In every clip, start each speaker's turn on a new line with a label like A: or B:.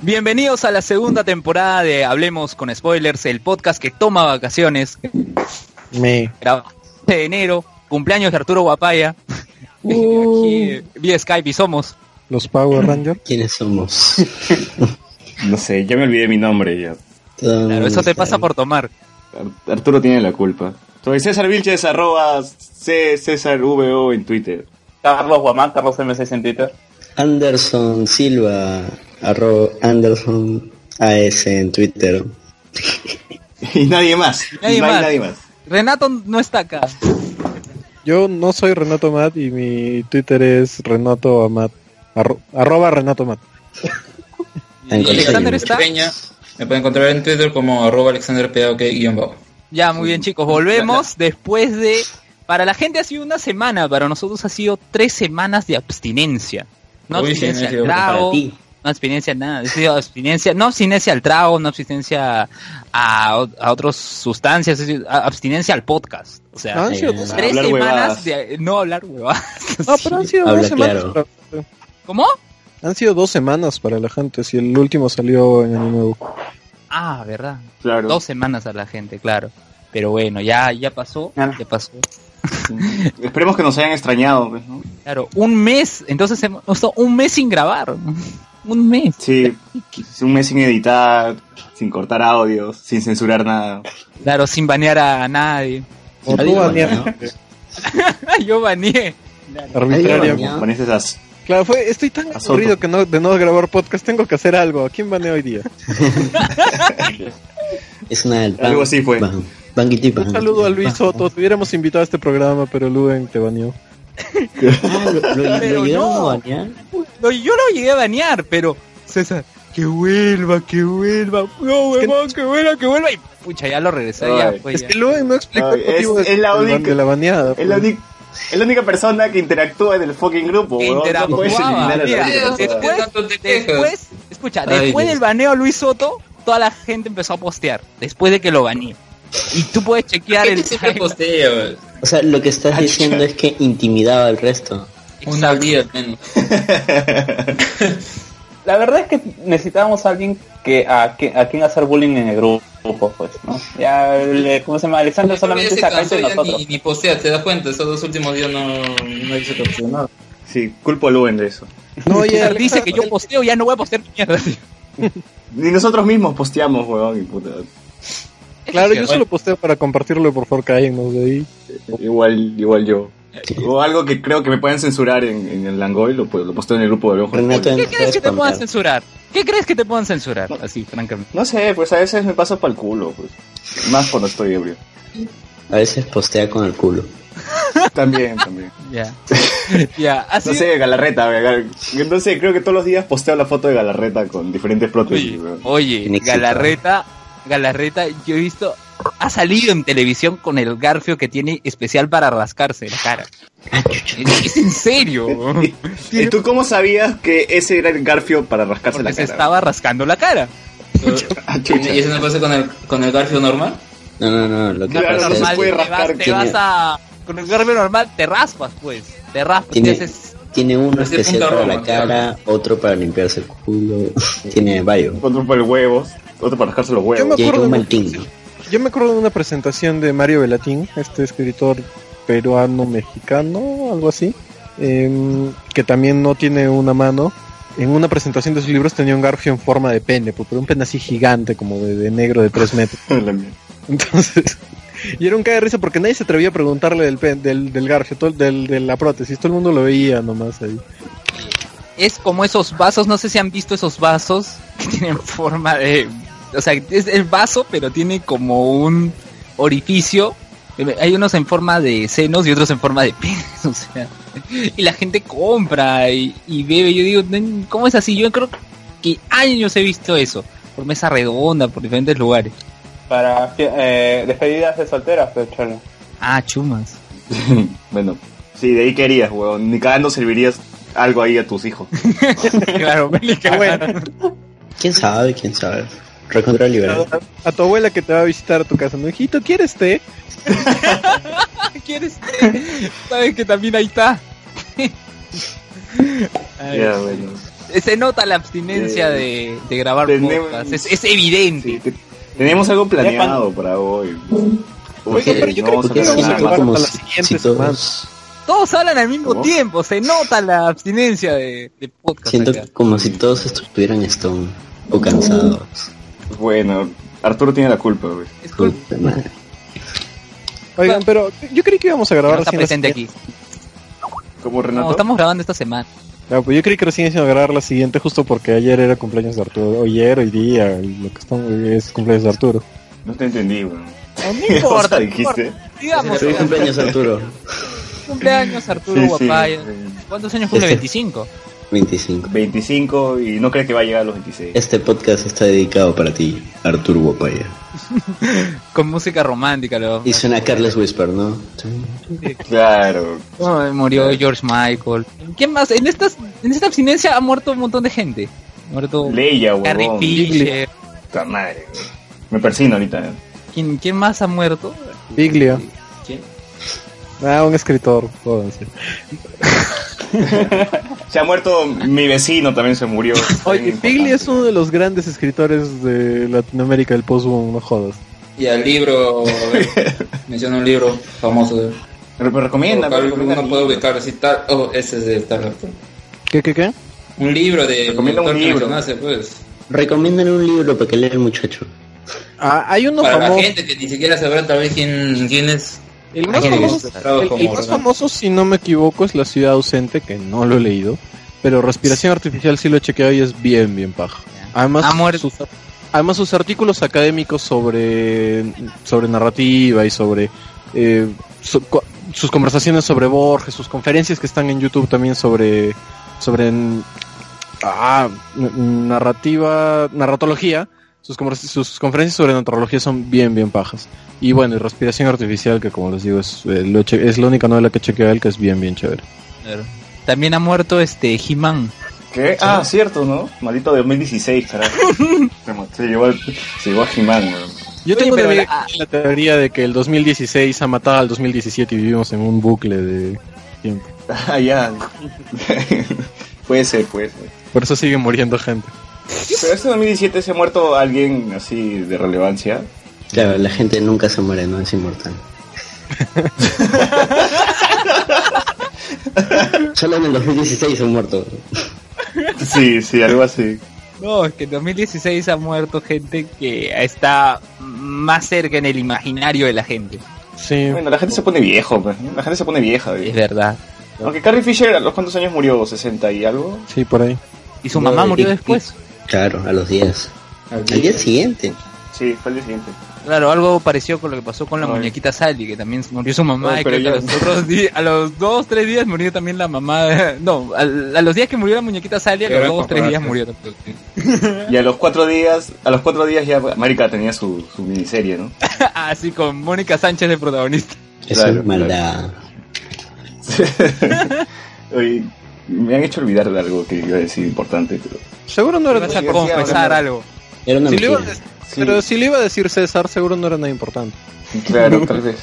A: Bienvenidos a la segunda temporada de Hablemos con Spoilers, el podcast que toma vacaciones.
B: Me.
A: Grabamos de enero, cumpleaños de Arturo Guapaya.
B: Uh.
A: Aquí, eh, vía Skype y somos.
B: Los Power Rangers.
C: ¿Quiénes somos?
D: No sé, ya me olvidé mi nombre ya.
A: Claro, eso te pasa por tomar.
D: Ar- Arturo tiene la culpa. Soy César Vilches, arroba C César VO en Twitter.
E: Carlos Guamán, Carlos M6 en Twitter.
C: Anderson Silva, arroba Anderson AS en Twitter.
D: Y nadie más.
A: Nadie
D: no hay
A: más.
D: nadie más.
A: Renato no está acá.
B: Yo no soy Renato Mat y mi Twitter es Renato Amat. Arro- arroba Renato Mat.
C: En
A: ¿Y Alexander está?
F: Peña. Me pueden encontrar en Twitter como arroba alexanderpeaoke-bajo.
A: Ya, muy bien chicos, volvemos después de... Para la gente ha sido una semana, para nosotros ha sido tres semanas de abstinencia. No
F: Uy, sí,
A: abstinencia
F: ha
A: al
F: sido
C: Para
A: trago,
C: ti.
A: no abstinencia a nada, ha sido abstinencia, no abstinencia al trago, no abstinencia a, o- a otras sustancias, ha sido a- abstinencia al podcast. O sea,
B: Ah, han sido
C: eh,
B: dos-
C: a
A: tres
D: hablar
A: semanas
D: huevadas.
A: de no hablar huevadas.
B: no, pero han sido
C: habla
B: dos semanas.
C: claro.
B: para-
A: ¿Cómo?
B: han sido dos semanas para la gente. Si el último salió en Año Nuevo.
A: Ah, verdad.
D: Claro.
A: Dos semanas a la gente, claro. Pero bueno, ya, ya pasó,
E: Ah.
A: ya pasó.
D: Esperemos que nos hayan extrañado. pues, ¿no?
A: Claro, un mes, entonces hemos estado un mes sin grabar. Un mes.
D: Sí, un mes sin editar, sin cortar audios, sin censurar nada.
A: Claro, sin banear a nadie.
B: O
C: Nadie
B: tú,
C: lo
B: Daniel.
C: baneó.
A: Yo baneé.
C: Nadie lo
B: Arbitraria.
C: baneó.
D: Con esas
B: Claro, fue, estoy tan
D: Asunto.
B: aburrido que no, de no grabar podcast. Tengo que hacer algo. ¿A quién baneo hoy día?
C: Es una del
D: Algo así fue.
C: Ban- Banquitipa.
B: Un saludo a Luis Soto. Te hubiéramos invitado a este programa, pero Luen te baneó.
C: Ah, lo, lo- lo
A: Pero
C: llegaron
A: no.
C: a banear.
A: No, yo lo llegué a banear, pero César, que vuelva, que vuelva. No, huevón, que vuelva, que vuelva. Y pucha, ya lo regresé.
D: Ay,
A: ya fue,
B: Es
A: ya.
B: que Luen no explicó el
D: Ay, es-
B: motivo de,
D: es la
B: del ban-
D: única-
B: de la baneada.
D: Es la,
B: pues.
D: uni- es la única persona que interactúa en el fucking grupo.
A: Que
D: weón. No puedes
A: interactuaba.
D: eliminar a la
A: Mira,
D: única persona.
A: después-
F: Tanto te quejas.
A: Después, escucha,
F: Ay,
A: después
F: Dios.
A: del baneo a Luis Soto, toda la gente empezó a postear. Después de que lo baneé. Y tú puedes chequear
F: ¿Qué
A: el.
F: siempre postea? weón?
C: O sea, lo que estás diciendo es que intimidaba al resto.
F: Una al día al menos.
E: La verdad es que necesitábamos a alguien que a, que- a quien hacer bullying en el grupo, pues, ¿no? Ya, le- ¿cómo se llama? Alexander
F: Ya
E: solamente
F: se
E: se acá
F: cansó
E: entre
F: ya
E: nosotros.
F: ni, ni postea, te das cuenta, esos dos últimos días no, no hice casi nada.
D: Sí, culpo a Luen de eso.
B: No, oye,
A: César
B: Alexa,
A: dice que yo posteo, ya no voy a postear tu mierda. tío.
D: Ni nosotros mismos posteamos, weón, y puta.
B: Claro, yo
F: Bueno.
B: solo posteo para compartirlo, por favor, cállenos de ahí.
D: Igual, igual yo. O algo que creo que me pueden censurar en, en el Langoy, lo, pu- lo posteo en el grupo de Ojo.
C: Renato,
A: ¿Qué crees
C: no
A: que te
C: puedes
A: puedan
C: contar.
A: censurar? ¿Qué crees que te puedan censurar? Así, francamente.
D: No sé, pues a veces me pasa para el culo, pues. Más cuando estoy ebrio.
C: A veces postea con el culo.
D: También, también.
A: Ya. Ya, así.
D: No sé, Galarreta, gal- no sé, creo que todos los días posteo la foto de Galarreta con diferentes prótesis,
A: Oye, oh,
D: weón.
A: oye,
C: Inexito.
A: Galarreta, Galarreta, yo he visto, ha salido en televisión con el garfio que tiene especial para rascarse la cara.
D: Ah,
A: Es, es en serio,
D: ¿Y, y tú cómo sabías que ese era el Garfio para rascarse
A: porque
D: la
A: se
D: cara? Ah,
A: estaba rascando la cara.
D: chucha.
F: ¿Y eso no pasa con el, con el Garfio normal?
C: No, no, no. Lo que
D: Claro,
C: pasa
D: no se
C: es
D: puede
C: que
A: te vas-
D: rascar,
A: te
D: coño.
A: vas a, con el garfio normal te raspas, pues, te raspas,
C: Tiene-
A: te haces-
C: tiene uno
F: Parece
C: especial
F: punta
C: para
F: Roma,
C: la cara, otro para limpiarse el culo. tiene varios.
D: Otro para el huevos, otro para rascarse los
B: Yo me
D: huevos.
C: Y hay
B: acuerdo
C: un
B: de-
C: maltín.
B: Yo me acuerdo de una presentación de Mario Velatín, este escritor peruano-mexicano, algo así, em, que también no tiene una mano. En una presentación de sus libros tenía un garfio en forma de pene, pu- pero un pene así gigante, como de, de negro de 3 metros.
D: La mierda.
B: Entonces, y era un cae de risa porque nadie se atrevía a preguntarle del, pen- del, del garfio, todo, el- del, de la prótesis, todo el mundo lo veía nomás ahí.
A: es como esos vasos, no sé si han visto esos vasos que tienen forma de, o sea, es el vaso pero tiene como un orificio. Hay unos en forma de senos y otros en forma de pene, o sea, y la gente compra y, y bebe. Yo digo, "Nen, ¿cómo es así? Yo creo que años he visto eso por mesa redonda, por diferentes lugares.
E: Para eh, despedidas de solteras, pero cholo.
A: Ah, chumas.
D: bueno, sí, de ahí querías, weón. Ni cagando servirías algo ahí a tus hijos.
A: Claro,
B: Qué bueno.
C: ¿Quién sabe? ¿Quién sabe? Recontra liberal.
B: A, a tu abuela que te va a visitar a tu casa, no, hijito, ¿quieres té?
A: Ah, ¿Quieres? Sabes que también ahí está.
D: Ya, bueno.
A: Eh, Se nota la abstinencia de, de grabar
D: Eh, Tenemos-
A: podcast. Es, es evidente.
D: Sí, te- tenemos algo planeado para hoy. Oye,
B: Oiga, pero yo creo
D: no vamos
B: que
D: a
B: vamos a
D: grabar
B: grabar
D: nada.
B: hasta
C: como
B: la siguiente
C: si
B: semana.
C: todos,
A: Todos hablan al mismo
D: ¿Cómo?
A: tiempo. Se nota la abstinencia de, de podcast.
C: siento
A: acá.
C: como si todos estuvieran stone o cansados.
D: Bueno, Arturo tiene la culpa, güey.
A: Es cool.
C: Puta madre.
B: Oigan, pero yo creí que íbamos a
A: No
B: grabar
A: está
B: recién la
A: presente
B: siguiente.
A: aquí.
D: Como Renato.
A: No, estamos grabando esta semana.
B: Ah, pues yo creí que recién íbamos a grabar la siguiente justo porque ayer era cumpleaños de Arturo. Ayer, hoy día, y lo que estamos es cumpleaños de Arturo.
D: No te entendí, güey.
A: No, no
D: ¿Qué
A: importa.
D: cosa
A: no importa.
D: dijiste?
A: Digamos,
C: Feliz
A: digamos,
C: cumpleaños Arturo.
A: cumpleaños Arturo
D: Sí, sí.
A: Guapaya. ¿Cuántos años cumple? 25.
C: 25.
D: 25 y no cree que va a llegar a los 26.
C: Este podcast está dedicado para ti, Arturo Guapaya.
A: Con música romántica, luego.
C: Y suena Carles Whisper, ¿no?
D: Claro.
A: Ay, murió George Michael. ¿Quién más? En, estas, en esta abstinencia ha muerto un montón de gente. Ha muerto
D: Leia,
A: Carrie
D: huevón.
A: Fisher.
D: Puta madre, güey. Me persino ahorita. eh.
A: ¿Quién, quién más ha muerto?
B: Biglia.
A: ¿Quién?
B: Ah, un escritor, jódanse.
D: Se ha muerto mi vecino, también se murió.
B: Oye,
D: También
B: Biglia
D: importante.
B: es uno de los grandes escritores de Latinoamérica del post-boom, no jodas.
F: Y al libro, menciona un libro famoso.
D: Pero me recomienda, me recomienda.
F: no puedo ubicar así tal. Oh, ese es de tal autor.
B: ¿Qué, qué, qué?
F: Un libro de.
D: Recomienda un
F: autor que
D: libro.
F: mencionaste, pues.
C: Recomiendan un libro para que lea el muchacho.
B: Ah, hay uno
F: para
B: famoso.
F: la gente que ni siquiera sabrá tal vez quién, quién es.
B: El más,
F: Hay gente
B: famoso,
F: que mostrado
B: el- el
F: como
B: más
F: orgánico.
B: famoso, si no me equivoco, es La Ciudad Ausente, que no lo he leído. Pero Respiración Artificial sí lo he chequeado y es bien, bien paja. Además,
A: Ha muerto.
B: sus, además sus artículos académicos sobre, sobre narrativa y sobre eh, su- cu- sus conversaciones sobre Borges, sus conferencias que están en YouTube también sobre sobre mm, ah, n- narrativa, narratología, sus, conver- sus conferencias sobre narratología son bien, bien pajas. Y bueno, y Respiración Artificial, que como les digo, es, eh, lo che- es la única novela que chequea él que es bien, bien chévere.
A: Claro. También ha muerto este He-Man.
D: ¿Qué? Ah, cierto, ¿no? Maldito 2016, carajo. Se mo- se llevó, al- se llevó a He-Man, weón.
A: Oye,
B: Yo tengo
A: pero
B: también
A: la- ah.
B: la teoría de que el 2016 ha matado al 2017 y vivimos en un bucle de tiempo.
D: Ah, ya. puede ser, puede ser.
B: Por eso sigue muriendo gente.
D: Pero este 2017 se ha muerto alguien así de relevancia.
C: Claro, la gente nunca se muere, no es inmortal. Solo en el 2016 han muerto.
D: Sí, sí, algo así.
A: No, es que en 2016 ha muerto gente que está más cerca en el imaginario de la gente.
B: Sí.
D: Bueno, la gente se pone viejo, pues, ¿no? la gente se pone vieja.
A: Es
D: güey.
A: verdad.
D: Aunque Carrie Fisher, ¿a los cuántos años murió? ¿60 y algo?
B: Sí, por ahí.
A: Y su
C: No,
A: mamá
C: y-
A: murió
C: y-
A: después.
C: Claro, a los 10.
F: Al
C: Al día siguiente.
D: Sí, fue el día siguiente.
A: Claro, algo pareció con lo que pasó con la
D: Ay.
A: muñequita Sally, que también murió su mamá.
D: Ay,
A: y
D: pero
A: creo que a
D: ya-
A: los otros di- a los dos, tres días murió también la mamá. de- No, al- a, los días que murió la muñequita Sally, a los dos, tres días murió. también.
D: Y a los cuatro días, a los cuatro días ya América tenía su, su miniserie, ¿no?
A: Así con Mónica Sánchez de protagonista.
C: Es
D: Claro,
C: una maldad.
D: Oye, me han hecho olvidar de algo que iba a decir importante. pero-
B: Seguro no era
A: Vas
D: Sí,
A: a
D: sí,
A: confesar
D: sí.
A: algo.
C: Era una
B: Si lo iba a
C: mentira.
B: decir- Pero si le iba a decir César, seguro no era nada importante.
D: Claro, tal vez.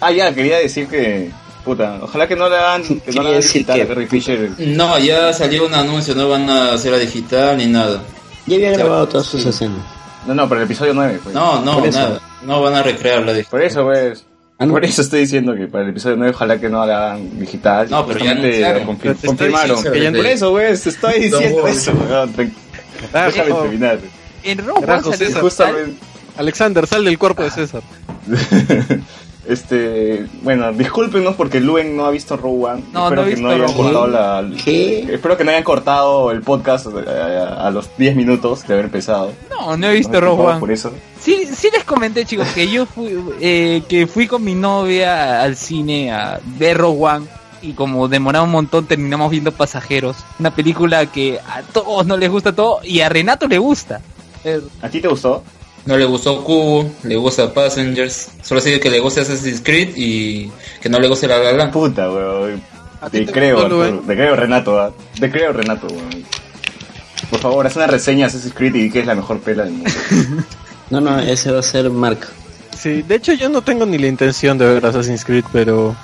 D: Ah, ya, quería decir que. Puta, ojalá que no le hagan. Que no
C: Quería
D: le hagan
C: decir
D: quitar
C: que-
D: a Carrie Fisher.
F: No, ya salió un anuncio, no van a hacer la digital ni nada.
C: Ya había grabado todas sus escenas.
D: No, no, pero el episodio 9.
F: No, no,
C: Por eso.
F: nada. No van a recrear la digital.
D: Por eso, pues.
C: Ah, no.
D: Por eso estoy diciendo que para el episodio 9 ojalá que no la hagan digital.
F: No, pero ya
D: Justamente
F: anunciaron.
D: confir-
B: Pero te estoy
D: confirmaron.
F: diciendo
D: Que ya-
F: que-
D: Por eso, pues, te estoy diciendo
F: voy.
D: eso. weón, te- Déjame
B: Carajo.
D: terminar.
A: En Rogue One
B: Carajo,
A: salió
B: César,
A: tal-
D: Justamente.
B: Alexander, sal del cuerpo de César.
D: Este, bueno, discúlpenos porque Luen no ha visto Rogue One.
A: No, no
D: espero
A: he
D: que
A: visto
D: no hayan
A: Rogue
D: cortado
C: One.
D: la,
C: ¿Qué?
D: espero que no hayan cortado el podcast eh, a, los 10 minutos de haber empezado.
A: No, no he visto
D: No,
A: Rogue
D: disculpa
A: One.
D: Por eso.
A: Sí, sí les comenté, chicos, que yo fui, eh, que fui con mi novia al cine a ver Rogue One y como demoraba un montón terminamos viendo Pasajeros, una película que a todos no les gusta todo y a Renato le gusta. Eh,
D: ¿A ti te gustó?
F: No le gustó Cubo, le gusta Passengers. Solo sigue que le guste Assassin's Creed y que no le guste la la la.
D: Puta, weón.
B: ¿A ti
D: Te
B: te
D: creo,
B: gustó,
D: Arturo. te creo, Renato. ah. Te creo, Renato, weón. Por favor, haz una reseña, haz script y di que es la mejor pela del mundo.
C: No, no, ese va a ser Mark.
B: Sí, de hecho yo no tengo ni la intención de ver Assassin's Creed, pero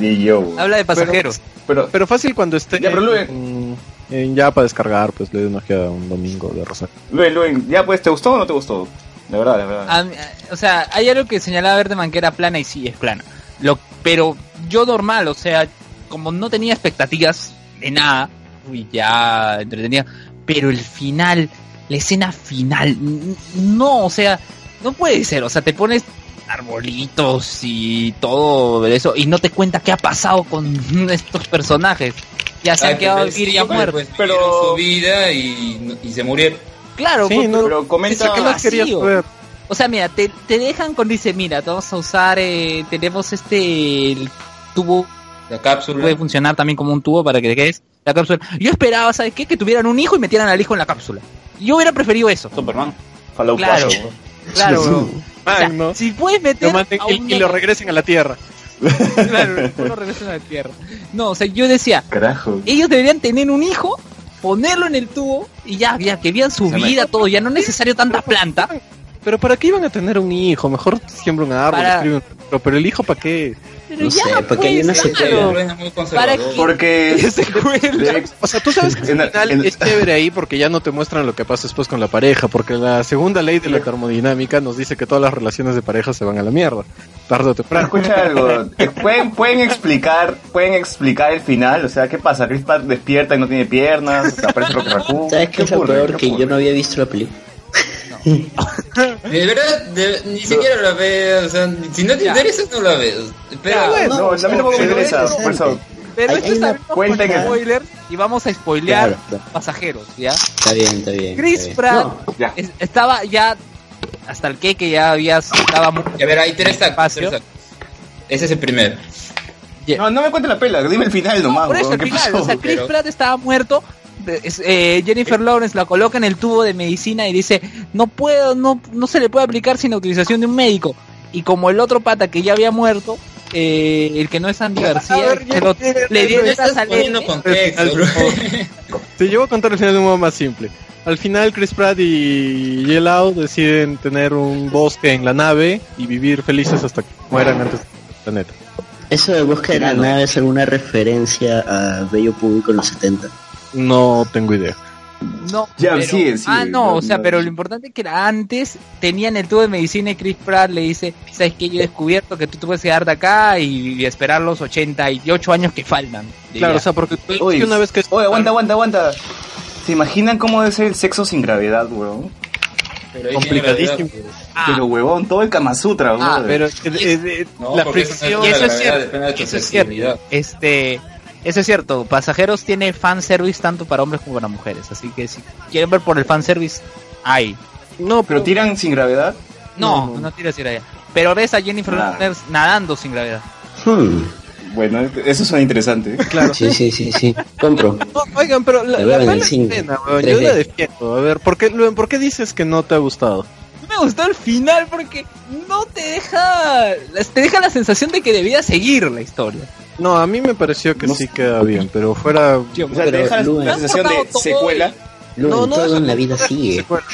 D: Y yo, weón.
A: Habla de Pasajeros.
D: Pero,
B: pero fácil cuando esté
D: Ya, pero Luen.
B: en, en- ya para descargar, pues le doy una ojeada un domingo de Rosac.
D: Luen, Luen, ya pues, ¿te gustó o no te gustó? De verdad, de verdad.
A: A mí- eh, o sea, hay algo que señalaba Verdeman que era plana y sí es plana. Lo, pero yo normal, o sea, como no tenía expectativas de nada, uy, ya entretenía. Pero el final, la escena final, n- no, o sea, no puede ser. O sea, te pones arbolitos y todo eso y no te cuenta qué ha pasado con estos personajes. Ya se han quedado
F: pues,
A: el Kiri ya
F: sí, pues,
A: muerto.
F: pues,
D: Pero-
F: vivieron su vida y, y se murieron.
A: Claro,
B: Sí,
A: pues,
B: no,
D: Pero comenta...
A: Eso que
B: ¿Qué
A: más-
B: más querías
A: vacío.
B: ver?
A: O sea, mira, te, te dejan con, dice, mira, vamos a usar, eh, tenemos este el tubo,
F: La cápsula.
A: puede funcionar también como un tubo para que te quedes la cápsula. Yo esperaba, ¿sabes qué? Que tuvieran un hijo y metieran al hijo en la cápsula. Yo hubiera preferido eso.
E: Superman.
D: Fallout
A: Claro,
D: 4, weón.
A: claro. bro. O sea,
B: Magno.
A: Si puedes meter
B: Lo maten
A: a
B: y,
A: un
B: y lo
A: nene-
B: regresen a la Tierra.
A: claro, después lo regresan a la Tierra. No, o sea, yo decía,
D: Carajo.
A: ellos deberían tener un hijo, ponerlo en el tubo y ya, ya que vean su
D: Se me-
A: vida, todo, ya no es necesario tanta planta.
B: Pero ¿para qué iban a tener un hijo? Mejor siembra un árbol,
A: Para-
B: escribe un libro. Pero el hijo, ¿para qué?
A: Pero
C: No sé,
A: ya,
C: porque hay
A: pues,
C: una secuela.
F: Luen es muy conservador.
A: ¿Para qué?
D: Porque...
A: secuela.
D: de-
B: O sea, tú sabes que el
D: En la-
B: final
D: en-
B: es chévere ahí porque ya no te muestran lo que pasa después con la pareja, porque la segunda ley de la termodinámica nos dice que todas las relaciones de pareja se van a la mierda, tarde o
D: Pero
B: temprano.
D: escucha algo, eh, ¿Pueden, pueden explicar, pueden explicar el final, o sea, ¿qué pasa? Chris Pratt despierta y no tiene piernas, aparece Rocky Raccoon.
C: ¿Sabes qué es lo
D: ocurre?
C: peor?
D: ¿Qué
C: Que yo no
D: ocurre?
C: había visto la película.
F: De verdad, de- ni siquiera la ves. O sea, si no te
A: Ya.
F: interesa, no la ves.
A: Ya,
F: Pero,
D: No, a mí tampoco me
C: pero
D: interesa,
C: es
D: por eso.
A: Pero
C: Hay-
A: esto
C: hay
A: está
C: una
A: abierto
D: cuenta
A: con
D: que-
A: spoilers y vamos a spoilear
C: Claro, claro.
A: pasajeros, ¿ya?
C: Está bien, está bien.
A: Chris
C: está bien.
A: Pratt
C: No,
D: Ya.
A: es- estaba ya hasta el que que ya había estaba muy
F: a ver, hay tres tacos.
A: Espacio.
F: tres tacos. Ese es el primero.
D: No, no me cuentes la pela, dime el final nomás,
A: por eso
D: weón,
A: al
D: ¿qué
A: final,
D: pasó?
A: o sea, Chris
F: Pero-
A: Pratt estaba muerto. de- es- eh, Jennifer Lawrence la coloca en el tubo de medicina y dice, "No puedo, no no se le puede aplicar sin la utilización de un médico." Y como el otro pata que ya había muerto, eh, el que no es Andy García,
B: Ah,
A: se lo- le dio
F: No
A: esta
F: estás poniendo
A: salida.
F: contexto, bro.
B: Te llevo a contar el final de un modo más simple. Al final, Chris Pratt y Yellow deciden tener un bosque en la nave y vivir felices hasta que mueran antes del planeta.
C: Eso de búsqueda de la nave es alguna referencia a Bello Público en los 70.
B: No tengo idea.
A: No,
D: Ya,
A: pero-
D: sigue, sigue.
A: Ah, no,
D: No,
A: o sea,
D: no.
A: pero lo importante es que era antes tenían el tubo de medicina y Chris Pratt le dice, sabes que yo he descubierto que tú te puedes quedar de acá y, y esperar los 88 años que faltan. de
B: Claro,
A: vida".
B: o sea, porque tú-
D: Uy,
B: que una vez que...
D: Oye, aguanta, aguanta, aguanta. ¿Se imaginan cómo debe ser el sexo sin gravedad, weón?
F: Pero ahí
B: Complicadísimo.
F: viene la verdad,
A: Ah,
D: Pero weón, todo el Kama Sutra,
A: Ah,
D: weón.
B: Pero eh, eh, eh,
F: No,
B: la
F: porque eso no es
B: fricción...
A: y eso
F: la
A: es
F: gravedad
A: cierto,
F: depende de tu
A: eso es cierto.
F: sensibilidad.
A: Este, eso es cierto, Pasajeros tiene fanservice tanto para hombres como para mujeres, así que si quieren ver por el fanservice, hay.
B: No,
D: Pero tiran sin gravedad.
A: No,
D: No,
A: no,
D: no.
A: tiras ir allá. Pero ves a Jennifer
D: Nada.
A: Lawrence nadando sin gravedad.
C: Hmm.
D: Bueno, eso suena interesante.
B: claro.
C: Sí, sí, sí, sí. Compro.
B: No, oigan, pero la,
C: Te veo
B: la
C: en
B: mala
C: el cine.
B: escena, weón, yo
C: 3D.
B: la defiendo. A ver, ¿por qué, Luen, ¿por qué dices que no te ha gustado?
A: me gustó el final porque no te deja te deja la sensación de que debía seguir la historia
B: No, a mí me pareció que
D: No
B: sí queda bien, pero fuera...
D: O sea, te
C: Pero,
D: deja la,
C: Luen.
D: la sensación de
A: Cortado todo.
D: secuela.
C: Luen,
B: No, no,
C: todo
B: eso-
C: en la vida sigue.
B: Bueno,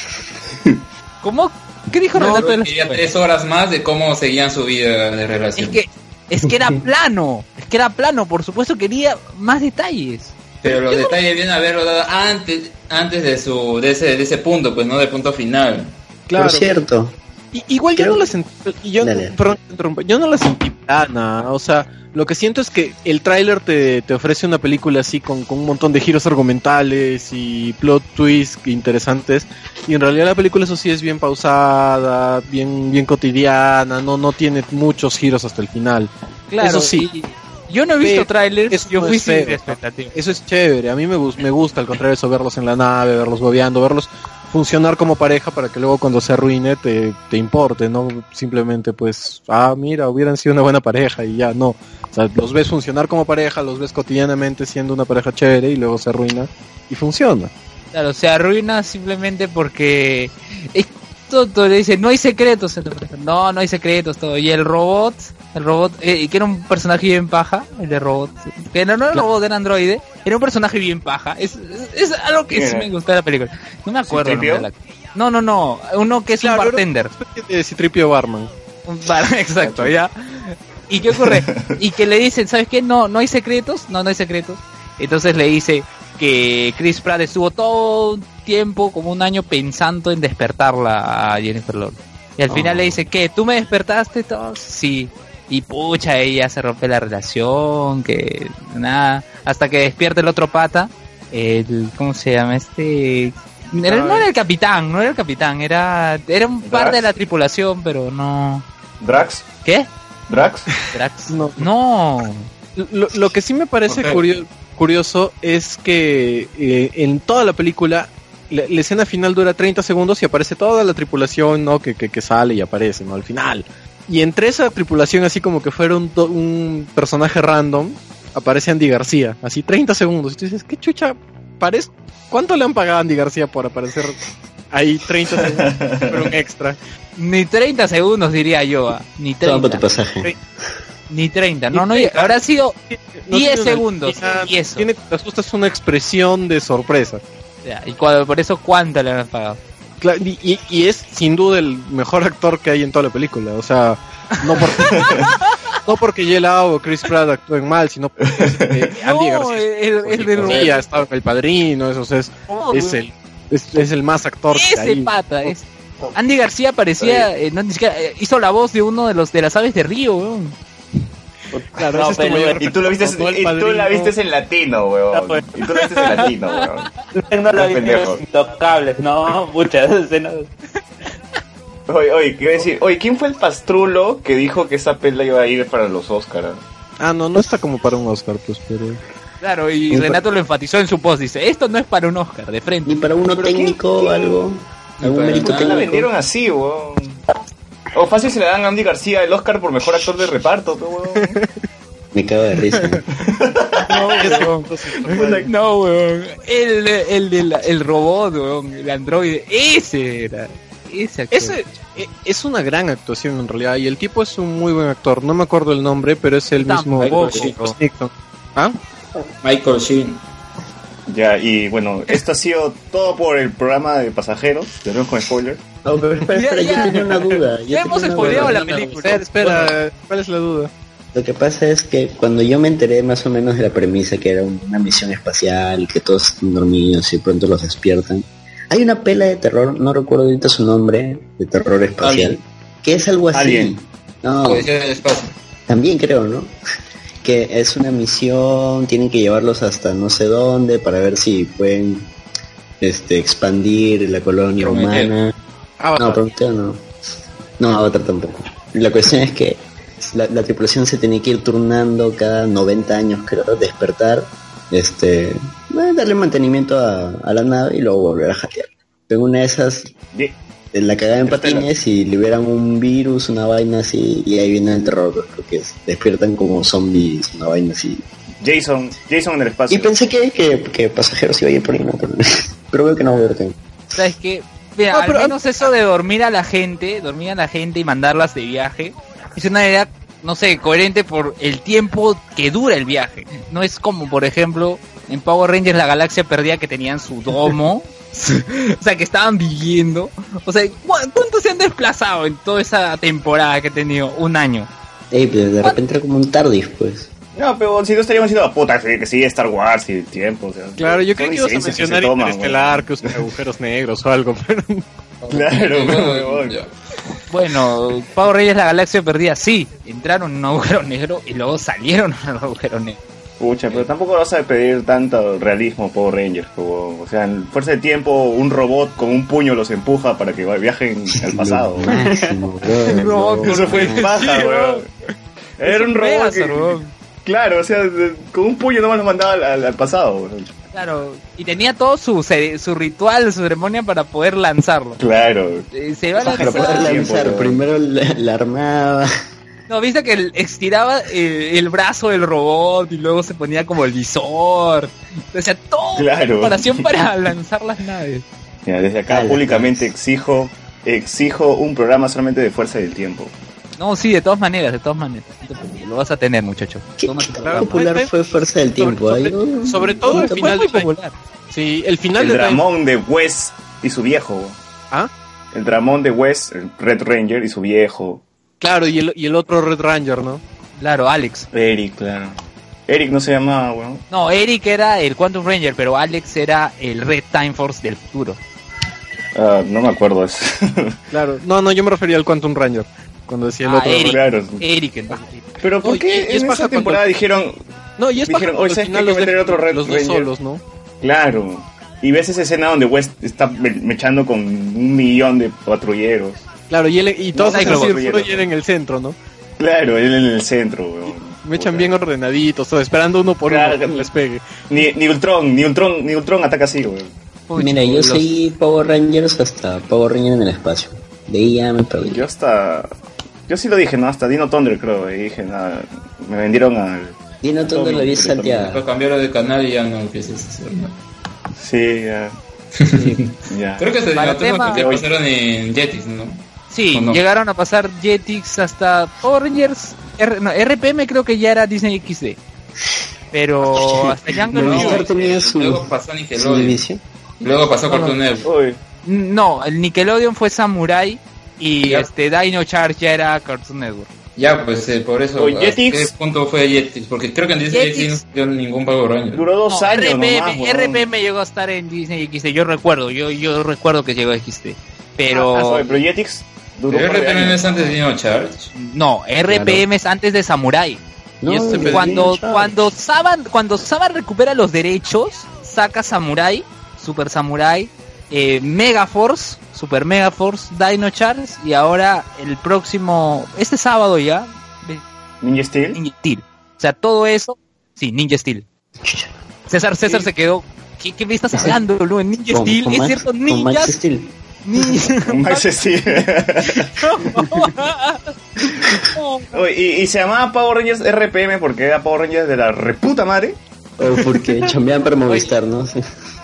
A: ¿Cómo? ¿Qué dijo
F: pero
A: Renato de la
F: quería tres horas más de cómo seguían su vida de
A: es
F: relación.
A: que es que era plano es que era plano por supuesto quería más detalles
F: Pero los detalles vienen a verlo dado antes, antes de su, de ese, de ese punto, pues no del punto final.
B: claro.
C: Por cierto,
B: I- igual yo
C: Creo-
B: no la sentí... y Yo,
C: Dale.
B: perdón, te interrumpo, yo no la sentí plana. O sea, lo que siento es que el tráiler te, te ofrece una película así con, con un montón de giros argumentales y plot twists interesantes. Y en realidad la película eso sí es bien pausada, bien, bien cotidiana, no, no tiene muchos giros hasta el final.
A: claro
B: Eso sí.
A: y- yo no he visto
B: Pero
A: trailers
B: eso
A: yo
B: no
A: fui
B: es
A: sin
B: feo.
A: expectativa
B: Eso es chévere, a mí me, gus- me gusta al contrario eso, verlos en la nave, verlos bobeando, verlos funcionar como pareja para que luego cuando se arruine te, te importe, no simplemente pues, ah, mira, hubieran sido una buena pareja y ya, no. O sea, los ves funcionar como pareja, los ves cotidianamente siendo una pareja chévere y luego se arruina y funciona.
A: claro se arruina simplemente porque esto todo le dice no hay secretos en la empresa". no no hay secretos todo y el robot el robot eh, que era un personaje bien paja el de robot que no, no era robot era androide era un personaje bien paja es, es, es algo que sí
D: Era.
A: me gustó de la película no me acuerdo el nombre
D: ¿Citripio?
A: del actor. no no no uno que es
B: Claro,
A: un
B: era-
A: bartender
B: Eh, Citripio Barman.
A: un bar, exacto, ya. ¿Y qué ocurre? Y que le dicen, ¿sabes qué? No, no hay secretos. No, no hay secretos. Entonces le dice, que Chris Pratt estuvo todo un tiempo, como un año, pensando en despertarla a Jennifer Lawrence. Y al final le dice, ¿qué? ¿Tú me despertaste? Todo? Sí. Y pucha, ella se rompe la relación, que nada. Hasta que despierta el otro pata, el, ¿cómo se llama este? Era- no era el capitán, no era el capitán, era, era un par de la tripulación, pero no.
D: Drax,
A: ¿Qué?
D: Drax.
A: Drax.
B: No.
A: No.
B: Lo, lo que sí me parece
F: Ok.
B: curio- curioso es que eh, en toda la película la, la escena final dura 30 segundos y aparece toda la tripulación ¿no? que, que- que sale y aparece ¿no? al final. Y entre esa tripulación, así como que fuera un, do- un personaje random, aparece Andy García, así 30 segundos. Y tú dices, ¿qué chucha? Parece, ¿Cuánto le han pagado a Andy García por aparecer ahí 30 segundos? Pero un extra.
A: Ni 30 segundos diría yo, ah. ni
C: Toma tu
A: 30.
C: pasaje.
A: Ni 30, no,
B: Ni
A: no,
B: 30.
A: habrá sido
B: No
A: 10
B: tiene una
A: segundos.
B: línea,
A: y eso.
B: Tiene, te asustas una expresión de sorpresa.
A: Ya, y cua- por eso, ¿cuánto le han pagado?
B: Cla- y, y- y es sin duda el mejor actor que hay en toda la película. O sea, no porque, no porque Yelao o Chris Pratt actúen mal, sino porque eh, Andy
A: no,
B: García
A: el, el de
F: García.
B: ya estaba en El Padrino, eso o sea, es,
A: Oh,
B: es el, es, es el más actor que
A: Ese
B: hay.
A: pata es. Andy García parecía, eh, no, ni siquiera, eh, hizo la voz de uno de los de las aves de río, weón.
B: Claro,
E: No,
B: ese es tu
E: pero-
B: mayor
D: Y tú lo viste,
B: Como el
D: y tú la
B: padrino.
D: viste en latino, weón. Y tú la viste en latino, weón.
E: No lo
D: Un
E: viste
D: pendejo.
E: los intocables, no, muchas veces no.
D: Oye, oye, quiero decir, oye, ¿quién fue el pastrulo que dijo que esa pela iba a ir para los Oscars?
B: Ah, no, no está como para un Oscar, pues, pero...
A: Claro, y
B: Puta.
A: Renato lo enfatizó en su post, dice, esto no es para un Oscar, de
C: Ni
A: frente.
C: para uno
D: ¿Pero
C: técnico o algo. Algún
F: para
C: mérito
D: ¿Por
E: Ah,
D: qué la vendieron
C: técnico.
D: así, weón? O fácil se le dan a Andy García el Oscar por mejor actor de reparto, pe, weón.
C: Me cago de risa.
A: No, weón. No, weón. El, el, de la- el robot, weón, el androide, ese era. Ese, actor.
B: Ese eh, es una gran actuación en realidad y el tipo es un muy buen actor. No me acuerdo el nombre, pero es el mismo.
A: Tampoco.
B: Nixon. ¿Ah?
F: Michael Sheen.
D: Ya, y bueno, esto ha sido todo por el programa de pasajeros. Tenemos con spoiler.
C: No, pero espera, espera,
A: Ya, ya.
C: yo tenía una duda. Yo
A: Ya hemos
C: tenía una
A: spoileado
C: duda.
A: la película.
B: Espera, espera, ¿cuál es la duda?
C: Lo que pasa es que cuando yo me enteré más o menos de la premisa que era un- una misión espacial, que todos están dormidos y pronto los despiertan, hay una pela de terror, no recuerdo ahorita su nombre, de terror espacial,
F: Alien.
C: que es algo así.
D: Alien.
A: Ah,
C: No,
F: Policía del espacio.
C: también creo, ¿no? Que es una misión, tienen que llevarlos hasta no sé dónde para ver si pueden este, expandir la colonia
F: Prometeo.
C: humana. No, Prometeo no. No, Avatar tampoco. La cuestión es que la, la tripulación se tenía que ir turnando cada 90 años, creo, despertar, este, eh, darle mantenimiento a, a la nave y luego volver a hackear. Pero en una de esas
D: Bien.
C: eh, la cagada en
D: Estela.
C: patines y liberan un virus, una vaina así, y ahí viene el terror, pues, porque se despiertan como zombies, una vaina así.
D: Jason, Jason en el
C: Y
D: espacio.
C: pensé que, que, que pasajeros iba a ir por ahí, ¿no? pero, pero veo que no veo que-
A: ¿Sabes qué? Mira,
B: No,
A: al
B: pero-
A: menos eso de dormir a la gente, dormir a la gente y mandarlas de viaje, es una idea, no sé, coherente por el tiempo que dura el viaje. No es como, por ejemplo, en Power Rangers la galaxia perdida que tenían su domo, o sea, que estaban viviendo. O sea, ¿cu- ¿cuántos se han desplazado en toda esa temporada que he tenido? Un año.
C: Ey, pero de repente era como un tardis, pues.
D: No, pero si no estaríamos yendo a puta, que sí, Star Wars y tiempo. o sea,
B: Claro, yo
D: son
B: creo que ibas a
D: licencias se
B: mencionar
D: toman,
B: Interestelar, que usa agujeros negros o algo, pero
D: weón. Claro, weón.
F: Ya.
A: Bueno, Power Rangers la galaxia perdida, sí, entraron en un agujero negro y luego salieron en un agujero negro.
D: Pucha, pero tampoco vas a pedir tanto realismo, Power Rangers. Como, o sea, en Fuerza de Tiempo, un robot con un puño los empuja para que viajen al pasado.
C: Lo máximo, bro,
A: Robot
C: no.
D: Eso fue el paja,
A: Sí,
D: weón. Era un robot
A: Megazord,
D: que,
A: weón.
D: Claro, o sea, de- con un puño nomás lo mandaba al, al- al pasado. weón.
A: Claro, y tenía todo su, cere- su ritual, su ceremonia para poder lanzarlo.
D: Claro.
A: Eh, se iba a
D: Para
C: Para
A: lanzar-
C: poder
D: Tiempo,
C: lanzar,
D: bro.
C: primero la, la armaba.
A: No, viste que el- estiraba eh, el brazo del robot y luego se ponía como el visor. O sea, todo
D: Claro.
A: en preparación para lanzar las naves.
D: Mira, desde acá
C: Ala,
D: públicamente exijo exijo un programa solamente de Fuerza del Tiempo.
A: No, sí, de todas maneras, de todas maneras. No te preocupes, Lo vas a tener, muchacho.
C: ¿Qué,
A: Toma
C: qué
A: tu
C: tan
A: programa.
C: popular
B: Sobre-
C: fue Fuerza del Tiempo?
B: sobre-
C: Ay, no,
B: sobre todo el
C: no,
A: Fue
B: final
A: muy
B: de Time.
A: popular.
B: Sí, el final
D: El
B: de Time.
D: Dramón de Wes y su viejo.
B: ¿Ah?
D: El Dramón de Wes, el Red Ranger y su viejo.
B: Claro, y el, y el otro Red Ranger, ¿no?
A: Claro, Alex.
D: Eric, claro. Eric no se llamaba, weón.
A: No, Eric era el Quantum Ranger, pero Alex era el Red Time Force del futuro.
D: Ah, no me acuerdo eso.
B: Claro, no, no, yo me refería al Quantum Ranger. Cuando decía el
A: Ah,
B: otro.
A: Eric.
D: claro.
A: Eric, entonces.
D: Pero ¿por
B: Oye,
D: qué
B: y- y es paja
D: en esa
B: cuando-
D: temporada dijeron,
B: No, y es
D: Dijeron,
B: paja, al
D: "Oye, ¿sabes qué?
B: final
D: Hay que
B: los de-
D: meter otro Red
B: los dos
D: Ranger".
B: solos, ¿no?
D: claro? Y ves esa escena donde West está me- mechando con un millón de patrulleros.
B: Claro, y, él, y todos
D: No,
B: hacen
D: Cyclops.
B: así el furo y él en el centro, ¿no?
D: Claro, él en el centro, weón.
B: Me echan
D: Puta.
B: bien ordenaditos, todo, esperando uno por
D: Claro,
B: uno que
D: claro.
B: les pegue.
D: Ni, ni Ultron, ni Ultron, ni Ultron ataca así, weón.
C: Mira, yo
A: los-
C: seguí Power Rangers hasta Power Ranger en el espacio. De ahí ya me perdí.
D: Yo hasta... Yo sí lo dije, ¿no? Hasta Dino Thunder, creo. Y dije, nada, me vendieron al...
C: Dino Thunder lo vi
D: Pero también-
F: Después
C: salteado.
F: Pues, cambiaron de canal y ya no empieces a hacer nada.
D: Sí, ya. ya.
F: Creo que hasta
A: Para
F: la tema...
A: tema-
F: que pasaron en Jetix, ¿no?
A: Sí,
F: ¿O no?
A: llegaron a pasar Jetix hasta Power Rangers. R- no, RPM creo que ya era Disney XD. Pero hasta Jungle
C: No,
A: Fury-
C: Star tenía su,
F: Luego pasó
C: su
F: Nickelodeon.
C: división.
F: Luego
D: Ah.
F: pasó
A: No, no.
F: Cartoon Network.
D: Uy,
A: No, el Nickelodeon fue Samurai y
F: Ya.
A: este Dino Charge ya era Cartoon Network.
F: Ya, pues eh, por eso.
D: Oye,
F: ¿a
D: Jetix.
F: ¿Qué punto fue Jetix? Porque creo que en Disney
A: Jetix.
F: XD no salió ningún Power Ranger.
D: duró dos
A: No,
D: años
A: RPM,
D: nomás, weón.
A: RPM llegó a estar en Disney XD, yo recuerdo, yo yo recuerdo que llegó a XD, pero
D: Ah, sorry, pero Jetix duró
F: Pero
D: un par de
F: RPM
D: años.
F: es antes de Dino Charge.
A: no, RPM es antes de Samurai.
C: No,
F: Y este
C: de
A: cuando
C: Dino Charge.
A: cuando Saban cuando Saban recupera los derechos saca Samurai Super Samurai eh, Mega Force Super Mega Force Dino Charge y ahora el próximo este sábado ya ve-
D: Ninja Steel.
A: Ninja Steel o sea todo eso sí Ninja Steel César César
D: Sí.
A: se quedó ¿Qué, qué me estás hablando, Lu? Ninja
C: Con-
A: Steel,
C: con
A: es
C: Max-
A: cierto,
C: con Max
A: ninjas,
C: Steel.
A: ninjas.
D: Max Steel.
A: No.
D: Oye, y, y se llamaba Power Rangers RPM porque era Power Rangers de la reputa madre.
C: O Oh, porque chambean para Movistar, ¿no?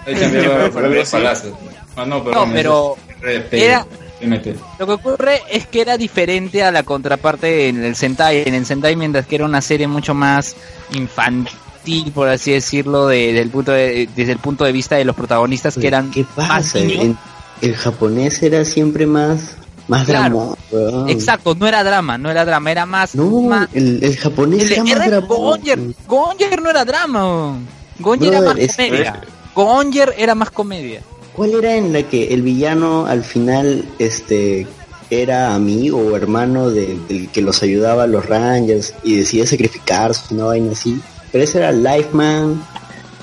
F: Ahí cambiaba
D: Pero
F: por
D: algo
F: el
D: así.
F: Palacio. Ah, no,
A: no,
F: perdón.
A: pero
F: es RP,
A: era-
F: MT.
A: Lo que ocurre es que era diferente a la contraparte en el Sentai. En el Sentai, mientras que era una serie mucho más infantil, por así decirlo, de- del punto de- desde el punto de vista de los protagonistas que eran
C: ¿Qué
A: más
C: pasa?
A: niños.
C: En- el japonés era siempre más, más
A: Claro.
C: dramón, weón.
A: Exacto, no era drama, no era drama, era más...
C: No,
A: más-
C: el, el japonés
A: el de
C: era más
A: R.
C: dramón.
A: Gonger, Gonger no era drama. Gonger era
C: Brother,
A: más
C: es-
A: comedia. Gonger era más comedia.
C: ¿Cuál era en la que el villano al final este era amigo o hermano de- del que los ayudaba a los Rangers y decidía sacrificarse, una vaina así? Pero ese era Lifeman,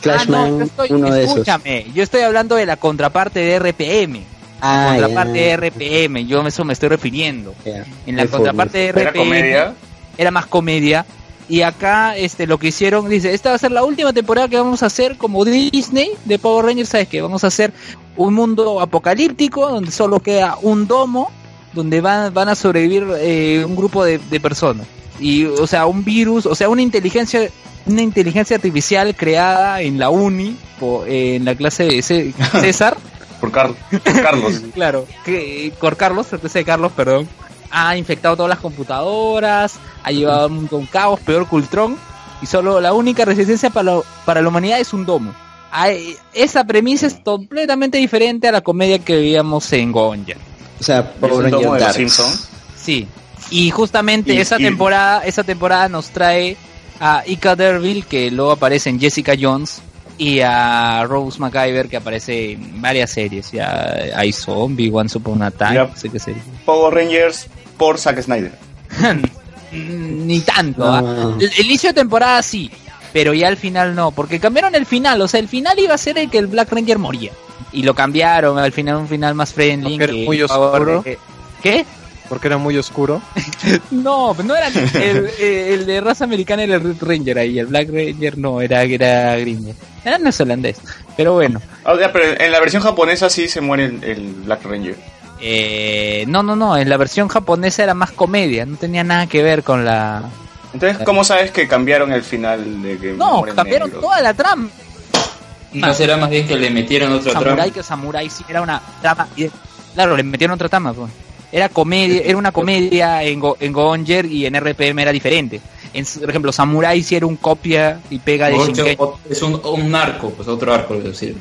A: Ah, no,
C: Flashman,
A: yo estoy-
C: uno de esos.
A: escúchame, yo estoy hablando de la contraparte de RPM.
C: Ah,
A: contraparte de
C: ya,
A: RPM, yo a eso me estoy refiriendo.
C: ya.
A: En la
C: Hay
A: contraparte de
D: Era
A: RPM
D: comedia.
A: era más comedia. Y acá este lo que hicieron, dice, esta va a ser la última temporada que vamos a hacer como Disney de Power Rangers, ¿sabes qué? Vamos a hacer un mundo apocalíptico donde solo queda un domo, donde van, van a sobrevivir eh, un grupo de, de personas. Y, o sea, un virus, o sea, una inteligencia una inteligencia artificial creada en la uni, po- eh, en la clase de Cé- César,
D: Por, Carlos por Carlos.
A: Claro, que por Carlos, la clase de Carlos, perdón, ha infectado todas las computadoras, ha llevado un, un caos peor que Ultron, y solo la única resistencia para, lo- para la humanidad es un domo. Ay, esa premisa es completamente diferente a la comedia que veíamos en Gonger.
C: formas. O sea,
D: Es un
C: Power
D: tomo de
C: Ranger
D: los
C: Darks.
D: Simpsons.
A: Sí. Y justamente
D: Y-
A: esa
D: y-
A: temporada, esa temporada nos trae a Ika Derville, que luego aparece en Jessica Jones, y a Rose McIver, que aparece en varias series, ya hay Zombie, Once Upon a Time,
D: Ya.
A: no sé qué serie.
D: Power Rangers por Zack Snyder.
A: Mm, Ni tanto,
C: No.
A: ¿ah? El el inicio de temporada sí, pero ya al final no, porque cambiaron el final, o sea, el final iba a ser el que el Black Ranger moría. Y lo cambiaron, al final un final más friendly.
B: Porque era
A: que-
B: muy oscuro.
A: eh, ¿Qué?
B: Porque era muy oscuro.
A: No, no era el, eh, el de raza americana era el Red Ranger ahí, el Black Ranger no, era, era gringo. Ah, Era neozelandés, pero bueno.
D: Ah, ya, pero en la versión japonesa sí se muere el, el Black Ranger.
A: Eh, no, no, no, en la versión japonesa era más comedia, no tenía nada que ver con la...
D: Entonces, ¿cómo sabes que cambiaron el final de que
A: No,
D: muere el
A: cambiaron
D: negro?
A: toda la trama.
F: No será más bien que le metieron otro
A: Samurai,
F: tramo.
A: que Samurai sí era una trama. y- Claro, le metieron otra trama. pues. Era comedia, era una comedia en, Go, en Gonger y en RPM era diferente. En, por ejemplo, Samurai sí era un copia y pega de
F: Ocho-
A: Shingeki.
F: o- Es un, un arco, pues otro arco, es decir.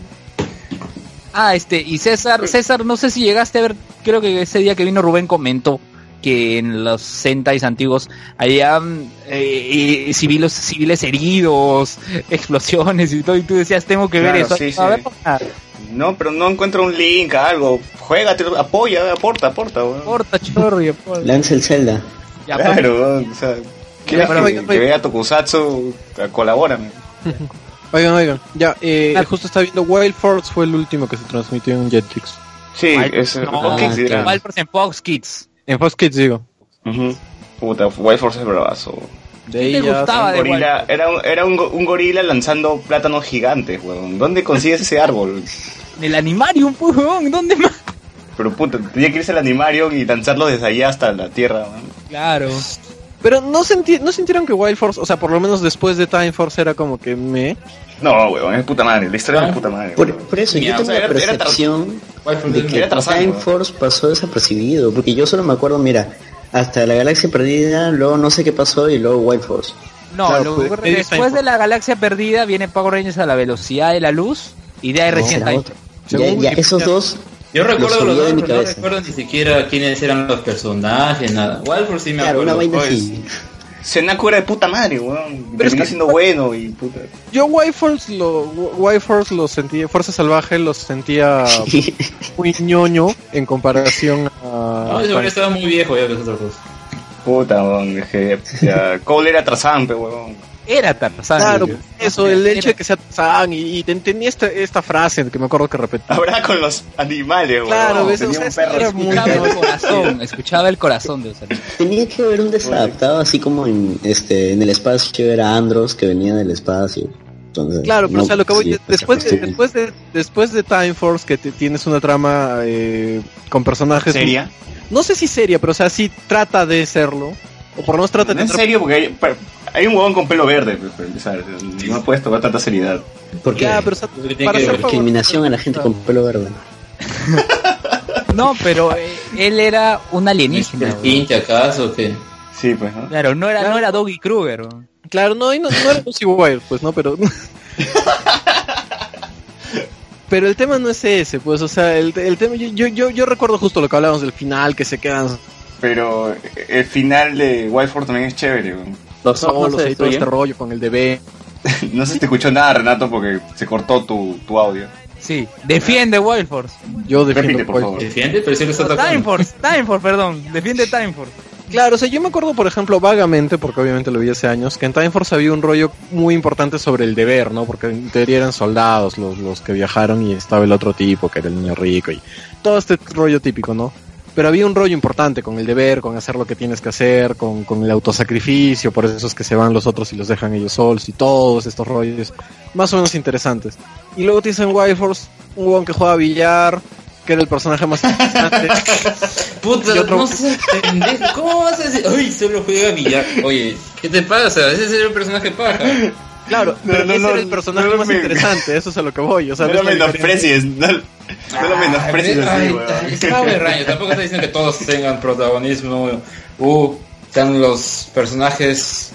A: Ah, este, y César, César, no sé si llegaste a ver, creo que ese día que vino Rubén comentó que en los Sentais antiguos había mm, eh, eh, civiles, civiles heridos, explosiones y todo, y tú decías, tengo que ver
D: Claro,
A: eso.
D: sí,
A: A ver,
D: sí.
A: ah,
D: No, pero no encuentro un link a algo. Juégate, apoya, aporta, aporta, weón.
A: aporta, chorri, aporta.
C: Lanza el Zelda.
A: pues, Ya, pues,
D: Claro, weón, o sea, ¿quieres
A: pero-
D: que, que vea Tokusatsu? Colabora.
B: Oigan, oigan, ya, eh,
A: Claro.
B: justo estaba viendo Wild Force fue el último que se transmitió en Jetix.
D: Sí,
A: Wild-
D: es
B: Ah,
A: no,
D: Kids era.
A: Wild Force en Fox Kids.
B: En Fox Kids digo.
D: Ujú. Puta, Wild Force es bravazo.
B: De
A: ¿Qué te gustaba de Wild
D: Gorila, era un, era un, go- un gorila lanzando plátanos gigantes, weón. ¿Dónde consigues ese árbol?
A: En el Animarium, pues, weón, ¿dónde más?
D: Pero puta, tenía que irse al animario y lanzarlo desde allá hasta la tierra, weón.
A: Claro.
B: Pero no, senti- no sintieron que Wild Force, o sea, por lo menos después de Time Force era como que me...
D: No, weón, es puta madre. La historia es puta madre.
C: Por,
D: weón.
C: por eso
F: Ya,
C: yo
F: o
C: tengo
D: sea,
C: la
D: era- era
C: percepción
F: Wild
C: de
F: Force
C: que
D: era Tarzán,
C: Time
D: ¿no?
C: Force pasó desapercibido, porque yo solo me acuerdo, mira, hasta la Galaxia Perdida, luego no sé qué pasó y luego Wild Force.
A: No,
C: Claro,
A: lo-
C: fue-
B: fue
A: después
B: Time
A: de la galaxia perdida viene Power Rangers a la velocidad de la luz y de ahí recién
C: Será
A: Time
C: otro. Ya,
B: Según
C: ya,
B: Wikipedia.
C: esos dos,
F: Yo recuerdo
C: Los
F: los
C: olvidé
F: dos,
C: de mi
F: pero no
C: cabeza.
F: recuerdo ni siquiera quiénes eran los personajes, nada. Wild Force sí me
C: claro, una
F: acuerdo.
C: vaina
F: Pues,
C: así.
D: Senaku era de puta madre, weón.
B: Pero es
D: Terminó
B: que-
D: siendo bueno y puta.
B: Yo Wild Force lo, Wild Force lo sentía, Fuerza Salvaje lo sentía
C: Sí.
B: muy ñoño en comparación
F: No,
B: a...
F: ese hombre estaba muy viejo ya que nosotros dos.
D: Puta, weón. Es que ya, Cole era Tarzán, pe, weón.
A: era Tarzán.
B: Claro,
A: güey.
B: eso, el
A: Era-
B: hecho de que sea Tarzán y, y te entendí esta, esta frase que me acuerdo que repetí.
D: Habrá con los animales, weón.
B: Claro, ves, o
D: Tenía
B: sea,
D: un perro.
B: era muy-
A: Escuchaba el corazón, escuchaba el corazón de Ocelot.
C: Tenía que haber un desadaptado, así como en, este, en el espacio era Andros que venía del espacio. Entonces,
B: Claro, pero
C: no,
B: o sea, lo que voy
C: sí,
B: de-
C: pues,
B: después, de,
C: sí.
B: después, de, después de Time Force que te- tienes una trama eh, con personajes...
D: ¿Seria?
B: No sé si seria, pero o sea, sí trata de serlo. O por lo menos trata
D: No,
B: de...
D: en serio, porque hay, pa- hay un huevón con pelo verde, pe, para empezar. No puedes tomar tanta seriedad.
C: ¿Por qué?
B: Ya, pero o sea,
F: Tiene que
B: para
F: ver.
B: ser
C: Discriminación a la gente con pelo verde.
A: No, pero eh, él era un alienígena.
F: ¿El
A: güey.
F: Tinte acaso o qué?
D: Sí, pues, ¿no?
A: Claro, no era, no era Doggy Kruger. güey.
B: Claro, no, y no, no era Lucy Wild, pues, ¿no? Pero... Pero el tema no es ese, pues, o sea, el, el tema... Yo, yo, yo, yo recuerdo justo lo que hablábamos del final, que se quedan
D: Pero el final de Wildford también es chévere, weón.
E: Los ojos
B: solos
E: se
B: y todo este
E: destruyen.
B: rollo con el DB.
D: No sé si te escuchó nada, Renato, porque se cortó tu, tu audio.
A: Sí, defiende Wild Force.
B: Yo defiendo
D: Repite, por
B: Wild
D: favor.
F: ¿Defiende? Pero sí lo está
A: No, Time
F: atacando.
A: Force, Time Force, perdón. Defiende Time Force.
B: Claro, o sea, yo me acuerdo, por ejemplo, vagamente, porque obviamente lo vi hace años, que en Time Force había un rollo muy importante sobre el deber, ¿no? Porque en teoría eran soldados los, los que viajaron y estaba el otro tipo, que era el niño rico, y todo este rollo típico, ¿no? Pero había un rollo importante con el deber, con hacer lo que tienes que hacer, con, con el autosacrificio, por eso es que se van los otros y los dejan ellos solos, y todos estos rollos, más o menos interesantes. Y luego te dicen Wild Force, un huevón que juega a billar, que era el personaje más interesante.
F: Puta,
B: Y otro-
F: no seas pendejo. ¿Cómo vas a decir? Uy, solo juega a billar. Oye, ¿qué te pasa? Ese sería el personaje paja.
B: Claro,
D: No,
B: pero
D: no,
B: ese
D: no,
B: era el personaje
D: no
B: más
D: me-
B: interesante, eso es a lo que Ah, voy. O sea, ves
D: no lo
B: la diferencia.
D: menosprecies, no, no lo menosprecies así, weón.
F: weón. Tampoco está diciendo que todos tengan protagonismo. Uh, están los personajes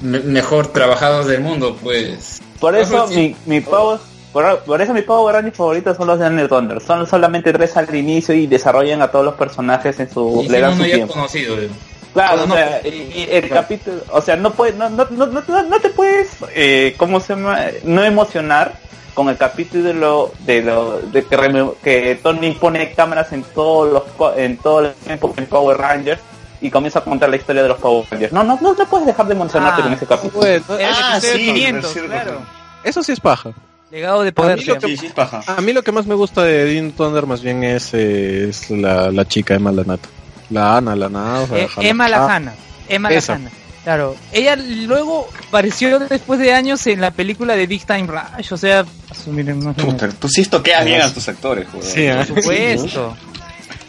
F: me- mejor trabajados del mundo, pues.
E: Por eso
F: Ajá,
E: mi,
F: sí.
E: mi Power... Por, por eso mis Power Rangers favoritos son los de Under Thunder. Son solamente tres al inicio y desarrollan a todos los personajes en su...
F: Y
E: Uh, le
F: si
E: dan
F: uno
E: su
F: ya
E: tiempo.
F: conocido, weón.
E: Claro,
F: Cuando
E: o
F: no- pues,
E: sea, y- y el capítulo, o sea, no puedes, no, no, no, no- no- no te puedes, eh, ¿cómo se llama? No emocionar con el capítulo de lo, de lo, de que, reme- que Tony pone cámaras en todos los, po- en todo el tiempo en Power Rangers y comienza a contar la historia de los Power Rangers. No, no, no, no puedes dejar de emocionarte
A: Ah,
E: con ese capítulo.
B: Bueno,
A: Era el
D: Ah,
A: episodio
D: sí,
A: 500,
D: sí,
A: claro.
B: eso sí es paja.
A: Legado de
B: A
A: poder.
B: mí lo
A: se
D: Sí, sí, es paja.
B: A mí lo que más me gusta de Dean Thunder más bien es, eh, es la, la chica Emma Lanata. La Ana, la Ana. o sea,
A: Eh,
B: jala-
A: Emma Lajana. Emma
B: Ah, esa.
A: Lajana. Claro. Ella luego apareció después de años en la película de Big Time Rush. O sea, miren, no sé.
D: Puta, tú sí toqueas bien a tus actores,
B: Ah,
D: weón.
B: sí, ¿eh?
A: Por supuesto.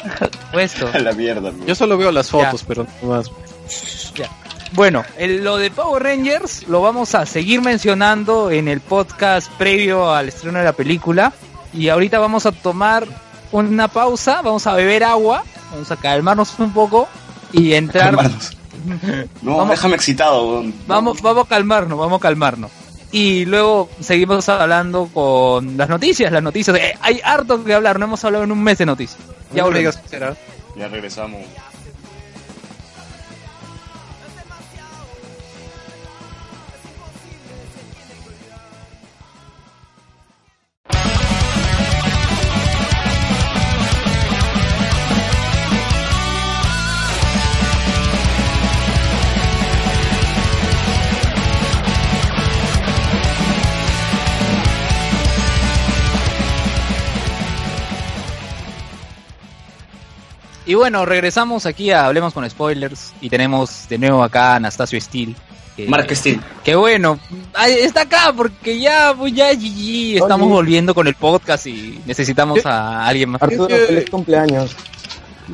A: Por supuesto.
D: A la mierda, weón.
B: Ah, Yo solo veo las fotos, pero no más.
A: Bueno, el- lo de Power Rangers lo vamos a seguir mencionando en el podcast previo al estreno de la película. Y ahorita vamos a tomar una pausa, vamos a beber agua, vamos a calmarnos un poco y entrar
D: Calmarnos. No,
A: Vamos.
D: déjame excitado, weón.
A: Vamos, vamos a calmarnos, vamos a calmarnos. Y luego seguimos hablando con las noticias, las noticias. Eh, hay harto que hablar, no hemos hablado en un mes de noticias. Ya
B: No me
A: volvemos.
B: digas que será.
D: Ya regresamos.
A: Y bueno, regresamos aquí a Hablemos con Spoilers y tenemos de nuevo acá a Anastasio Steele. que-
F: Mark Steele.
A: Que bueno, ay, está acá porque ya, pues ya GG, estamos
G: Oye.
A: volviendo con el podcast y necesitamos a alguien más.
G: Arturo,
B: Es que-
G: feliz cumpleaños.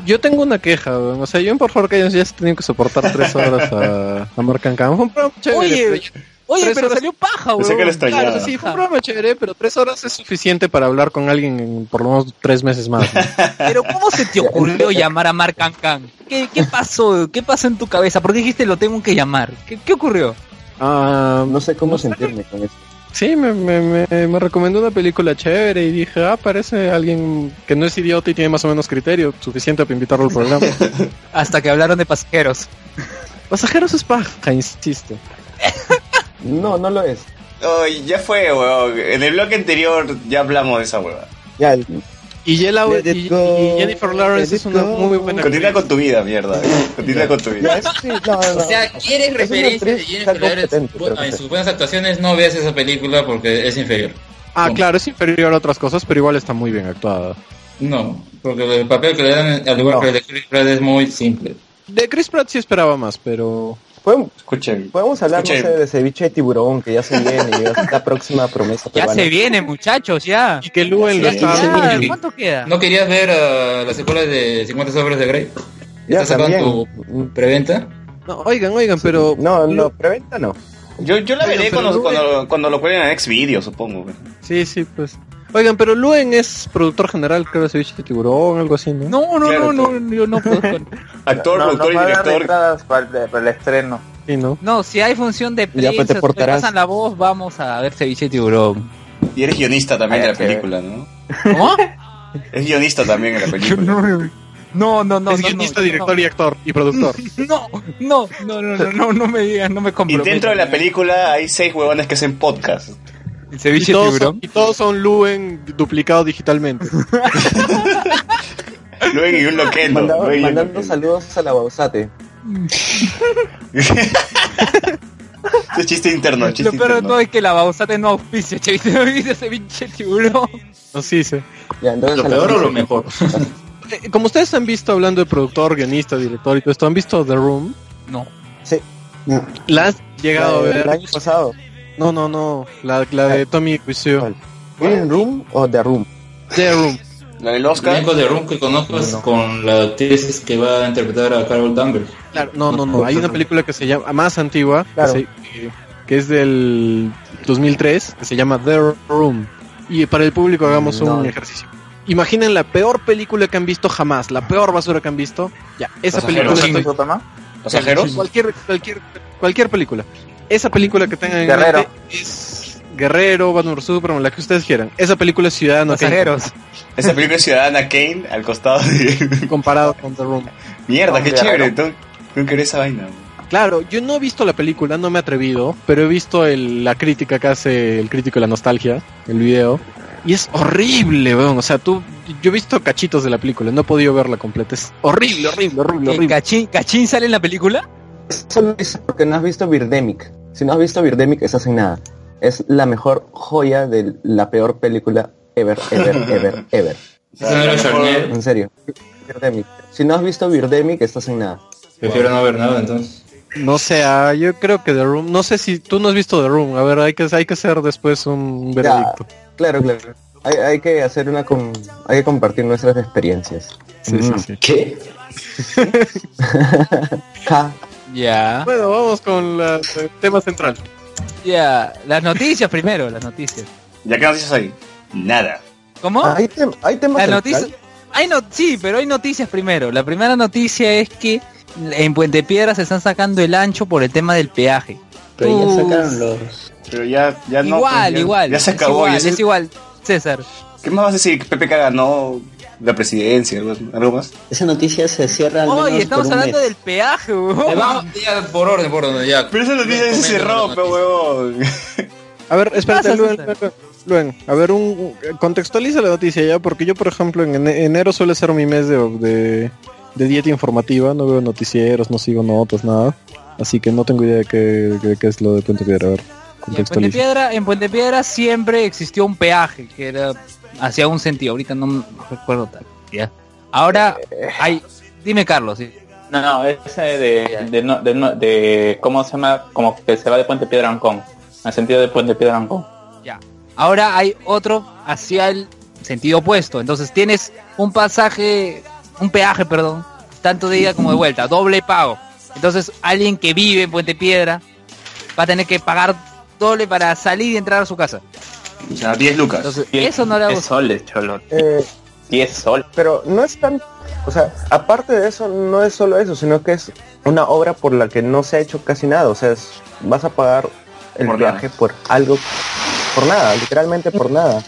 B: Yo tengo una queja, weón. o sea, yo en por favor que ellos ya he tenido que soportar tres horas a, a Mark Ancam. Fue un programa chévere.
A: Oye, oye,
B: Tres
A: pero
B: horas.
A: salió paja,
D: Pensé
A: weón.
D: que lo
B: Claro,
D: extrañaba.
B: sí, fue un programa chévere, pero tres horas es suficiente para hablar con alguien en por lo menos tres meses más. ¿no?
A: Pero ¿cómo se te ocurrió llamar a Mark Cancan? ¿Qué, ¿Qué pasó? ¿Qué pasó en tu cabeza? ¿Por qué dijiste lo tengo que llamar? ¿Qué, qué ocurrió?
B: Ah,
G: No sé cómo sentirme con eso.
B: sí, me, me, me, me recomendó una película chévere y dije, ah, parece alguien que no es idiota y tiene más o menos criterio, suficiente para invitarlo al programa.
A: Hasta que hablaron de pasajeros.
B: Pasajeros es paja, insisto.
G: No, no lo es.
D: Ay, ya fue, weón. En el bloque anterior ya hablamos de esa hueva.
G: Ya, el-
B: Y, Yela-
G: Let it
B: y-
G: go,
B: y Jennifer Lawrence
G: let it
B: es una
G: go.
B: muy buena
D: Continúa con tu vida, mierda. Continúa con tu
G: ya,
D: vida.
G: eso sí, no, no, no.
F: O sea, ¿quieres
G: Es una
F: referencias de
G: actriz
F: Jennifer
G: algo
F: Lawrence
G: potente,
F: bu-
G: pero-
F: en sus buenas actuaciones? No veas esa película porque es inferior.
B: Ah,
F: Con-
B: claro, es inferior a otras cosas, pero igual está muy bien actuada.
F: No, porque el papel que le dan al igual
B: No.
F: que el de Chris Pratt es muy simple.
B: De Chris Pratt sí esperaba más, pero...
G: podemos,
D: Escuchen.
G: podemos hablar, no
D: Escuché.
G: sé, de ceviche de tiburón, que ya se viene, y es la próxima promesa
A: Ya
G: peruana.
A: se viene, muchachos, ya.
B: Y que Luen lo
A: Ya,
B: está...
A: ya, ¿Cuánto queda?
F: ¿No querías ver ah, la secuela de 50 sobres de Grey?
G: Ya
F: ¿Estás sacando
G: también.
F: tu preventa?
B: No, oigan, oigan, pero...
G: No, no, preventa no.
D: Yo, yo la veré
B: Pero-
D: cuando,
B: pero-
D: cuando, cuando lo cuelguen en next video, supongo. weón.
B: Sí, sí, pues... Oigan, pero Luen es productor general, creo, de Ceviche de Tiburón, algo así, ¿no?
A: No, no,
D: Claro,
A: no,
D: claro.
A: no, yo no puedo. con-
D: Actor,
E: no,
D: productor
E: no va
D: y
E: a dar
D: director.
E: entradas para, el- para el estreno.
B: Sí, ¿no?
A: No, si hay función de
G: pues te
A: prensa, si me
G: portarás.
A: pasan la voz, vamos a ver ceviche de tiburón.
D: Y eres guionista también
E: Ah,
D: de la
E: ya, chévere.
D: película, ¿no?
A: ¿Cómo?
D: Es guionista también en la
A: Yo no,
D: película.
A: no, no, no, no.
B: es
A: no,
B: guionista,
A: yo
B: director y actor y productor.
A: No, no, no, no, no, no, no me digas, no me
D: Y
A: comprometo.
D: dentro de la película hay seis huevones que hacen podcast.
A: El
B: y,
A: ceviche de
B: todos son,
A: tiburón.
B: y todos son Luen duplicado digitalmente.
D: Luego y un loquendo.
G: Mandaba-
D: Luego y un
G: mandando
D: loquendo.
G: saludos a la Bausate.
D: Este es chiste interno, chiste
A: Lo peor de
D: interno.
A: todo es que la bausate no auspicia, chavito. No dice ceviche de tiburón.
B: No, sí, sí.
G: Ya, entonces
F: ¿Lo
G: a la
F: peor o
G: Bausate.
F: lo mejor?
B: Eh, Como ustedes han visto, hablando de productor, guionista, director y todo esto, ¿han visto The Room?
A: No.
C: No,
B: ¿La has llegado a
G: El
B: ver?
G: año pasado. Ah.
B: No, no, no. La, la de Tommy Wiseau.
G: ¿Cuál? ¿Green Room o The Room?
B: The Room.
D: La del
F: El
D: Oscar.
F: único de Room que conozco es con la actriz que va a interpretar a Carol Danvers.
B: Claro, no, no, no. Hay una película que se llama, más antigua, que
G: Claro.
B: se- que, que es del 2003, que se llama The Room. Y para el público hagamos
G: No.
B: un ejercicio. Imaginen la peor película que han visto jamás, la peor basura que han visto. Ya, esa
D: Pasajeros.
B: película.
E: ¿Los
B: estoy-
E: otros Otama?
D: ¿Pasajeros?
B: Cualquier, cualquier, cualquier película. Esa película que tengan en
E: Guerrero.
B: mente es Guerrero, Batman vs Superman, la que ustedes quieran. Esa película es Ciudadano Kane,
A: Pasajeros.
D: Esa película es Ciudadana Kane al costado de...
B: comparado con The Room.
D: Mierda, qué
E: Hombre,
D: chévere. Tengo tengo que ver esa vaina.
B: Claro, yo no he visto la película, no me he atrevido, pero he visto el- la crítica que hace el crítico de la nostalgia, el video, y es horrible, weón. O sea, tú, yo he visto cachitos de la película, no he podido verla completa. Es horrible, horrible, horrible,
A: ¿Que
B: horrible.
A: ¿Cachín, ¿Cachín sale en la película?
G: Solo es porque no has visto Birdemic. Si no has visto Birdemic, estás en nada. Es la mejor joya de la peor película ever, ever, ever, ever.
F: Esa no era Charnier.
G: En serio. Birdemic. Si no has visto Birdemic, estás en nada.
F: Prefiero no ver nada entonces.
B: No sé, ah, yo creo que The Room, no sé si tú no has visto The Room, a ver, hay que, hay que hacer después un
G: Ya,
B: veredicto.
G: Claro, claro. Hay, hay que hacer una com- hay que compartir nuestras experiencias.
B: Sí, sí,
G: Mm.
B: sí.
C: ¿Qué?
G: Ja.
A: Ya.
B: Bueno, vamos con la- el tema central.
A: Ya. Las noticias primero, las noticias.
D: ¿Ya qué noticias hay? Nada.
A: ¿Cómo?
G: Hay, tem- hay temas.
A: Las
G: central?
A: noticias. Hay no, sí, pero hay noticias primero. La primera noticia es que en Puente Piedra se están sacando el ancho por el tema del peaje.
C: Pero ya
A: Uf.
C: sacaron los.
D: Pero ya, ya no. pues,
A: igual,
D: ya-
A: igual.
D: Ya se acabó.
A: Es igual,
D: ya se-
A: es igual. César.
D: ¿Qué más vas a decir? ¿Que PPK ganó la presidencia? ¿Algo algo más?
C: Esa noticia se cierra al menos
A: Oye, estamos
C: por un
A: hablando
C: mes.
A: del peaje,
F: Ya,
A: weón.
F: Vamos ya por orden, por orden, ya.
D: Pero esa noticia
F: Comento
D: se cerró,
F: la
D: pero
F: noticia.
D: huevón.
B: A ver, espérate,
A: pasa,
B: Luen,
A: César?
B: Luen, Luen, a ver, un, contextualiza la noticia ya, porque yo, por ejemplo, en ene- enero suele ser mi mes de, de- de dieta informativa, no veo noticieros, no sigo notas, nada, así que no tengo idea de qué, de qué es lo de Puente Piedra, a ver,
A: Y En Puente,
B: contextualiza.
A: Piedra, en Puente Piedra siempre existió un peaje que era hacia un sentido. Ahorita no me recuerdo tal. ¿ya? Ahora hay Dime, Carlos. sí.
E: No, no, ese de, de, no- de, no- de- ¿cómo se llama? Como que se va de Puente Piedra a Hong Kong. En el sentido de Puente Piedra a Hong Kong.
A: Ya. Ahora hay otro hacia el sentido opuesto. Entonces tienes un pasaje, un peaje, perdón, tanto de ida como de vuelta, doble pago. Entonces alguien que vive en Puente Piedra va a tener que pagar doble para salir y entrar a su casa.
D: O sea, 10 lucas.
A: Entonces eso no le va a
E: 10
A: gustar.
E: soles, cholo.
G: Eh,
E: 10 soles.
G: pero no es tan... O sea, aparte de eso, no es solo eso, sino que es una obra por la que no se ha hecho casi nada. O sea, es- vas a pagar el
D: Por nada.
G: viaje por algo... Por nada, literalmente por nada.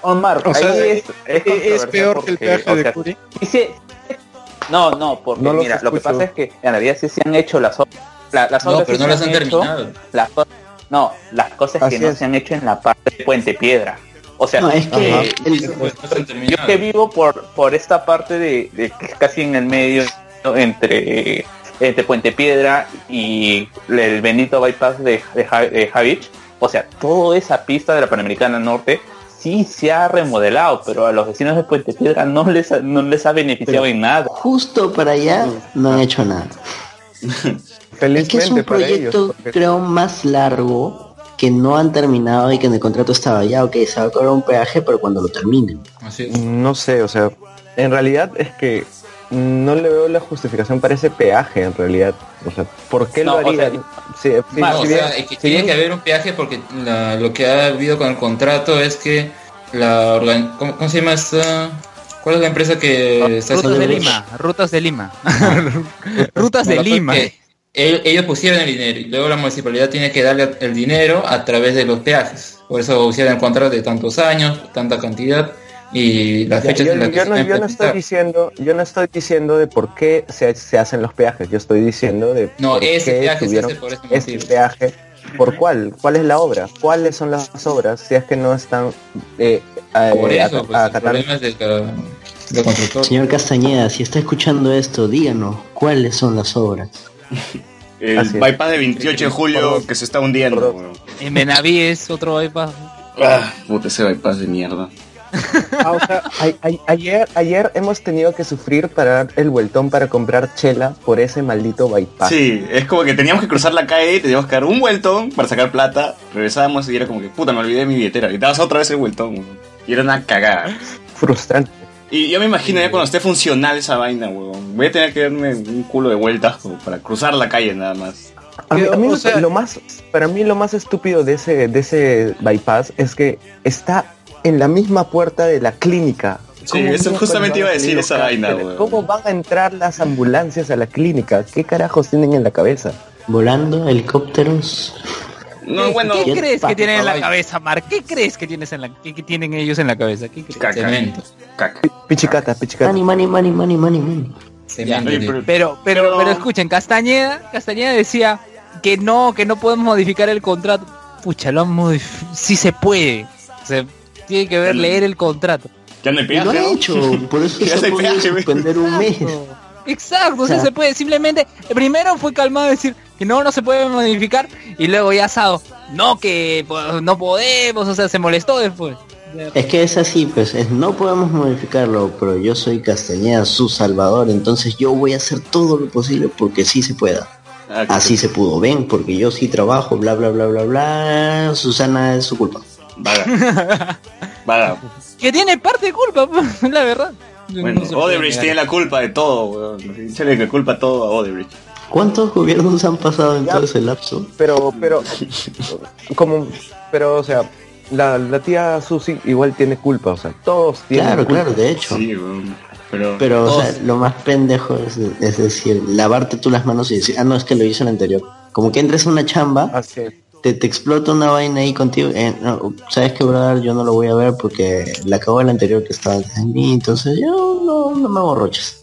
E: Omar,
B: O sea,
E: ahí es, es
B: Es
E: controversial
B: peor que el
E: porque,
B: peaje
E: o
B: de
E: sea,
B: Curi.
E: y si- No, no, porque
G: No los
E: mira, lo que
G: escucho.
E: pasa es que en realidad sí se han hecho las obras. la- las
F: No,
E: obras
F: pero
E: sí
F: no
E: se
F: las han
E: hecho,
F: terminado.
E: las co- no, las cosas
G: Así
E: que no
G: es.
E: se han hecho en la parte de Puente Piedra. O sea, eh,
C: No, es que
G: Ajá.
C: el-
F: Pues no se han
E: yo
F: terminado.
E: que vivo por por esta parte de, de- casi en el medio ¿no? entre, entre Puente Piedra y el bendito bypass de, de, Ja- de Javich, o sea, toda esa pista de la Panamericana Norte sí se ha remodelado, pero a los vecinos de Puente Piedra no les ha- no les ha beneficiado en nada.
C: justo para allá no han hecho nada. Es
G: Felizmente
C: que es un
G: para
C: proyecto,
G: ellos. porque-
C: creo, más largo que no han terminado y que en el contrato estaba ya, ok, se va a cobrar un peaje, pero cuando lo terminen.
F: Así es.
G: No sé, o sea, en realidad es que no le veo la justificación para ese peaje en realidad. O sea, ¿por qué
E: No, o
G: lo harían?
E: sea,
G: Sí, sí,
E: Mar,
F: No,
G: sí,
F: o
G: bien,
F: sea, es que
G: sí,
F: tiene
G: bien.
F: que haber un peaje porque la- lo que ha habido con el contrato es que la organ- ¿cómo, cómo se llama esta? ¿Cuál es la empresa que está
A: Rutas
F: haciendo
A: de
F: el-
A: Lima, rutas de Lima. rutas de
F: Bueno, creo
A: Lima.
F: que el- ellos pusieron el dinero y luego la municipalidad tiene que darle el dinero a través de los peajes. Por eso hicieron el contrato de tantos años, tanta cantidad y las
G: Ya,
F: fechas
G: yo,
F: en las que
G: yo
F: se
G: no,
F: va a
G: yo no estoy
F: implementar.
G: diciendo yo no estoy diciendo de por qué se, se hacen los peajes yo estoy diciendo de
F: No,
G: por
F: ese
G: qué
F: peaje se
G: tuvieron
F: hace por ese
G: este
F: motivo.
G: peaje por cuál cuál es la obra cuáles son las obras si es que no están eh, a-
F: Por
G: eh,
F: eso,
G: a-
F: pues,
G: a-
F: el
G: acatar-
F: problema es de la, del constructor.
C: Señor Castañeda, si está escuchando esto, díganos cuáles son las obras.
D: El
G: Así es.
D: bypass de 28 de julio
G: Perdón.
D: que se está hundiendo.
G: Perdón.
D: weón.
A: En Benavides, otro bypass.
D: Ah, puta, ese bypass de mierda.
G: Ah, o sea, a- a- ayer ayer hemos tenido que sufrir para dar el vueltón para comprar chela por ese maldito bypass
D: Sí, es como que teníamos que cruzar la calle, teníamos que dar un vueltón para sacar plata, regresábamos y era como que, puta, me olvidé de mi billetera. Y dabas otra vez el vueltón. weón. Y era una cagada.
G: frustrante
D: Y yo me imagino ya cuando esté funcional esa vaina, weón. Voy a tener que darme un culo de vueltas como para cruzar la calle nada más.
G: A mí,
B: Creo,
G: a mí
B: o
G: me-
B: sea-
G: lo más, para mí lo más estúpido de ese, de ese bypass es que está en la misma puerta de la clínica.
D: Sí,
G: ¿Cómo
D: eso
G: mierda
D: justamente
G: le
D: iba a
G: van
D: decir
G: pedir
D: esa
G: los
D: vaina,
G: cárceles?
D: weón.
G: ¿Cómo van a entrar las ambulancias a la clínica? ¿Qué carajos tienen en la cabeza?
C: Volando, helicópteros.
D: No,
A: ¿Qué,
D: bueno,
A: ¿qué crees que
G: pasa,
A: tienen en la
D: caballo?
A: cabeza, Mar? ¿Qué crees que tienes en la, que, que tienen ellos en la cabeza? ¿Qué crees?
D: Caca.
F: Cemento.
D: caca.
G: Pichicata, pichicata.
C: Money, money, money, money, money, money.
F: Cemento.
D: Oye, pero-
A: Pero, pero,
D: Pero-
A: pero, escuchen, Castañeda, Castañeda decía que no, que no podemos modificar el contrato. Pucha, lo han modificado. Sí se puede. O sea, tiene que ver
D: Pero-
A: leer el contrato.
D: Ya no hay
C: Lo
D: peaje,
C: han
D: ¿no?
C: hecho, por eso
D: Ya
C: se
D: se
C: ha podido
D: peaje, güey.
C: suspender un mes.
A: Exacto, o sea,
C: Ya.
A: se puede. Simplemente, primero fue calmado decir que no, no se puede modificar. Y luego ya asado, no, que pues, no podemos. O sea, se molestó después.
C: Es que es así, pues es, no podemos modificarlo, pero yo soy Castañeda, su salvador, entonces yo voy a hacer todo lo posible porque sí se pueda.
D: Ah, que-
C: Así se pudo, ven, porque yo sí trabajo, bla, bla, bla, bla, bla. Susana es su culpa.
D: Vaga. Vaga.
A: Que tiene parte de culpa, la verdad.
D: Bueno,
A: No se puede
D: Odebrecht
A: negar.
D: tiene la culpa de todo, weón. Échale la culpa a todo a Odebrecht.
C: ¿Cuántos gobiernos han pasado en todo ese lapso?
G: Pero, pero, como, pero, o sea, la, la tía Susi igual tiene culpa, o sea, todos tienen
C: Claro,
G: culpa. Oh.
C: claro, de hecho.
D: Sí, weón. Pero,
C: Pero o
F: Todos.
C: sea, lo más pendejo es, es decir, lavarte tú las manos y decir, ah, no, es que lo hizo el anterior. Como que entres a una chamba,
G: Así es.
C: te, te explota una vaina ahí contigo. eh, no, Sabes que, brother, yo no lo voy a ver porque la acabó el anterior que estaba antes de mí, entonces yo no, no me borroches.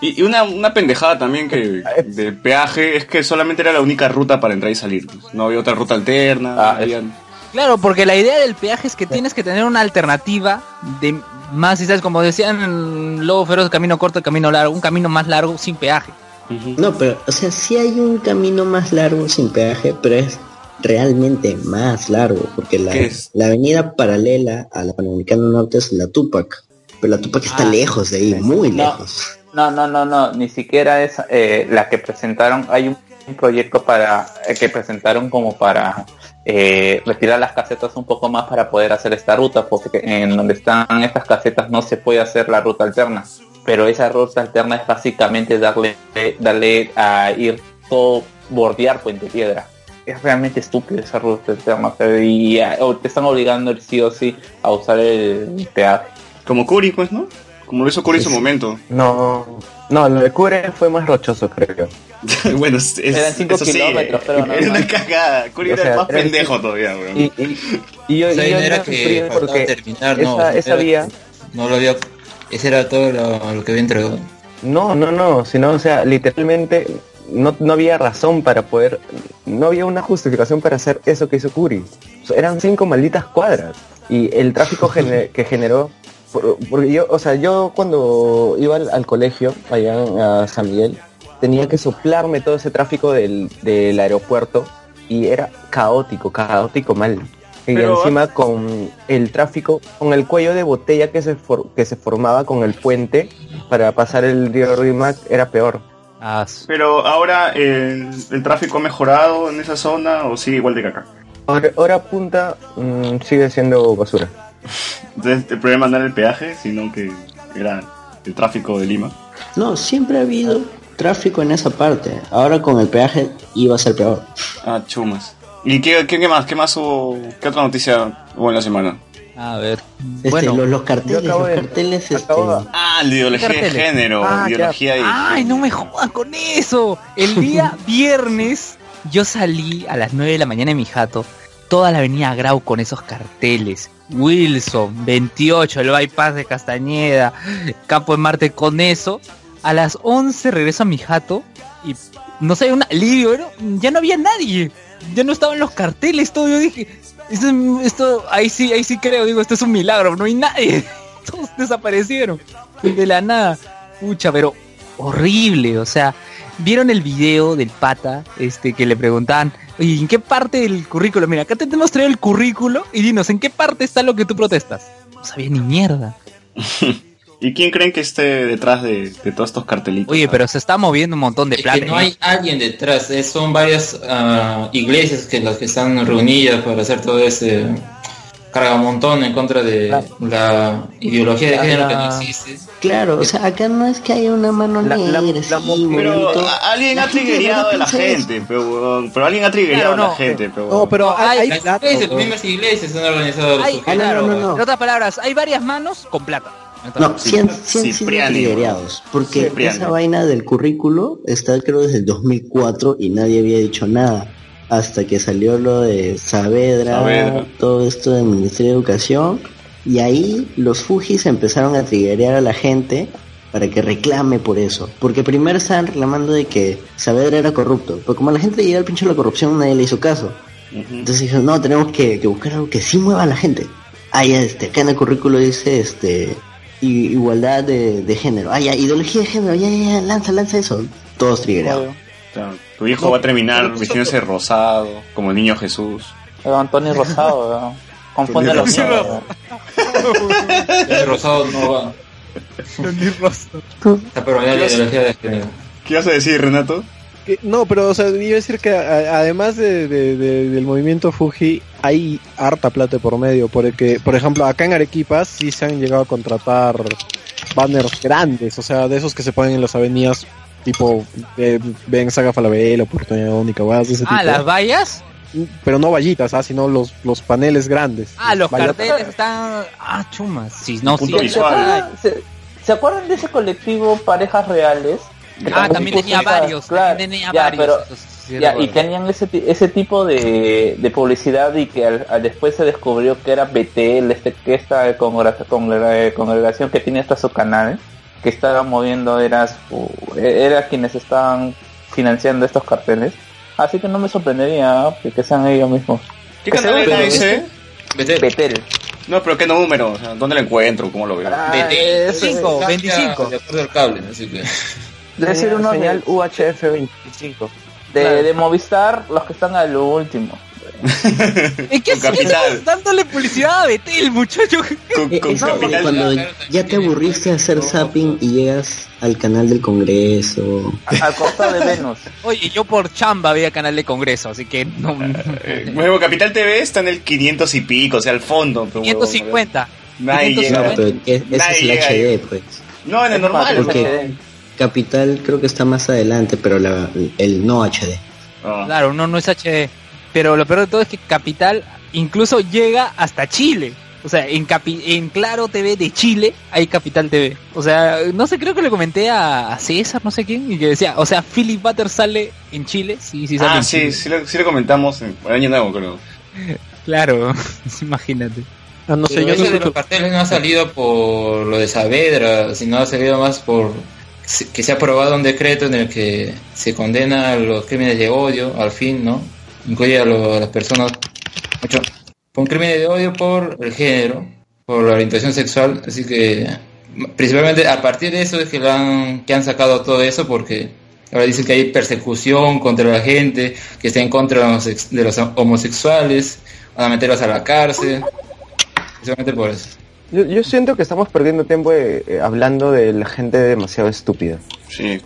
D: Y, y una, una pendejada también que del peaje es que solamente era la única ruta para entrar y salir. pues. No había otra ruta alterna.
E: Ah,
D: no había-
A: Claro, porque la idea del peaje es que tienes que tener una alternativa de más, y sabes, como decían en Lobo Feroz, camino corto, camino largo, un camino más largo sin peaje.
C: No, pero, o sea, sí hay un camino más largo sin peaje, pero es realmente más largo, porque la,
D: ¿Qué es?
C: la avenida paralela a la Panamericana Norte es la Tupac, pero la Tupac está
A: Ah.
C: lejos de ahí, muy
E: No.
C: lejos.
E: No, no, no, no, ni siquiera es eh, la que presentaron. Hay un, un proyecto para eh, que presentaron como para eh, retirar las casetas un poco más para poder hacer esta ruta, porque en donde están estas casetas no se puede hacer la ruta alterna. Pero esa ruta alterna es básicamente darle, darle a ir todo bordear Puente Piedra. Es realmente estúpido esa ruta alterna. o sea, y ah, o te están obligando sí o sí a usar el peaje.
D: Como Curi, pues, ¿no? Como lo hizo Curi en su momento.
G: No, no, lo de Cure fue más rochoso, creo.
D: bueno, es, es-
E: Eran cinco
D: eso sí, eh,
E: kilómetros, pero no
D: era una
E: más.
D: cagada. Curi
G: O
D: era
G: sea,
D: el más
G: eran
D: pendejo
G: cinco-
D: todavía, weón.
G: Y, y, y yo,
F: O sea,
G: y yo
F: no
G: me
F: era que
G: sufrí
F: faltaba
G: porque
F: terminar, no.
G: esa, esa
F: era que
G: vía,
F: No lo había... Ese era todo lo, lo que había entregado.
G: no, no, no, sino, o sea, literalmente no, no había razón para poder, no había una justificación para hacer eso que hizo Curi. O sea, eran cinco malditas cuadras y el tráfico gene- que generó, por- porque yo, o sea, yo cuando iba al, al colegio allá a San Miguel tenía que soplarme todo ese tráfico del, del aeropuerto y era caótico, caótico mal. Y
D: Pero-
G: encima con el tráfico, con el cuello de botella que se, for- que se formaba con el puente para pasar el río Rimac era peor.
A: Ah, su-
D: Pero ahora el, el tráfico ha mejorado en esa zona o sigue igual de caca.
G: Ahora, hora punta mm, sigue siendo basura.
D: Entonces el problema no era el peaje, sino que era el tráfico de Lima.
C: No, siempre ha habido tráfico en esa parte. Ahora con el peaje iba a ser peor.
D: Ah, chumas. ¿Y qué, qué, qué más? ¿Qué más hubo? ¿Qué otra noticia hubo en la semana?
A: a ver.
C: Este,
A: Bueno.
C: los, los carteles,
G: yo acabo
C: los
G: de-
C: carteles, este,
G: acabo de-
D: Ah, la ideología de
A: Carteles.
D: género.
G: Ah,
D: ideología de
A: Ay, no me jodan con eso. El día viernes yo salí a las 9 de la mañana en mi jato. Toda la avenida Grau con esos carteles. Wilson, 28, el bypass de Castañeda, Campo de Marte con eso. A las 11 regreso a mi jato y no sé, un alivio, ¿no? ya no había nadie. Ya no estaban los carteles, todo. Yo dije, esto, es- esto- ahí sí, ahí sí creo, digo, esto es un milagro, no hay nadie. Todos desaparecieron de la nada. Pucha, pero horrible, o sea, vieron el video del pata, este, que le preguntaban, oye, ¿en qué parte del currículo? Mira, acá te hemos traído el currículo y dinos, ¿en qué parte está lo que tú protestas? No sabía ni mierda.
D: ¿Y quién creen que esté detrás de, de todos estos cartelitos?
A: Oye, pero se está moviendo un montón de
F: Es que
A: plata.
F: no
A: ¿eh?
F: hay alguien detrás, es- son varias ah, iglesias que las que están reunidas para hacer todo ese cargamontón en contra de
G: La-
F: la, ideología de
G: la-
F: género que no
G: la-
F: existe.
C: Claro, o sea, acá no es que haya una mano
G: Eh, La- la-
C: negra,
G: la ah,
C: sí,
G: mo-
D: Pero
C: bonito.
D: a- alguien
C: La
D: ha
C: gente de
D: triggerado
C: verdad
D: a la
C: piensa
D: gente, pe, huevón. pero alguien ha triggerado
A: Claro,
D: a la
A: no.
D: gente, pe, huevón.
H: No, pero hay, hay
F: Las
H: plata,
F: iglesias, las
H: weón.
F: mismas iglesias han organizado
A: Ay,
F: sus-
C: Ah, no, no, no, no.
A: En otras palabras, hay varias manos con plata.
C: No, sí han, sí han sido
D: Cipriani.
C: liderados, porque
D: Cipriani.
C: esa vaina del currículo está creo desde el 2004 y nadie había dicho nada, hasta que salió lo de Saavedra,
D: Saavedra.
C: todo esto del Ministerio de Educación, y ahí los Fujis empezaron a triggerear a la gente para que reclame por eso, porque primero estaban reclamando de que Saavedra era corrupto, pero como a la gente le llega el pincho de la corrupción nadie le hizo caso,
D: Ujú.
C: entonces dijeron, no, tenemos que, que buscar algo que sí mueva a la gente. Ah, ya, este, acá en el currículo dice, este, i- igualdad de, de género. Ah, ya, ideología de género, ya, ya, ya, lanza, lanza eso. Todos triggerados.
D: O sea, tu hijo va a terminar vistiéndose rosado, como el niño Jesús.
E: Pero Antonio Rosado, weón. confunde los
D: Antonio
E: niños,
D: Rosado.
E: weón.
F: El rosado no va. Está prohibida la ideología de género.
D: ¿Qué vas a decir, Renato?
H: Que- No, pero o sea, iba a decir que a- además de, de- de- del movimiento Fuji hay harta plata por medio, porque por ejemplo acá en Arequipa sí se han llegado a contratar banners grandes, o sea, de esos que se ponen en las avenidas tipo eh, ven Saga Falabella, Oportunidad Única, huevas de ese
A: Ah,
H: tipo.
A: las vallas.
H: Pero no vallitas, ah, sino los, los paneles grandes.
A: Ah, los
H: Vallas-
A: carteles están. Ah, chumas. Sí, no,
D: Punto
A: sí.
E: ¿Se
D: visual.
E: acuerdan, se- ¿se acuerdan de ese colectivo Parejas Reales? Que
A: Ah, también
E: puso
A: tenía
E: esa-
A: varios.
E: claro,
A: también tenía
E: ya,
A: varios.
E: pero-
A: eso sí, sí,
E: ya, y
A: recuerdo.
E: tenían ese, ti- ese tipo de, de publicidad y que al- al después se descubrió que era BTL, este, que esta congrega- congrega- congregación que tiene hasta su canal, ¿eh? que estaba moviendo, era, su- e, era quienes estaban financiando estos carteles. Así que no me sorprendería ¿eh? que- que sean ellos mismos.
D: ¿Qué
E: Ese
D: canal
E: era
D: era
E: el-
D: ese?
F: Vete.
E: BTL.
D: No, pero ¿qué número? O sea, ¿Dónde lo encuentro? ¿Cómo lo veo?
E: Ah, Vete.
A: ah, eh, Cinco,
F: Cambia
A: 25.
F: De acuerdo al cable, así que.
E: Debe ser uno de-
G: señal UHF 25.
E: De, de Movistar, los que están al último.
A: ¿En qué
D: Con capital.
A: estás dándole publicidad a Betel, muchacho?
D: Con,
C: Eh,
D: con
C: eh, no,
D: capital.
C: cuando
F: Claro,
C: ya te
F: también.
C: aburriste de hacer zapping y llegas al canal del Congreso.
E: A- Al costado de Venus.
A: Oye, yo por chamba veía Canal de Congreso, así que no...
D: Eh, bueno, Capital TV está en el 500 y pico, o sea, al fondo. pero, huevón,
A: 550.
D: Nadie llega.
C: Claro, pero es- ese
D: Nadie
C: es el
D: llega
C: HD, pues.
D: No, en el normal.
C: Porque-
D: huevón.
C: Capital creo que está más adelante, pero la- el no HD.
D: Ah.
A: Claro, no, no es HD. Pero lo peor de todo es que Capital incluso llega hasta Chile. O sea, en, Capi- en Claro TV de Chile hay Capital TV. O sea, no sé, creo que le comenté a, a César, no sé quién, y que decía, o sea, Philip Butter sale en Chile. Sí, sí, sale
D: Ah,
A: en
D: sí,
A: Chile.
D: sí lo, sí lo comentamos en el año nuevo, creo.
A: Claro, imagínate.
B: Ah, no sé,
F: Pero
B: yo no
F: ese de
B: escucho-
F: los carteles no ha salido por lo de Saavedra, sino ha salido más por se- que se ha aprobado un decreto en el que se condena a los crímenes de odio, al fin, ¿no? Incluye a, lo- a las personas mucho, con crímenes de odio por el género, por la orientación sexual, así que m- principalmente a partir de eso es que, lo han, que han sacado todo eso porque ahora dicen que hay persecución contra la gente, que está en contra de los ex- de los homosexuales, van a meterlos a la cárcel. Principalmente por eso.
G: Yo, yo siento que estamos perdiendo tiempo eh, eh, hablando de la gente demasiado estúpida.
D: Sí.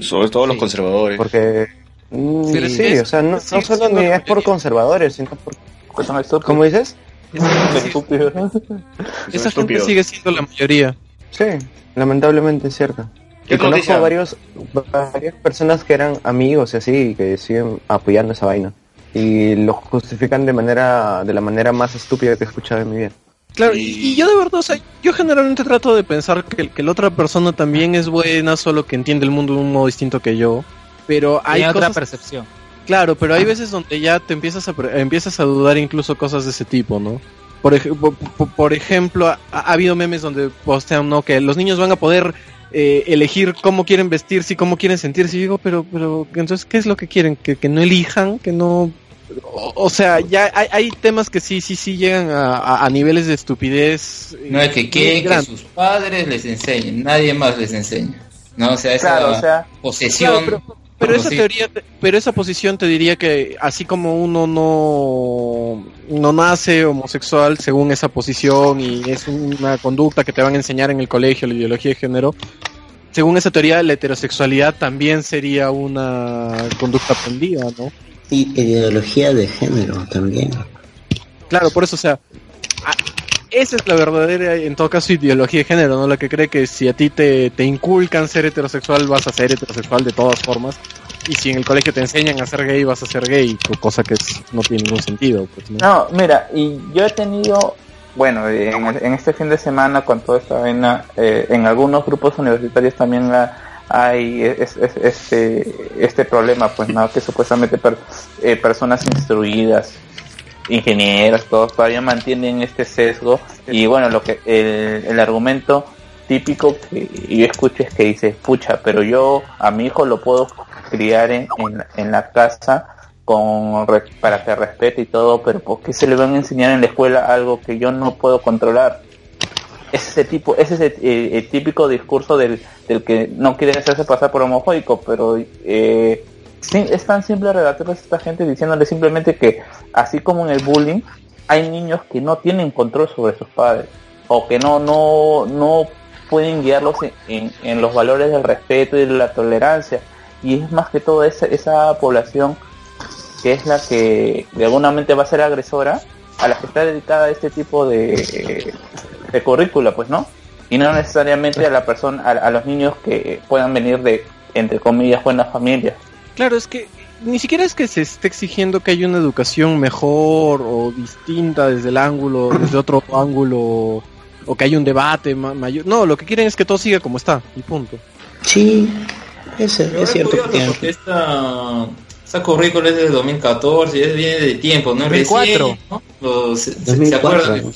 D: Sobre todo los conservadores.
G: Porque. mm,
A: Pero
G: sí,
A: es-
G: o sea, no,
A: sí,
G: no
A: sí,
G: solo
A: sí,
G: ni
A: no,
G: es por
A: porque-
G: conservadores, sino por.
E: Pues son estúpidos.
G: ¿Cómo dices?
E: Estúpidos.
D: Son
B: Esa gente
D: estúpidos.
B: sigue siendo la mayoría.
G: Sí, lamentablemente es cierto.
D: ¿Qué
G: Yo conozco
D: noticia?
G: varios, varias personas que eran amigos y así, y que siguen apoyando esa vaina. Y lo justifican de manera de la manera más estúpida que he escuchado en mi vida.
B: Claro,
D: Y-
B: y, y yo de verdad, o sea, yo generalmente trato de pensar que, que la otra persona también es buena, solo que entiende el mundo de un modo distinto que yo. Pero hay
A: Hay otra
B: cosas,
A: percepción.
B: claro, pero hay veces donde ya te empiezas a, pre- empiezas a dudar incluso cosas de ese tipo, ¿no? Por, ej- po- po- por ejemplo, ha, ha habido memes donde postean, ¿no? Que los niños van a poder eh, elegir cómo quieren vestirse y cómo quieren sentirse. Y digo, pero, pero, entonces, ¿qué es lo que quieren? ¿Que, que no elijan? ¿Que no...? O, o sea, ya hay, hay temas que sí, sí, sí llegan a, a- a niveles de estupidez. eh,
F: No es que
B: muy
F: quieren que
B: grandes.
F: sus padres les enseñen, nadie más les enseña. No, o sea, esa
E: Claro, o sea,
F: posesión.
B: Claro, Pero esa
F: Sí.
B: teoría, te- pero esa posición te diría que así como uno no, no nace homosexual según esa posición y es una conducta que te van a enseñar en el colegio, la ideología de género, según esa teoría la heterosexualidad también sería una conducta aprendida, ¿no?
C: Y ideología de género también.
B: Claro, por eso, o sea, a- esa es la verdadera, en todo caso, ideología de género, ¿no? La que cree que si a ti te, te inculcan ser heterosexual, vas a ser heterosexual de todas formas. Y si en el colegio te enseñan a ser gay, vas a ser gay, co- cosa que es- no tiene ningún sentido. Pues, ¿no?
E: No, mira, y yo he tenido, bueno, en, en este fin de semana con toda esta vaina, eh, en algunos grupos universitarios también la- hay e, es- es- este, este problema, pues no, que supuestamente per- eh, personas instruidas, ingenieros, todos todavía mantienen este sesgo y bueno, lo que el, el argumento típico que yo escucho es que dice, pucha, pero yo a mi hijo lo puedo criar en, en- en la casa con re- para que respete y todo, pero ¿por qué se le van a enseñar en la escuela algo que yo no puedo controlar? Es ese tipo, es ese eh, el típico discurso del, del que no quiere hacerse pasar por homofóbico, pero eh, sí, es tan simple relatarles a esta gente diciéndole simplemente que así como en el bullying, hay niños que no tienen control sobre sus padres o que no no no pueden guiarlos en, en- en los valores del respeto y de la tolerancia y es más que todo esa, esa población que es la que de alguna mente va a ser agresora a la que está dedicada este tipo de, de currícula pues no y no necesariamente a la persona a, a los niños que puedan venir de entre comillas buenas familias
B: Claro, es que ni siquiera es que se esté exigiendo que haya una educación mejor o distinta desde el ángulo, desde otro ángulo, o que haya un debate ma- mayor. No, lo que quieren es que todo siga como está, y punto.
C: Sí, eso
F: Pero
C: es
F: es
C: cierto.
F: curioso,
C: que
F: porque esta, esta currícula es del 2014, y es viene de tiempo, ¿no?
A: 2004.
F: Recién, ¿no? Los- se- Oh, se,
C: 2004.
F: acuerdan?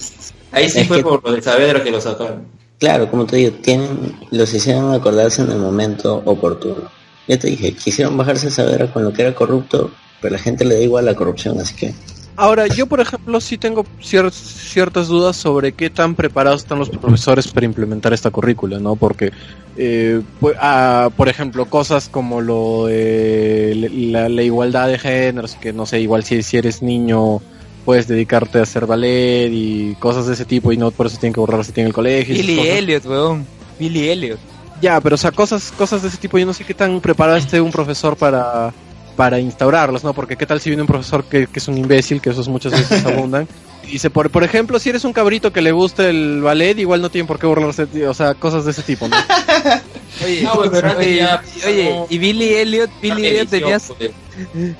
F: Ahí sí
C: Es
F: fue
C: que-
F: por lo de Saavedra que lo sacaron.
C: Claro, como te digo, tienen, los hicieron acordarse en el momento oportuno. Ya te dije, quisieron bajarse a saber con lo que era corrupto, pero la gente le da igual la corrupción, así que
B: Ahora, yo por ejemplo sí tengo cier- ciertas dudas sobre qué tan preparados están los profesores para implementar esta currícula, ¿no? Porque, eh, pu- ah, por ejemplo, cosas como lo de la, la igualdad de géneros, que no sé, igual si, si eres niño puedes dedicarte a hacer ballet y cosas de ese tipo y no por eso tienen que borrarse tiene el colegio. y esas
A: Billy
B: cosas.
A: Elliot, weón. Billy Elliot.
B: Ya, pero o sea, cosas, cosas de ese tipo, yo no sé qué tan preparado esté un profesor para, para instaurarlas, ¿no? Porque qué tal si viene un profesor que, que es un imbécil, que esos muchas veces abundan, y dice, por, por ejemplo, si eres un cabrito que le gusta el ballet, igual no tienen por qué burlarse, de ti, o sea, cosas de ese tipo, ¿no?
A: Oye,
F: No, güey, pero antes
A: oye,
F: ya-
A: oye, y Billy Elliot, Billy Elliot tenía,
F: Edición, pues.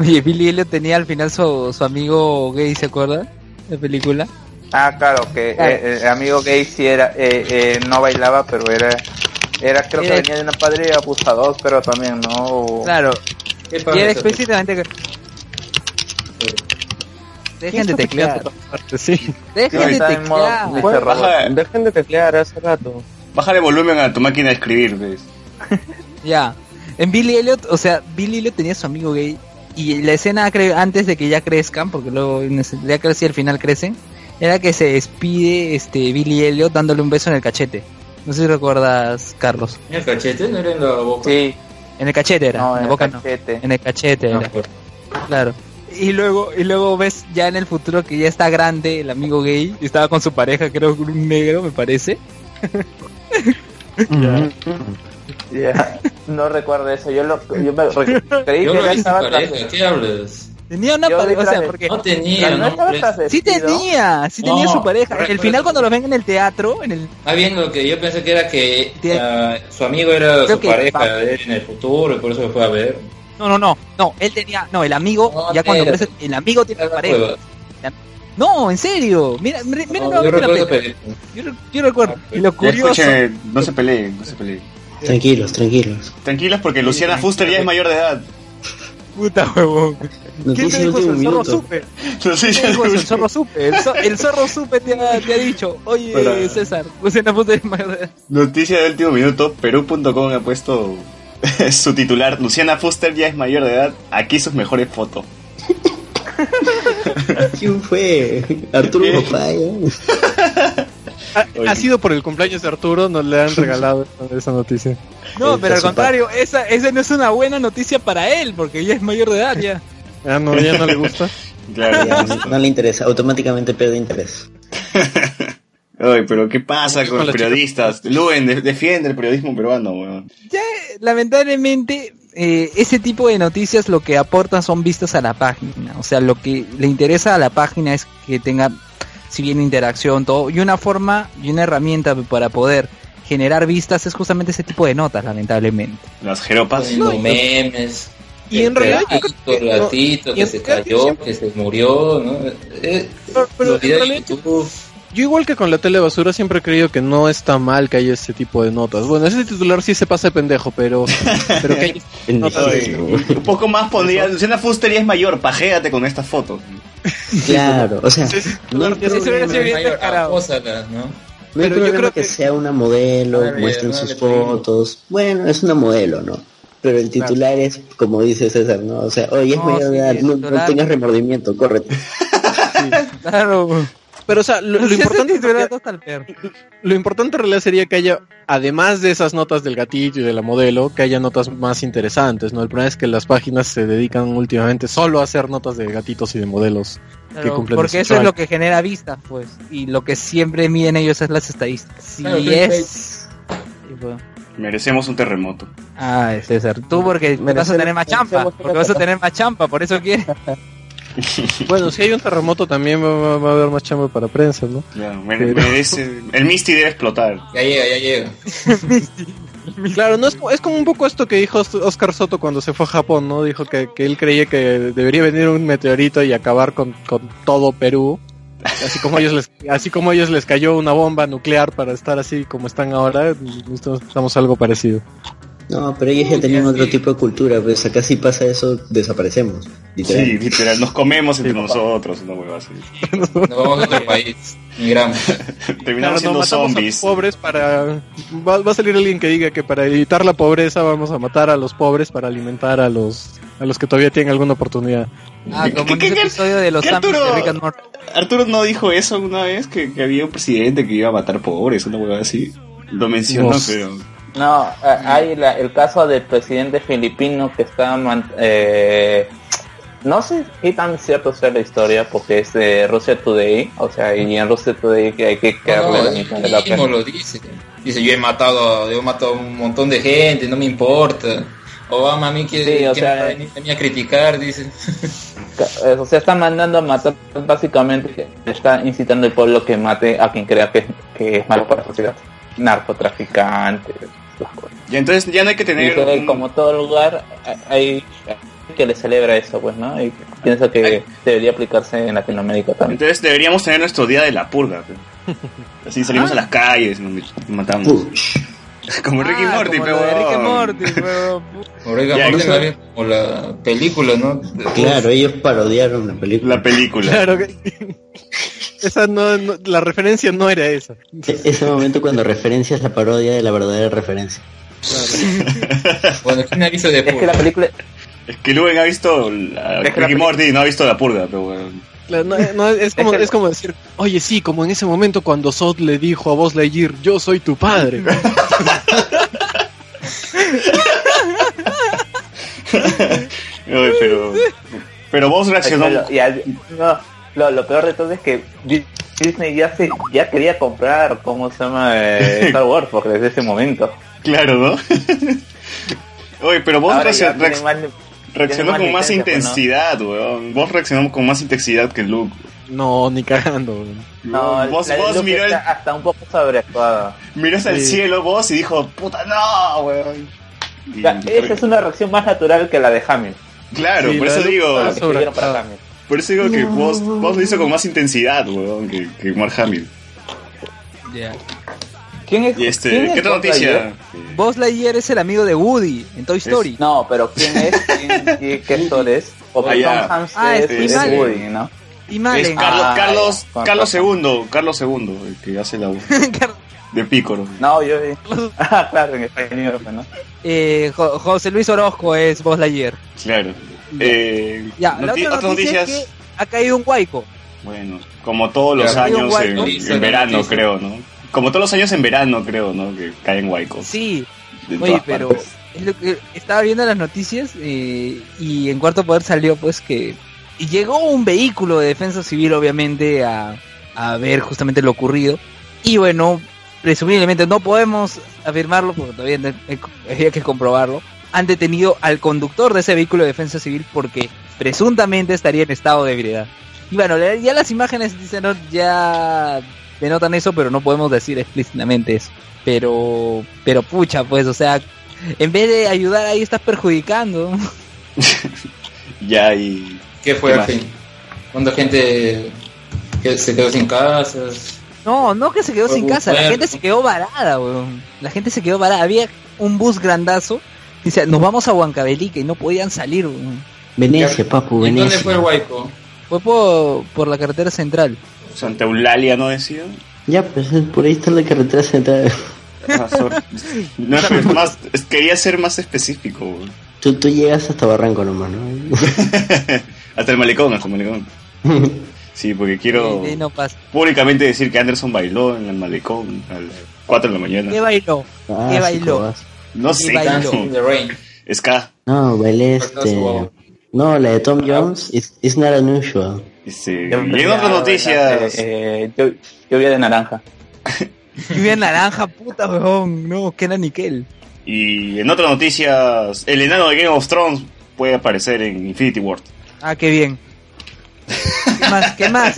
A: oye, Billy Elliot tenía al final su, su amigo gay, ¿se acuerda? La película.
E: Ah, claro, que
A: Claro.
E: eh, el amigo gay sí era, eh, eh, no bailaba, pero era, era creo
A: Era-
E: que venía de un padre abusador, pero también no.
A: Claro.
F: ¿Qué
A: Y
F: pasa?
A: era explícitamente. Dejen de teclear.
B: Sí.
A: Dejen de
E: Está en modo
A: teclear.
E: muy
G: Bueno,
E: cerrado.
D: Ajá.
G: Eh, Dejen de teclear hace rato.
D: Bájale volumen a tu máquina de escribir, ¿ves?
A: Ya. En Billy Elliot, o sea, Billy Elliot tenía a su amigo gay. Y la escena cre- antes de que ya crezcan, porque luego nece- ya crecí al final crecen, era que se despide este Billy Elliot dándole un beso en el cachete. No sé si recuerdas, Carlos.
F: ¿En el cachete? ¿No era en la boca?
E: Sí,
A: En el cachete era,
E: no,
A: en
E: en
A: la
E: el
A: boca
E: cachete.
A: no. En el cachete
F: No,
A: era,
F: por-
A: claro. Ah, Y luego, y luego ves ya en el futuro que ya está grande el amigo gay, y estaba con su pareja, creo que un negro me parece.
E: Ya. No recuerdo eso, yo lo yo me rec- creí
F: Yo
E: que
F: lo
E: ya
F: vi sin
E: estaba
F: pareja,
E: tras-
F: ¿qué hablas?
A: Tenía una
E: Yo
A: pareja, o sea,
E: detrás de-
A: porque
F: No tenía,
E: no,
F: no,
E: estaba
F: pues.
E: tras
A: Sí
E: vestido.
A: tenía, sí tenía
F: No,
A: su pareja. El
F: recuerdo.
A: final cuando lo ven en el teatro, en el
F: Más bien lo que yo pensé que era que
A: Tiene-
F: ah, su amigo era
A: Creo
F: su
A: que-
F: pareja de él en el futuro y por eso lo fue a ver.
A: No, no, no, no, él tenía, no, el amigo,
F: No,
A: ya cuando
F: espérate.
A: crece, el amigo tiene
F: Era
A: su pareja.
F: hueva.
A: No, en serio, mira, mira, mira
F: No,
A: nuevamente
F: yo
A: la
F: recuerdo
A: película.
F: película.
A: Yo, re- yo recuerdo.
F: Ah,
A: Y lo
D: Ya
A: curioso,
D: escuchen, no se peleen, no se peleen.
C: Tranquilos, tranquilos.
D: Tranquilas porque Luciana Fuster ya es mayor de edad.
A: puta huevón. ¿Qué te
C: Noticia de
A: dijo eso?
C: último
A: el zorro
C: minuto.
A: supe?
D: No sé
A: ¿Qué
D: si
A: te dijo eso? El zorro supe. El, zo- el zorro supe te ha, te ha dicho, oye
D: Para-
A: César, usted no puso de mayor de edad.
D: Noticia de último minuto, Perú.com ha puesto su titular, Luciana Fuster ya es mayor de edad, aquí sus mejores fotos.
C: ¿Quién fue? Arturo ¿eh? Este,
D: Bien.
C: Papaya.
B: Ha,
D: Oye.
B: ha sido por el cumpleaños de Arturo, nos le han regalado esa- esa noticia.
A: No,
C: Él
A: pero al
C: está
A: contrario, esa, esa no es una buena noticia para él, porque ya es mayor de edad ya.
B: Ya Ah, no, ya no le gusta.
C: Ya,
D: Claro.
C: no, no le interesa, automáticamente pierde interés.
D: Ay, pero ¿qué pasa
B: Con
D: con los
B: la chica.
D: periodistas? Luen, de- defiende el periodismo peruano, weón.
A: Ya, eh, lamentablemente, eh, ese tipo de noticias lo que aportan son vistas a la página. O sea, lo que le interesa a la página es que tenga, si bien interacción, todo. Y una forma y una herramienta para poder generar vistas es justamente ese tipo de notas, lamentablemente.
D: Las jeropas.
F: Poniendo memes.
B: Y en
F: el
B: realidad yo
F: perrito,
B: creo que-
F: el gatito
B: y
F: que
B: en
F: se
B: realidad yo
F: cayó,
B: siempre-
F: que se murió, ¿no? Eh,
B: Pero- pero en
F: los videos de
B: realidad-
F: YouTube.
B: Yo igual que con la tele basura siempre he creído que no está mal que haya ese tipo de notas. Bueno, ese titular sí se pasa de pendejo, pero, pero que hay
D: Ay, un poco más pondría, Luciana Fuster ya es mayor, pajéate con estas fotos.
C: Claro, o sea, no hay
A: Eso hubiera
C: problema,
A: sido bien
F: Mayor,
A: descarado.
F: acósala, ¿no?
C: no hay
B: pero yo
C: problema
B: creo
C: que,
B: que-
C: sea una modelo,
F: Madre,
C: muestren
F: no
C: sus
F: le pedimos.
C: fotos. Bueno, es una modelo, ¿no? Pero el titular es, como dice César, ¿no? O sea, oye, es
A: No,
C: mayor de
A: sí,
C: edad,
A: el
C: no, no
A: titular-
C: tengas remordimiento, córrete.
A: Claro.
B: Pero, o sea, lo, lo importante,
A: es verdad hasta el perro.
B: lo importante en realidad sería que haya, además de esas notas del gatillo y de la modelo, que haya notas más interesantes, ¿no? El problema es que las páginas se dedican últimamente solo a hacer notas de gatitos y de modelos.
A: Claro,
B: cumplen
A: porque
B: 18
A: eso es lo
B: años.
A: que genera vistas, pues. Y lo que siempre miden ellos es las estadísticas. Si
F: Claro,
A: es. Y bueno.
D: Merecemos un terremoto.
A: Ay, César, tú porque
G: Merecemos-
A: vas a tener más champa,
G: merecemos
A: porque vas a tener más champa, por eso quieres.
B: Bueno, si hay un terremoto también va, va- va a haber más chamba para prensa, ¿no?
D: Claro, mere- merece- El Misty debe explotar.
F: Ya llega, ya llega.
B: Claro, no es, como- es como un poco esto que dijo Oscar Soto cuando se fue a Japón, ¿no? Dijo que, que él creía que debería venir un meteorito y acabar con, con todo Perú. Así como ellos les, así como ellos les cayó una bomba nuclear para estar así como están ahora, nosotros estamos algo parecido.
C: No, pero ellos ya tenían otro tipo de cultura, pues acá si pasa eso, desaparecemos. Literal.
D: Sí, literal, nos comemos entre nosotros, una hueva así.
F: Nos vamos a otro país. Migramos.
B: Claro,
D: Terminamos
B: no,
D: siendo
B: matamos
D: zombies.
B: a los pobres para va, va a salir alguien que diga que para evitar la pobreza vamos a matar a los pobres para alimentar a los a los que todavía tienen alguna oportunidad.
A: Ah, como en
D: ¿Qué-
A: ese
D: qué-
A: episodio de los
D: qué
A: Amigos de
D: Arturo?
A: Rick and Morty.
D: Arturo no dijo eso alguna vez, que, que había un presidente que iba a matar pobres, una huevada así. Lo mencionó,
B: Dios.
D: pero...
E: No, eh, hay la- el caso del presidente filipino que está... man- eh, no sé qué tan cierto sea la historia porque es de Russia Today, o sea, y en Russia Today que hay que
F: No,
E: quedarle
F: no,
E: la mitad de la
F: él mismo
E: pena.
F: lo dice. Dice, yo he matado, a- yo he matado a un montón de gente, no me importa. Obama a mí quiere,
E: Sí, o
F: quiere
E: sea,
F: venir a mí a criticar, dice.
E: Eh, O sea, está mandando a matar básicamente, está incitando al pueblo que mate a quien crea que, que es malo para la sociedad. Narcotraficantes, las cosas.
D: Y entonces ya no hay que
E: Y
D: tener...
E: creo que
D: un-
E: como todo lugar eh, hay hay que le celebra eso, pues, ¿no? Y pienso que debería aplicarse en Latinoamérica también.
D: Entonces deberíamos tener nuestro día de la purga. pe. Así salimos a las calles y nos matamos.
C: Push.
D: Como Ricky
A: Ah,
D: Morty,
A: como
D: pero...
A: lo de Rick and Morty, huevón.
F: Como Rick and
D: Ya,
F: Morty,
D: incluso-
F: más bien como la película, ¿no?
C: Claro, ellos parodiaron la película.
D: La película.
B: Claro que esa no, no- la referencia no era esa.
C: E- Ese momento cuando referencias la parodia de la verdadera referencia.
F: Bueno, ¿quién avisa de
E: Es que la
F: pura?
E: película,
D: Es que Luven ha visto la-
E: Es que la
D: Ricky
E: peli-
D: Morty y no ha visto la purga, pero bueno.
B: La- no- no, es, como,
E: Es que-
B: es como decir, oye, sí, como en ese momento cuando Zod le dijo a Buzz Lightyear, yo soy tu padre.
D: Oye, pero, pero vos reaccionó.
E: Ay, pero- y al- no, lo, lo peor de todo es que Di- Disney ya se ya quería comprar, ¿cómo se llama? Eh, Star Wars, porque desde ese momento.
D: Claro, ¿no? Oye, pero vos
E: Ahora ya
D: reaccionó
E: tiene más- tiene
D: con más
E: licencia, pues, ¿no?
D: intensidad, weón. Vos reaccionamos con más intensidad que Luke.
B: no, ni cagando. weón.
E: No,
D: vos
E: la de
D: vos
E: Luke
D: miró, el-
E: está hasta un poco sobreactuada.
D: mirás al
B: Sí.
D: cielo vos y dijo, puta no, weón. Y-
E: Ya, esa es una reacción más natural que la de Hamill.
D: Claro,
B: Sí,
D: por
B: la
D: eso
B: de Luke
D: digo,
E: la que escribieron para
B: sobreactuada.
E: Hamill.
D: por eso digo que vos, vos lo hizo con más intensidad, weón, que, que Mark Hamill.
A: Ya.
E: ¿Quién es?
D: Y este,
E: quién es
D: ¿qué otra
E: Buzz Lightyear?
D: noticia? Eh,
A: Buzz Lightyear es el amigo de Woody en Toy Story.
E: No, pero ¿quién es? ¿Quién, qué, qué actor es? Porque
D: Ah, ya.
E: Tom Hanks
A: Ah,
E: es,
A: este,
E: es
D: este.
E: Woody, ¿no?
A: Y
D: Es
A: Malen.
D: Carlos,
E: Ah,
D: Carlos,
E: ya.
D: Carlos II, Carlos II, el que hace la voz de Pícoro.
E: No, yo... Ah, claro, en español, pues, ¿no?
A: Eh, Jo- José Luis Orozco es Buzz Lightyear.
D: Claro. Eh,
A: Ya, la
D: noti-
A: otra
D: otras
A: noticia
D: noticias.
A: es que ha caído un guayco.
D: Bueno, como todos los
A: Claro.
D: años
A: Hay un
D: en,
A: huaico.
D: en verano, creo, ¿no? Como todos los años en verano, creo, ¿no? Que caen huaicos.
A: Sí,
D: de
A: oye,
D: todas
A: pero
D: partes.
A: es lo que estaba viendo las noticias eh, y en Cuarto Poder salió pues que y llegó un vehículo de defensa civil obviamente a, a ver justamente lo ocurrido y bueno, presumiblemente no podemos afirmarlo porque todavía no- eh, había que comprobarlo. Han detenido al conductor de ese vehículo de defensa civil porque presuntamente estaría en estado de ebriedad. Y bueno, la- ya las imágenes dicen, ¿no? ya denotan eso, pero no podemos decir explícitamente eso. Pero, pero pucha, pues, o sea, en vez de ayudar ahí estás perjudicando.
D: Ya, y.
F: ¿Qué fue al
D: Claro.
F: fin? ¿Cuánta gente que se quedó sin casas?
A: No, no que se quedó
F: Fue
A: sin
F: muy
A: casa, la
F: fuerte.
A: gente se quedó varada, weón. La gente se quedó varada. Había un bus grandazo. Dice, nos vamos a Huancabelica y no podían salir. weón.
C: Venecia, papu,
F: ¿Y dónde
C: Venecia.
F: fue el Guayco?
A: Fue por, por la carretera central.
D: Santa Eulalia no decía.
C: Ya, pues es- por ahí está la carretera central.
D: Ah, sorry. no, pero es más, es- quería ser más específico. güey.
C: Tú, tú llegas hasta Barranco nomás, ¿no?
D: hasta el malecón, hasta el malecón. Sí, porque quiero
A: Y de ahí no pasa.
D: públicamente decir que Anderson bailó en el malecón a las 4 de la mañana.
A: ¿Qué bailó?
C: Ah,
A: ¿Qué
C: sí,
A: bailó?
C: cobas.
D: No
A: Y
D: sé,
A: bailó.
D: tanto.
F: Dancing in the Rain.
D: Ska.
C: No, bailé este...
F: Wow.
C: No, la de
F: Ah,
C: Tom Jones,
F: pues.
C: it's, it's not unusual.
D: Este, y
E: Yo
D: en otras noticias.
E: Eh, eh, llo- lluvia de naranja.
A: Lluvia naranja, puta, weón. No, que era Niquel.
D: Y en otras noticias, el enano de Game of Thrones puede aparecer en Infinity War.
A: Ah, qué bien. ¿Qué más? ¿Qué más?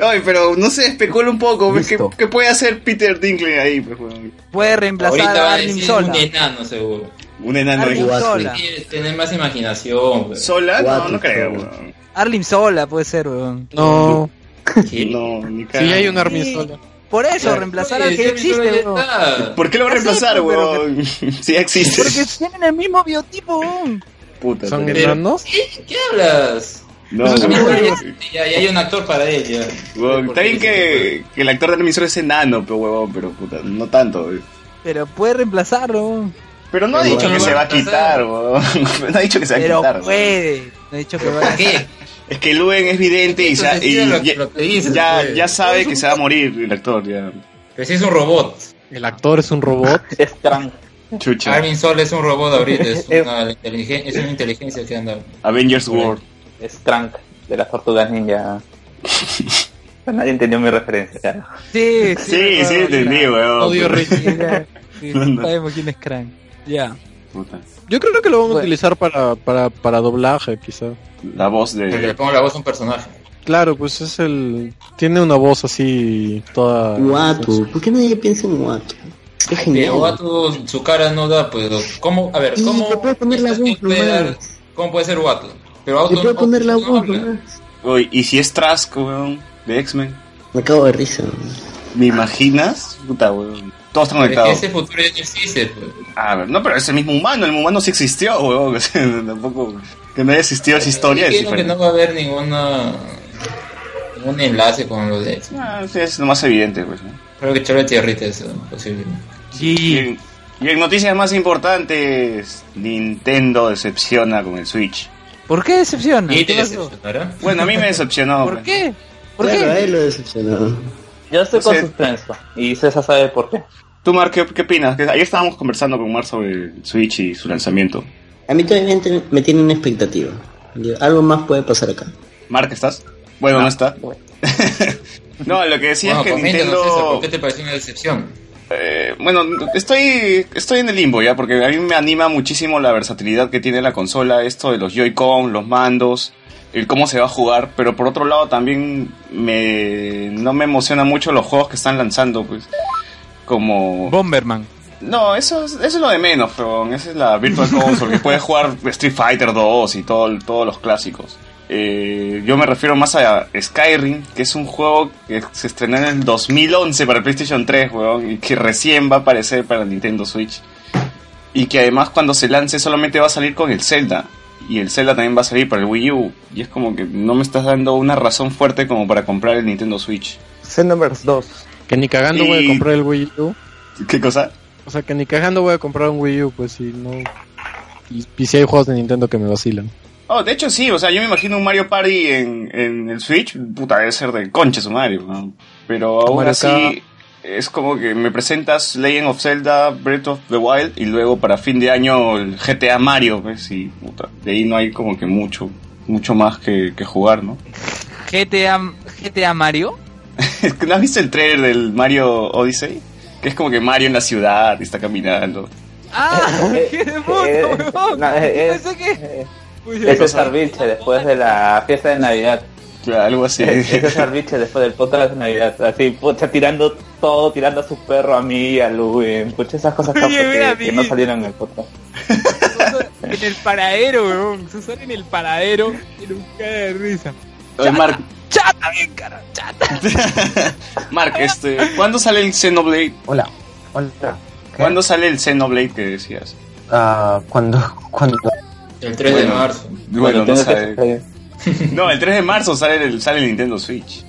D: Ay, pero no se especula un poco. ¿ves? ¿Qué,
G: Listo.
D: qué puede hacer Peter Dinklage ahí? pues, weón?
A: Puede reemplazar
F: Ahorita
A: a
F: va a
A: Arnim
F: decir
A: Sola.
F: un enano, seguro.
D: Un enano de
A: Arnim
D: Game
C: Guasco.
A: Sola.
F: Quiere tener más imaginación, güey.
D: ¿Sola? No,
C: Guasco,
D: no creo.
C: claro.
D: weón.
A: Arnim Sola puede ser, weón.
B: No,
F: ¿Qué?
D: No, ni
B: si
D: cara.
B: hay un Armin
A: Sí.
B: Sola.
A: Por eso,
F: Oye,
A: reemplazar al
F: el
A: que ya
F: Jimmy Sola
A: existe,
F: ya
A: weón.
F: está.
D: ¿Por qué lo va a
A: Ah, sí,
D: reemplazar,
A: pero-
D: weón? Sí, existe.
A: Porque tienen el mismo biotipo, weón.
D: Puta,
B: ¿Son
D: pero-
B: enanos?
F: ¿Qué? ¿Qué hablas?
D: No,
F: Eso es
D: no,
F: un
D: weón.
F: proyecto, ya, ya hay un actor para ella.
D: Weón, Está bien que, que el actor de emisor es enano, pero huevón, pero puta, no tanto. weón.
A: Pero puede reemplazarlo. weón.
D: Pero no ha
F: Pero
D: dicho
F: bueno,
D: que
F: lo
D: se va
F: van
D: a
F: a pues.
D: quitar, weón. No ha dicho que se va a
A: Pero
D: quitar. weón.
A: puede. No he dicho que vaya.
F: ¿Para qué?
D: Es que Luen es vidente y,
F: Eso
D: sa-
F: decía
D: y
F: lo-
D: ya,
F: lo que dice,
D: ya,
F: pues.
D: ya sabe que se va a morir el actor. Ya.
F: Pero si Pues es un robot.
B: El actor es un robot.
E: Es trans.
D: Chucha.
F: Armin Sol es un robot ahorita, es
A: Eh,
F: una, inteligen- es una inteligencia que anda.
D: Avengers World.
E: Es Crank de las tortugas ninja. Pues Nadie entendió mi referencia. carajo.
A: Sí,
D: Sí, sí,
A: no,
D: entendí,
A: no,
D: weón.
B: Odio
D: Pero-
B: Ricky.
A: sí,
D: No, no.
A: Sabemos quién es Crank. Ya.
D: Puta.
B: Yo creo que lo van a
A: Bueno.
B: utilizar para, para, para doblaje, quizá.
D: La voz
F: Que le
D: de.
F: pongo la voz a un personaje.
B: Claro, pues es el. Tiene una voz así. Toda.
C: Watu, ¿por qué nadie piensa en Watu? Es genial.
F: Ah, pues. Pero Watu, su cara no da, pues. ¿Cómo? A ver,
C: Y
F: ¿cómo.
C: le puede poner la
F: este
C: voz,
F: Sting puede
C: nomás.
F: dar- ¿Cómo puede ser Watu? Pero
C: Le
F: Auto
C: puedo
F: no-
C: poner la
F: no
C: voz,
F: habla.
C: ¿no?
D: Uy, y si es Trask, weón, de X-Men.
C: Me cago de risa.
D: ¿Me imaginas? Puta, weón. Todo está
F: Pero es que
D: conectado.
F: ese futuro ya no existe, pues.
D: A ver, no, pero es el mismo humano. El humano sí existió, weón. o sea, Tampoco. Que no haya existido esa historia es
F: Yo creo Eh, que
D: diferente.
F: no va a haber ninguna. ningún enlace con lo de X.
D: Ah, sí, es lo más evidente, pues. ¿no?
F: Creo que Cholo Tierrita es eh, posible.
D: Y en, y en noticias más importantes, Nintendo decepciona con el Switch.
A: ¿Por qué decepciona?
F: Y te
A: ¿Qué pasó?
F: decepcionará.
D: Bueno, a mí me decepcionó.
A: ¿Por
D: pues.
A: qué? ¿Por
C: claro, a
A: qué?
C: él lo decepcionó.
E: Yo estoy
D: No
E: con
D: sé.
E: suspenso. Y César sabe por qué.
D: Tú, Mar, ¿qué, qué opinas? Que Ayer estábamos conversando con Mar sobre el Switch y su lanzamiento.
C: A mí todavía me tiene- me tiene una expectativa. Yo, Algo más puede pasar acá.
D: Mark, ¿estás? Bueno, no, está.
E: bueno.
D: no, lo que decía
F: Ah, Bueno,
D: es que
F: coméntanos,
D: Nintendo...
F: César, ¿por qué te pareció una decepción?
D: Eh, bueno, estoy, estoy en el limbo ya, porque a mí me anima muchísimo la versatilidad que tiene la consola, esto de los Joy-Con, los mandos, el cómo se va a jugar, pero por otro lado también me, no me emociona mucho los juegos que están lanzando, pues, como...
A: Bomberman.
D: No, eso es, eso es lo de menos, pero esa es la Virtual Console, que puedes jugar Street Fighter 2 y todo, todos los clásicos. Eh, yo me refiero más a Skyrim, que es un juego que se estrenó en el 2011 para el PlayStation 3, weón, y que recién va a aparecer para el Nintendo Switch. Y que además cuando se lance solamente va a salir con el Zelda. Y el Zelda también va a salir para el Wii U. Y es como que no me estás dando una razón fuerte como para comprar el Nintendo Switch.
G: Xenoverse 2.
B: Que ni cagando voy
D: Y-
B: a comprar el Wii U.
D: ¿Qué cosa?
B: O sea, que ni cagando voy a comprar un Wii U, pues si no. Y, y si hay juegos de Nintendo que me vacilan.
D: Oh, de hecho sí, o sea, yo me imagino un Mario Party en, en el Switch, puta, debe ser de concha su Mario, ¿no? Pero aún
B: Mario
D: así
B: Kart.
D: es como que me presentas Legend of Zelda, Breath of the Wild y luego para fin de año el GTA Mario, ¿ves? Y puta, de ahí no hay como que mucho, mucho más que, que jugar, ¿no?
A: GTA, GTA Mario.
D: Es que, ¿No has visto el trailer del Mario Odyssey? Que es como que Mario en la ciudad y está caminando.
A: ¡Ah!
E: Eh,
A: ¡Qué de
E: eh,
A: weón!
E: no, eh,
A: Pensé que.
E: eh,
A: Uy,
E: Es César Vilche después de la fiesta de Navidad.
D: O sea, algo así.
A: Eh,
E: Es es César Vilche después del podcast de Navidad. Así, pucha, tirando todo, tirando a su perro, a mí, a Luis. Pucha, esas cosas
A: Oye,
E: capaz
A: mira,
E: que, que
A: Luis.
E: no salieron en el podcast.
A: en el paradero, weón. Susana en el paradero. En un cara de risa.
D: Oye, Mark,
A: ¡Chata, bien, cara! ¡Chata!
D: Mark, este, ¿cuándo sale el Xenoblade?
G: Hola. Hola. ¿Qué?
D: ¿Cuándo sale el Xenoblade que decías?
G: Ah, cuando, cuando.
F: El 3 de
D: Bueno.
F: marzo.
D: Bueno, no,
E: Entonces,
D: sabe.
E: eh,
D: no, el 3 de marzo sale el, sale el Nintendo Switch.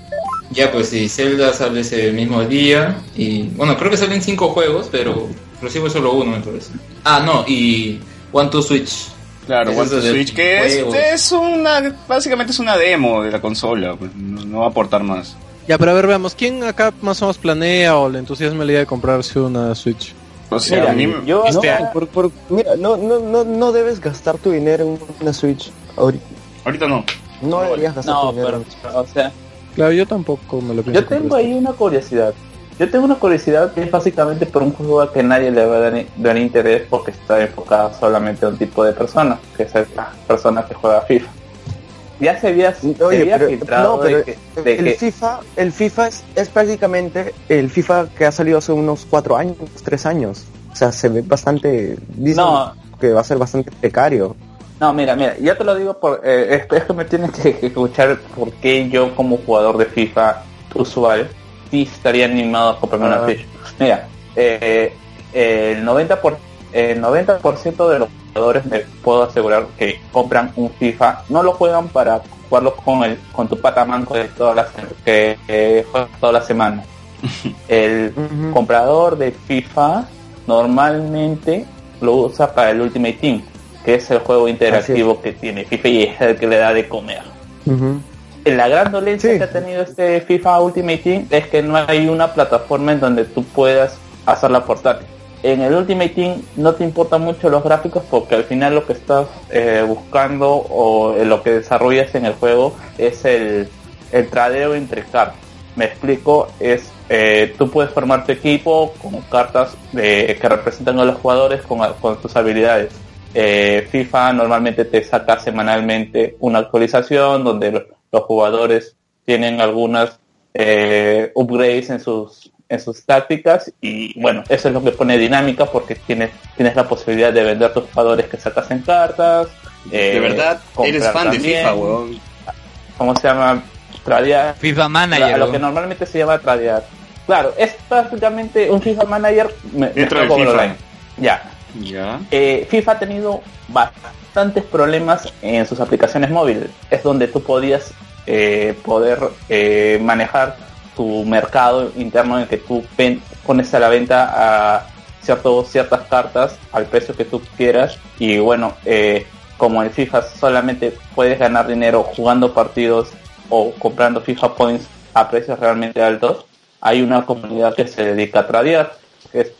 F: Ya, pues sí, Zelda sale ese mismo día. Y bueno, creo que salen 5 juegos, pero recibo solo uno, me parece. Ah, no, y One to Switch.
D: Claro,
F: Eso
D: One to
F: es de
D: Switch, que es,
F: juegos.
D: es una. Básicamente es una demo de la consola, pues, no, no va a aportar más.
B: Ya, pero a ver, veamos. ¿Quién acá más o menos planea o le entusiasma la idea de comprarse una Switch?
D: O sea,
G: Mira,
D: a mí me-
E: yo-
G: No,
D: este,
G: por- por- mira, no, no, no, no debes gastar tu dinero en una Switch. Ahorita.
D: ahorita no.
G: No deberías gastar
E: No,
G: tu dinero.
E: pero, o sea,
B: Claro, yo tampoco me lo pienso.
E: yo tengo
B: comprar.
E: ahí una curiosidad. Yo tengo una curiosidad que es básicamente por un juego a que nadie le va a dar, dar interés porque está enfocado solamente a un tipo de persona, que es la persona que juega FIFA. Ya se había, se
G: Oye,
E: había
G: pero-
E: filtrado
G: no, pero
E: de que, de
G: el
E: que-
G: FIFA, el FIFA es, es prácticamente el FIFA que ha salido hace unos cuatro años, tres años. O sea, se ve bastante. Dicen
E: No.
G: que va a ser bastante precario.
E: No, mira, mira, ya te lo digo por... eh, es, es que me tienes que que escuchar por qué yo como jugador de FIFA usual sí estaría animado a comprarme
G: Ah.
E: una Switch. Mira, eh, eh, el 90%, por, el 90 de los jugadores me puedo asegurar que compran un FIFA, no lo juegan para jugarlo con el con tu pata manco de todas las que eh, juegas todas las semanas.
G: Mm.
E: El comprador de FIFA normalmente lo usa para el Ultimate Team, que es el juego interactivo que tiene FIFA y es el que le da de comer.
H: Ujú.
E: La gran dolencia
H: Sí.
E: que ha tenido este FIFA Ultimate Team es que no hay una plataforma en donde tú puedas hacerla portátil. En el Ultimate Team no te importan mucho los gráficos porque al final lo que estás eh, buscando o eh, lo que desarrollas en el juego es el, el tradeo entre cartas. Me explico, es eh, tú puedes formar tu equipo con cartas de- que representan a los jugadores con, con tus habilidades. Eh, FIFA normalmente te saca semanalmente una actualización donde lo- los jugadores tienen algunas eh, upgrades en sus en sus tácticas y bueno eso es lo que pone dinámica porque tienes tienes la posibilidad de vender tus jugadores que sacas en cartas
D: de
E: eh,
D: verdad, eres
E: comprar
D: fan de
E: también,
D: FIFA, weón.
E: cómo se llama tradear
A: FIFA
E: a
A: Manager.
E: lo
A: ¿no?
E: que normalmente se llama tradear. Claro, es prácticamente un FIFA Manager me-
D: Dentro
E: mejor
D: del
E: como el
D: FIFA.
E: online. Ya.
D: Ya.
E: Eh, FIFA ha tenido bastantes problemas en sus aplicaciones móviles. Es donde tú podías eh, poder eh, manejar tu mercado interno en el que tú ven- pones a la venta a cierto, ciertas cartas al precio que tú quieras. Y bueno, eh, como en FIFA solamente puedes ganar dinero jugando partidos o comprando FIFA Points a precios realmente altos, hay una comunidad que se dedica a tradear, que es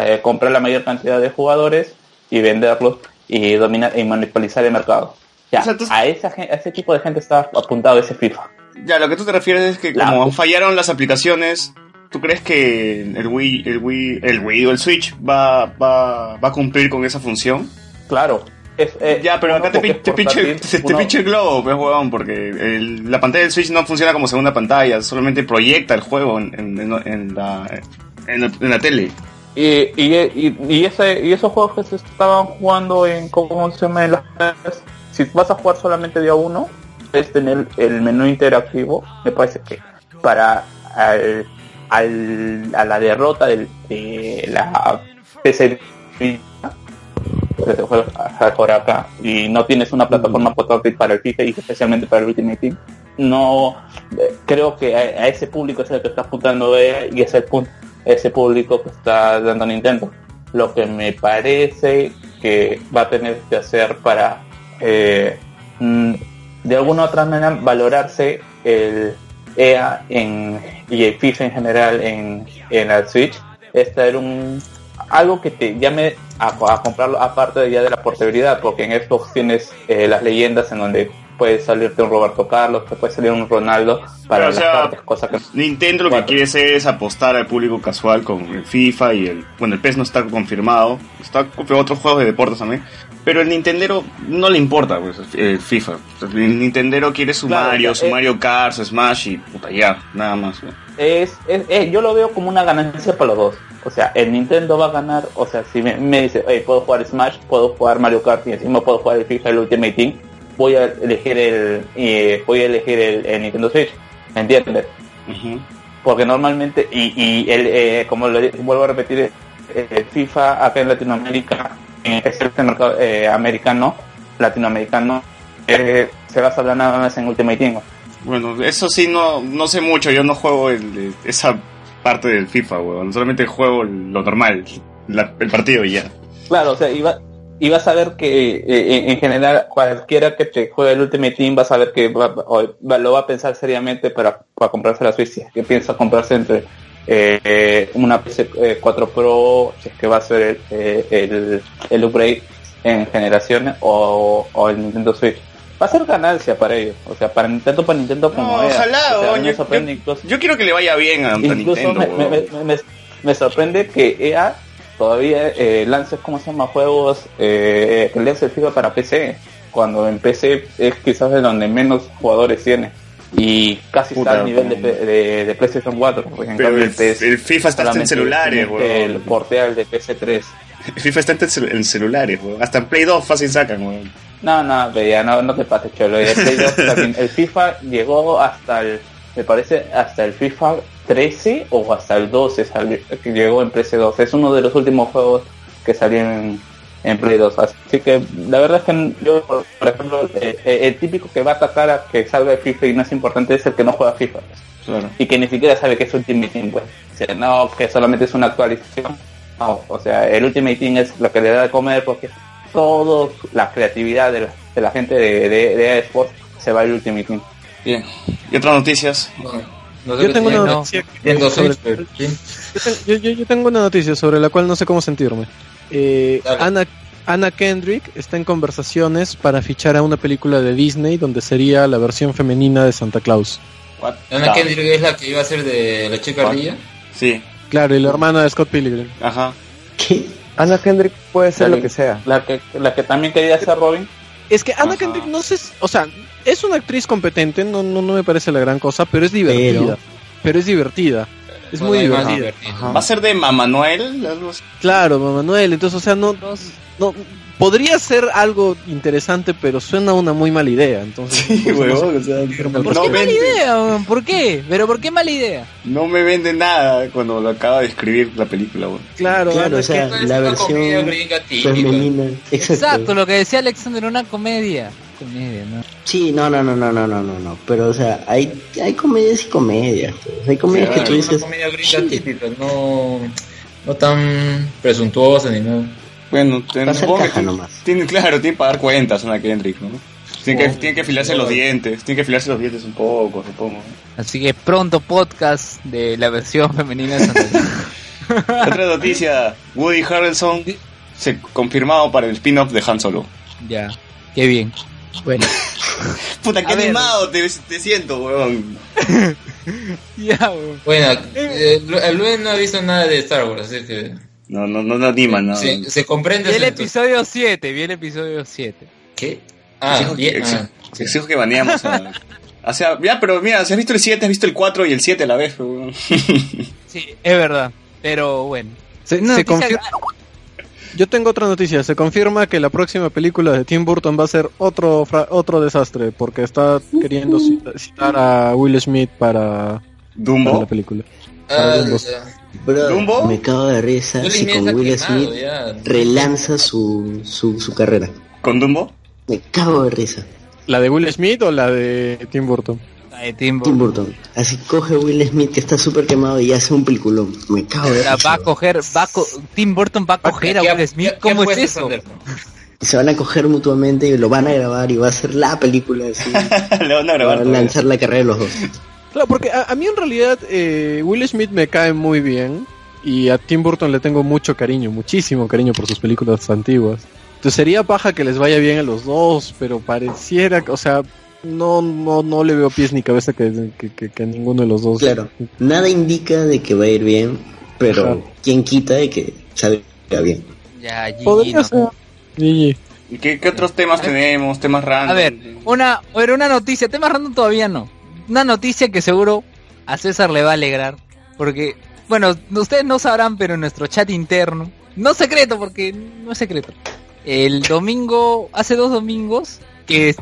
E: eh, comprar la mayor cantidad de jugadores y venderlos y dominar y manipular el mercado. Ya,
D: O sea, tú-
E: a, esa, gen- a ese tipo de gente está apuntado ese FIFA.
D: Ya, lo que tú te refieres es que
E: La-
D: como fallaron las aplicaciones, ¿tú crees que el Wii, el Wii, el Wii o el Switch va, va, va a cumplir con esa función?
E: Claro. es, eh,
D: ya, pero
E: uno
D: acá te,
E: porque
D: pin- te
E: es
D: pinche,
E: portátil,
D: te- te
E: uno-
D: pinche el globo, pues, weón, porque el- la pantalla del Switch no funciona como segunda pantalla, solamente proyecta el juego en, en- en- en la, en, la, en la tele.
E: Y, y, y, y ese- y esos juegos que se estaban jugando en cómo se llama en las redes, si vas a jugar solamente de a uno, es tener el menú interactivo, me parece que para al, al- a la derrota del- de la PC por acá y no tienes una plataforma potente para el FIFA y especialmente para el Ultimate Team no eh, creo que a, a ese público es el que está apuntando EA y es el punto ese público que está dando Nintendo lo que me parece que va a tener que hacer para eh, mm, de alguna u otra manera valorarse el EA en, y el FIFA en general en, en la Switch es traer un algo que te llame a, a comprarlo aparte de ya de la portabilidad porque en Xbox tienes eh, las leyendas en donde puede salirte un Roberto Carlos te puede salir un Ronaldo
D: Pero,
E: para
D: o
E: las
D: sea,
E: partes cosa que
D: Nintendo lo que
E: Cuatro.
D: quiere hacer es apostar al público casual con el FIFA y el... Bueno, el PES no está confirmado, está confirmado otros juegos de deportes también, pero el Nintendero no le importa pues, el FIFA. El Nintendero quiere su
E: Claro,
D: Mario,
E: o sea,
D: su
E: eh,
D: Mario Kart, su Smash y puta ya, nada más. pues. ¿no?
E: es, es- eh, yo lo veo como una ganancia para los dos. O sea, el Nintendo va a ganar. O sea, si me, me dice, hey, puedo jugar Smash, puedo jugar Mario Kart y encima puedo jugar el FIFA, el Ultimate Team, voy a elegir el, eh, voy a elegir el, el Nintendo Switch. ¿Me entiendes?
D: Ujú.
E: porque normalmente y, y el, eh, como lo vuelvo a repetir eh, FIFA acá en Latinoamérica eh, excepto en el mercado eh, americano latinoamericano eh, se basa nada más en Ultimate Team
D: Bueno, eso sí, no, no sé mucho, yo no juego el- esa parte del FIFA, weón, solamente juego lo normal, la- el partido y ya.
E: Claro, o sea, y, va- y vas a ver que eh, en- en general cualquiera que te juegue el Ultimate Team va a saber que va- o va- lo va a pensar seriamente para, para comprarse la Suiza, que piensa comprarse entre eh, eh, una PS4 Pro, si es que va a ser el, eh, el, el upgrade en generaciones o, o el Nintendo Switch. Va a ser ganancia para ellos, o sea, para Nintendo, para Nintendo como
D: No,
E: era.
D: ojalá,
E: O sea, a mí
D: oye,
E: me sorprende
D: yo-
E: incluso-
D: Yo quiero que le vaya bien a, a
E: Incluso
D: Nintendo,
E: me,
D: weón.
E: me- me- me- me sorprende que EA todavía eh, lance, ¿cómo se llama? Juegos eh, que le hace FIFA para PC, cuando en PC es quizás de donde menos jugadores tiene. Y casi
D: Puta,
E: está al nivel de,
D: como-
E: de- de PlayStation 4. pues, en
D: Pero
E: cambio
D: el, el FIFA está hasta en
E: solamente
D: celulares,
E: tiene
D: weón.
E: El porteal de PS3.
D: El FIFA está hasta en, cel- en celulares, weón. Hasta en Play 2 fácil sacan, weón.
E: No, no, veía, no, no te pases, cholo. El, Play 2 también. El FIFA llegó hasta el, me parece, hasta el FIFA 13 o hasta el 12 salió- que llegó en PS2. Es uno de los últimos juegos que salieron en, en Play 2. Así que la verdad es que yo, por ejemplo, eh, eh, el típico que va a atacar a que salga de FIFA y no es importante es el que no juega FIFA
D: Claro.
E: y que ni siquiera sabe que es Ultimate Team, pues. O sea, no, que solamente es una actualización No, o sea, el Ultimate Team es lo que le da de comer porque toda la creatividad de la, de la gente de, de, de eSports se va al Ultimate Team.
D: Bien. ¿Y otras noticias?
F: Bueno, no sé
B: Yo
F: qué
B: tengo
F: tiene,
B: una
F: Eh, ¿no?
B: noticia que-
F: Nintendo
B: sobre-
F: Switch, pero, sí.
B: Yo, ten- yo- yo- yo tengo una noticia sobre la cual no sé cómo sentirme. Eh,
F: Dale.
B: Ana, Ana Kendrick está en conversaciones para fichar a una película de Disney donde sería la versión femenina de Santa Claus.
D: What?
F: Ana
D: Ah,
F: Kendrick es la que iba a ser de la chica ardilla.
D: Sí,
B: Claro, y la hermana de Scott Pilgrim.
D: ajá.
C: ¿Qué?
G: Ana Kendrick puede ser
E: Dale.
G: lo que sea.
E: La que, la que también quería ser Robin.
B: Es que Ana
D: Ajá.
B: Kendrick no sé, si- o sea, es una actriz competente, no, no, no me parece la gran cosa, pero es divertida. Pero,
C: Pero-
B: es divertida. Es muy
F: Bueno, además,
B: divertida.
F: divertido.
D: ¿Va a ser de Mamanuel? Algo así.
B: Claro, Manuel, entonces, o sea, no, no podría ser algo interesante, pero suena una muy mala idea, entonces.
D: Sí, huevón, o sea,
A: ¿Por
D: no
A: qué mala
D: vende,
A: idea? weón? ¿Por qué? ¿Pero por qué mala idea?
D: no me vende nada cuando lo acaba de escribir la película, weón.
B: Claro,
C: Claro, o sea,
F: Es
C: la
F: una comedia
C: versión
F: gringa típica.
C: femenina.
A: Exacto,
C: Exacto.
A: lo que decía Alexander, una comedia. Comedia, ¿no?
C: Sí, no, no, no, no, no, no, no, no. Pero, o sea, hay, hay comedias y comedias. pues. Hay comedias
F: Claro,
C: que tú
F: una
C: dices,
F: comedia gringa típica, no, no tan presuntuosa ni nada.
D: Bueno, ten-
C: Va a ser
D: supongo que
C: caja
D: ti-
C: nomás.
D: Tiene, claro, tiene que pagar cuentas Ana Kendrick, ¿no? Tiene que, tiene que afilarse los dientes, tiene que afilarse los dientes un poco, supongo.
A: Así que pronto podcast de la versión femenina de Santa Claus.
D: Otra noticia, Woody Harrelson se confirmado para el spin-off de Han Solo.
A: Ya, qué bien. Bueno,
D: Puta, qué
A: A ver.
D: animado te, te siento, weón.
A: ya, weón.
F: Bueno, eh, Lu- eh, Luis no ha visto nada de Star Wars, así que
D: No, no, no, no anima, no.
F: se, se comprende.
A: Vi el
F: su entusi-
A: episodio 7, vi el episodio 7.
F: ¿Qué? Ah,
D: Exijo que-
F: bien.
D: exijo-
F: ah, sí.
D: Exijo que baneamos. a- O sea, ya, pero mira, si has visto el 7, has visto el 4 y el 7 a la vez, weón.
A: Sí, es verdad, pero bueno.
B: Se,
A: Una
B: se
A: noticia
B: confirma- Yo tengo otra noticia. Se confirma que la próxima película de Tim Burton va a ser otro fra- otro desastre porque está queriendo cita- citar a Will Smith para, para
D: Dumbo.
B: la película.
F: Ah,
B: Dumbo.
F: ya.
C: bro,
D: ¿Dumbo?
C: me cago de risa
F: Will
C: si
F: Smith está
C: con Will
F: quemado,
C: Smith
F: ya.
C: relanza su, su, su carrera.
D: ¿Con Dumbo?
C: Me cago de risa.
B: ¿La de Will Smith o la de Tim Burton?
A: La de eh, Tim
C: Tim
A: Burton.
C: Burton. Así coge Will Smith que está súper quemado y hace un peliculón. Me cago de
A: La
C: risa.
A: va a coger, va a co- Tim Burton va a coger a
F: ¿Qué-
A: Will Smith.
F: qué-
A: ¿Cómo
F: qué
A: es
F: apuestas,
A: eso?
F: Anderson?
C: Se van a coger mutuamente y lo van a grabar y va a ser la película así.
D: Le van
C: Van
D: a grabar.
C: a
D: todavía.
C: lanzar la carrera de los dos.
B: Claro, porque a, a mí en realidad eh, Will Smith me cae muy bien y a Tim Burton le tengo mucho cariño, muchísimo cariño por sus películas antiguas. Entonces sería paja que les vaya bien a los dos, pero pareciera, que- o sea, no no no le veo pies ni cabeza que, que- que- que a ninguno de los dos.
C: Claro, nada indica de que va a ir bien, pero
B: Ajá.
C: quién quita de que salga bien.
A: Ya, GG,
B: Podría
A: no.
B: ser. GG.
D: ¿Y qué, qué otros temas tenemos? Temas random.
A: A ver, una, bueno, una noticia, tema random todavía no. Una noticia que seguro a César le va a alegrar. Porque, bueno, ustedes no sabrán, pero en nuestro chat interno, no secreto, porque no es secreto. El domingo, hace dos domingos, que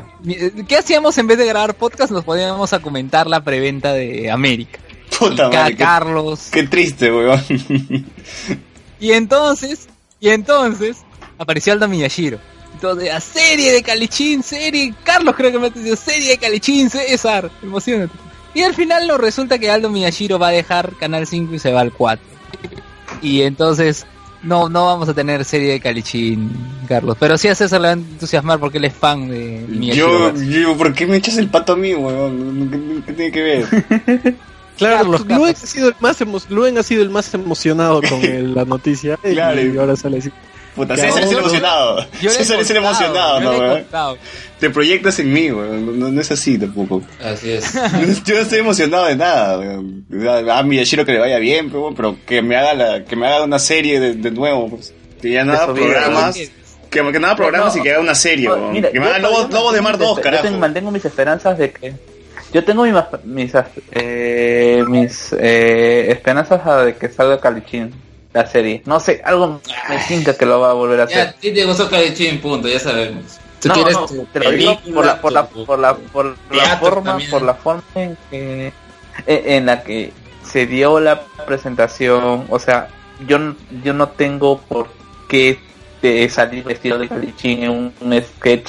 A: ¿qué hacíamos en vez de grabar podcast? Nos poníamos a comentar la preventa de América.
D: Puta
A: Y Ca-
D: madre, qué,
A: Carlos.
D: qué triste, weón.
A: Y entonces, y entonces, apareció Aldo Miyashiro. Entonces, a serie de Calichín, serie. Carlos creo que me ha dicho, serie de Calichín, César. Emocionate. Y al final nos resulta que Aldo Miyashiro va a dejar Canal 5 y se va al 4. Y entonces, no, no vamos a tener serie de Calichín, Carlos. Pero sí a César le va a entusiasmar porque él es fan de Miyashiro.
D: Yo, yo, ¿por qué me echas el pato a mí, weón? ¿Qué, qué tiene que ver?
B: Claro,
A: Carlos
B: Luen ha
A: Campos.
B: sido el más emo- Luen ha sido el más emocionado con el- la noticia y-
D: Claro.
B: y ahora sale así.
D: Puta,
B: Ya,
D: César es
B: no,
D: el
B: no.
D: emocionado.
A: Yo le he
D: César es el
A: contado,
D: emocionado,
A: yo
D: ¿no,
A: le he
D: weón?
A: contado.
D: Te proyectas en mí, weón. No, no es así tampoco.
F: Así es.
D: Yo no- yo no estoy emocionado de nada, weón. A a Miyashiro que le vaya bien, pero, pero que me haga la, que me haga una serie de, de nuevo, pues. Que ya no haga
E: Eso, mira,
D: programas.
A: weón.
D: Que, que no haga programas
E: No,
D: y que haga una serie,
E: No,
D: weón.
E: mira,
D: que me haga
E: yo
D: Lobo,
E: todavía
D: Lobo de Mar
E: mantengo
D: 2,
E: mis-
D: carajo.
E: Yo tengo- mantengo mis esperanzas de que... Yo tengo mis, mis, eh, mis eh, esperanzas a de que salga Calichín, la serie. No sé, algo me tinca que lo va a volver a
F: Ya,
E: hacer.
F: a ti te gustó Calichín, punto, ya sabemos. Tú
E: No,
F: quieres
E: no,
F: tu
E: te lo digo
F: película,
E: por la, por
F: tu-
E: la, por la, por la
F: teatro
E: forma,
F: también.
E: por la forma en que, en, en la que se dio la presentación. O sea, yo, n- yo no tengo por qué eh, salir vestido de calichín en un, un sketch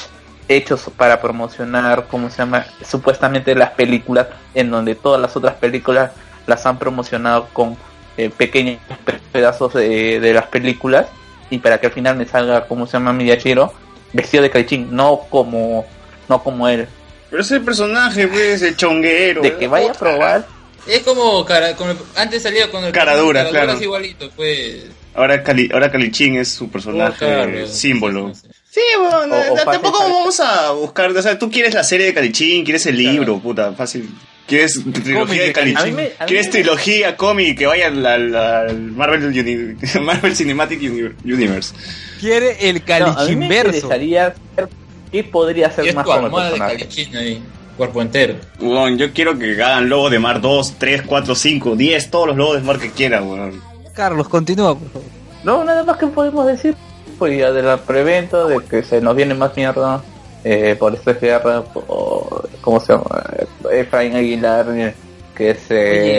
E: hecho so- para promocionar, como se llama, supuestamente las películas en donde todas las otras películas las han promocionado con eh, pequeños pe- pedazos de, de las películas y para que al final me salga, como se llama Miyashiro, vestido de Kaichin, no como no como él.
D: Pero ese personaje, pues, el chonguero.
E: De que vaya a probar,
F: Es como cara, con el- antes salía con el
D: Cara dura, claro.
F: es igualito, pues.
D: Ahora, Cali, ahora Calichín es su personaje eh,
F: Claro.
D: símbolo.
F: No sé.
D: Sí, bueno,
E: O- o
D: no- tampoco
E: fácil-
D: vamos a buscar. O sea, tú quieres la serie de Calichín, quieres el libro, puta, fácil. Quieres trilogía de
E: Calichín.
D: Calichín.
E: A mí me- a mí
D: Quieres
E: me-
D: trilogía cómic que vaya al, al- al Marvel, Uni- Marvel Cinematic Uni- Universe.
A: Quiere el
E: No, a mí me
A: calichinverso.
E: interesaría saber qué podría
F: Y
E: hacer
F: es
E: más
F: tu
E: con el
F: almohada de
E: personaje.
F: calichín ahí, cuerpo entero.
D: Weón, yo quiero que hagan logo de Mar 2, 3, 4, 5, 10, todos los logos de Mar que quieran, weón.
A: Carlos, continúa, pues. por favor.
E: No, nada más que podemos decir. Pues ya de la preventa, de que se nos viene más mierda eh, por esta guerra, por, ¿cómo se llama? Efraín Aguilar, eh, que se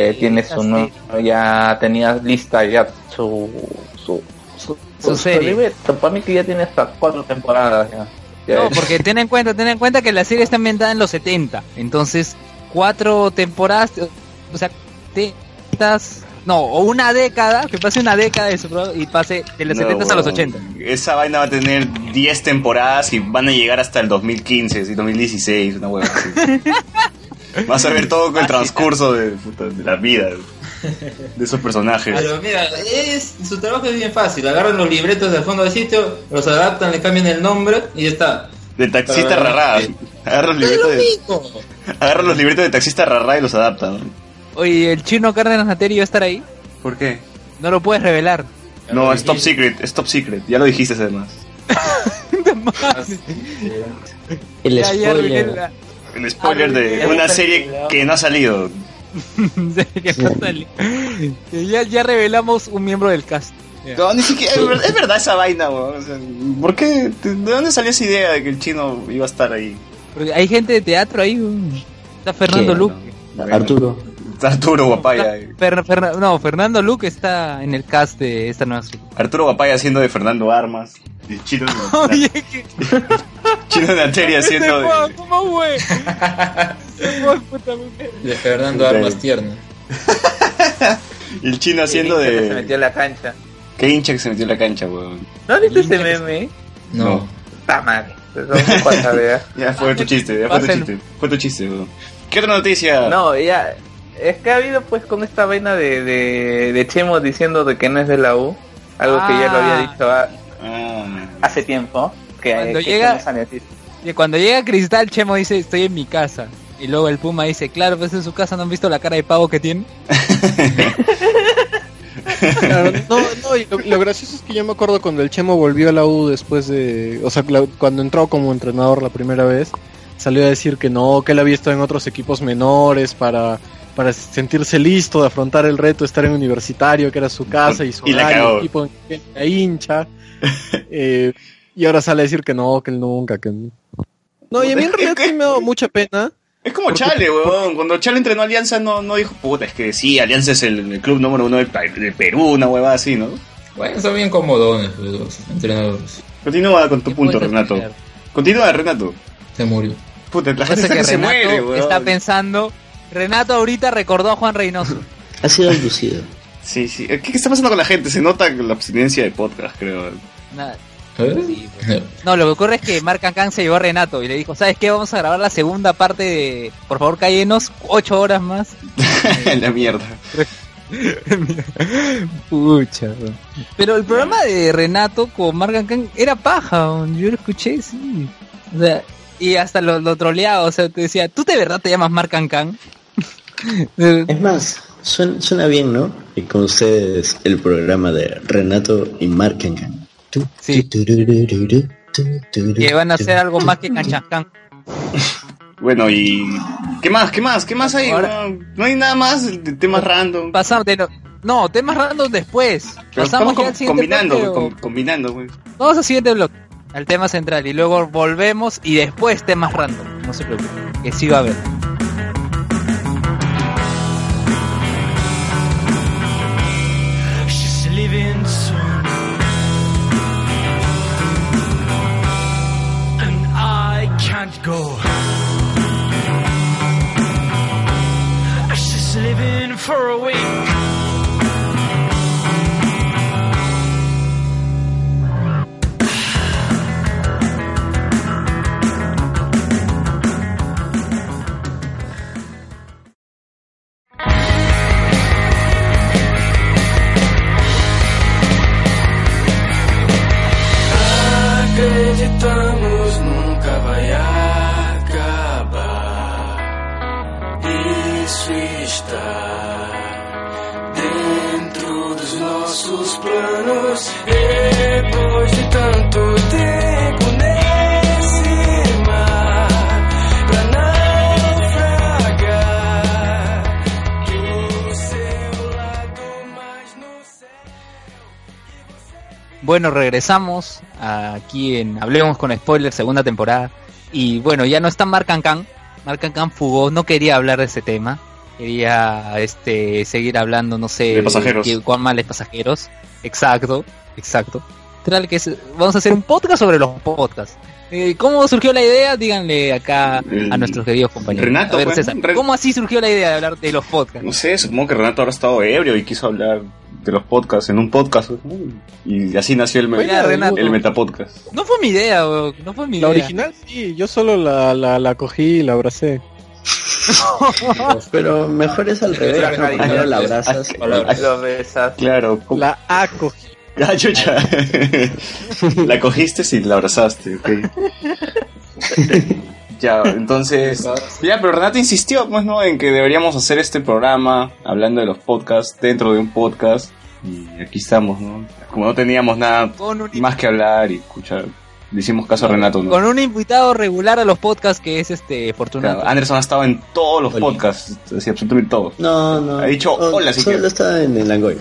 A: Oye,
E: tiene
A: esa
E: su no, ya tenía lista ya su su, su,
A: Su serie.
E: libreto. Para mí que ya tiene hasta cuatro temporadas ya. Ya
A: No,
E: es-
A: porque ten en cuenta, ten en cuenta que la serie está ambientada en los 70. Entonces, cuatro temporadas, o sea, te estás- No, o una década, que pase una década de su pro- y pase de los
D: No,
A: 70 a los
D: weón.
A: 80.
D: Esa vaina va a tener 10 temporadas y van a llegar hasta el 2015, sí, 2016, una hueva así. Vas a ver todo con el transcurso de, puta, de la vida de esos personajes.
F: Pero mira, es, su trabajo es bien fácil. Agarran los libretos del fondo del sitio, los adaptan, le cambian el nombre y ya está.
D: De taxista
F: Pero- eh,
D: rarra. Agarra los, libretos de,
F: Pico.
D: agarra los libretos de taxista rarra y los adapta. ¿no?
A: Oye, el chino Cárdenas Nateri va a estar ahí.
D: ¿Por qué?
A: No lo puedes revelar.
D: No, es top secret, es top secret. Ya lo dijiste además.
C: El
A: Ya, ya arruiné
C: spoiler.
A: la-
D: El spoiler de
E: Ah,
D: una
E: ya.
D: serie que no ha salido.
A: que no sale. Que ya, ya revelamos un miembro del cast.
D: No, ni siquiera. Es, ver- es verdad esa vaina, weón. O sea, ¿Por qué? ¿De dónde salió esa idea de que el chino iba a estar ahí?
A: Porque hay gente de teatro ahí. güey. Está Fernando
C: ¿Qué?
A: Luque.
C: Arturo.
D: Arturo Guapaya. eh.
A: Está Fer- Ferna- no, Fernando Luque está en el cast de esta nueva serie.
D: Arturo Guapaya haciendo de Fernando Armas. Y Chino,
A: Oye, que
D: Chino de Arteria haciendo de.
A: ¿cómo güey? Se fue, puta madre.
F: De Fernando
D: Ok.
F: Armas Tierna.
D: y el chino haciendo
E: que se metió
D: de.
E: en la cancha.
D: Qué hincha que se metió en la cancha, weón.
E: ¿No viste ese meme?
F: No.
E: Está mal. Eso no pasa, vea.
D: Ya fue tu chiste, ya fue tu
A: Pásenlo.
D: chiste. Fue tu chiste, weón. ¿Qué otra noticia?
E: No, ya. Es que ha habido pues con esta vaina de, de, de Chemo diciendo de que no es de la U. Algo que ya lo había
A: Ah.
E: dicho a-
D: Ah.
E: hace tiempo. Que,
A: Cuando
E: que
A: llega-
E: con esa noticia.
A: Y cuando llega Cristal, Chemo dice, estoy en mi casa. Y luego el Puma dice, claro, pues en su casa no han visto la cara de pavo que tiene.
B: Claro, no, no, y lo, lo gracioso es que yo me acuerdo cuando el Chemo volvió a la U después de. O sea, la- cuando entró como entrenador la primera vez, salió a decir que no, que él había estado en otros equipos menores para, para sentirse listo de afrontar el reto, de estar en universitario, que era su casa y su
D: Y la
B: hogar,
D: cagó.
B: el equipo en que era hincha. Eh, y ahora sale a decir que no, que él nunca, que. No, No, y a mí en realidad sí me da mucha pena.
D: Es como Chale, weón. Cuando Chale entrenó a Alianza, no, no dijo, puta, es que sí, Alianza es el, el club número uno del, pa- del Perú, una huevada así, ¿no?
F: Bueno, son bien comodones pues, los entrenadores.
D: Continúa con tu
A: ¿Qué
D: punto,
A: puedes
D: Renato.
A: esperar?
D: Continúa, Renato.
F: Se murió.
D: Puta, la gente
A: Pasa
D: está
A: que
D: que se
A: Renato
D: muere, weón.
A: está pensando... Renato ahorita recordó a Juan Reynoso.
C: Ha sido abducido.
D: Sí, sí. ¿Qué, qué está pasando con la gente? Se nota la abstinencia de podcast, creo.
A: Nada.
F: ¿Eh?
A: No, lo que ocurre es que Marc Ancán se llevó a Renato y le dijo, ¿sabes qué? Vamos a grabar la segunda parte de... Por favor, cállenos ocho horas más.
D: la mierda.
A: Pucha, weón. Pero el programa de Renato con Margan Khan era paja, weón. yo lo escuché, sí. O sea, y hasta lo, lo troleaba, o sea, te decía, ¿tú de verdad te llamas Margan Khan?
C: Es más, suena, suena bien, ¿no? Y con ustedes el programa de Renato y Markengan.
A: Sí, que van a hacer algo más que Canchascan.
D: Bueno, y. ¿Qué más? ¿Qué más? ¿Qué más hay?
A: Ahora-
D: weón? no hay nada más de temas random.
A: Pasamos de... lo- No, temas random después.
D: Pero
A: Pasamos
D: estamos
A: ya
D: com-
A: al siguiente
D: combinando,
A: bloque,
D: weón,
A: o-
D: com- combinando, güey.
A: Vamos al siguiente bloque, al tema central, y luego volvemos y después temas random. No se preocupen, que sí va a haber.
I: She's living for a week. necesitamos nunca vai acabar. Isso está dentro dos nossos planos. Depois de tanto tempo nesse mar, pra naufragar. Do seu lado, mas no
A: Bueno, regresamos aquí en Hablemos con Spoilers, segunda temporada. Y bueno, ya no está Marc Ancan. Marc Ancan fugó, no quería hablar de ese tema. Quería este seguir hablando, no sé,
D: De pasajeros.
A: qué- cuán mal es pasajeros. Exacto, exacto. Literal que es- vamos a hacer un podcast sobre los podcasts. Eh, ¿Cómo surgió la idea? Díganle acá a
D: Mm.
A: nuestros queridos compañeros.
D: Renato,
A: a ver,
D: pues,
A: César,
D: Ren-
A: ¿cómo así surgió la idea de hablar de los podcasts?
D: No sé, supongo que Renato habrá estado ebrio y quiso hablar de los podcasts en un podcast. ¿no? Y así nació el, me-
A: Buena, Renato.
D: el Metapodcast.
A: No fue mi idea, weón, no fue mi
H: La
A: idea.
H: original sí, yo solo la, la, la cogí y la abracé.
C: Pero mejor es al revés.
F: Pero,
C: ¿no?
F: claro,
C: Primero la
F: claro,
C: abrazas.
F: palabras.
E: Lo besas.
D: Claro, co-
H: La acogí.
D: Ah, chucha. la cogiste y la abrazaste, ok. ya, entonces. Ya, pero Renato insistió, pues, ¿no? En que deberíamos hacer este programa hablando de los podcasts dentro de un podcast. Y aquí estamos, ¿no? Como no teníamos nada
A: Con un
D: más que hablar y escuchar, le hicimos caso a Renato, ¿no?
A: con un invitado regular a los podcasts que es este Fortunato.
D: Claro, Anderson ha estado en todos los
C: Oli.
D: podcasts, así, absolutamente todos.
C: No, no.
D: Ha dicho,
C: Oh,
D: hola, si
C: Solo
D: quieres.
C: está en el Angoy.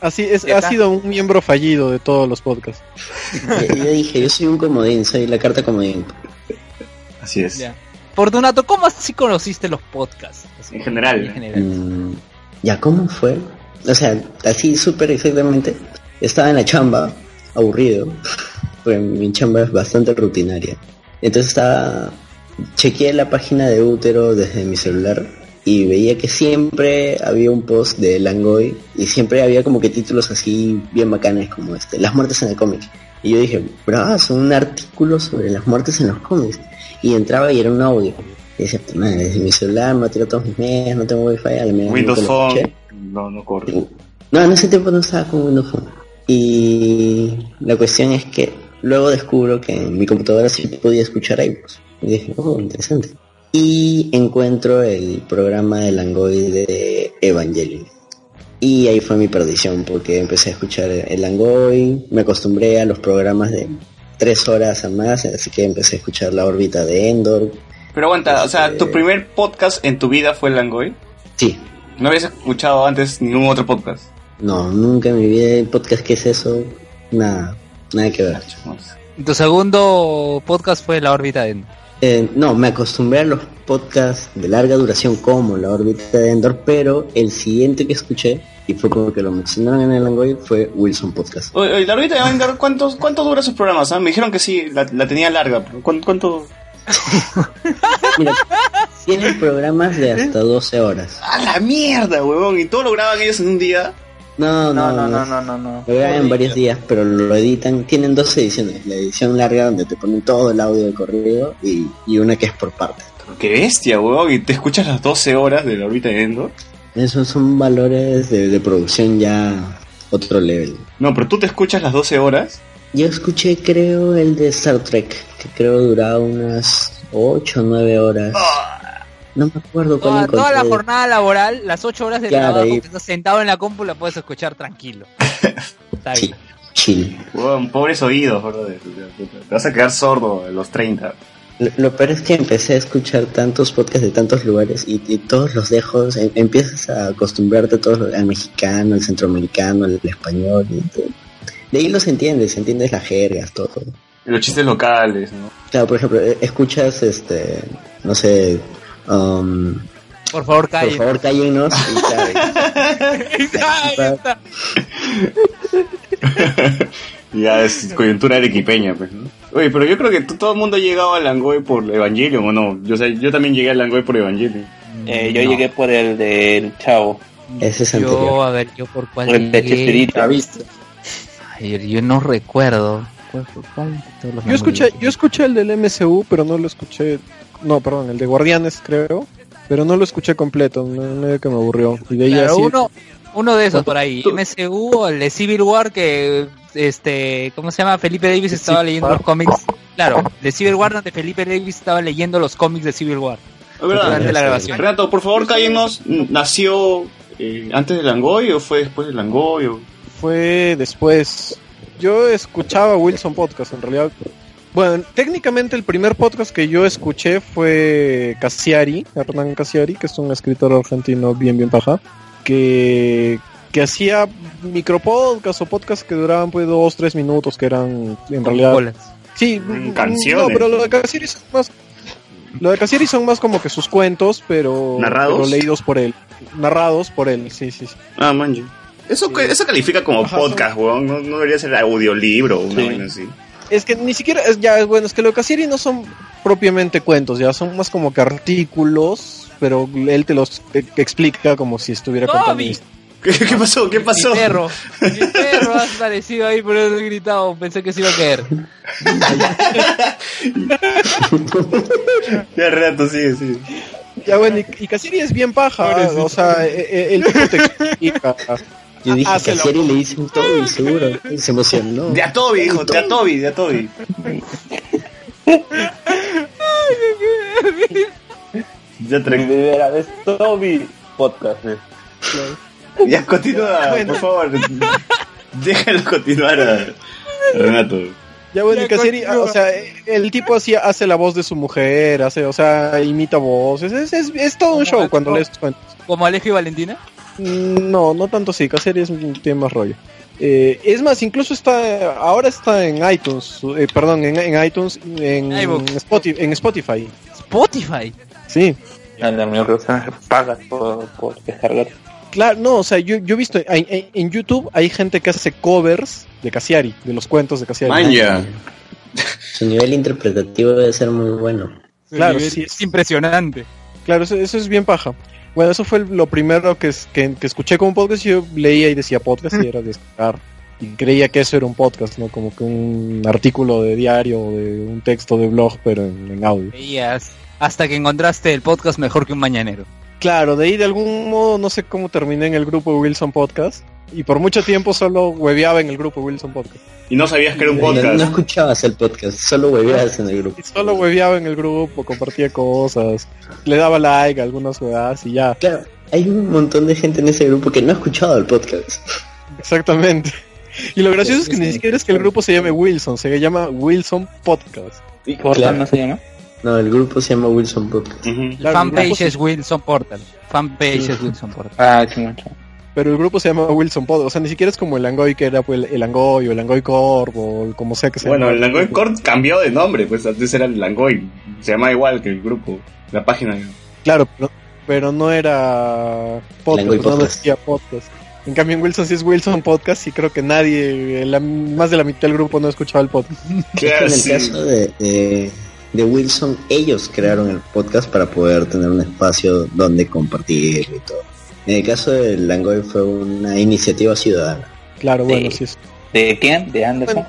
H: Así es,
E: Ya
H: ha
E: está.
H: sido un miembro fallido de todos los podcasts.
C: Y yo dije, yo soy un comodín, soy la carta comodín.
D: Así es.
A: Ya. Fortunato, ¿cómo así conociste los podcasts? Así,
D: En general.
A: en general.
C: Mm, ¿Ya cómo fue? O sea, así súper exactamente. Estaba en la chamba, aburrido. Porque mi chamba es bastante rutinaria. Entonces estaba. Chequeé la página de útero desde mi celular y veía que siempre había un post de Langoy y siempre había como que títulos así bien bacanes como este, Las muertes en el cómic. Y yo dije, bravo, son un artículo sobre las muertes en los cómics. Y entraba y era un audio. Y decía, "Puta madre, desde mi celular me tiro todos mis medios, no tengo wifi, a la mierda, nunca
D: Windows
C: lo
D: Phone.
C: escuché".
D: No, no corre.
C: No, en ese tiempo no estaba con Windows Phone. Y la cuestión es que luego descubro que en mi computadora sí podía escuchar iBooks. Y dije, oh, interesante. Y encuentro el programa de Langoy de Evangelion. Y ahí fue mi perdición, porque empecé a escuchar el Langoy, me acostumbré a los programas de tres horas a más, así que empecé a escuchar la órbita de Endor.
D: Pero aguanta, o sea,
C: Este-
D: tu primer podcast en tu vida fue el Langoy.
C: Sí,
D: No habías escuchado antes ningún otro podcast.
C: no, nunca en mi vida el podcast que es eso, nada, nada que ver.
A: Mm. Tu segundo podcast fue La órbita de Endor.
C: Eh, no, me acostumbré a los podcasts de larga duración como La órbita de Endor, pero el siguiente que escuché, y fue como que lo mencionaron en el Angoy, fue Wilson Podcast.
D: Oye, oye, la ahorita ya van a dar cuántos, cuánto dura sus programas, ah? Me dijeron que sí, la, la tenía larga, pero ¿cuán- ¿cuánto?
C: Mira, tienen programas de hasta 12 horas.
D: ¡A la mierda, huevón! Y todo lo graban ellos en un día.
C: No,
E: No,
C: no,
E: no, no, no, no, no.
C: Lo graban en varios días, pero lo editan. Tienen dos ediciones. La edición larga donde te ponen todo el audio de corrido y, y una que es por partes.
D: ¡Qué bestia, huevón! Y te escuchas las 12 horas de la órbita de Endor.
C: Esos son valores de, de producción ya otro level.
D: No, pero tú te escuchas las 12 horas.
C: Yo escuché, creo, el de Star Trek, que creo duraba unas 8 o 9 horas. No me acuerdo cuál
A: Ah, Toda, toda
C: encontré.
A: la jornada laboral, las ocho horas de
C: Claro,
A: trabajo
C: ahí.
A: que estás sentado en la compu, la puedes escuchar tranquilo. Está
C: Sí,
A: bien.
C: chill.
D: Huevón, pobres oídos, brother. Te vas a quedar sordo a los 30.
C: Lo, lo peor es que empecé a escuchar tantos podcasts de tantos lugares y, y todos los dejo. em- empiezas a acostumbrarte a todos los- al mexicano, al centroamericano, al, español. y te- de ahí los entiendes, entiendes las jergas, todo.
D: Y Los chistes locales, ¿no?
C: Claro, por ejemplo, eh, escuchas, este, no sé, um,
A: Por favor,
C: por
A: calle.
C: favor cállenos. Y, claro,
D: Ya es coyuntura arequipeña, pues, ¿no? Oye, pero yo creo que t- todo el mundo ha llegado al Langoy por Evangelion, ¿o no? Yo, sé, yo también llegué al Langoy por Evangelion.
E: Eh, yo llegué por el del chavo.
C: ese es anterior.
A: Yo, a ver, yo por cuál
E: Por el de
A: llegué.
E: Chespirito.
A: Ay, yo no recuerdo. ¿Cuál fue cuál? Todos los
H: Yo escuché,
A: nombres.
H: yo escuché el del MCU, pero no lo escuché. No, perdón, el de Guardianes, creo. Pero no lo escuché completo, me- medio que me aburrió. Y de ahí
A: Claro,
H: así-
A: uno, uno de esos por ahí, MCU o el de Civil War que este, ¿cómo se llama? Felipe Davis estaba leyendo los cómics, claro, de Civil War, donde Felipe Davis estaba leyendo los cómics de Civil War
D: Es verdad.
A: durante la grabación.
D: Renato, por favor, cállenos. ¿Nació eh, antes del Langoy o fue después del Langoy? o-
B: fue después. Yo escuchaba Wilson Podcast, en realidad. Bueno, técnicamente el primer podcast que yo escuché fue Cassiari, Hernán Cassiari, que es un escritor argentino bien, bien paja, que, que hacía micropodcasts o podcasts que duraban pues dos, tres minutos, que eran en realidad... Sí, mm,
D: canciones.
B: No, pero lo de Cassiari son más... Lo de Cassiari son más como que sus cuentos, pero...
D: ¿Narrados?
B: pero leídos por él. Narrados por él, sí, sí, sí.
D: Ah, manjo. Eso, que- eso califica como
B: Ajá,
D: podcast, weón. No, no debería ser audiolibro o una vaina así.
B: Es que ni siquiera, es, ya, bueno, es que lo de Cassieri no son propiamente cuentos, ya son más como que artículos, pero él te los e- explica como si estuviera
A: ¡Toby!
B: contando. una historia.
D: ¿Qué, qué pasó? ¿Qué pasó?
A: Mi perro, mi perro ha aparecido ahí, por eso he gritado, pensé que se iba a caer.
D: Ya, Renato, sigue, sigue.
B: Ya, bueno, y, y Cassieri es bien paja, o sea, e- e- el tipo te explica.
C: Yo dije
B: Ah, se
C: que
B: lo-
C: ayer y le hice un Toby, seguro. Y se emocionó.
D: De a Toby, hijo, de a Toby, de a Toby. Ya, tra-
J: Primera vez, Toby Podcast.
E: eh.
D: ya continúa, por favor. Déjalo continuar a Renato.
B: Ya, bueno, y
A: Ya,
B: Cassieri, ah,
A: continúa.
B: o sea, e- el tipo así hace la voz de su mujer, hace, o sea, imita voces, es, es- es todo un show cuando lees tus cuentos.
A: Como Alejo y Valentina.
B: Mm, No, no tanto sí, Cassieri es, tiene más rollo. Eh, es más, incluso está ahora está en iTunes, eh, perdón, en, en iTunes, en
A: iVoox.
B: Spotify, en Spotify.
A: Spotify.
B: Sí,
J: Anda, mi que pagas por, por descargar.
B: claro, no, o sea, yo, yo he visto en, en- en YouTube hay gente que hace covers de Cassiari, de los cuentos de Cassiari.
D: Manja.
C: Su nivel interpretativo debe ser muy bueno.
B: Claro,
A: Sí,
B: sí,
A: es impresionante.
B: Claro, eso, eso es bien paja. Bueno, eso fue lo primero que, es- que, que escuché como podcast y yo leía y decía podcast y era descargar. Y creía que eso era un podcast, ¿no? Como que un artículo de diario o de un texto de blog, pero en, en audio.
A: Veías, hasta que encontraste el podcast mejor que un mañanero.
B: Claro, de ahí de algún modo no sé cómo terminé en el grupo Wilson Podcast. Y por mucho tiempo solo hueveaba en el grupo Wilson Podcast.
D: Y no sabías que era un
C: No, no
D: podcast.
C: escuchabas el podcast, solo hueveabas en el grupo.
B: Y solo hueveaba en el grupo, compartía cosas, le daba like a algunas jugadas y ya.
C: Claro, hay un montón de gente en ese grupo que no ha escuchado el podcast.
B: Exactamente. Y lo gracioso es que ni siquiera es que el grupo se llame Wilson, se llama Wilson Podcast.
J: ¿Y por
C: Claro.
J: no se llama?
C: No, el grupo se llama Wilson Podcast.
D: Ujú.
B: Claro, el grupo
A: Fanpage
B: se-
A: es Wilson Portal. Fanpage es Wilson Portal.
J: Ah, chingón.
B: pero el grupo se llama Wilson Pod, o sea, ni siquiera es como el Angoy que era pues, el, el Angoy o el Angoy Corp o el- como sea que sea.
D: Bueno, el Langoy Corp cambió de nombre, pues antes era el Langoy. Se llama igual que el grupo, la página.
B: Claro, pero, pero no era podcast,
C: Langoy
B: no
C: Podcast.
B: decía podcast. En cambio en Wilson sí es Wilson Podcast y creo que nadie, eh, la- más de la mitad del grupo no escuchaba el podcast.
D: Claro,
C: en el
D: Ah, sí.
C: caso de, de- de Wilson, ellos crearon el podcast para poder tener un espacio donde compartir y todo. En el caso del Langoy fue una iniciativa ciudadana.
B: Claro, bueno,
J: Sí.
B: sí es.
J: ¿De quién? ¿De Anderson?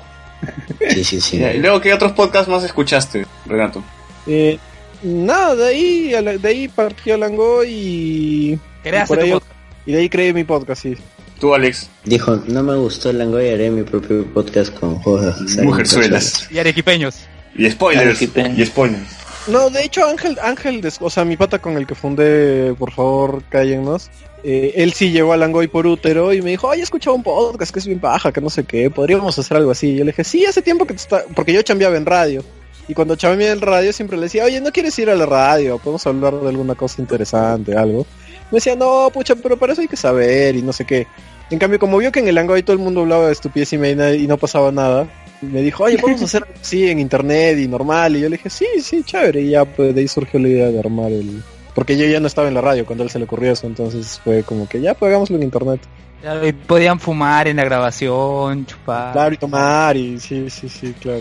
C: Sí, sí, sí.
D: Ya, y luego, ¿qué otros podcasts más escuchaste, Renato?
B: Eh, nada, de ahí, a la- de ahí partió el Angoy y,
A: Creaste
B: por
A: tu
B: ahí-
A: podcast.
B: y de ahí creé mi podcast, sí.
D: Tú, Alex.
C: Dijo, no me gustó el Langoy, haré mi propio podcast con juegos. de azar y
D: Mujerzuelas.
A: Y arequipeños.
D: Y spoilers.
J: Ay, qué pena.
D: Y spoilers.
B: No, de hecho Ángel, Ángel, des- o sea, mi pata con el que fundé, por favor, cállennos. eh, él sí llegó a Langoy por útero y me dijo, ay, he escuchado un podcast que es bien paja, que no sé qué, podríamos hacer algo así. Y yo le dije, sí, hace tiempo que te está... Porque yo chambeaba en radio. Y cuando chambeaba en radio siempre le decía, oye, ¿no quieres ir a la radio? Podemos hablar de alguna cosa interesante, algo. Me decía, no, pucha, pero para eso hay que saber y no sé qué. En cambio, como vio que en el Langoy todo el mundo hablaba de estupidez y, media y no pasaba nada, me dijo, oye, podemos hacer algo así en internet y normal. Y yo le dije, sí, sí, chévere. Y ya pues, de ahí surgió la idea de armar el... Porque yo ya no estaba en la radio cuando a él se le ocurrió eso, entonces fue como que ya, pues hagámoslo en internet.
A: Claro, y Podían fumar en la grabación, chupar.
B: Claro, y tomar, y sí, sí, sí, claro.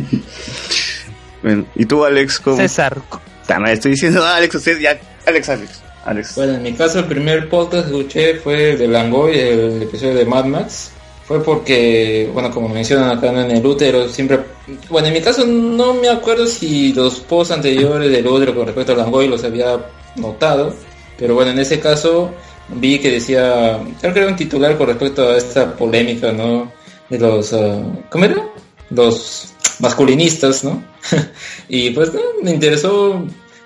D: Bueno, y tú, Alex, ¿cómo?
A: César,
D: Ta madre, estoy diciendo, ah, Alex, usted ya. Alex, Alex. Alex.
E: Pues, Bueno, en mi caso el primer podcast que escuché fue el de Langoy, el episodio de Mad Max. Fue porque, bueno, como mencionan acá ¿no? en el útero, siempre... Bueno, en mi caso no me acuerdo si los posts anteriores del útero con respecto a Langoy los había notado, pero bueno, en ese caso vi que decía, creo que era un titular con respecto a esta polémica, ¿no?
F: de los, ah, ¿cómo era? Los masculinistas, ¿no? y pues no, me interesó,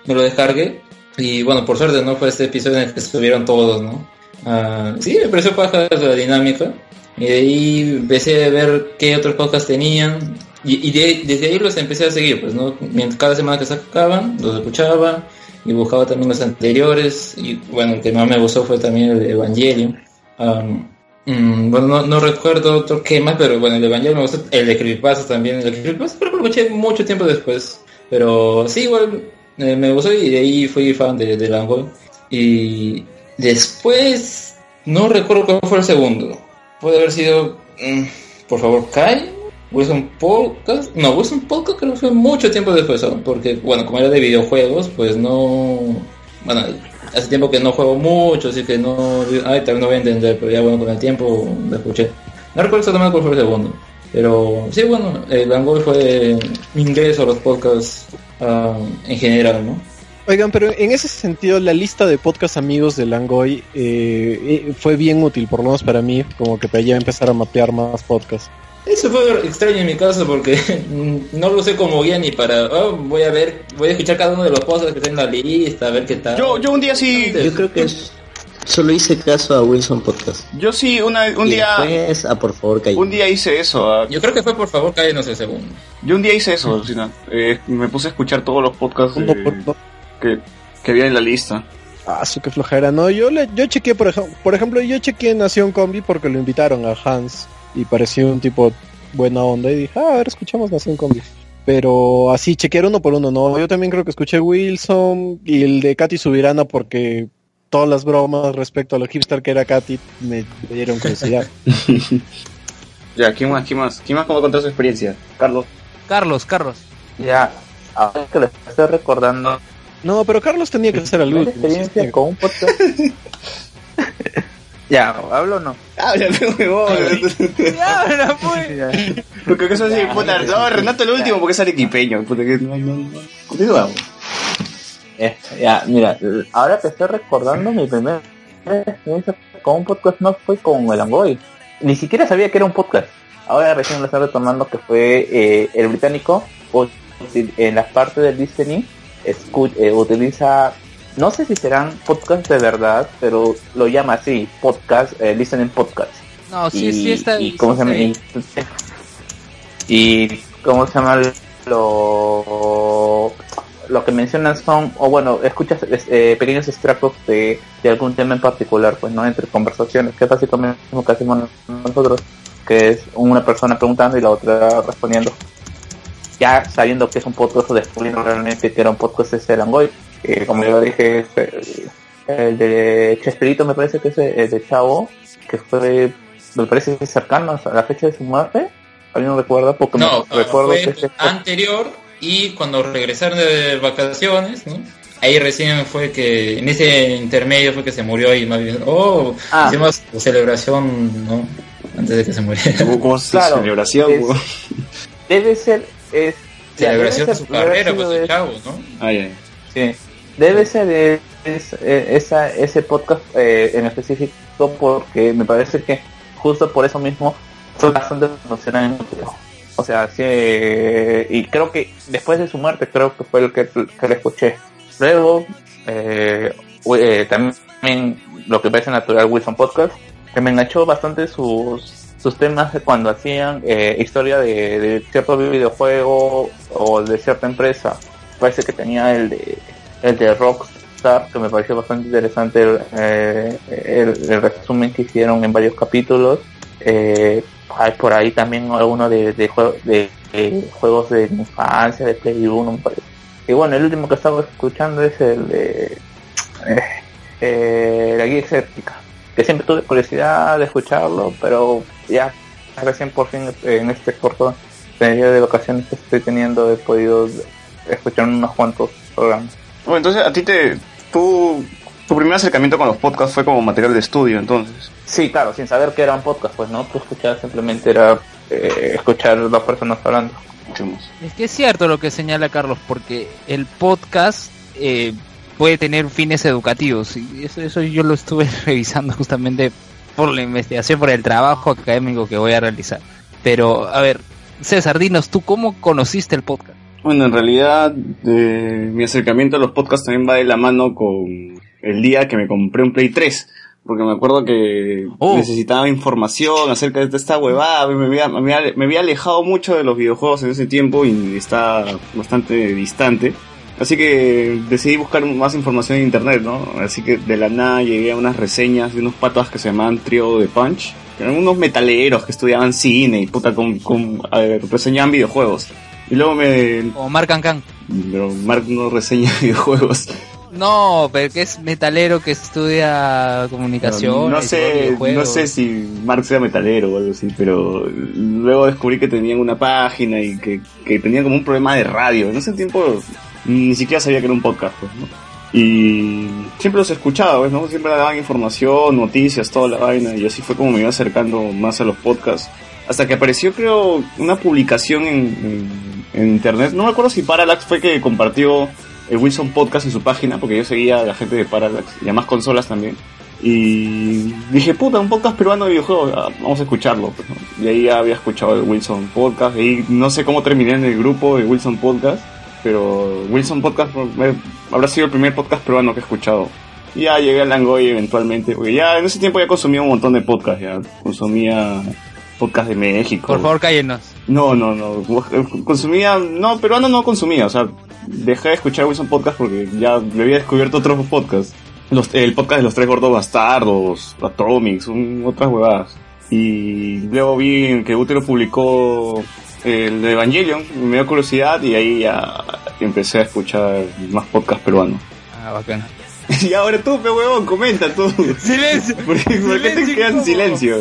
F: me lo descargué. Y bueno, por suerte, ¿no? Fue este episodio en el que estuvieron todos, ¿no? Ah, sí, me pareció paja la dinámica. Y de ahí empecé a ver qué otros podcasts tenían. Y, y de- desde ahí los empecé a seguir, pues, ¿no? Mientras cada semana que sacaban, los escuchaba. Y buscaba también los anteriores. Y bueno, el que más me gustó fue también el de Evangelion. Am, mm, bueno, no, no recuerdo otro que más, pero bueno, el de Evangelion me gustó. El de Creepypasta también. El de Creepypasta creo que lo escuché mucho tiempo después. Pero sí, igual eh, me gustó y de ahí fui fan de, de Langoy. Y después, no recuerdo cuál fue el segundo. Puede haber sido, mm, por favor, Kai, Wilson Podcast. No, Wilson Podcast creo que fue mucho tiempo después, ¿no? porque, bueno, como era de videojuegos, pues no. Bueno, hace tiempo que no juego mucho, así que no. Ay, tal vez no voy a entender, pero ya bueno, con el tiempo lo escuché. No recuerdo exactamente cuál fue el segundo. Pero sí, bueno, el Langoy fue mi ingreso a los podcasts ah, en general, ¿no?
H: Oigan, pero en ese sentido, la lista de podcast amigos de Langoy eh, eh, fue bien útil, por lo menos para mí, como que para ya empezar a mapear más podcasts.
F: Eso fue extraño en mi caso porque no lo usé como guía ni para. "Oh, voy a ver, voy a escuchar cada uno de los podcasts que están en la lista, a ver qué tal.
D: Yo, yo un día sí.
F: Entonces,
C: Yo creo que es- solo hice caso a Wilson Podcast.
D: Yo sí, una, un
C: Y
D: día.
C: Después, ah, por favor, calla.
D: Un día hice eso. ah.
F: yo creo que fue por favor cállenos el segundo.
D: Yo un día hice eso, alucina. Eh, me puse a escuchar todos los podcasts
H: Uno
D: eh,
H: por uno.
D: que, que había en la lista.
H: Ah, su que flojera. No, yo le, yo chequeé, por ejemplo, por ejemplo, yo chequeé Nación Combi porque lo invitaron a Hans y parecía un tipo buena onda y dije, ah, a ver, escuchamos Nación Combi. Pero así, chequear uno por uno, no. Yo también creo que escuché Wilson y el de Katy Subirana porque todas las bromas respecto a lo hipster que era Katy me dieron curiosidad.
D: Ya, ¿quién más? ¿Quién más? ¿Quién más cómo contar su experiencia? Carlos.
A: Carlos, Carlos.
E: Ya, ahora que lo estoy recordando,
H: no, pero Carlos tenía que ser al
E: ¿Una
H: último. sí,
E: experiencia con un podcast? ya, ¿hablo o no?
D: Habla,
E: ¡Habla, pues!
D: Porque eso sí, puta, no, Renato el último porque es arequipeño. Puta, que no, no, no. Continúa.
E: Este, ya, mira, l- ahora que estoy recordando mi primera experiencia con un podcast no fue con el Angoy. Ni siquiera sabía que era un podcast. Ahora recién lo estoy retomando que fue eh, el británico o- si- en las partes del listening escu- eh, utiliza no sé si serán podcasts de verdad, pero lo llama así, podcast, eh, listening podcast
A: No, Oh, sí, sí está
E: y cómo se llama
A: sí.
E: y, y cómo se llama lo lo que mencionan son o bueno escuchas es- eh, pequeños extractos de, de algún tema en particular pues no entre conversaciones que es básicamente lo mismo que hacemos nosotros que es una persona preguntando y la otra respondiendo ya sabiendo que es un podcast o descubriendo realmente que era un podcast de Serangoy eh, como yo dije es el, el de Chespirito me parece que es el el de Chavo que fue me parece cercano a la fecha de su muerte. ¿Alguien recuerda? Porque me
F: No, claro,
E: recuerdo
F: fue
E: que este se-
F: anterior y cuando regresaron de vacaciones, ¿no? Ahí recién fue que, en ese intermedio fue que se murió y más bien, oh,
E: Ah.
F: hicimos celebración, ¿no? Antes de que se muriera.
D: ¿Cómo es
E: Claro,
D: celebración?
E: es-
D: huevón?
E: debe ser es ya, debe
F: celebración de
E: ser-
F: su
E: debe
F: carrera,
E: ser
F: pues,
E: de-
F: el chavo, ¿no?
D: Ah, ya.
E: sí. Debe ser de- es- eh, esa, ese podcast eh, en específico porque me parece que justo por eso mismo fue bastante emocionante. O sea, sí, eh, y creo que después de su muerte creo que fue el que, que le escuché. Luego, eh, u- eh, también lo que parece natural Wilson Podcast, que me enganchó bastante sus, sus temas de cuando hacían eh, historia de, de cierto videojuego o de cierta empresa. Parece que tenía el de, el de Rockstar, que me pareció bastante interesante el, eh, el- el resumen que hicieron en varios capítulos. Eh, hay por ahí también alguno de, de, jue- de- de juegos de infancia, de Play 1. me parece. Y bueno, el último que estaba escuchando es el de eh, eh, la guía escéptica, que siempre tuve curiosidad de escucharlo, pero ya recién por fin eh, en este corto periodo de vacaciones que estoy teniendo he podido escuchar unos cuantos programas.
D: Bueno, entonces a ti te. Tú, tu primer acercamiento con los podcasts fue como material de estudio, entonces.
E: Sí, claro, sin saber que era un podcast, pues no, tú escuchabas simplemente era eh, escuchar dos personas hablando.
D: Escuchemos.
A: Es que es cierto lo que señala Carlos, porque el podcast eh, puede tener fines educativos. Y eso, eso yo lo estuve revisando justamente por la investigación, por el trabajo académico que voy a realizar. Pero, a ver, César, dinos, ¿tú cómo conociste el podcast?
D: Bueno, en realidad eh, mi acercamiento a los podcasts también va de la mano con el día que me compré un Play 3. Porque me acuerdo que
A: Oh.
D: necesitaba información acerca de esta huevada. Me había, me había- me había alejado mucho de los videojuegos en ese tiempo y está bastante distante. Así que decidí buscar más información en internet, ¿no? Así que de la nada llegué a unas reseñas de unos patas que se llamaban Trio de Punch. Que eran unos metaleros que estudiaban cine y puta, con, con, a ver, reseñaban videojuegos. Y luego me...
A: O Mark Ancan.
D: Pero Mark no reseña videojuegos.
A: No, pero que es metalero que estudia comunicación.
D: No sé, no sé si Mark sea metalero o algo así, pero luego descubrí que tenían una página y que, que tenían como un problema de radio. En ese tiempo ni siquiera sabía que era un podcast, pues, ¿no? Y siempre los escuchaba, pues, ¿no? Siempre daban información, noticias, toda la vaina, y así fue como me iba acercando más a los podcasts. Hasta que apareció, creo, una publicación en, en- en internet. No me acuerdo si Parallax fue que compartió el Wilson Podcast en su página, porque yo seguía a la gente de Parallax y a más consolas también. Y dije, puta, un podcast peruano de videojuegos, ah, vamos a escucharlo. pues, ¿no? Y ahí ya había escuchado el Wilson Podcast, y no sé cómo terminé en el grupo de Wilson Podcast, pero Wilson Podcast eh, habrá sido el primer podcast peruano que he escuchado. Y Ya llegué al Langoy eventualmente, porque ya en ese tiempo ya consumía un montón de podcasts, ya consumía podcast de México.
A: Por favor, cállenos.
D: No, no, no. Consumía. No, peruano no consumía. O sea, dejé de escuchar Wilson Podcast porque ya me había descubierto otros podcasts. Los- el podcast de los tres gordos bastardos, Atomics, un- otras huevadas. Y luego vi que Útero publicó el de Evangelion, y me dio curiosidad y ahí ya empecé a escuchar más podcast peruanos.
A: Ah, bacana.
D: y ahora tú, pe huevón, comenta tú. ¿Por
A: ¡Silencio!
D: qué, por qué te
A: Silencio
D: quedas en
A: incómodo.
D: silencio?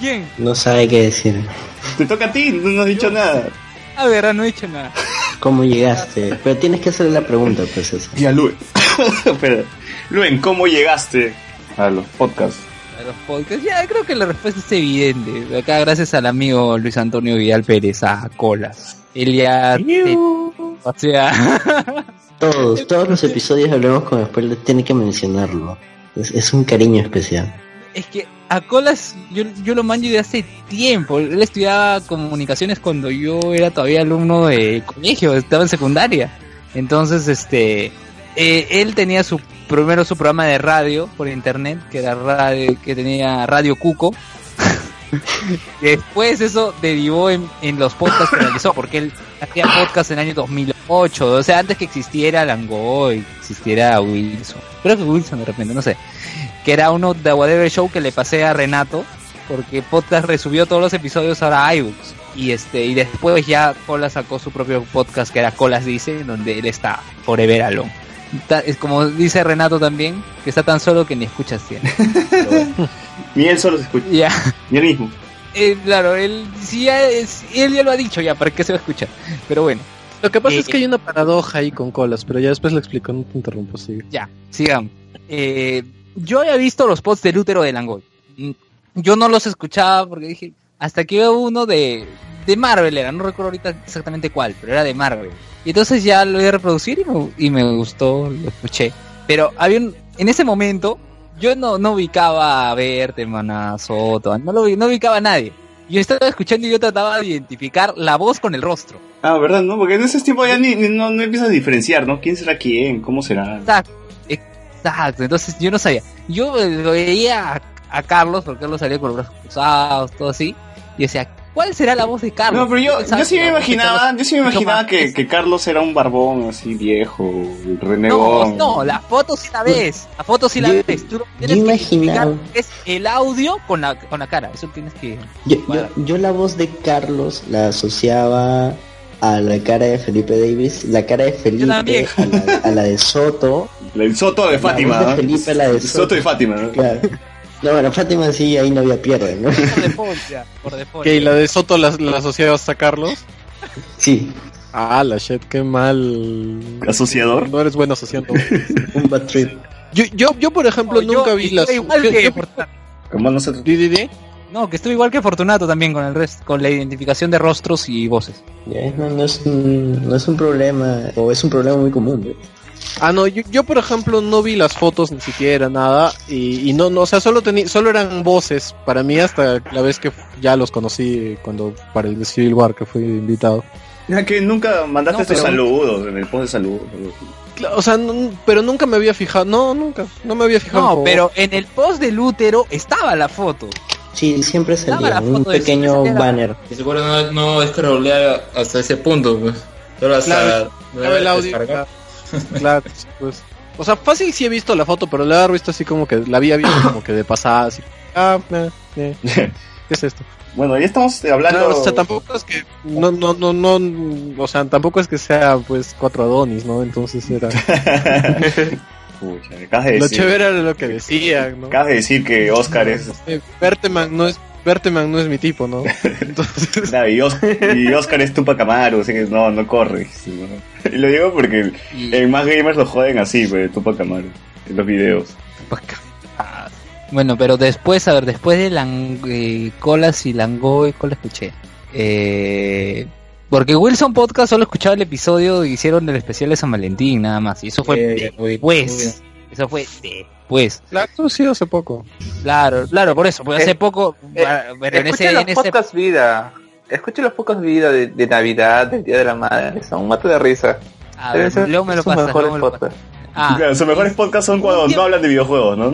A: ¿Quién?
C: No sabe qué decir.
D: Te toca a ti, no, no has dicho nada.
A: A ver, ah, no he dicho nada.
C: ¿Cómo llegaste? Pero tienes que hacerle la pregunta, pues eso.
D: Ya, Luen. Espera. Luen, ¿cómo llegaste a los podcasts?
A: A los podcasts. Ya, creo que la respuesta es evidente. Acá, gracias al amigo Luis Antonio Vidal Pérez, a Colas. Él ya. te- O sea,
C: Todos, todos los episodios hablamos con spoilers, tiene que mencionarlo. Es, es un cariño especial.
A: es que a Colas yo, yo lo manjo de hace tiempo. Él estudiaba comunicaciones cuando yo era todavía alumno de colegio, estaba en secundaria. Entonces, este. eh, él tenía su primero su programa de radio por internet, que era radio, que tenía Radio Cuco. Después eso derivó en, en los podcasts que realizó, porque él hacía podcast en el año 2008, o sea, antes que existiera Langoy, existiera Wilson, creo que Wilson de repente, no sé, que era uno de Whatever Show que le pasé a Renato, porque podcast resubió todos los episodios ahora a iBooks. Y este, y después ya Colas sacó su propio podcast que era Colas Dice, donde él está forever alone. Ta- Es como dice Renato también, que está tan solo que ni escuchas tiene.
D: Ni él solo se escucha,
A: Ya.
D: ni él mismo.
A: Eh, claro, él, sí, ya es- él ya lo ha dicho, ya, ¿para qué se va a escuchar? Pero bueno,
H: Lo que pasa
A: Eh,
H: es que hay una paradoja ahí con colas, pero ya después lo explico, no te interrumpo, sigue.
A: ya, sigamos. Eh, yo había visto los pods del útero de Langoy. Mm, Yo no los escuchaba porque dije, hasta que veo uno de, de Marvel, era, no recuerdo ahorita exactamente cuál, pero era de Marvel. Y entonces ya lo iba a reproducir y me, y me gustó, lo escuché. Pero había un- en ese momento, yo no, no ubicaba a Verte, Maná, Soto, no, lo, ubi- no ubicaba a nadie. Yo estaba escuchando y yo trataba de identificar la voz con el rostro.
D: Ah, ¿verdad? No, porque en ese tiempo ya ni, ni- no, no empiezas a diferenciar, ¿no? ¿Quién será quién? ¿Cómo será?
A: Exacto, exacto. Entonces yo no sabía. Yo eh, lo veía a, a Carlos, porque Carlos salía con los brazos cruzados, todo así, y decía, ¿cuál será la voz de Carlos?
D: No, pero yo, yo
A: Pensaba
D: sí
A: que
D: me
A: la voz de
D: imaginaba,
A: Carlos-
D: yo sí me
A: mucho
D: imaginaba
A: más
D: que,
A: es-
D: que Carlos era un barbón así viejo,
A: No,
D: renegón.
A: no, la foto sí la ves, la foto sí la
C: Yo-
A: ves. Tú lo
C: yo
A: tienes que
C: imaginaba.
A: identificar, es el audio con la, con la cara, eso tienes que...
C: Yo, yo, yo la voz de Carlos la asociaba a la cara de Felipe Davis, la cara de Felipe a
A: también.
C: la, a la de Soto.
D: El Soto de
C: La
D: Fátima.
C: voz de
D: ¿no?
C: Felipe, la de
D: El Soto
C: Soto.
D: de Fátima, ¿no?
C: Claro. No, bueno, Fátima sí, ahí no había pierde, ¿no?
A: Por default, ya, por default.
B: Que la de Soto la, la asociabas a Carlos.
C: Sí,
B: Ah, la shit, qué mal.
D: Asociador.
B: No eres bueno asociando.
C: un bad trip.
B: Yo, yo, yo por ejemplo,
A: No, yo-
B: nunca vi
A: yo
B: las.
A: igual
B: yo-
A: que
B: yo-
A: Fortunato.
D: Como nosotros.
B: Di, di, di.
A: No, que estuve igual que Fortunato también con el rest, con la identificación de rostros y voces.
C: Ya, No, no es un, no es un problema, o es un problema muy común. ¿no?
B: Ah, no, yo, yo, por ejemplo no vi las fotos ni siquiera, nada. Y, y no, no, o sea, solo teni- solo eran voces para mí hasta la vez que ya los conocí cuando para el Civil War que fui invitado.
D: Ya que nunca mandaste
A: No, pero-
D: tus saludos en el post de saludos.
B: Cla- O sea, no- pero nunca me había fijado, no, nunca, no me había fijado.
A: No,
B: por-
A: pero en el post del útero estaba la foto.
C: Sí, siempre
A: Dame la
C: salía un
A: foto de
C: pequeño
A: César.
C: banner.
F: Y seguro no, no escrolear hasta ese punto, pues. ah, Solo hasta
B: Claro, Claro, el audio,
F: descargar.
B: claro, claro, sí, pues. O sea, fácil sí he visto la foto, pero la he visto así como que la había visto como que de pasada, así. Ah, eh, eh, ¿Qué es esto?
D: Bueno, ya estamos eh, hablando.
B: Claro, o sea, tampoco es que no no no no, o sea, tampoco es que sea pues cuatro Adonis, ¿no? Entonces era
D: Pucha, acabas de
B: lo
D: decir,
B: chévere era lo que decían, ¿no?
D: acabas de decir que Oscar es.
B: Eh, Berteman no es Berteman no es mi tipo, ¿no? Entonces,
D: Nada, y, Os- y Oscar es Tupac Amaru, así que no, no corre. sí, ¿no? Y lo digo porque en más gamers lo joden así, pues, Tupac Amaru, en los videos.
A: Bueno, pero después, a ver, después de Lang- eh, Colas y Langoy, ¿cuál escuché? Eh, porque Wilson Podcast solo escuchaba el episodio y hicieron el especial de San Valentín, nada más. Y eso fue
F: Eh, uy,
A: después. Eso fue después.
B: la sí hace poco.
A: Claro, claro, por eso. Porque hace poco,
E: eh,
A: ah, pero en
E: Escuchen
A: ese,
E: los
A: en ese-
E: podcasts vida. Escuchen los pocos videos de, de Navidad, del Día de la Madre. Son un mate de risa.
A: a ver,
E: Deben ser
A: luego me lo
E: sus
A: pasas,
E: mejores
A: luego me lo
E: podcasts.
A: pasas. Ah,
D: Claro, sus mejores podcasts son cuando no hablan de videojuegos, ¿no?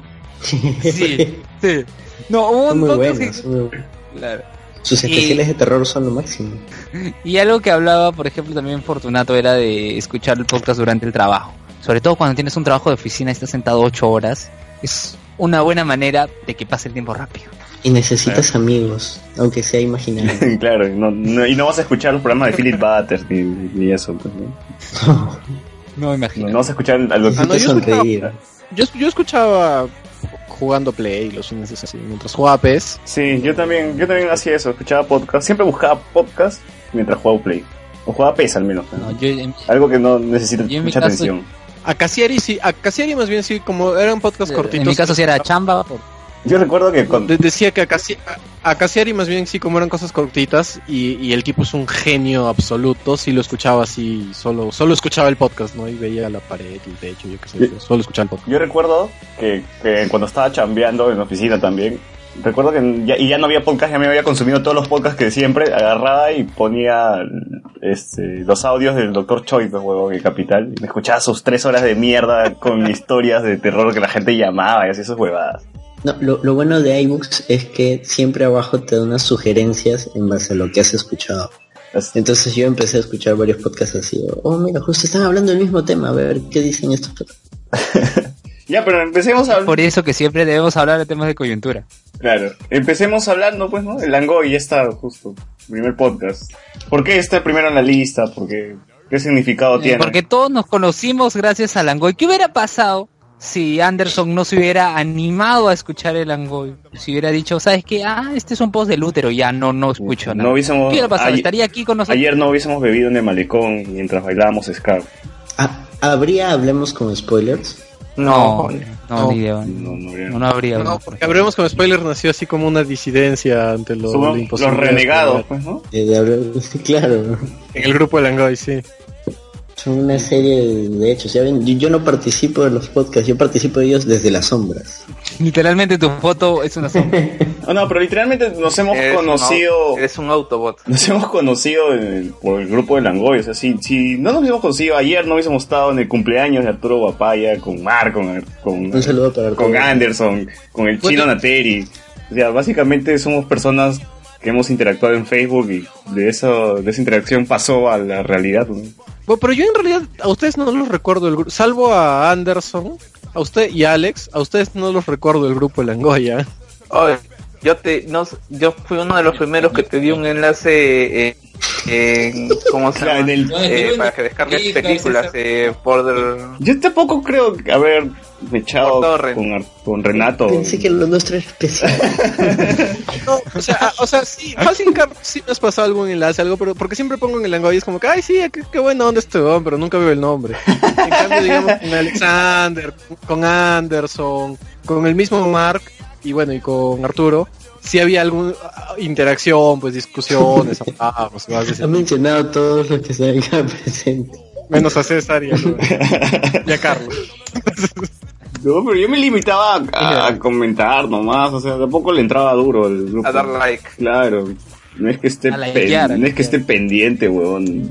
A: sí, sí. No, hubo un
C: Son muy
A: podcast
C: buenos.
A: que-
C: muy-
A: claro.
C: Sus especiales de terror son lo máximo.
A: Y algo que hablaba, por ejemplo, también Fortunato era de escuchar el podcast durante el trabajo. Sobre todo cuando tienes un trabajo de oficina y estás sentado ocho horas. Es una buena manera de que pase el tiempo rápido.
C: Y necesitas amigos, aunque sea imaginario.
D: claro, y no, no- y no vas a escuchar los programas de Philip Butters ni, ni eso, pues, ¿no?
A: No,
D: No,
A: imagino.
D: no vas a escuchar a los.
B: no,
C: necesitas
B: yo escuchaba-
C: sonreír.
B: Yo, yo escuchaba jugando Play los fines de semana mientras jugaba E PES.
D: Sí, yo también, yo también hacía eso, escuchaba podcast, siempre buscaba podcast mientras jugaba Play. O jugaba PES al menos. ¿no?
A: No, yo, en-
D: Algo que no necesita
A: Yo en mi
D: mucha
A: caso-
D: atención.
B: A Casieri sí, a Casieri más bien sí, como eran podcasts cortitos.
A: en mi caso si era chamba.
D: Yo recuerdo que con-
B: de- decía que a Casi- a a Casieri más bien sí, como eran cosas cortitas y, y el tipo es un genio absoluto, sí lo escuchaba así, solo solo escuchaba el podcast, ¿no? Y veía la pared, el techo, yo qué sé, yo solo escuchaba el podcast.
D: Yo recuerdo que, que cuando estaba chambeando en la oficina también, recuerdo que ya, y ya no había podcast, ya me había consumido todos los podcasts que de siempre, agarraba y ponía este, los audios del Dr. Choi, pues, huevón, el capital, y me escuchaba sus tres horas de mierda con historias de terror que la gente llamaba y así esas huevadas.
C: No, lo, lo bueno de iBooks es que siempre abajo te da unas sugerencias en base a lo que has escuchado.
D: Así-
C: Entonces yo empecé a escuchar varios podcasts así. Oh, mira, justo están hablando del mismo tema. A ver, ¿qué dicen estos podcasts?
D: Ya, pero empecemos a
A: Por eso que siempre debemos hablar de temas de coyuntura.
D: Claro, empecemos hablando, pues, ¿no? El Langoy ya está, justo, primer podcast. ¿Por qué está primero en la lista? ¿Por qué? ¿Qué significado tiene?
A: Porque todos nos conocimos gracias a Langoy. ¿Qué hubiera pasado si Anderson no se hubiera animado a escuchar el Langoy? Si hubiera dicho, ¿sabes qué? Ah, este es un post del útero, ya no, no escucho nada.
D: No hubiésemos-
A: ¿Qué hubiera pasado?
D: ayer-
A: Estaría aquí con nosotros.
D: Ayer no hubiésemos bebido en el malecón mientras bailábamos Scar.
C: Ah, ¿Habría hablemos con spoilers?
A: No, no,
B: no.
A: ni idea.
D: No, no habría.
A: No, no habría.
B: No,
A: No,
B: porque Hablemos con Spoiler nació así como una disidencia ante lo, lo
D: Somos
B: imposible.
D: los renegados, pues, ¿no?
C: Eh, de hablar- claro,
B: En el grupo de Langoy, sí.
C: son una serie de, de hechos. Ya ven, yo, yo no participo de los podcasts, yo participo de ellos desde las sombras.
A: Literalmente tu foto es una sombra.
D: Ah, no, pero literalmente nos hemos
E: Eres un au-
D: conocido.
E: eres un Autobot.
D: Nos hemos conocido en el- por el grupo de Langoy. O sea, si, si no nos hubiéramos conocido ayer, no hubiésemos estado en el cumpleaños de Arturo Guapaya, con Mar, con, con,
C: Un saludo para
D: con
C: Arturo.
D: Anderson, con el chino Nateri. O sea, básicamente somos personas que hemos interactuado en Facebook y de, eso, de esa interacción pasó a la realidad. ¿no?
B: Bueno, pero yo en realidad a ustedes no los recuerdo el grupo, salvo a Anderson, a usted y a Alex, a ustedes no los recuerdo el grupo de ¿eh? Langoya.
E: Oye, yo te, no, s- yo fui uno de los primeros que te di un enlace eh, en, ¿cómo se
D: Claro,
E: llama?
D: en el-
E: Eh, para que descargues películas eh, Border.
D: Yo tampoco creo haber echado
E: Por Torre.
D: con, Ar- con Renato.
C: Pensé que lo nuestro era especial.
B: No, o sea, a- o sea, sí, fácil que sí me has pasado algún enlace, algo, pero porque siempre pongo en el Langoya es como que, ay, sí, qué, qué buena onda este weón, pero nunca veo el nombre. En cambio, digamos, con Alexander, con Anderson, con el mismo Mark, y bueno, y con Arturo, sí había ah, alguna interacción, pues discusiones, hablábamos, cosas de ese
C: Ha mencionado todos los que están acá presentes.
K: Menos a César y a, y a Carlos.
D: No, pero yo me limitaba a, a comentar nomás, o sea, tampoco le entraba duro al grupo.
E: A dar like.
D: Claro. No es que esté,
A: A la
D: pen-
A: Yara,
D: no es que
A: claro.
D: esté pendiente, weón,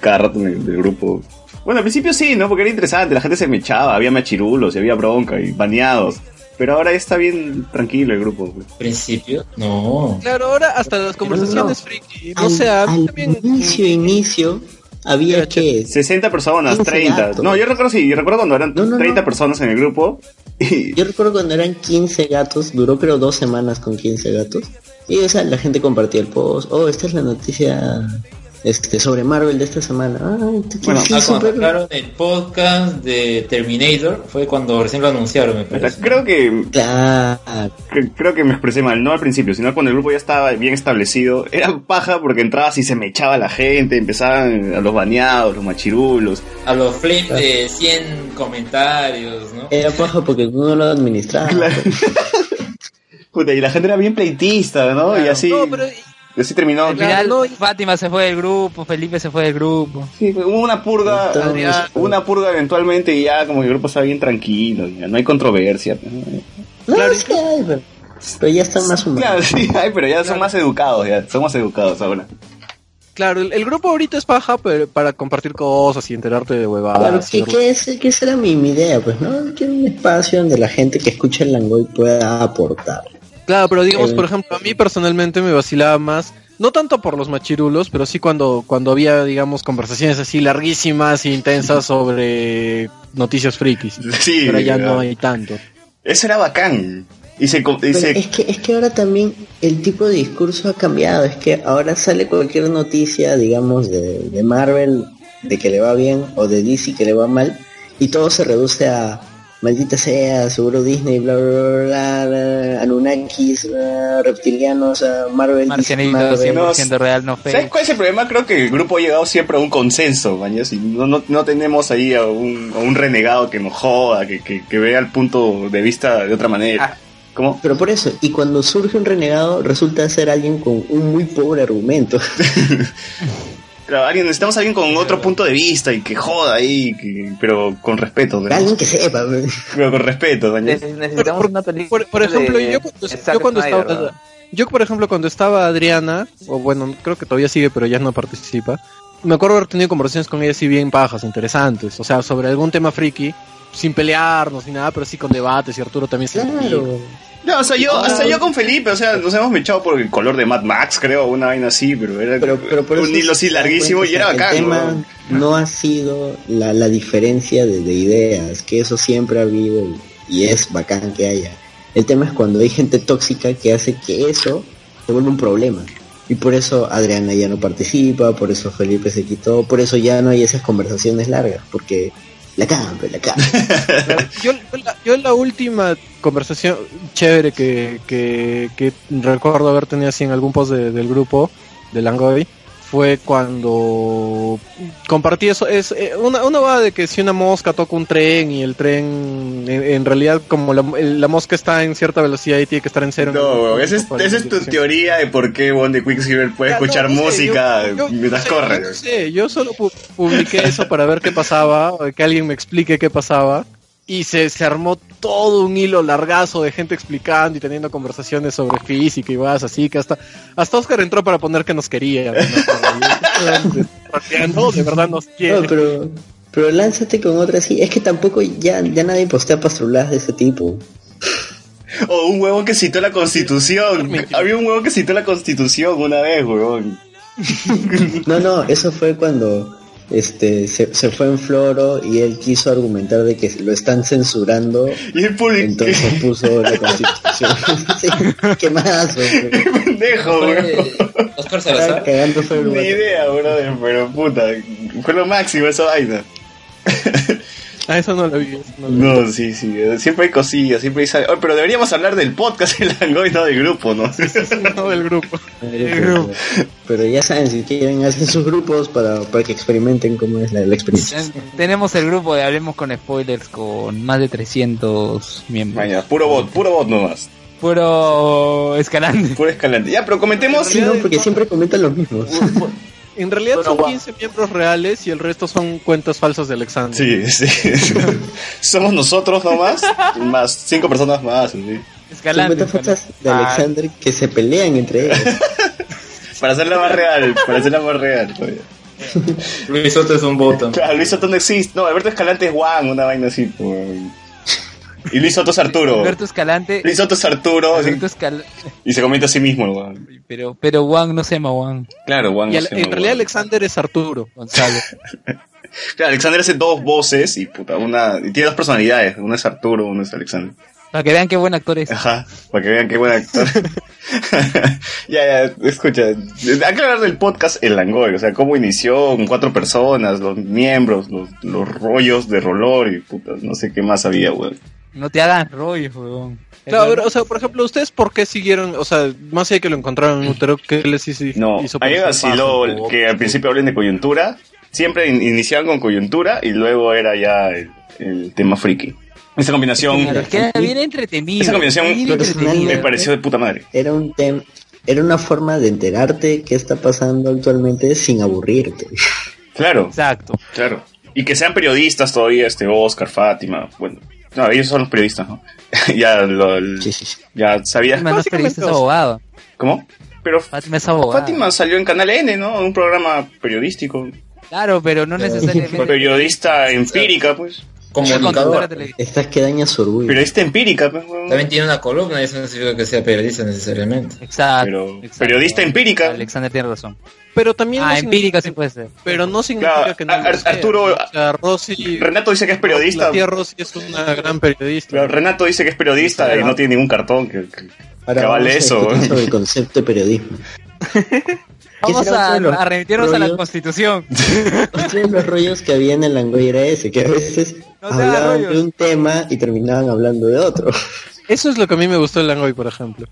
D: cada rato en el- del grupo. Bueno, al principio sí, ¿no? Porque era interesante, la gente se mechaba, había machirulos, y había bronca y baneados. Pero ahora ya está bien tranquilo el grupo. weón.
F: principio, no.
B: Claro, ahora hasta las conversaciones friki. No
C: Al-
B: sé, a mí
C: al
B: también.
C: inicio, inicio, había que...
D: 60 personas,
C: Quince
D: 30.
C: gatos.
D: No, yo recuerdo sí, yo recuerdo cuando eran
C: No, no,
D: 30
C: no.
D: personas en el grupo. Y,
C: Yo recuerdo cuando eran 15 gatos, duró creo dos semanas con 15 gatos. Y o sea, la gente compartía el post. Oh, esta es la noticia este, sobre Marvel de esta semana. Ah, ¿tú
D: Bueno,
C: quieres
F: Ah,
C: ser
F: cuando
C: super-
F: sacaron el podcast de Terminator fue cuando recién lo anunciaron, me parece.
D: creo que
C: Claro.
D: Cre- Creo que me expresé mal, no al principio, sino cuando el grupo ya estaba bien establecido. Era paja porque entrabas y se me echaba la gente, empezaban a los baneados, los machirulos.
F: A los flips de 100 comentarios, ¿no?
C: Era paja porque uno lo administraba.
D: Puta, y la gente era bien pleitista, ¿no? Y así,
B: No, pero
D: y así terminó.
A: Al final, Fátima se fue del grupo, Felipe se fue del grupo.
D: Sí, hubo una purga,
C: Entonces,
D: Adrián,
C: pues.
D: hubo una purga eventualmente y ya como que el grupo estaba bien tranquilo, ya no hay controversia.
C: No, es que hay, pero, pero ya están más humanos.
D: Claro, sí, ay, pero ya son más educados, ya, son más educados ahora.
B: Claro, el, el grupo ahorita es paja pero para compartir cosas y enterarte de
C: Claro,
B: huevadas.
C: que, que, ese- que esa era mi, mi idea, pues, ¿no? Que un espacio donde la gente que escucha el Langoy pueda aportar.
B: Claro, pero digamos,
C: Eh,
B: por ejemplo, a mí personalmente me vacilaba más, no tanto por los machirulos, pero sí cuando, cuando había, digamos, conversaciones así larguísimas e intensas sobre noticias frikis.
D: Sí,
B: Pero ya
D: ¿verdad?
B: no hay tanto.
D: eso era bacán. Y se, co- y
C: Pero
D: se
C: es, que, es que ahora también el tipo de discurso ha cambiado. Es que ahora sale cualquier noticia, digamos, de, de Marvel de que le va bien o de DC que le va mal y todo se reduce a maldita sea, seguro Disney, bla, bla, bla, bla, bla, Anunnakis, bla, reptilianos, ah, Marvel, DC,
A: Marcianito
C: Marvel.
A: 100%
D: siempre.
A: real, no
D: ¿Sabes
A: fake.
D: cuál es el problema? Creo que el grupo ha llegado siempre a un consenso, mañas, y no, no, no tenemos ahí a un, a un renegado que nos joda, que, que, que vea el punto de vista de otra manera. ¿Cómo?
C: Pero por eso, y cuando surge un renegado resulta ser alguien con un muy pobre argumento.
D: Claro, alguien, necesitamos a alguien con otro punto de vista y que joda ahí, que- pero con respeto, ¿verdad?
C: alguien que sepa. pues.
D: Pero con respeto, mañas.
E: Neces- Necesitamos
B: Por-
E: una película.
B: Por, por
E: de-
B: ejemplo, yo,
E: de
B: cuando,
E: Zack
B: yo cuando
E: Snyder,
B: estaba...
E: ¿verdad?
B: Yo, por ejemplo, cuando estaba Adriana, o bueno, creo que todavía sigue, pero ya no participa, me acuerdo haber tenido conversaciones con ella así bien pajas, interesantes, o sea, sobre algún tema friki, sin pelearnos ni nada, pero sí con debates, y Arturo también se metía.
C: Claro.
D: No, o sea, yo, hasta yo con Felipe, o sea, nos hemos mechado por el color de Mad Max, creo, una vaina así, pero era
C: pero, pero por
D: un
C: eso
D: hilo
C: se
D: así
C: dan
D: larguísimo
C: cuenta
D: y era
C: que
D: bacán,
C: El
D: weón.
C: tema no ha sido la, la diferencia de, de ideas, que eso siempre ha habido y, y es bacán que haya. El tema es cuando hay gente tóxica que hace que eso se vuelva un problema. Y por eso Adriana ya no participa, por eso Felipe se quitó, por eso ya no hay esas conversaciones largas, porque la cagan, pues, la cagan.
B: yo, yo la, yo la última conversación chévere que, que- que recuerdo haber tenido así en algún post de- del grupo de Langoy fue cuando compartí eso es eh, una una va de que si una mosca toca un tren y el tren en, en realidad como la, el- la mosca está en cierta velocidad y tiene que estar en cero en
D: No,
B: algún
D: weón,
B: punto
D: esa es,
B: para
D: esa es tu
B: dirección.
D: teoría de por qué Bond de Quicksilver puede
B: Ya, no,
D: escuchar
B: no sé,
D: música
B: yo- yo-
D: mientras
B: yo no
D: corre.
B: sé, yo solo pu- publiqué eso para ver qué pasaba, o que alguien me explique qué pasaba. Y se, se armó todo un hilo largazo de gente explicando y teniendo conversaciones sobre física y vas así, que hasta, hasta Oscar entró para poner que nos quería. ¿no? No, de verdad nos
C: No,
B: quiere.
C: pero, pero lánzate con otra así. Es que tampoco ya, ya nadie postea pastruladas de ese tipo.
D: O un huevón que citó la constitución. Había un huevón que citó la constitución una vez, huevón.
C: No, no, eso fue cuando este se, se fue en Floro y él quiso argumentar de que lo están censurando,
D: Y el público.
C: entonces puso la constitución. Sí, qué más,
D: ¡Qué pendejo, huevón!
F: Fue Oscar
C: Estaba
F: Salazar.
C: cagando fue el
D: Ni
C: lugar.
D: idea, brother, pero puta. Fue lo máximo esa vaina.
B: A eso no lo vi. eso no lo vi.
D: No, sí, sí. eh, Siempre hay cosillas, siempre hay. sal- Oh, pero deberíamos hablar del podcast el Langoy, no del grupo, ¿no?
B: No, del grupo.
C: Pero, pero ya saben, si quieren hacen sus grupos para, para que experimenten cómo es la, la experiencia.
A: Ten- Tenemos el grupo de Hablemos con Spoilers con más de 300 miembros.
D: Mañana, puro bot, puro bot nomás.
A: Puro escalante.
D: Puro escalante. Ya, pero comentemos.
C: Sí, no, porque siempre comentan los mismos.
B: En realidad
E: Bueno,
B: son
E: guau.
B: 15 miembros reales y el resto son cuentas falsas de Alexander.
D: Sí, sí. Somos nosotros nomás, más cinco personas más. así.
A: Escalante. escalante.
C: fotos de Alexander que se pelean entre ellos.
D: Para hacerla más real, para hacerla más real. todavía.
F: Luis Soto es un botón.
D: Claro, Luis Soto no existe. No, Alberto Escalante es Juan, una vaina así. po. Y Luis Soto es Arturo.
A: Ah, Alberto Escalante.
D: Luis Soto es Arturo así,
A: Alberto Escal-
D: y se comenta a sí mismo. el Juan.
A: Pero, pero Juan no se llama Juan
D: Claro, Juan.
B: Y al-
D: no se llama
B: en realidad
D: Juan.
B: Alexander es Arturo.
A: Gonzalo.
D: Claro, Alexander hace dos voces y puta, una. Y tiene dos personalidades. Uno es Arturo, uno es Alexander.
A: Para que vean qué buen actor es.
D: Ajá, para que vean qué buen actor. ya, ya, escucha. Hay que hablar del podcast El Langoy, o sea, cómo inició con cuatro personas, los miembros, los, los rollos de rolor y puta, no sé qué más había, weón.
A: No te hagan rollo, weón.
B: Claro, a ver, o sea, por ejemplo, ¿ustedes por qué siguieron? O sea, más allá de que lo encontraron en útero, ¿qué les hizo?
D: No,
B: hizo
D: ahí
B: parecer paja,
D: vaciló
B: o-
D: que al principio hablen de coyuntura, siempre in- iniciaban con coyuntura y luego era ya el, el tema friki. Esa combinación,
A: Pero queda bien entretenido.
D: esa combinación
A: bien
D: me
A: entretenido.
D: pareció de puta madre.
C: Era un tem era una forma de enterarte qué está pasando actualmente sin aburrirte.
D: Claro.
A: Exacto.
D: Claro. Y que sean periodistas todavía, este Oscar, Fátima, bueno. No, ellos son los periodistas, ¿no? ya lo, el-
C: Sí, sí, sí.
D: ya sabías.
A: Fátima no es periodista, es abogado.
D: ¿Cómo? Pero
A: Fátima es abogado.
D: Fátima salió en Canal N, ¿no? Un programa periodístico.
A: Claro, pero no necesariamente.
D: Periodista empírica, pues.
A: Conductora
F: Comunicador.
A: televisiva.
C: Estas que dañan su orgullo.
D: Periodista empírica, pues. weón.
F: También tiene una columna, eso no significa que sea periodista necesariamente.
A: Exacto.
D: Pero
A: exacto.
D: periodista empírica.
A: Alexander tiene razón.
B: Pero también.
A: Ah,
B: no
A: empírica sí
B: significa-
A: puede ser.
B: Pero no significa
D: Claro,
B: que no.
D: Ar-
B: lo sea.
D: Arturo-
B: O sea, Rosy.
D: Renato dice que es periodista.
B: La tía Rosy es una gran periodista.
D: Pero Renato dice que es periodista y no tiene ningún cartón. Que, que-
C: Ahora
D: que
C: vamos
D: vale
C: a
D: eso.
C: discutir
D: weón.
C: sobre el concepto de periodismo.
A: Vamos
C: será
A: a,
C: uno de los
A: a remitirnos a la
C: rollos?
A: constitución.
C: Uno de los rollos que había en el Langoy era ese, que a veces
A: No te hagas
C: hablaban de
A: rollos.
C: un tema y terminaban hablando de otro.
B: Eso es lo que a mí me gustó de Langoy, por ejemplo.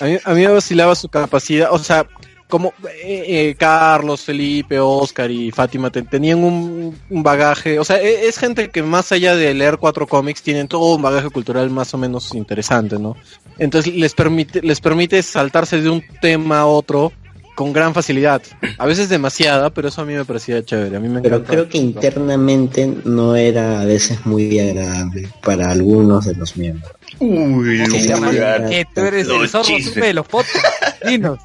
B: A mí, a mí me vacilaba su capacidad, o sea, como eh, eh, Carlos, Felipe, Oscar y Fátima te- tenían un, un bagaje, o sea, e- es, gente que más allá de leer cuatro cómics tienen todo un bagaje cultural más o menos interesante, ¿no? Entonces les permite, les permite saltarse de un tema a otro con gran facilidad. A veces demasiada, pero eso a mí me parecía chévere, a mí me
C: Pero
B: encantaba.
C: creo que internamente no era a veces muy agradable para algunos de los miembros.
D: Uy,
C: Sí,
D: uy,
C: sí,
D: uy,
A: Que tú eres el
D: Los
A: zorro
D: chismes.
A: supe de los podcasts. Dinos.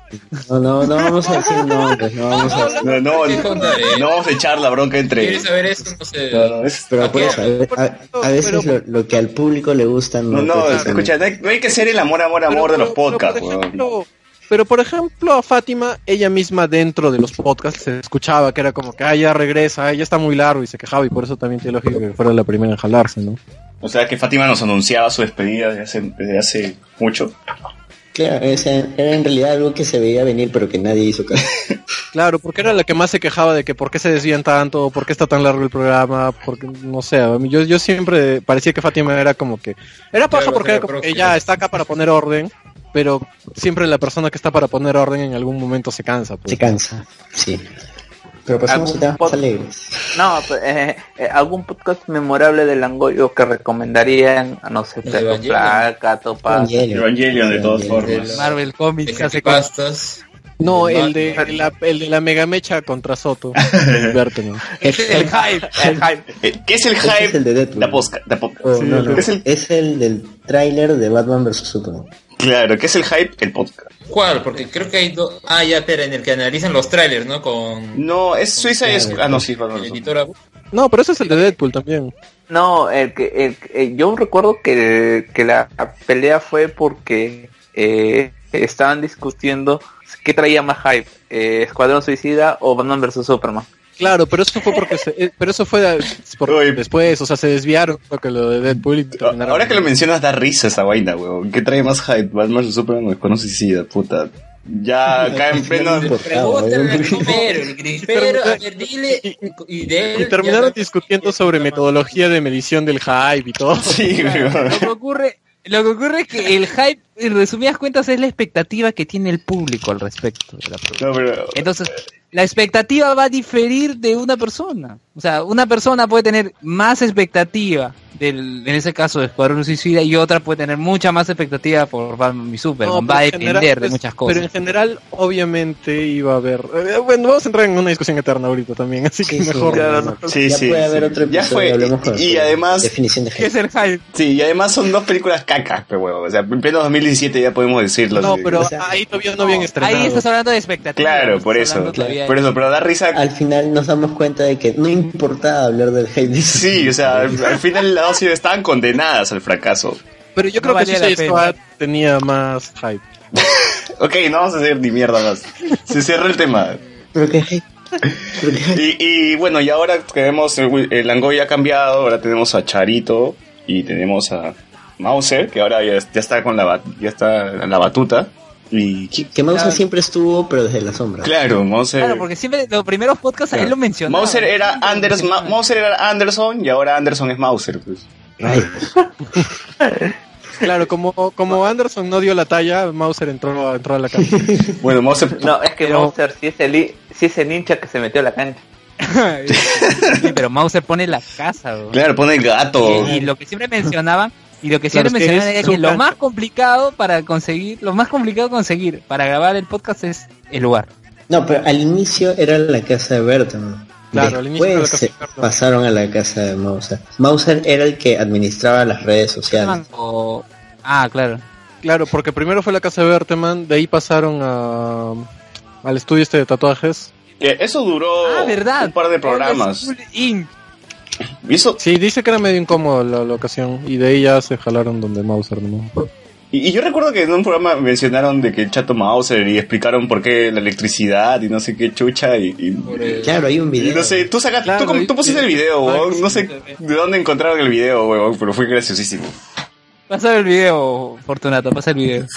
C: No, no, no vamos a decir nombres, no vamos a decir
D: No, no,
F: ¿Qué
D: no,
F: contaré?
D: vamos a echar la bronca entre.
F: ¿Quieres saber eso? No sé.
D: No, no, es-
C: Pero
F: Ok,
C: por eso, a, ve- a- a veces lo, lo que al público le gusta no,
D: No, no,
C: precisamente.
D: escucha, no hay, no hay que ser el amor, amor, amor de los podcasts,
B: Pero por,
D: weón.
B: ejemplo, pero por ejemplo, a Fátima, ella misma dentro de los podcasts se escuchaba que era como que, ah, ya regresa, ah, ya está muy largo y se quejaba y por eso también tiene lógico que fuera la primera en jalarse, ¿no?
D: O sea que Fátima nos anunciaba su despedida desde hace, desde hace mucho.
C: Claro, o sea, era en realidad algo que se veía venir pero que nadie hizo caso.
B: Claro, porque era la que más se quejaba de que por qué se desvían tanto, por qué está tan largo el programa, porque no sé, a mí- yo, yo siempre parecía que Fátima era como que... Era paja
F: Claro,
B: porque
F: era
B: era como que
F: próxima.
B: ya está acá para poner orden, pero siempre la persona que está para poner orden en algún momento se cansa. pues.
C: Se cansa, sí. Pero pues, pasamos a
E: Algún
C: temas más
E: pod-
C: alegres.
E: No, pues, eh, eh, algún podcast memorable de Langoyo que recomendarían, no sé,
F: El
E: Tato
F: Evangelion.
E: Flaca, Topa.
C: Evangelion.
D: Ah, Evangelion, de todas
C: Evangelion.
D: formas.
A: Marvel Comics hace cosas.
F: pastas.
B: No,
F: El
B: el de,
F: Batman.
B: el la, el de la mega mecha contra Soto. Bertman.
A: El hype.
E: El hype.
D: Eh, ¿Qué es el
C: Ese es
D: hype?
C: el de Deadpool.
D: La posca, la poca.
C: Oh, no, no.
D: ¿Qué es el-
C: Es el del tráiler de Batman vs Superman.
D: Claro, ¿qué es el hype? El podcast.
F: ¿Cuál? Porque creo que hay dos. Ah, ya, espera, en el que analizan los trailers, ¿no? Con
D: No, es Suiza es. Ah, no, sí,
F: la
D: perdón.
F: editora.
B: No, pero ese es el de Deadpool también.
E: No, el que, el que- eh, yo recuerdo que, que la pelea fue porque eh, estaban discutiendo qué traía más hype, eh, Escuadrón Suicida o Batman vs Superman.
B: Claro, pero eso fue porque se- eh, pero eso fue eh, por-
D: Oye.
B: después, o sea, se desviaron creo que lo de Deadpool y terminaron-
D: Ahora que lo mencionas, da risa esa vaina, weón. ¿Qué trae más hype? Batman vs Superman o Escuadrón Suicida, puta. Ya acá en pleno.
C: Por favor,
F: Pregúntale al
C: ¿eh?
F: primero, el grifero, a ver, dile.
B: Y-
F: Y, de él,
B: y terminaron
F: ya-
B: discutiendo sobre metodología de medición del hype y todo.
D: Sí, weón.
A: Lo que ocurre. Lo que ocurre es que el hype, en resumidas cuentas, es la expectativa que tiene el público al respecto de la producción.
D: No, pero.
A: Entonces, la expectativa va a diferir de una persona. O sea, una persona puede tener más expectativa del, en ese caso de Escuadrón Suicida y otra puede tener mucha más expectativa por Batman y Superman.
B: No,
A: Va a
B: pero en
A: depender
B: general,
A: de
B: es-
A: muchas cosas.
B: Pero en general, obviamente iba a haber. eh, bueno, vamos a entrar en una discusión eterna ahorita también, así que
C: Sí, sí,
B: mejor.
C: claro, no.
D: Sí,
C: ya
D: sí,
C: puede haber
D: sí.
C: otro
D: Ya
C: episodio
D: fue,
C: y hablemos con
D: y- y
C: su
D: además-
C: definición de
A: ¿Qué
C: hype.
A: es el hype?
D: Sí, y además son dos películas cacas, pero huevón. O sea, en pleno 2017 ya podemos decirlo.
B: No,
D: sí.
B: pero
C: O sea,
B: ahí todavía no bien estrenado.
A: Ahí estás hablando de expectativas.
D: Claro, por
A: estás
D: eso.
A: hablando todavía de-
D: Por eso, pero da risa.
C: Al final nos damos cuenta de que no importaba hablar del hype. de-
D: Sí, o sea, al, al final las dos sí estaban condenadas al fracaso.
B: Pero yo
A: No
B: creo que
A: valía la
B: Suicide
A: pena.
B: Squad tenía más hype.
D: Ok, no vamos a hacer ni mierda más. Se cierra el tema.
C: Pero qué hype. Pero qué hype.
D: Y, y bueno, y ahora tenemos el, Wi- el Langoy ha cambiado, ahora tenemos a Charito y tenemos a Mauser, que ahora ya, ya está con la bat- ya está en la batuta. Y qui-
C: Que Mauser
A: Claro.
C: siempre estuvo, pero desde la sombra.
D: claro, Mauser.
A: Claro, porque siempre los primeros podcasts a él lo mencionaba.
D: Mauser era
A: Siempre lo
D: Anders, Ma-
A: mencionaba.
D: Mauser era Anderson y ahora Anderson es Mauser. pues.
C: Ay,
B: Claro, como, como Anderson no dio la talla, Mauser entró, a- entró a la cancha.
D: Bueno, Mauser
E: No, es que
A: Pero-
E: Monster sí es, el, i- sí es el hincha que se metió a la cancha.
A: Sí, pero Mauser pone la casa, bro.
D: Claro, pone el gato.
A: Y, y lo que siempre mencionaban, y lo que siempre
B: Claro, es que
A: mencionaban
B: es
A: era
B: su
A: que lo
B: cancha.
A: más complicado para conseguir, lo más complicado conseguir para grabar el podcast es el lugar.
C: No, pero al inicio era la casa de Bertman.
B: Claro, al
C: Después
B: inicio era la casa de
C: se
B: Bertman.
C: pasaron a la casa de Mauser. Mauser era el que administraba las redes sociales.
A: O- Ah, claro.
B: Claro, porque primero fue la casa de Berteman, de ahí pasaron a, al estudio este de tatuajes.
D: Eh, Eso duró
A: Ah, verdad.
D: un par de programas.
A: Old School Inc.
D: Y eso,
B: Sí, dice que era medio incómodo la, la ocasión, y de ahí ya se jalaron donde Mauser, ¿no?
D: Y, y yo recuerdo que en un programa mencionaron de que el chato Mauser y explicaron por qué la electricidad y no sé qué chucha y, y-
F: Por el-
C: Claro, hay un
D: y
C: video.
D: no sé, tú sacaste,
B: Claro,
D: tú, com-
B: y-
D: tú pusiste
B: y-
D: el video,
B: Ah,
D: weón, no sé
F: sí.
D: de dónde encontraron el video, weón, pero fue graciosísimo.
A: Pasa el video, Fortunato, pasa el video.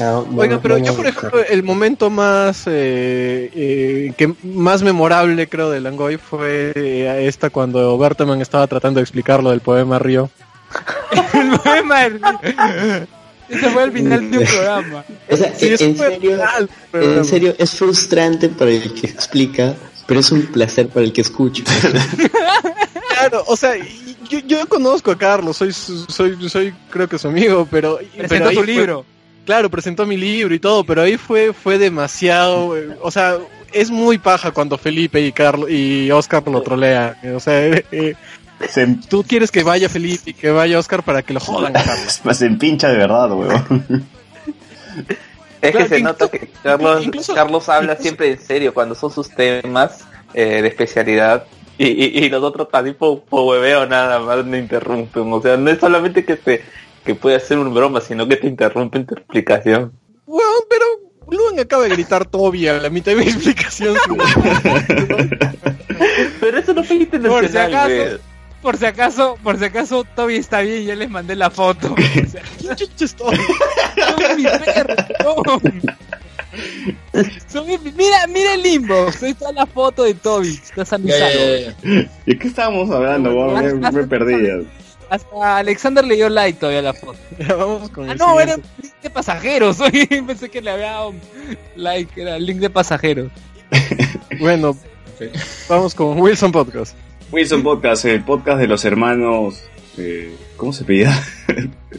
C: Ah, vamos-
B: Oiga, pero
C: vamos
B: yo
C: a
B: por
C: buscar.
B: ejemplo, el momento más eh, eh, que más memorable creo de Langoy fue eh, esta cuando Berteman estaba tratando de explicar lo del poema Río.
A: el poema del... Ese fue el final de un programa.
C: O sea,
B: Sí, eso
C: en,
B: fue
C: serio,
B: real, pero-
C: en serio, es frustrante para el que explica, pero es un placer para el que escucha.
B: Claro, o sea, y- yo, yo conozco a Carlos, soy su- soy soy creo que su amigo, pero pero
A: Presentó
B: ahí
A: tu
B: fue-
A: libro.
B: claro, presentó mi libro y todo, pero ahí fue fue demasiado, eh, o sea, es muy paja cuando Felipe y Carlos y Oscar lo trolean, eh, o sea, eh, eh,
D: Se,
B: tú quieres que vaya Felipe y que vaya Oscar para que lo jodan, Carlos.
D: se empincha de verdad, weón.
E: Es
B: Claro,
E: que
B: incluso-
E: se nota que Carlos,
B: incluso-
E: Carlos habla
B: incluso-
E: siempre en serio cuando son sus temas eh, de especialidad. Y, y, y los otros también po, po hueveo nada más me interrumpen. O sea, no es solamente que te que puede hacer un broma, sino que te interrumpen tu explicación.
B: Weón, pero Luan acaba de gritar Toby a la mitad de mi explicación.
E: Pero eso no fue intencional.
A: Por si acaso.
E: güey.
A: Por si acaso, por si acaso, Toby está bien, ya les mandé la foto. O sea,
B: ¿Qué chucha es Toby?
A: son mi perro. Son mi- Mira, mira el limbo. Ahí está la foto de Toby. Está
F: Ya, ya,
A: sanizado.
F: ya, ya.
D: ¿De qué estábamos hablando, weón? Me, me perdí.
A: Hasta Alexander le dio like todavía a la foto.
B: Ya, Vamos con
A: Ah,
B: el
A: no, era
B: siguiente.
A: un link de pasajeros. Oye, Pensé que le había dado like, era el link de pasajeros.
B: Bueno, vamos con Wilson Podcast.
D: Wilson Podcast, el podcast de los hermanos... eh, ¿Cómo se pedía?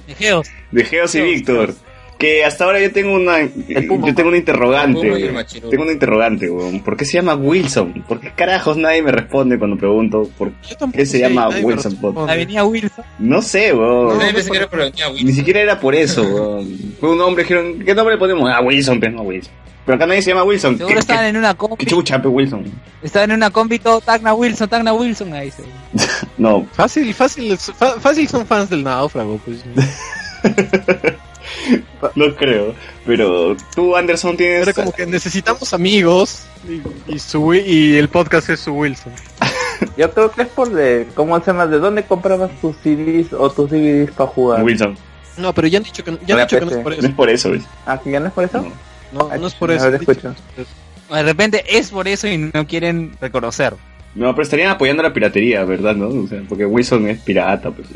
A: Ejeos.
D: De Geos y
A: Geos,
D: Víctor. Que hasta ahora yo tengo una...
E: Puma.
D: Yo tengo una interrogante,
F: Puma y el
D: weón.
F: Machiro.
D: Tengo una interrogante, weón. ¿Por qué se llama Wilson? ¿Por qué carajos nadie me responde cuando pregunto por
B: Yo tampoco
D: qué se
B: sé,
D: llama
B: nadie me
D: Wilson Podcast?
A: La avenida Wilson.
D: No sé, weón.
F: Nadie pensé que era por la niña
D: Ni
F: Wilson.
D: siquiera era por eso, weón. Fue un hombre, dijeron, ¿qué nombre le ponemos? Ah, Wilson, pero no Wilson. Pero acá nadie se llama Wilson. ¿Qué,
A: Seguro estaban
D: qué,
A: en una
D: qué
A: combi.
D: chucha, pe, Wilson?
A: Estaban en una combi todo Tacna Wilson, Tacna Wilson. Ahí se.
D: No.
B: Fácil, fácil, fa- fácil son fans del náufrago. Pues.
D: No creo. Pero tú, Anderson, tienes...
B: Era como que necesitamos amigos y, y su, Wi- y el podcast es su Wilson.
E: Yo creo que es por de, ¿cómo se llama? ¿De dónde comprabas tus CDs o tus DVDs para jugar?
D: Wilson.
B: No, pero ya han dicho que, ya han
E: Hola,
B: dicho que no es
E: Pepe.
B: por
D: No es
B: eso.
D: por eso, weón.
E: ¿Ah, que ya no es por eso?
D: No.
B: No, no es por
E: A
B: eso.
E: ver, escucho.
A: De repente es por eso y no quieren reconocer.
D: No, pero estarían apoyando la piratería, ¿verdad? ¿No? O sea, porque Wilson es pirata, pues,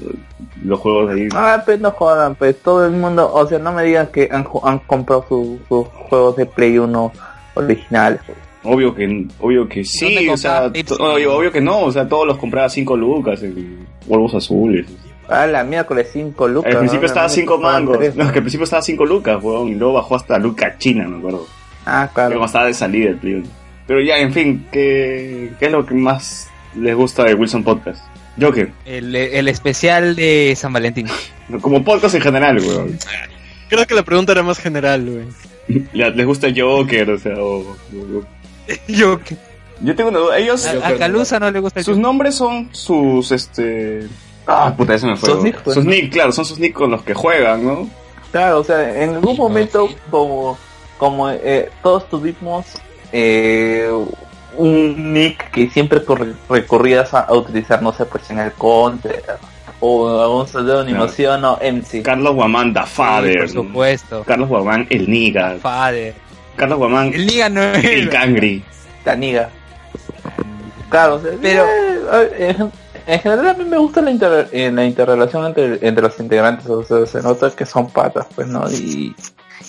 D: los juegos ahí...
E: Ah, pues no jodan, pues todo el mundo, o sea, no me digan que han, ju- han comprado su- sus juegos de Play 1 originales.
D: Obvio que, obvio que sí,
A: ¿Dónde
D: o sea,
A: compraba Pepsi?
D: to- obvio, obvio que no, o sea, todos los compraba 5 lucas, en eh, huevos azules.
E: Ah, la miércoles 5 lucas.
D: Al
E: ¿no?
D: principio estaba
E: Una
D: 5
E: mierda,
D: mangos.
E: tres,
D: No, que al principio estaba 5 lucas, weón. Y luego bajó hasta Luca China, me acuerdo.
E: Ah,
D: Que
E: claro.
D: cuando estaba de salida el Play Uno. Pero ya, en fin, ¿qué, ¿qué es lo que más les gusta de Wilson Podcast? Joker,
A: El, el especial de San Valentín.
D: como podcast en general, weón.
B: Creo que la pregunta era más general, güey.
D: Ya, ¿Les gusta Joker? O sea, o- o-
A: Yo,
D: Yo tengo una duda. Ellos,
A: a, a Calusa no le gusta el
D: sus nombres son sus, este... Ah, puta, ese me fue.
E: Sus
D: weón.
E: nick, pues.
D: Sus nick, claro, son sus nick con los que juegan, ¿no?
E: Claro, o sea, en algún momento como, como eh, todos tuvimos eh, un nick que siempre corre- recorrías a, a utilizar, no sé, pues en el counter o algún pseudónimo,
D: Claro.
E: ¿sí o no? MC.
D: Carlos Guamán, Da
A: Sí,
D: Father.
A: por supuesto.
D: Carlos Guamán, El Niga.
A: Fader.
D: Carlos Guamán,
A: El Liga no
D: El Cangri.
E: Taniga. Claro, o sea,
A: Pero-
E: eh, en, gen- en general a mí me gusta la, inter- eh, la interrelación entre, entre los integrantes, o sea, se nota que son patas, pues, ¿no? Y,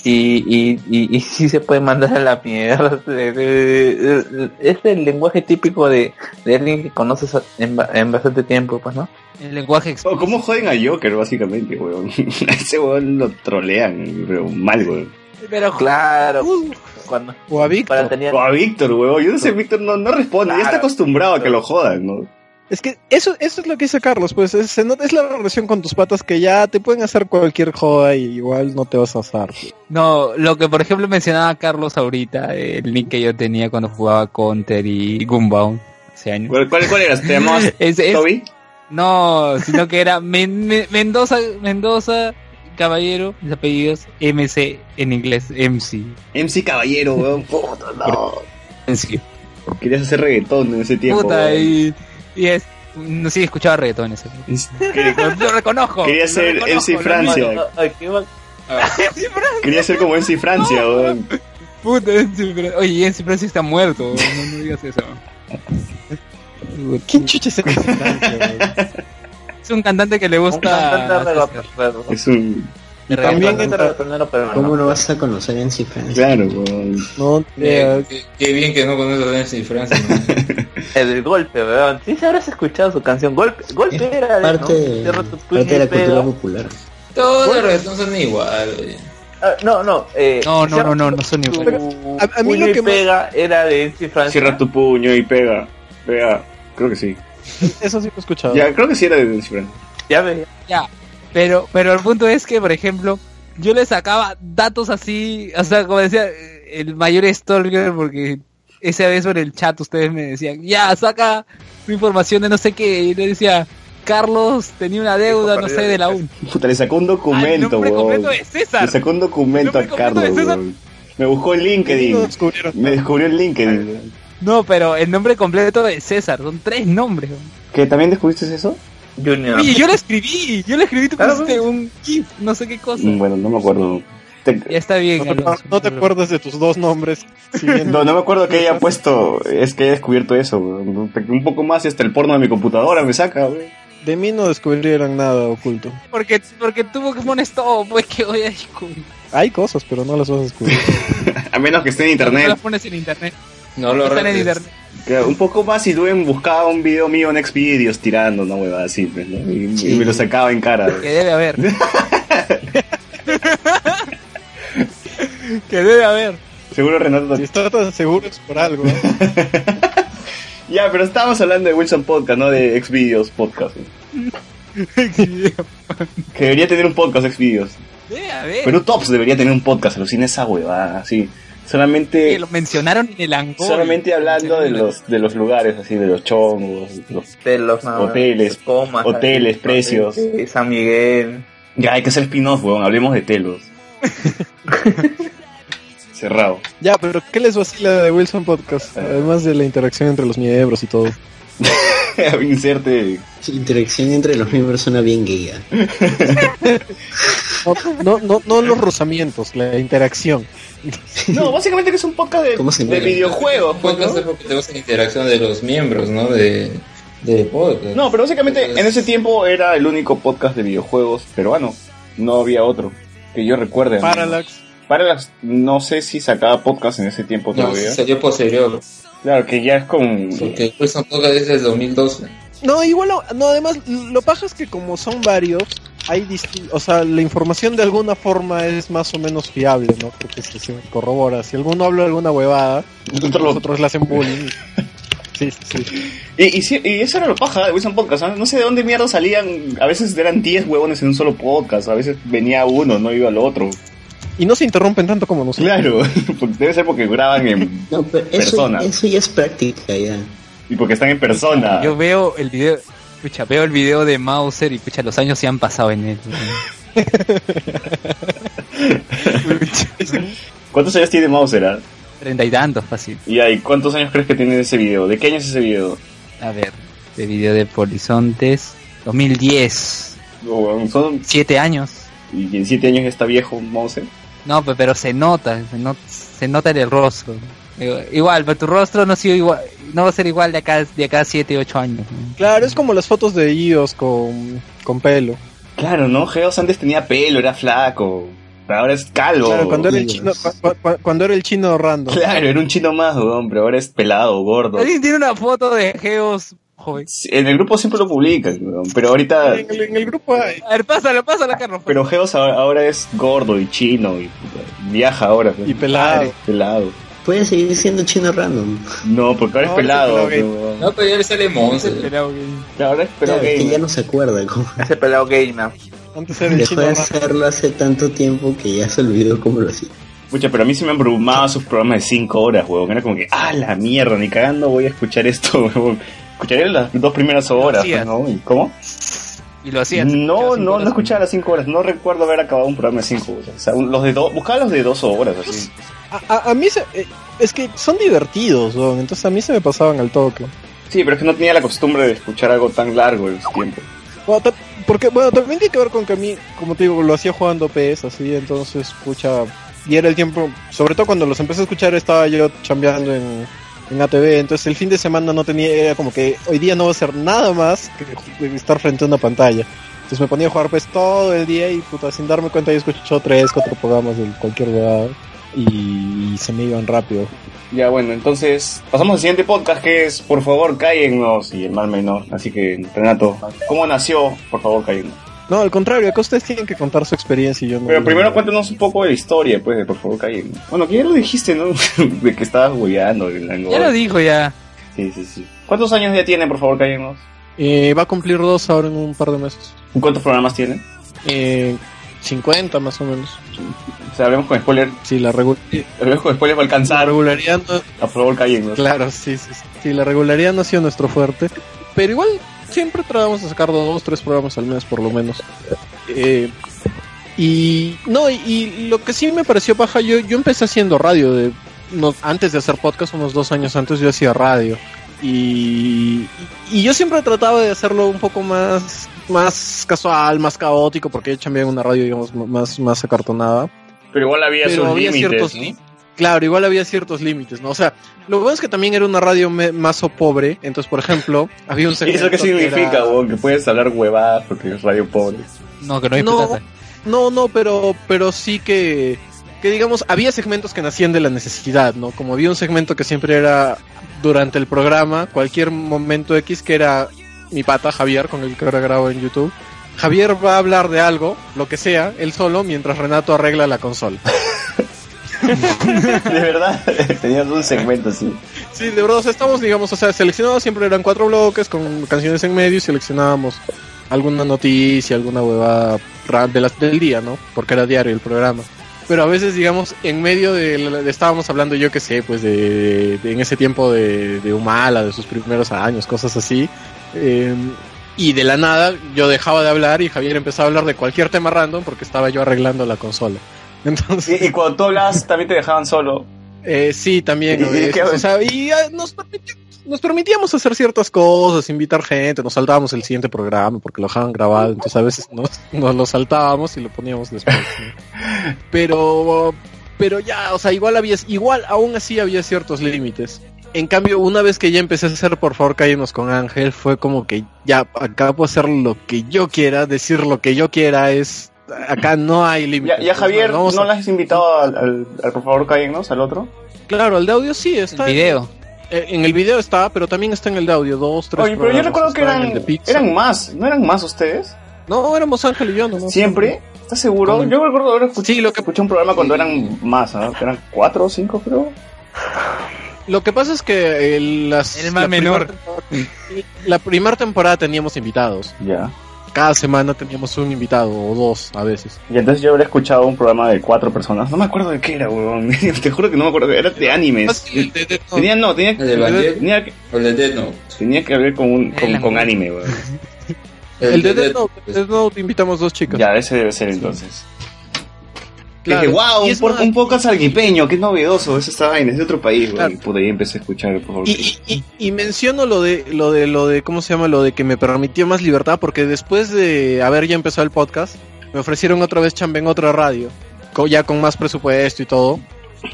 E: y, y, y, y sí se puede mandar a la mierda. Es el lenguaje típico de, de alguien que conoces a- en, ba- en bastante tiempo, pues, ¿no?
A: El lenguaje
D: Oh,
A: explícito.
D: ¿Cómo joden a Joker, básicamente, weón? A ese weón lo trolean, pero mal, weón.
A: Pero Uh.
E: Claro, cuando...
H: O a Víctor.
E: Para tener...
D: O a Víctor, weón. Yo no sé, Víctor no, no responde. Ya está
E: Claro.
D: acostumbrado a que lo jodan, ¿no?
H: Es que eso, eso es lo que dice Carlos, pues es, se nota- es la relación con tus patas que ya te pueden hacer cualquier joda y igual no te vas a asar.
A: No, lo que por ejemplo mencionaba Carlos ahorita, eh, el nick que yo tenía cuando jugaba Counter y Gunbound hace años.
D: ¿Cuál, cuál, cuál eras? ¿Te llamabas
A: Es- es-
D: Toby?
A: no, sino que era Men- Men- Mendoza, Mendoza, Caballero, mis apellidos, MC en inglés, MC.
D: MC Caballero, weón. Puta, no.
A: MC.
D: Querías hacer reggaetón en ese tiempo.
A: Puta,
D: weón.
A: y, y es, no sí, escuchaba reggaetón ese.
D: Quer-
A: Lo, lo reconozco.
D: Quería
A: lo
D: ser
A: reconozco,
D: MC
A: lo
D: Francia.
A: admito.
E: Ay, qué mal-
D: Quería ser como MC Francia, weón.
A: Puta, MC Francia. Oye, MC Francia está muerto, no, no digas eso.
H: ¿Quién chucha es ese cantante, güey?
A: Es un cantante que le
E: un cantante
A: gusta...
E: reggaetonero,
D: Es un.
A: de
E: un
A: reggaetón.
E: cantante reggaetonero peruano.
C: ¿Cómo no vas a conocer en Francia?
D: Claro, weón.
H: No,
F: Eh,
H: eh,
F: qué, qué bien que no conoces a Nancy Francia. ¿no?
E: El del golpe, weón. Sí, se habrás escuchado su canción. Golpe, golpe era ¿no?
C: Parte, de-
E: Cierra tu puño
C: parte de
E: y
C: la cultura
E: pega.
C: popular.
F: Todos los reggaetones son igual. oye.
E: Ah, no, no, eh,
A: No, no, no,
E: cierra
A: no, no son
E: tu-
A: iguales.
H: a- a mí
E: puño
H: lo
E: y
H: que más-
E: pega era de Nancy Francia.
D: Cierra tu puño y pega. Pega. Creo que sí.
H: eso sí lo he escuchado.
D: Ya, creo que sí era de MC Francia.
E: Ya ve.
A: Ya, pero, pero el punto es que, por ejemplo, yo le sacaba datos así, o sea, como decía eh, el mayor stalker, porque esa vez por el chat ustedes me decían, ya, saca tu información de no sé qué, y le decía, Carlos tenía una deuda, no sé, de la UN.
D: Puta, le sacó un
A: Ah, el
D: documento,
A: nombre
D: weón.
A: completo de
D: Le
A: César.
D: sacó un documento
A: El
D: a
A: nombre completo
D: Carlos,
A: de César.
D: weón. Me buscó en LinkedIn.
H: Lo descubrieron.
D: Me descubrió en LinkedIn.
A: No, pero el nombre completo de César, son tres nombres.
D: ¿Que también descubriste eso?
E: Junior.
A: Oye, yo lo escribí, yo lo escribí, tú
E: Claro,
A: pusiste
E: pues.
A: un GIF, no sé qué cosa.
D: Mm, Bueno, no me acuerdo.
A: Ya
D: Te-
A: está bien,
H: No te,
A: Alonso,
H: no te acuerdas de tus dos nombres.
A: Eh,
H: siguiendo.
D: No, no me acuerdo que haya puesto, es que haya descubierto eso, weón. un poco más y hasta el porno de mi computadora me saca, weón.
H: De mí no descubrieron nada oculto.
A: Porque, porque tuvo que poner todo, pues que voy a descubrir.
H: Hay cosas, pero no las vas a descubrir.
D: A menos que esté en
A: No las
D: internet.
A: pones en internet.
F: No lo
A: Están en
F: retes.
A: internet.
D: Claro, Un poco más y Duen buscaba un video mío en Xvideos tirando una huevada así, pues, ¿no? Y, y me lo sacaba en cara.
A: Que
D: weón.
A: debe haber. que debe haber.
D: Seguro Renato
H: Si
D: también.
H: estás tan seguro es por algo. ¿eh?
D: Ya, pero estábamos hablando de Wilson Podcast, ¿no? De Xvideos Podcast. weón. Que debería tener un podcast Xvideos.
A: debe haber.
D: Perú Tops debería tener un podcast, alucina esa huevada, así.
A: Que
D: Solamente,
A: lo mencionaron en el Angol.
D: solamente hablando de los, de los lugares, así, de los chongos, los-
E: De los no,
D: Hoteles,
E: comas,
D: hoteles,
E: ¿sabes?
D: precios.
E: Sí, San Miguel.
D: Ya, hay que hacer spin-off, weón, hablemos de telos. Cerrado.
H: Ya, pero ¿qué les vacila de Wilson Podcast? Además de la interacción entre los miembros y todo.
D: Inserte.
C: Interacción entre los miembros suena bien guía.
H: No, no, no, no los rozamientos, la interacción.
D: No, básicamente que es un podcast de,
C: ¿Cómo se
D: de
C: llama?
D: videojuegos, pues,
F: Podcast es
D: ¿no?
F: porque te gusta la interacción de los miembros, ¿no? De, de podcast.
D: No, pero básicamente en ese tiempo era el único podcast de videojuegos peruano. No había otro. Que yo recuerde.
H: Parallax.
D: Parallax, no sé si sacaba podcast en ese tiempo
F: No,
D: todavía.
F: salió posterior.
D: Claro, que ya es con.
F: Porque Wilson Podcast es del 2012.
B: No, igual, no- no, además, lo paja es que como son varios, hay disti- o sea, la información de alguna forma es más o menos fiable, ¿no? Porque se, se corrobora. Si alguno habla de alguna huevada,
D: Nosotros lo-
B: los otros le hacen bullying. Sí, sí, sí.
D: Y, y, sí- y eso era lo paja de Wilson Podcast. ¿no? No sé de dónde mierda salían. A veces eran 10 huevones en un solo podcast. A veces venía uno, no iba al otro.
B: Y no se interrumpen tanto como nosotros.
D: Claro, porque- debe ser porque graban en,
C: No, pero eso,
D: Persona.
C: eso ya es práctica, ya.
D: y porque están en persona.
A: Yo veo el video, escucha, veo el video de Mauser y escucha, los años se han pasado en él.
D: ¿Cuántos años tiene Mauser? ah?
A: Treinta y tantos, fácil.
D: Y ahí, ¿cuántos años crees que tiene ese video? ¿De qué año es ese video?
A: A ver, el video de Polizontes, 2010,
D: Oh, weón, Son
A: siete años.
D: y en 7 años ya está viejo Mauser.
A: No, pe- pero se nota, se nota, se nota en el rostro. Digo, Igual, pero tu rostro no ha sido igual, no va a ser igual de acá, de acá siete, ocho años. ¿no?
B: Claro, es como las fotos de ellos con, con pelo.
D: Claro, ¿no? Geos antes tenía pelo, era flaco. Pero ahora es calvo.
B: Claro, cuando era el
C: Dios.
B: chino, cu- cu- cuando era el chino random.
D: Claro, era un chino más, weón, pero ahora es pelado, gordo.
A: Alguien tiene una foto de Geos, joven.
D: Sí, En el grupo siempre lo publican, weón, pero ahorita...
B: En el, en el grupo hay-
A: A ver, pásalo, pásalo, Carlos. pues.
D: Pero Geos ahora, ahora es gordo y chino y puta, viaja ahora.
B: Y pelado.
D: Madre, pelado.
C: Puede seguir siendo chino random.
D: No, porque ahora
B: No,
D: es pelado.
B: ahora es pelado
D: weón.
F: No, pero ya le sale Monster.
A: Pero, güey,
D: Claro, ahora es pelado
C: Claro, es que
D: gay,
C: ya
D: ¿no?
C: no se acuerda. cómo-
E: Ese pelado gay, ¿no?
B: Antes era el
C: Dejó
B: chino
C: de
B: random.
C: hacerlo hace tanto tiempo que ya se olvidó cómo lo hacía.
D: Pucha, pero a mí se me abrumaba sus programas de 5 horas, weón. Era como que, ah, la mierda, ni cagando voy a escuchar esto, weón. Escucharé las dos primeras horas,
A: hacías.
D: ¿no? ¿Y ¿Cómo?
A: Y lo hacían.
D: No, no, no
A: escuchaba
D: escuchaba las 5 horas. No recuerdo haber acabado un programa de 5 horas. O sea, un- los de dos, buscaba los de 2 horas, así.
B: A, a- a mí se- eh, es que son divertidos, weón, entonces a mí se me pasaban al toque.
D: Sí, pero es que no tenía la costumbre de escuchar algo tan largo en su tiempo.
B: Bueno, ta- porque, bueno, también tiene que ver con que a mí, como te digo, lo hacía jugando PS, así, entonces, pucha, y era el tiempo, sobre todo cuando los empecé a escuchar estaba yo chambeando en, en ATV, entonces el fin de semana no tenía, era como que hoy día no va a ser nada más que estar frente a una pantalla. Entonces me ponía a jugar pues todo el día y puta, sin darme cuenta yo escuchado tres, cuatro programas de cualquier edad y, se me iban rápido.
D: Ya, bueno, entonces pasamos al siguiente podcast que es Por favor, cállennos y el mal menor. Así que, Renato, ¿cómo nació? Por favor, cállennos.
B: No, al contrario, acá ustedes tienen que contar su experiencia y yo no.
D: Pero primero cuéntanos un poco de la historia, pues, de por favor, Calle. Bueno, que ya lo dijiste, ¿no? de que estabas hueveando en
A: Ya lo dijo ya.
D: Sí, sí, sí. ¿Cuántos años ya tiene, por favor, Calle?
B: Eh, va a cumplir dos ahora en un par de meses.
D: ¿Y ¿Cuántos programas tiene?
B: Eh, 50 más o menos.
D: O sea, hablemos con spoiler.
B: Si la, regu-
D: Hablemos con spoiler para
B: la
D: alcanzar.
B: regularidad no,
D: A por favor, cállennos.
B: claro, sí, sí, sí. Sí, la regularidad no ha sido nuestro fuerte, pero igual siempre tratamos de sacar dos, tres programas al mes por lo menos. Eh, y no, y, y lo que sí me pareció paja, yo, yo empecé haciendo radio de unos- antes de hacer podcast, unos dos años antes yo hacía radio. Y, y yo siempre trataba de hacerlo un poco más, más casual, más caótico, porque yo chambeaba en una radio, digamos, m- más, más acartonada.
D: Pero igual había
B: Pero
D: sus
B: había
D: límites,
B: ciertos-
D: ¿no?
B: Claro, igual había ciertos límites, ¿no? O sea, lo bueno es que también era una radio me- más o pobre, entonces, por ejemplo, había un
D: ¿Y
B: segmento
D: eso qué
B: que era-
D: significa, weón? Que puedes hablar huevadas porque es radio pobre.
A: No, que no hay
B: No.
A: plata.
B: No, no, pero, pero sí que, que digamos, había segmentos que nacían de la necesidad, ¿no? Como había un segmento que siempre era durante el programa, cualquier momento X, que era mi pata Javier, con el que ahora grabo en YouTube. Javier va a hablar de algo, lo que sea, él solo, mientras Renato arregla la consola.
D: de verdad, tenías un segmento así.
B: Sí, de verdad, o sea, estamos, digamos, o sea, seleccionados siempre eran cuatro bloques con canciones en medio y seleccionábamos alguna noticia, alguna huevada ra- de las del día, ¿no? Porque era diario el programa. Pero a veces, digamos, en medio de, la- de- estábamos hablando, yo qué sé, pues de, de- en ese tiempo de, de Humala, de sus primeros años, cosas así. eh, y de la nada yo dejaba de hablar y Javier empezaba a hablar de cualquier tema random porque estaba yo arreglando la consola. Entonces,
D: Y, y cuando tú hablabas, también te dejaban solo.
B: eh, sí, también.
D: ¿Y
B: ¿no?
D: qué
B: Eso,
D: haces?
B: o sea, y, ah, nos, permiti- nos permitíamos hacer ciertas cosas, invitar gente, nos saltábamos el siguiente programa porque lo dejaban grabado, entonces a veces nos, nos lo saltábamos y lo poníamos después. ¿no? Pero, pero ya, o sea, igual había, igual aún así había ciertos límites. En cambio, una vez que ya empecé a hacer Por favor Cállenos con Ángel, fue como que ya acá puedo hacer lo que yo quiera, decir lo que yo quiera, es acá no hay límites.
D: Ya, ya Javier,
B: Entonces, bueno, vamos
D: ¿no
B: a-
D: la has invitado al, al- al por favor, cállennos, al otro?
B: Claro, el de audio sí, está
A: El video.
B: eh, en el video está, pero también está en el de audio, dos, tres.
D: Oye, pero yo
B: programas,
D: recuerdo que
B: está en
D: eran,
B: el de Pizza.
D: eran más. ¿No eran más ustedes?
B: No, éramos Ángel y yo, nomás.
D: ¿Siempre? ¿Estás seguro?
B: Con-
D: Yo recuerdo haber escuchado,
B: Sí, lo que-
D: escuché un programa cuando eran más, ¿no? Que eran cuatro o cinco, creo.
B: Lo que pasa es que el, las,
A: El más
B: la
A: menor.
B: primer- la primera temporada teníamos invitados.
D: Ya.
B: Cada semana teníamos un invitado o dos a veces.
D: Y entonces yo habré escuchado un programa de cuatro personas. No me acuerdo de qué era, weón. Te juro que no me acuerdo. Era de
B: Más
D: animes.
B: que Eh, el de Death Note.
D: Tenía, no, tenía,
F: ¿El de Evangel?
D: tenía, que,
F: O el de Dead Note.
D: tenía que ver con, un, con,
A: El-
D: con anime, weón.
B: El de Death Note, pues.
F: Note. pues,
B: Death Note invitamos dos chicas.
D: Ya, ese debe ser entonces.
B: Claro.
D: Dije, wow,
B: Y
D: un,
B: es
D: por-
B: más-
D: un podcast arguipeño, qué novedoso. Es esta vaina, es de otro país, weón.
B: Claro.
D: Y por ahí empecé a escuchar, por favor.
B: Y, y- y- y menciono lo de, lo de, lo de, ¿cómo se llama? Lo de que me permitió más libertad, porque después de haber ya empezado el podcast, me ofrecieron otra vez chamba en otra radio, co- ya con más presupuesto y todo,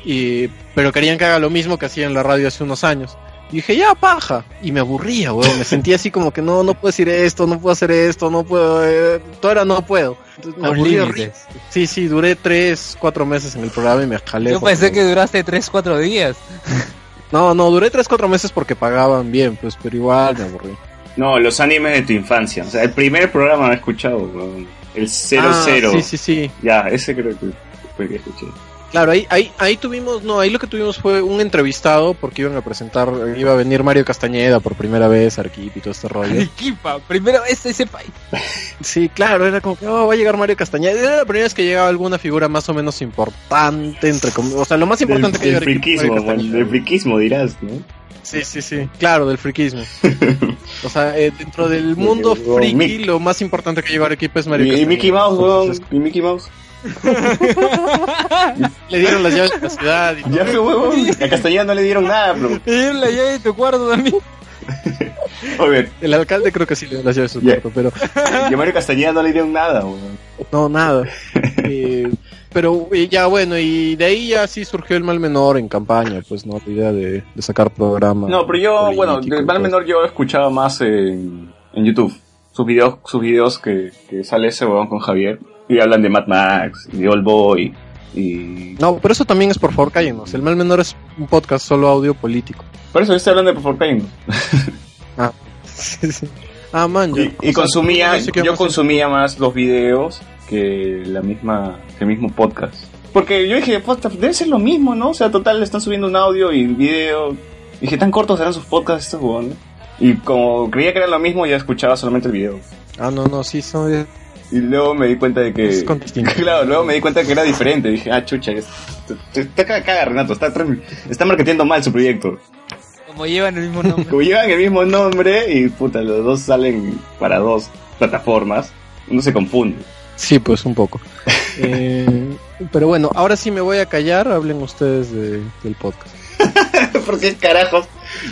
B: y, pero querían que haga lo mismo que hacía en la radio hace unos años. Y dije, ya, paja. Y me aburría, weón. Me sentía así como que no, no puedo decir esto, no puedo hacer esto, no puedo, eh, todo era no puedo. Entonces, me
A: Con
B: aburría horrible.
A: límites.
B: Sí, sí, duré tres, cuatro meses en el programa y me jalé.
A: Yo
B: porque-
A: pensé que duraste 3, 4 días.
B: No, no, duré tres, cuatro meses porque pagaban bien, pues, pero igual me aburrí.
D: No, los animes de tu infancia. O sea, el primer programa he escuchado, weón. El 00.
B: Ah, sí, sí, sí.
D: Ya, ese creo que fue el que escuché.
B: Claro, ahí, ahí, ahí tuvimos, no, ahí lo que tuvimos fue un entrevistado porque iban a presentar, iba a venir Mario Castañeda por primera vez, Arquip y todo este rollo.
A: Arequipa, primero es ese país.
B: Sí, claro, era como que oh, va a llegar Mario Castañeda. Era la primera vez que llegaba alguna figura más o menos importante, entre comillas. O sea, lo más importante que llegara
D: del, del
B: Arequipa, Mario
D: friquismo,
B: Castañeda.
D: del friquismo dirás, ¿no?
B: Sí, sí, sí. Claro, del friquismo. o sea, eh, dentro del mundo
D: Del-
B: friki,
D: Mickey.
B: lo más importante que llegó Arequipa es Mario
D: Y, y
B: Castañeda.
D: Mickey Mouse, weón,
B: Entonces,
D: y Mickey Mouse.
B: Le dieron las llaves de la ciudad y todo.
D: Ya, weón, a Castañeda no le dieron nada, pero...
A: Y la llave de tu cuarto también.
D: Oye,
B: El alcalde creo que sí le dio las llaves de su
D: Ya.
B: cuarto, pero
D: y a Mario Castañeda no le dieron nada, weón.
B: No, nada. Eh, pero eh, ya bueno, y de ahí ya sí surgió el mal menor en campaña, pues no, la idea de, de sacar programa.
D: No, pero yo,
B: político
D: bueno,
B: y
D: del
B: todo.
D: mal menor yo escuchaba más en, en YouTube. Sus videos, sus videos que, que sale ese weón con Javier. Y hablan de Mad Max, y de Old Boy, y...
B: No, pero eso también es por favor, cállenos. El mal menor es un podcast solo audio político.
D: Por eso yo estoy hablando de Performance.
B: Sí, sí. ah, man. yo-
D: Y, y
B: o sea,
D: consumía,
B: no sé qué
D: yo
B: más-
D: consumía más los videos que la misma, que el mismo podcast. Porque yo dije, podcast debe ser lo mismo, ¿no? O sea, total, le están subiendo un audio y un video. Dije, tan cortos eran sus podcasts estos huevones. Y como creía que era lo mismo, ya escuchaba solamente el video.
B: Ah, no, no, sí, son, es,
D: Y luego me di cuenta de que...
B: con distinto.
D: Claro, luego me di cuenta que era diferente. Dije, ah, chucha, es- te- te- está caga, caga, Renato, está, tra- está marketeando mal su proyecto.
A: Como llevan el mismo nombre.
D: Como llevan el mismo nombre y puta, los dos salen para dos plataformas, uno se confunde.
B: Sí, pues un poco. Eh, pero bueno, ahora sí me voy a callar, hablen ustedes de- del podcast.
D: ¿Por qué carajos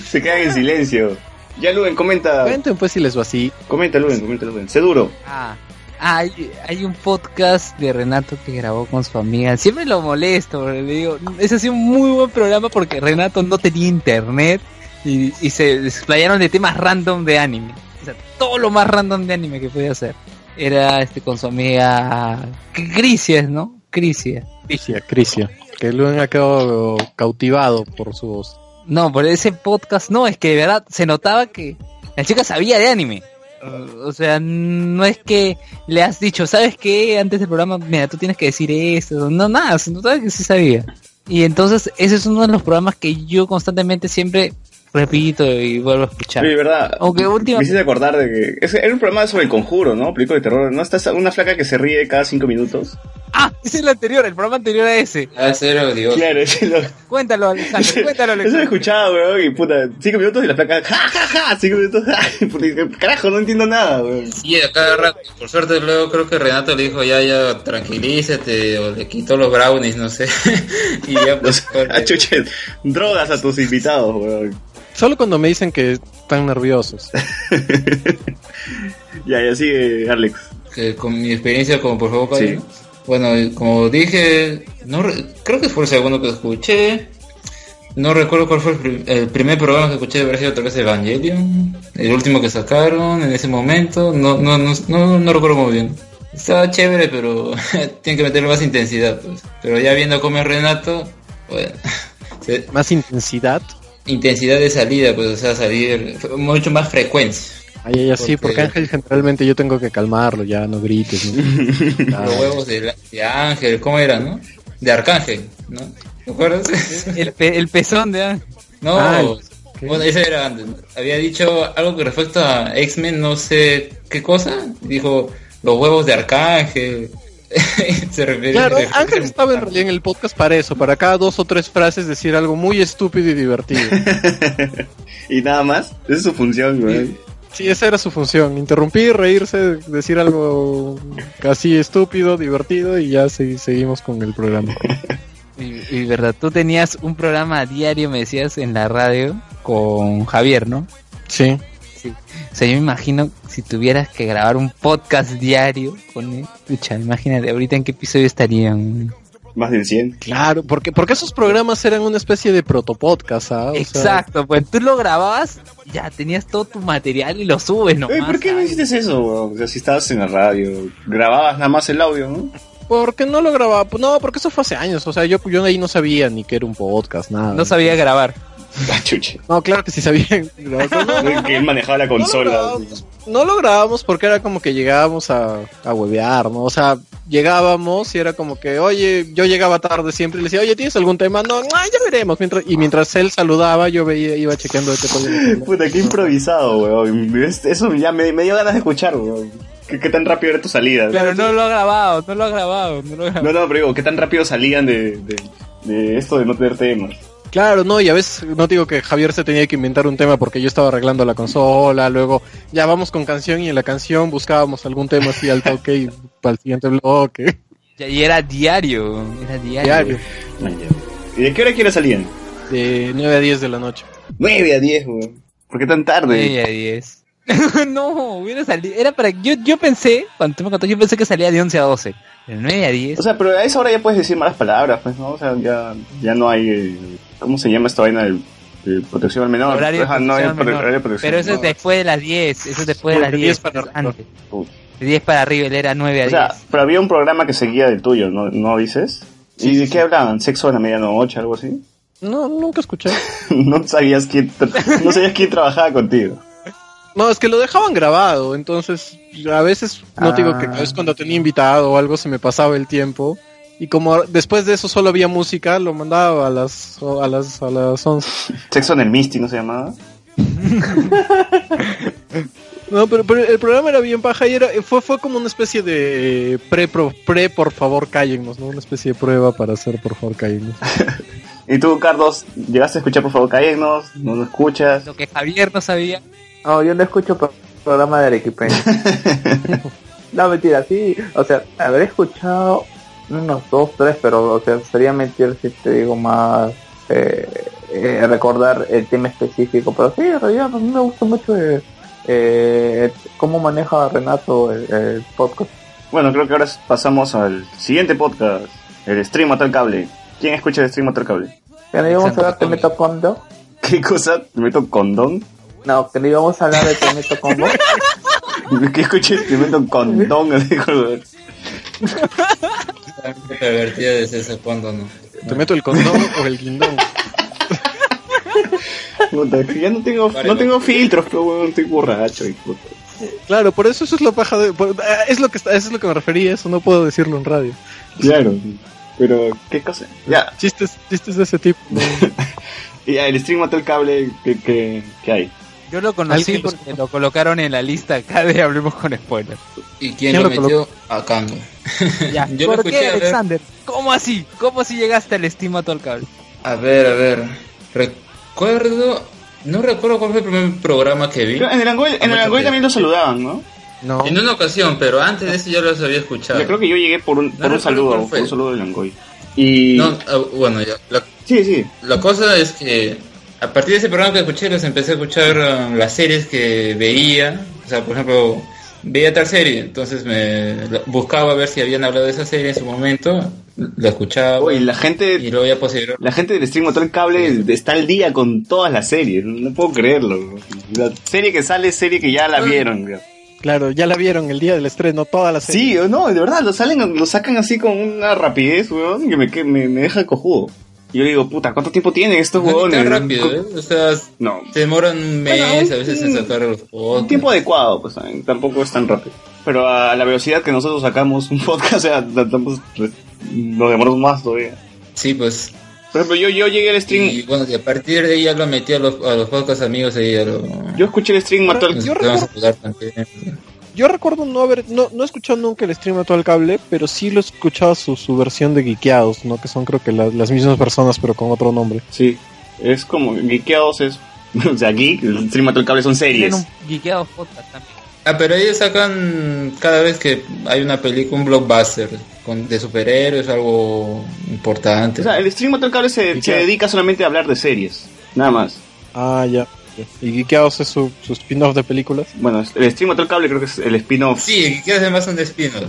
D: se quedan en silencio? Ya Luen, comenta,
B: Cuenten pues si les va así.
D: comenta Luen, comenta Luen. Sé duro.
A: Ah, hay, hay un podcast de Renato que grabó con su amiga. Siempre lo molesto, porque le digo, ese ha sido un muy buen programa porque Renato no tenía internet y, y se explayaron de temas random de anime. O sea, todo lo más random de anime que podía hacer. Era este con su amiga Crisias, ¿no? Crisia.
B: Crisia, Crisia. Que Luen ha quedado cautivado por su voz.
A: No, por ese podcast no, es que de verdad se notaba que la chica sabía de anime. Uh, O sea, no es que le has dicho, ¿sabes qué? Antes del programa, mira, tú tienes que decir esto. No, nada, se notaba que sí sabía. Y entonces, ese es uno de los programas que yo constantemente siempre repito y vuelvo a escuchar.
D: Oye, verdad.
A: Aunque última-
D: Me hiciste acordar de que. ese era un programa sobre el conjuro, ¿no? Película de terror. ¿No está una flaca que se ríe cada cinco minutos?
A: Ah, ese es el anterior, el programa anterior a ese.
F: Ah, cero, Dios.
D: Claro, ese lo,
A: Cuéntalo, Alexander, cuéntalo,
D: eso lo
A: Alexander.
D: escuchaba, weón. Y puta, cinco minutos y la flaca. ¡Ja, ja, ja! Cinco minutos. ja, y puta, y dije, Carajo, no entiendo nada, weón.
F: Sí, a cada rato. Por suerte luego creo que Renato le dijo ya, ya, tranquilízate, o le quitó los brownies, no sé. y ya pues,
D: Ah, chuches, drogas a tus invitados, weón.
B: Solo cuando me dicen que están nerviosos.
D: Ya, ya sigue, eh, Alex.
F: que eh, con mi experiencia como por favor
D: Sí.
F: Calle, ¿no? bueno y como dije no re- creo que fue el segundo que escuché no recuerdo cuál fue el, pri- el primer programa que escuché de sido otra vez Evangelion el último que sacaron en ese momento no no no no, no recuerdo muy bien estaba chévere pero tiene que meterle más intensidad pues. pero ya viendo cómo es Renato bueno se-
B: Más intensidad.
F: intensidad de salida, pues, o sea, salir mucho más frecuencia.
B: Ay, ay, así, porque
F: Porque-
B: Ángel generalmente yo tengo que calmarlo, ya no grites. ¿no? Ah,
F: Los huevos de, de Ángel, ¿cómo era, no? De Arcángel, ¿no? ¿Te acuerdas?
A: El, pe- el pezón de Ángel.
F: No,
B: Ah,
F: bueno, ese era antes. Había dicho algo con respecto a X-Men, no sé qué cosa. Dijo los huevos de Arcángel. Se refiere
B: Claro,
F: se refiere-
B: Ángel estaba en realidad en el podcast para eso, para cada dos o tres frases decir algo muy estúpido y divertido.
D: Y nada más. Esa es su función, güey.
B: Sí, esa era su función, interrumpir, reírse, decir algo casi estúpido, divertido y ya se- seguimos con el programa.
A: Y, y verdad, tú tenías un programa diario, me decías, en la radio con Javier, ¿no?
B: Sí.
A: O sea, yo me imagino si tuvieras que grabar un podcast diario con él. Pucha, imagínate, ahorita en qué episodio estarían.
D: Más del 100.
B: Claro, porque, porque esos programas eran una especie de protopodcast, ¿ah? O sea,
A: Exacto, pues tú lo grababas, ya tenías todo tu material y lo subes nomás.
D: Oye, ¿por qué no
A: ¿sabes?
D: hiciste eso, güey? O sea, si estabas en la radio, grababas nada más el audio, ¿no?
B: porque no lo grababa, Pues no, porque eso fue hace años, o sea, yo, yo ahí no sabía ni que era un podcast, nada.
A: No sabía grabar.
D: La chucha.
B: No, claro que sí sabía. No, no, no,
D: Güey, Que él manejaba la
B: No lo,
D: consola.
B: grabábamos, no lo grabábamos porque era como que llegábamos a, a huevear, ¿no? O sea, llegábamos y era como que, oye, yo llegaba tarde siempre y le decía, oye, ¿tienes algún tema? No, no, ya veremos. Mientras, y mientras él saludaba, yo veía, iba chequeando de qué podía
D: Puta, qué improvisado, weón. Es- Eso ya me, me dio ganas de escuchar, weón. ¿Qué, qué tan rápido era tu salida?
A: Pero no lo ha grabado, no lo ha grabado, no lo ha grabado.
D: No, no, pero digo, ¿qué tan rápido salían de, de, de esto de no tener temas?
B: Claro, no, y a veces no digo que Javier se tenía que inventar un tema porque yo estaba arreglando la consola, luego ya vamos con canción y en la canción buscábamos algún tema así al toque y para el siguiente bloque.
A: Y- Y era diario, era diario.
B: Diario,
D: ¿Y de qué hora quiere salían?
B: de 9 a 10 de la noche.
D: 9 a 10, weón. ¿Por qué tan tarde?
A: Nueve a diez. no, hubiera salido. Era para. Yo, yo pensé, cuando tú me contó, yo pensé que salía de 11 a 12. Pero 9 a 10.
D: O sea, pero a esa hora ya puedes decir malas palabras, pues, ¿no? O sea, ya, ya no hay... eh, ¿Cómo se llama esta vaina del- de protección al menor?
A: horario de
D: Ajá, no hay
A: protección
D: pro-
A: menor.
D: horario de protección
A: Pero eso es
D: menor.
A: después de las 10. Eso es después de
B: No,
A: las
B: de
A: 10.
B: 10 para
A: eso es
B: arriba.
A: antes. De 10 para arriba, él era 9 a
D: O
A: 10.
D: sea, pero había un programa que seguía del tuyo, ¿no, ¿No dices? ¿Y de qué hablaban? ¿Sexo a la medianoche, algo así?
B: No, nunca escuché.
D: no sabías quién tra- no sabías quién trabajaba contigo.
B: No, es que lo dejaban grabado, entonces a veces, no te digo que a veces cuando tenía invitado o algo se me pasaba el tiempo. Y como después de eso solo había música, lo mandaba a las, a las, a las 11.
D: Sexo en el Misty, ¿no se llamaba?
B: No, pero, pero el programa era bien paja y era, fue, fue como una especie de eh, pre, pro- pre, por favor, cállennos, ¿no? Una especie de prueba para hacer, por favor, cállennos.
D: Y tú, Carlos, llegaste a escuchar, por favor, cállenos, no nos escuchas.
A: Lo que Javier no sabía.
E: No, Oh, yo no escucho pro- programa de Arequipeño. no, mentira, sí. O sea, habré escuchado unos dos, tres, pero o sea, sería mentir si te digo más eh, eh, recordar el tema específico. Pero sí, en realidad a mí me gusta mucho eh, eh, cómo maneja Renato el, el podcast.
D: Bueno, creo que ahora pasamos al siguiente podcast, el stream al cable. ¿Quién escucha el stream al cable?
E: Que no íbamos a
A: Exacto,
E: hablar
A: también.
E: de Meto Condom.
D: ¿Qué cosa? ¿Te meto condón?
E: No, que no íbamos a hablar de Te Meto Condom.
D: ¿Qué escuché? ¿Te meto condón? este Así como-
F: Totalmente pervertida de César cuando no.
B: ¿Te meto el condón o el guindón?
D: Puta, que ya no tengo, no tengo filtros, pero bueno, estoy borracho. y puta.
B: Claro, por eso eso es lo paja de... por- ah, es lo que está- eso es lo que me refería, eso no puedo decirlo en radio.
D: Claro. Pero, ¿qué cosa? Ya,
B: Chistes, chistes de ese tipo. ¿no?
D: ya el stream al cable, ¿qué, qué, qué hay?
A: Yo lo conocí
B: Alguien lo-
A: porque lo colocaron en la lista acá de Hablemos con Spoilers.
F: ¿Y quién,
B: ¿Quién
F: lo,
B: lo
F: metió? A Kango.
A: Ya,
F: Yo lo
A: ¿Por
F: escuché
A: qué,
F: hablar-
A: Alexander? ¿Cómo así? ¿Cómo así llegaste al estimato al cable?
F: A ver, a ver. Recuerdo. No recuerdo cuál fue el primer programa que vi.
D: Pero En el Angoy, en el
F: Mucho
D: Angoy
F: tiempo.
D: también lo saludaban, ¿no?
B: No.
F: En una ocasión, pero antes de eso ya los había escuchado.
D: Yo creo que yo llegué por un, por un
F: recuerdo
D: saludo,
F: cuál
D: por
F: fue.
D: un saludo del Angoy. Y...
F: No, ah, bueno, ya. La,
D: Sí, sí.
F: la cosa es que a partir de ese programa que escuché, los empecé a escuchar ah, las series que veía. O sea, por ejemplo, veía tal serie, entonces me la- buscaba a ver si habían hablado de esa serie en su momento, la escuchaba
D: Oye, la
F: y
D: gente,
F: luego ya posterior.
D: la gente del stream Hotel Cable está al día con todas las series. No puedo creerlo. La serie que sale es serie que ya la vieron. güey.
B: Claro, ya la vieron el día del estreno, todas las
D: Sí, o no, de verdad, lo salen, lo sacan así con una rapidez, weón, que me, que me, me deja cojudo. Y yo digo, puta, ¿cuánto tiempo tienen estos
F: No es
D: huevones?
F: tan rápido, ¿eh? O sea,
D: No,
F: se demoran un mes
D: Bueno, un-
F: a veces en sacar los
D: un
F: fotos.
D: tiempo adecuado, pues también, tampoco es tan rápido. Pero a la velocidad que nosotros sacamos un podcast, o sea, tratamos- nos demoramos más todavía.
F: Sí, pues.
D: Por ejemplo, yo, yo llegué al stream,
F: Y bueno, y a partir de ahí ya lo metí a los, a los podcasts amigos ahí a los...
D: yo escuché el stream mató al
F: nos
B: yo
F: empezamos a
B: recuerdo-
F: jugar también.
B: Yo recuerdo no haber, no, no he escuchado nunca el stream de todo el cable, pero sí lo he escuchado su, su versión de Geekeados, ¿no? Que son creo que la- las mismas personas, pero con otro nombre.
D: Sí, es como geekeados es. O sea, geek, el stream mató el cable son
A: Tienen
D: series.
A: un guiqueado podcast también.
F: Ah, pero ellos sacan cada vez que hay una película, un blockbuster con, de superhéroes, algo importante.
D: O sea, el stream mató el cable se, se
F: Geekeados.
D: dedica solamente a hablar de series, nada más.
B: Ah, ya. Y Geekeados es su, su spin-off de películas.
D: Bueno, el stream mató el cable creo que es el spin-off.
F: Sí, que además son destinos.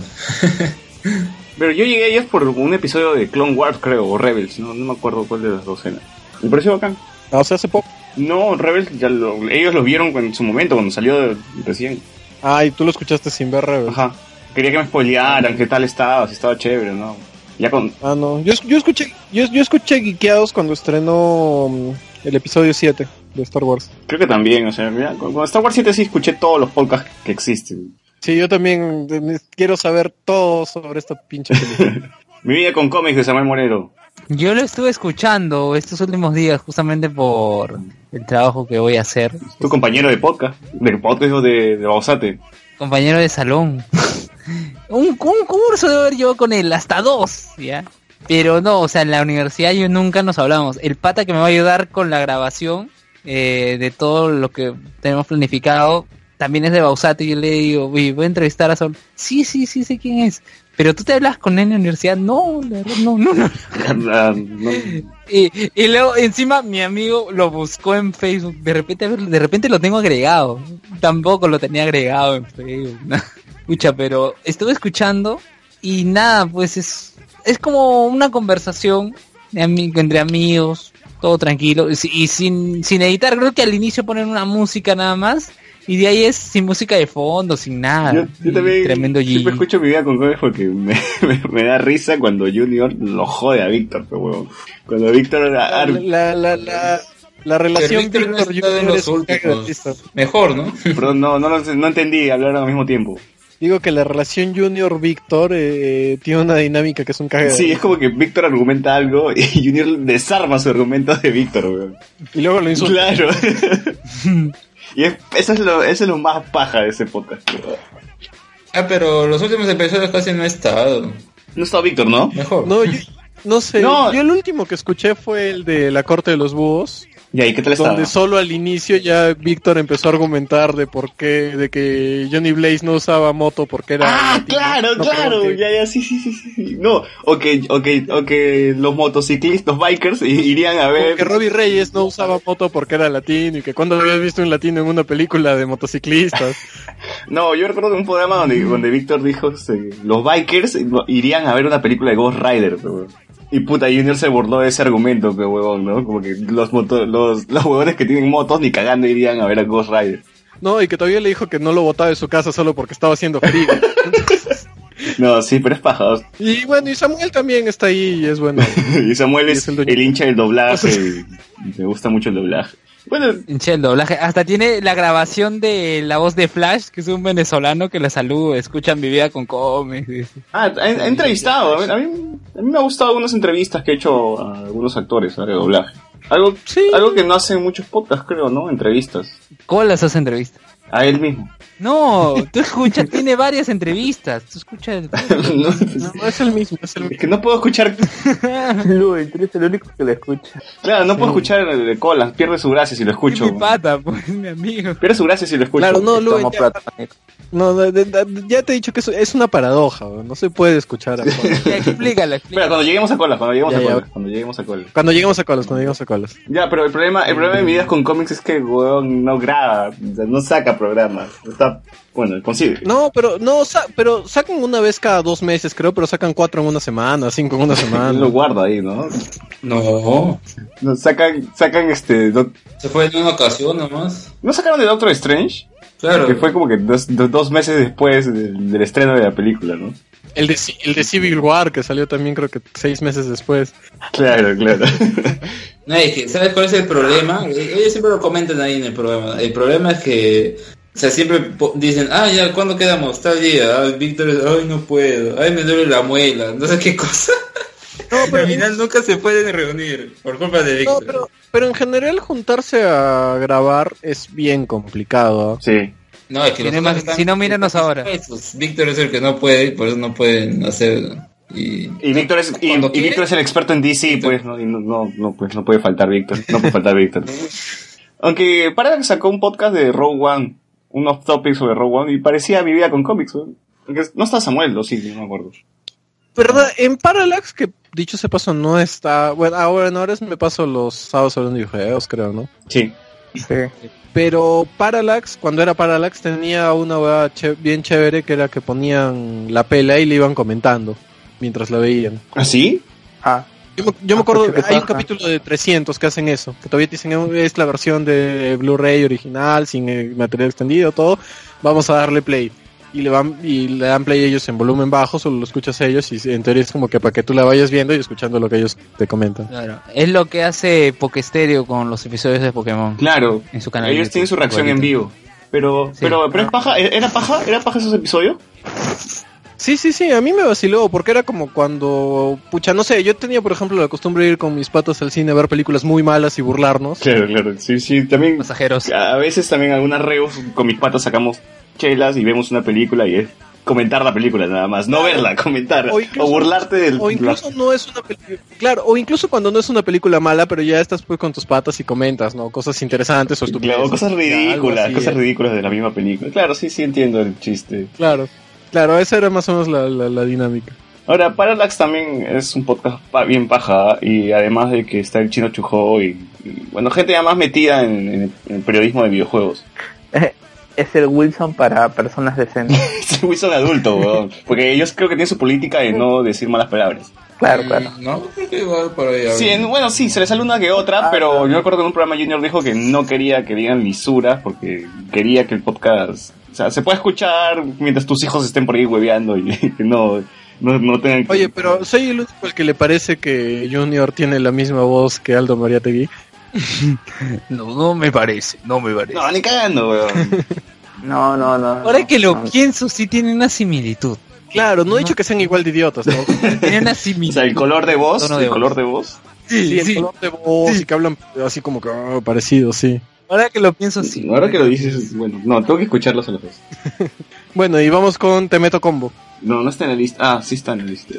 D: Pero yo llegué a ellos por un episodio de Clone Wars, creo, o Rebels, no, no me acuerdo cuál de las dos era. Me pareció bacán.
B: Ah, o sea, hace poco.
D: No, Rebels, ya lo- ellos lo vieron en su momento, cuando salió de- recién.
B: Ah, y tú lo escuchaste sin ver Rebel.
D: Ajá. Quería que me spoilearan qué tal estaba, si estaba chévere, ¿no? Ya con...
B: Ah, no. Yo, es- yo escuché yo, yo escuché Geekeados cuando estrenó mm, el episodio 7 de Star Wars.
D: Creo que también, o sea, mira, con, con Star Wars 7 sí escuché todos los podcasts que existen.
B: Sí, yo también eh, quiero saber todo sobre esta pinche película.
D: Mi vida con cómics de Samuel Moreno.
A: Yo lo estuve escuchando estos últimos días justamente por el trabajo que voy a hacer.
D: Tu compañero de podcast. Del podcast de, de Bausate.
A: Compañero de salón. un, un curso de haber yo con él, hasta dos, ¿ya? Pero no, o sea, en la universidad yo nunca nos hablamos. El pata que me va a ayudar con la grabación eh, de todo lo que tenemos planificado también es de Bausate. Yo le digo, uy, voy a entrevistar a Sol. Sí, sí, sí, sé quién es. Pero tú te hablas con él en la universidad. No, la verdad, no, no, no.
D: Ah, no.
A: Y, y luego encima mi amigo lo buscó en Facebook. De repente, a ver, de repente lo tengo agregado. Tampoco lo tenía agregado en Facebook. ¿no? Pucha, pero estuve escuchando y nada, pues es, es como una conversación de ami- entre amigos, todo tranquilo. Y si- Y sin, sin editar, creo que al inicio ponen una música nada más. Y de ahí es sin música de fondo, sin nada.
D: Yo, yo
A: Y
D: también
A: Ah, Tremendo G.
D: siempre escucho mi vida con cómics porque me, me- me da risa cuando Junior lo jode a Víctor, pero huevón. Cuando Víctor...
B: Ah,
D: a- a-
B: la, la, la, la
F: Pero
B: relación
F: Víctor no
B: Víctor
F: está en
B: Junior
F: los
B: es un cague de
F: últimos.
B: artista.
F: Mejor, ¿no?
D: Perdón, no, no, lo- no entendí hablar al mismo tiempo.
B: Digo que la relación Junior Víctor eh, tiene una dinámica que es un cague. de
D: Sí, es
B: artista.
D: como que Víctor argumenta algo y Junior desarma su argumento de Víctor, weón.
B: Y luego lo insulta.
D: Claro. y es- eso, es lo, eso es lo más paja de ese podcast. weón.
F: Ah, pero los últimos episodios casi no he estado.
D: No está Víctor, ¿no?
F: Mejor.
B: No, yo, no sé.
D: No.
B: Yo el último que escuché fue el de La Corte de los Búhos,
D: Y ahí, ¿qué tal estaba?
B: donde solo al inicio ya Víctor empezó a argumentar de por qué, de que Johnny Blaze no usaba moto porque era.
D: Ah,
B: latino.
D: claro,
B: No,
D: claro,
B: perdón,
D: ya, ya, sí, sí, sí, sí. No, o que, o que, o que los motociclistas, los bikers, i- irían a ver...
B: Que Robbie Reyes no usaba moto porque era latino y que cuando habías visto un latino en una película de motociclistas.
D: No, yo recuerdo un programa donde, donde Víctor dijo, este, los bikers irían a ver una película de Ghost Rider, pe, huevón". Y puta, Junior se burló de ese argumento, que huevón, ¿no? Como que los, moto- los, los huevones que tienen motos ni cagando irían a ver a Ghost Rider.
B: No, y que todavía le dijo que no lo botaba de su casa solo porque estaba haciendo frío.
D: No, sí, pero es paja.
B: y bueno, y Samuel también está ahí y es bueno.
D: Y Samuel
B: Y
D: es,
B: es el
D: el,
B: dueño.
D: hincha del doblaje. y me gusta mucho el doblaje. Bueno,
A: Hinche el doblaje. Hasta tiene la grabación de la voz de Flash, que es un venezolano que la saluda, escuchan mi vida con cómics. dice.
D: ah, he, he entrevistado. A mí, a mí- a mí me ha gustado algunas entrevistas que he hecho a algunos actores sobre doblaje. Algo,
A: Sí.
D: algo que no hacen muchos podcasts, creo, ¿no? Entrevistas.
A: ¿Cómo esas entrevistas?
D: A él mismo.
A: No, tú escuchas, tiene varias entrevistas. Tú escuchas.
D: No,
B: No, es el mismo, es el mismo.
D: Es que no puedo escuchar.
E: Luis, tú eres el único que lo escucha.
D: Claro, no puedo escuchar el de colas. Pierde su gracia si lo
A: Es
D: escucho.
A: mi pata, pues, mi amigo.
D: Pierde su gracia si lo escucho.
B: Claro, no, Luen,
E: Estamos
B: ya,
E: platónicos.
B: no, de- de- de- ya te he dicho que eso es una paradoja, weón, no se puede escuchar. a Colas.
A: Ya, Explícala,
D: Espera,
A: explícala.
D: cuando lleguemos a colas, cuando lleguemos
B: Ya,
D: a
B: ya.
D: colas, cuando lleguemos a colas.
B: Cuando lleguemos a colas, cuando lleguemos a colas.
D: Ya, pero el problema, el problema de mi vida con cómics es que weón no graba, o sea, no saca programas. Está, bueno, consigue.
B: No, pero no, sa- pero sacan una vez cada dos meses, creo, pero sacan cuatro en una semana, cinco en una
D: Él lo
B: semana.
D: guarda ahí, ¿no?
F: No.
D: No, sacan, sacan este. doc-
F: Se fue en una ocasión nomás.
D: ¿No sacaron de Doctor Strange?
F: Claro.
D: Que fue como que dos, do- dos meses después del, del estreno de la película, ¿no?
B: El de, Ci- el de Civil War, que salió también creo que seis meses después.
D: Claro, claro.
F: No, es que, ¿sabes cuál es el problema? Eh, Ellos siempre lo comentan ahí en el programa. El problema es que, o sea, siempre po- dicen, ah, ya, ¿cuándo quedamos? Tal día, ay, Víctor, ay, no puedo, ay, me duele la muela, no sé qué cosa. Al final nunca se pueden reunir, por culpa de
B: No,
F: Víctor.
B: pero, pero en general juntarse a grabar es bien complicado. ¿ah?
D: Sí.
F: No, es que los
A: Tiene
F: demás
A: más-
F: están-
A: si no, mírenos ahora.
F: Esos. Víctor es el que no puede, por eso no pueden hacer. Y,
D: Y Víctor es, y,
F: Cuando
D: y
F: quiere.
D: Víctor es el experto en DC, pues no, y no, no, no, pues no puede faltar Víctor. No puede faltar Víctor. Aunque Paradox sacó un podcast de Rogue One, un off topic sobre Rogue One, y parecía mi vida con cómics, ¿no? Aunque no está Samuel, o sí, no me acuerdo.
B: ¿Verdad? En Parallax, que dicho se paso, no está. Bueno, ahora en horas me paso los sábados hablando de videojuegos, creo, ¿no?
D: Sí.
B: Pero Parallax, cuando era Parallax, tenía una hueá che- bien chévere que era que ponían la pela y le iban comentando mientras la veían.
D: ¿Ah, sí?
E: Ah,
B: Yo me, yo me acuerdo
E: Ah, qué
B: que hay un
E: paja.
B: capítulo de 300 que hacen eso, que todavía te dicen "Eh, es la versión de Blu-ray original, sin eh, material extendido, todo. Vamos a darle play. Y le, van, y le dan play ellos en volumen bajo, solo lo escuchas a ellos y en teoría es como que para que tú la vayas viendo y escuchando lo que ellos te comentan.
A: Claro, es lo que hace Pokestéreo con los episodios de Pokémon.
D: Claro.
A: En su canal de
D: Ellos
A: YouTube,
D: tienen su reacción en
A: igualito.
D: vivo. Pero, pero, pero es paja, ¿era paja? ¿Era paja esos episodios?
B: Sí, sí, sí, a mí me vaciló, porque era como cuando, pucha, no sé, yo tenía por ejemplo la costumbre de ir con mis patas al cine a ver películas muy malas y burlarnos.
D: Claro, claro. Sí, sí, también.
A: Pasajeros.
D: A veces también algunas reos con mis patas sacamos chelas y vemos una película y es comentar la película nada más, no verla, comentar o,
B: O incluso-
D: burlarte del
B: O incluso no es una película, claro, o incluso cuando no es una película mala, pero ya estás pues con tus patas y comentas, ¿no? Cosas interesantes o
D: Claro,
B: estupideces.
D: cosas
B: Ya, algo
D: ridículas,
B: así,
D: cosas
B: eh.
D: ridículas de la misma película. Claro, sí, sí entiendo el chiste.
B: Claro, claro, esa era más o menos la, la- la dinámica.
D: Ahora, Parallax también es un podcast pa- bien paja y además de que está el chino Chujó y, y, bueno, gente ya más metida en, en- en el periodismo de videojuegos.
E: es el Wilson para personas decentes.
D: Es un de adulto, weón, porque ellos creo que tienen su política de no decir malas palabras.
E: Claro,
F: Mm,
E: claro.
F: No, creo que igual por ahí.
D: Sí, en-
F: hablan.
D: bueno, sí, se le sale una que otra,
E: Ah,
D: pero
E: claro.
D: yo me acuerdo que en un programa Junior dijo que no quería que digan lisuras porque quería que el podcast, o sea, se pueda escuchar mientras tus hijos estén por ahí hueveando y que no, no, no tengan que...
B: Oye, pero soy el único al que le parece que Junior tiene la misma voz que Aldo Mariategui.
A: No, no me parece, no me parece.
D: No, ni cagando, weón.
E: No, no, no.
A: Ahora
E: no,
A: que lo
D: Ah.
E: no.
A: pienso, sí tiene una similitud.
B: Claro, no he dicho que sean igual de idiotas, ¿no?
A: Tiene una
D: o sea,
A: similitud.
D: el color de voz,
A: Tono
D: el
A: de voz.
D: color de voz.
B: Sí,
A: Sí,
B: el
A: sí.
B: color de voz y que hablan así como que ah, parecido, sí.
A: Ahora que lo pienso, sí.
D: Ahora que lo dices, bueno, no, tengo que escucharlos a los dos.
B: Bueno, y vamos con Te Meto Combo.
D: No, no está en la lista. Ah, sí está en la lista.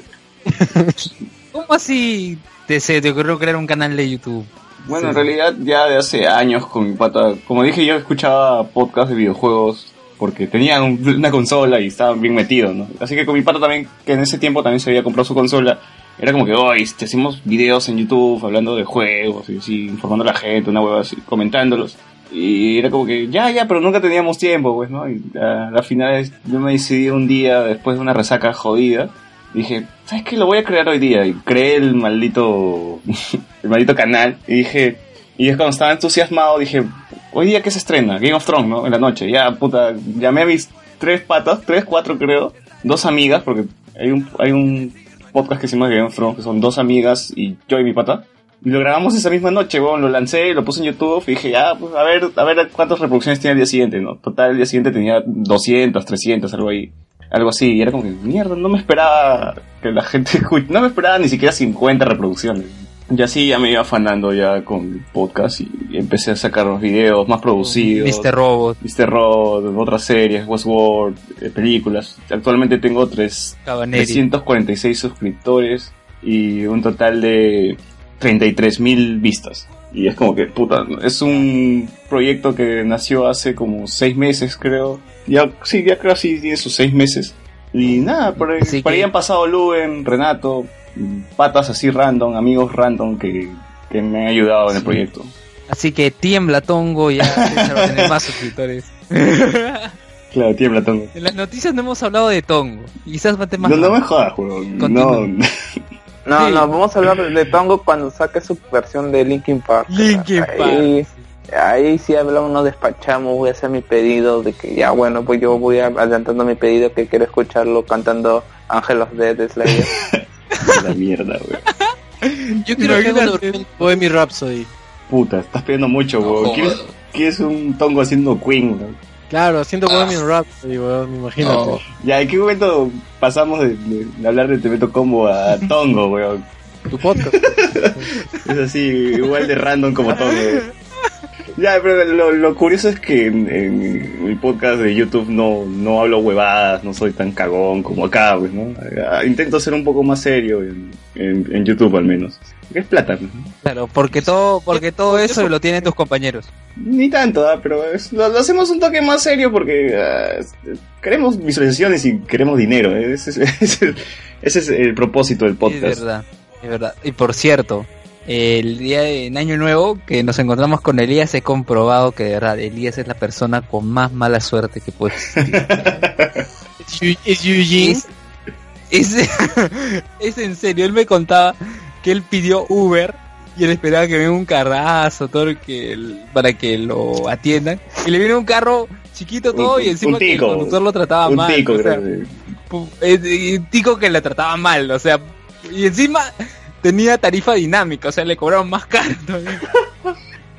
A: ¿Cómo así te, se te ocurrió crear un canal de YouTube?
D: Bueno, en realidad ya de hace años con mi pata, como dije yo escuchaba podcast de videojuegos porque tenían un- una consola y estaban bien metidos, ¿no? Así que con mi pata también, que en ese tiempo también se había comprado su consola, era como que, hoy te hacemos videos en YouTube hablando de juegos y así, informando a la gente, una hueva así, comentándolos. Y era como que, ya, ya, pero nunca teníamos tiempo, pues, ¿no? Y a la final es- yo me decidí un día, después de una resaca jodida, dije, ¿sabes qué? Lo voy a crear hoy día. Y creé el maldito, el maldito canal. Y dije, y es cuando estaba entusiasmado, dije, hoy día que se estrena, Game of Thrones, ¿no? En la noche. Ya, puta, llamé a mis tres patas, tres, cuatro creo, dos amigas, porque hay un, hay un podcast que se llama Game of Thrones, que son dos amigas y yo y mi pata. Y lo grabamos esa misma noche, weón, lo lancé, lo puse en YouTube y dije, ya, pues a ver, a ver cuántas reproducciones tiene el día siguiente, ¿no? Total, el día siguiente tenía 200, 300, algo ahí algo así, y era como que, mierda, no me esperaba que la gente escuche, no me esperaba ni siquiera 50 reproducciones. Y así ya me iba afanando ya con podcast y empecé a sacar los videos más producidos.
A: Mr. Robot,
D: Mr. Rod, otras series, Westworld, eh, películas. Actualmente tengo tres,
A: Cabaneri.
D: 346 suscriptores y un total de 33 mil vistas. Y es como que, puta, es un proyecto que nació hace como seis meses, creo. Ya, sí, ya creo así tiene sus seis meses. Y nada, por ahí,
A: Así
D: por ahí
A: que-
D: han pasado Luben, Renato, patas así random, amigos random que, que me han ayudado en el proyecto.
A: Así que tiembla, Tongo, ya César va a tener más suscriptores. en
D: Claro, tiembla todo.
A: las noticias no hemos hablado de Tongo. Quizás va a tener más.
D: No, no me jodas, weón.
A: Continúa.
D: No.
E: No,
A: Sí.
E: no, vamos a hablar de Tongo cuando saque su versión de Linkin Park.
A: Linkin
E: Ahí, ahí sí hablamos, nos despachamos, voy a hacer mi pedido de que ya bueno, pues yo voy a- adelantando mi pedido que quiero escucharlo cantando Angel of Dead Slayer.
D: La mierda, güey.
A: Yo quiero que hagan sobre el-
L: Bohemian Rhapsody.
D: Puta, estás pidiendo mucho,
F: No
D: güey. ¿Quieres,
F: jodas.
D: quieres un tongo haciendo Queen, güey?
L: Claro, haciendo
F: Ah.
L: Bohemian Rhapsody, weón, imagínate.
F: No,
D: Ya, ¿en qué momento pasamos de, de- de hablar de Temeto Combo a Tongo, weón?
L: Tu podcast.
D: Es así, igual de random como Tongo. weón. Ya, pero lo, lo curioso es que en, en el podcast de YouTube no, no hablo huevadas, no soy tan cagón como acá, pues, ¿no? Ah, Intento ser un poco más serio en, en- en YouTube al menos. Que es plata, pues, ¿no?
A: Claro, porque todo, porque todo eso lo tienen tus compañeros.
D: Ni tanto, ah, pero es- lo, lo hacemos un toque más serio porque ah, es- queremos visualizaciones y queremos dinero. ¿eh? Ese, es, ese es- ese es el propósito del
A: Es
D: podcast.
A: verdad, es verdad. Y por cierto, el día de, en Año Nuevo que nos encontramos con Elías, he comprobado que de verdad Elías es la persona con más mala suerte que puede existir.
L: Es Eu- es Eugene.
A: es, es, es en serio, él me contaba que él pidió Uber y él esperaba que venga un carrazo todo lo que el- para que lo atiendan. Y le viene un carro chiquito todo
D: Un-
A: y encima
D: un
A: que el
D: tico.
A: conductor lo trataba
D: Un
A: mal.
D: tico,
A: Ah, o sea,
D: creo.
A: pu- eh, eh, tico que la trataba mal, o sea, y encima tenía tarifa dinámica, o sea, le cobraron más caro. todavía.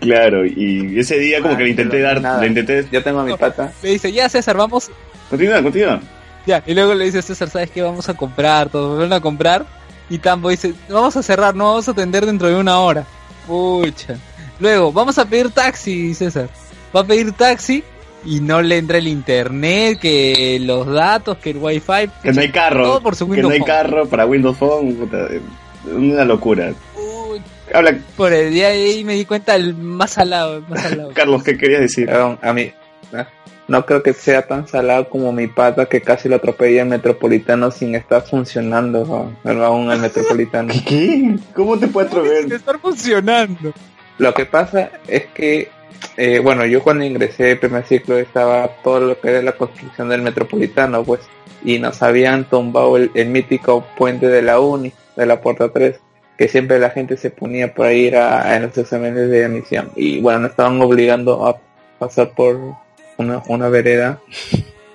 D: Claro, y ese día como que le intenté dar,
E: Nada.
D: le intenté...
E: Yo tengo a mi pata.
A: Le dice, ya César, vamos,
D: Continúa, continúa.
A: ya. Y luego le dice, César, ¿sabes qué? Vamos a comprar, todo, van a comprar. Y Tambo dice, vamos a cerrar, no vamos a atender dentro de una hora. Pucha. Luego, vamos a pedir taxi, César. Va a pedir taxi y no le entra el internet, que los datos, que el wifi.
D: Que no hay carro.
A: Todo por su
D: que no
A: Windows
D: hay
A: Phone.
D: carro para Windows Phone. puta, eh, una locura.
A: Uy,
D: Habla,
A: por el día de ahí me di cuenta el más al lado, el más al lado.
D: Carlos, ¿qué querías decir?
E: Perdón, a mí. No creo que sea tan salado como mi pata que casi lo atropella el metropolitano sin estar funcionando ¿no? El aún el metropolitano.
D: ¿Qué? ¿Cómo te puede atrever?
A: estar funcionando.
E: Lo que pasa es que, eh, bueno, yo cuando ingresé el primer ciclo estaba todo lo que era la construcción del metropolitano, pues, y nos habían tumbado el, el mítico puente de la UNI, de la puerta 3, que siempre la gente se ponía para ir a, a los exámenes de admisión. Y bueno, nos estaban obligando a pasar por una, una vereda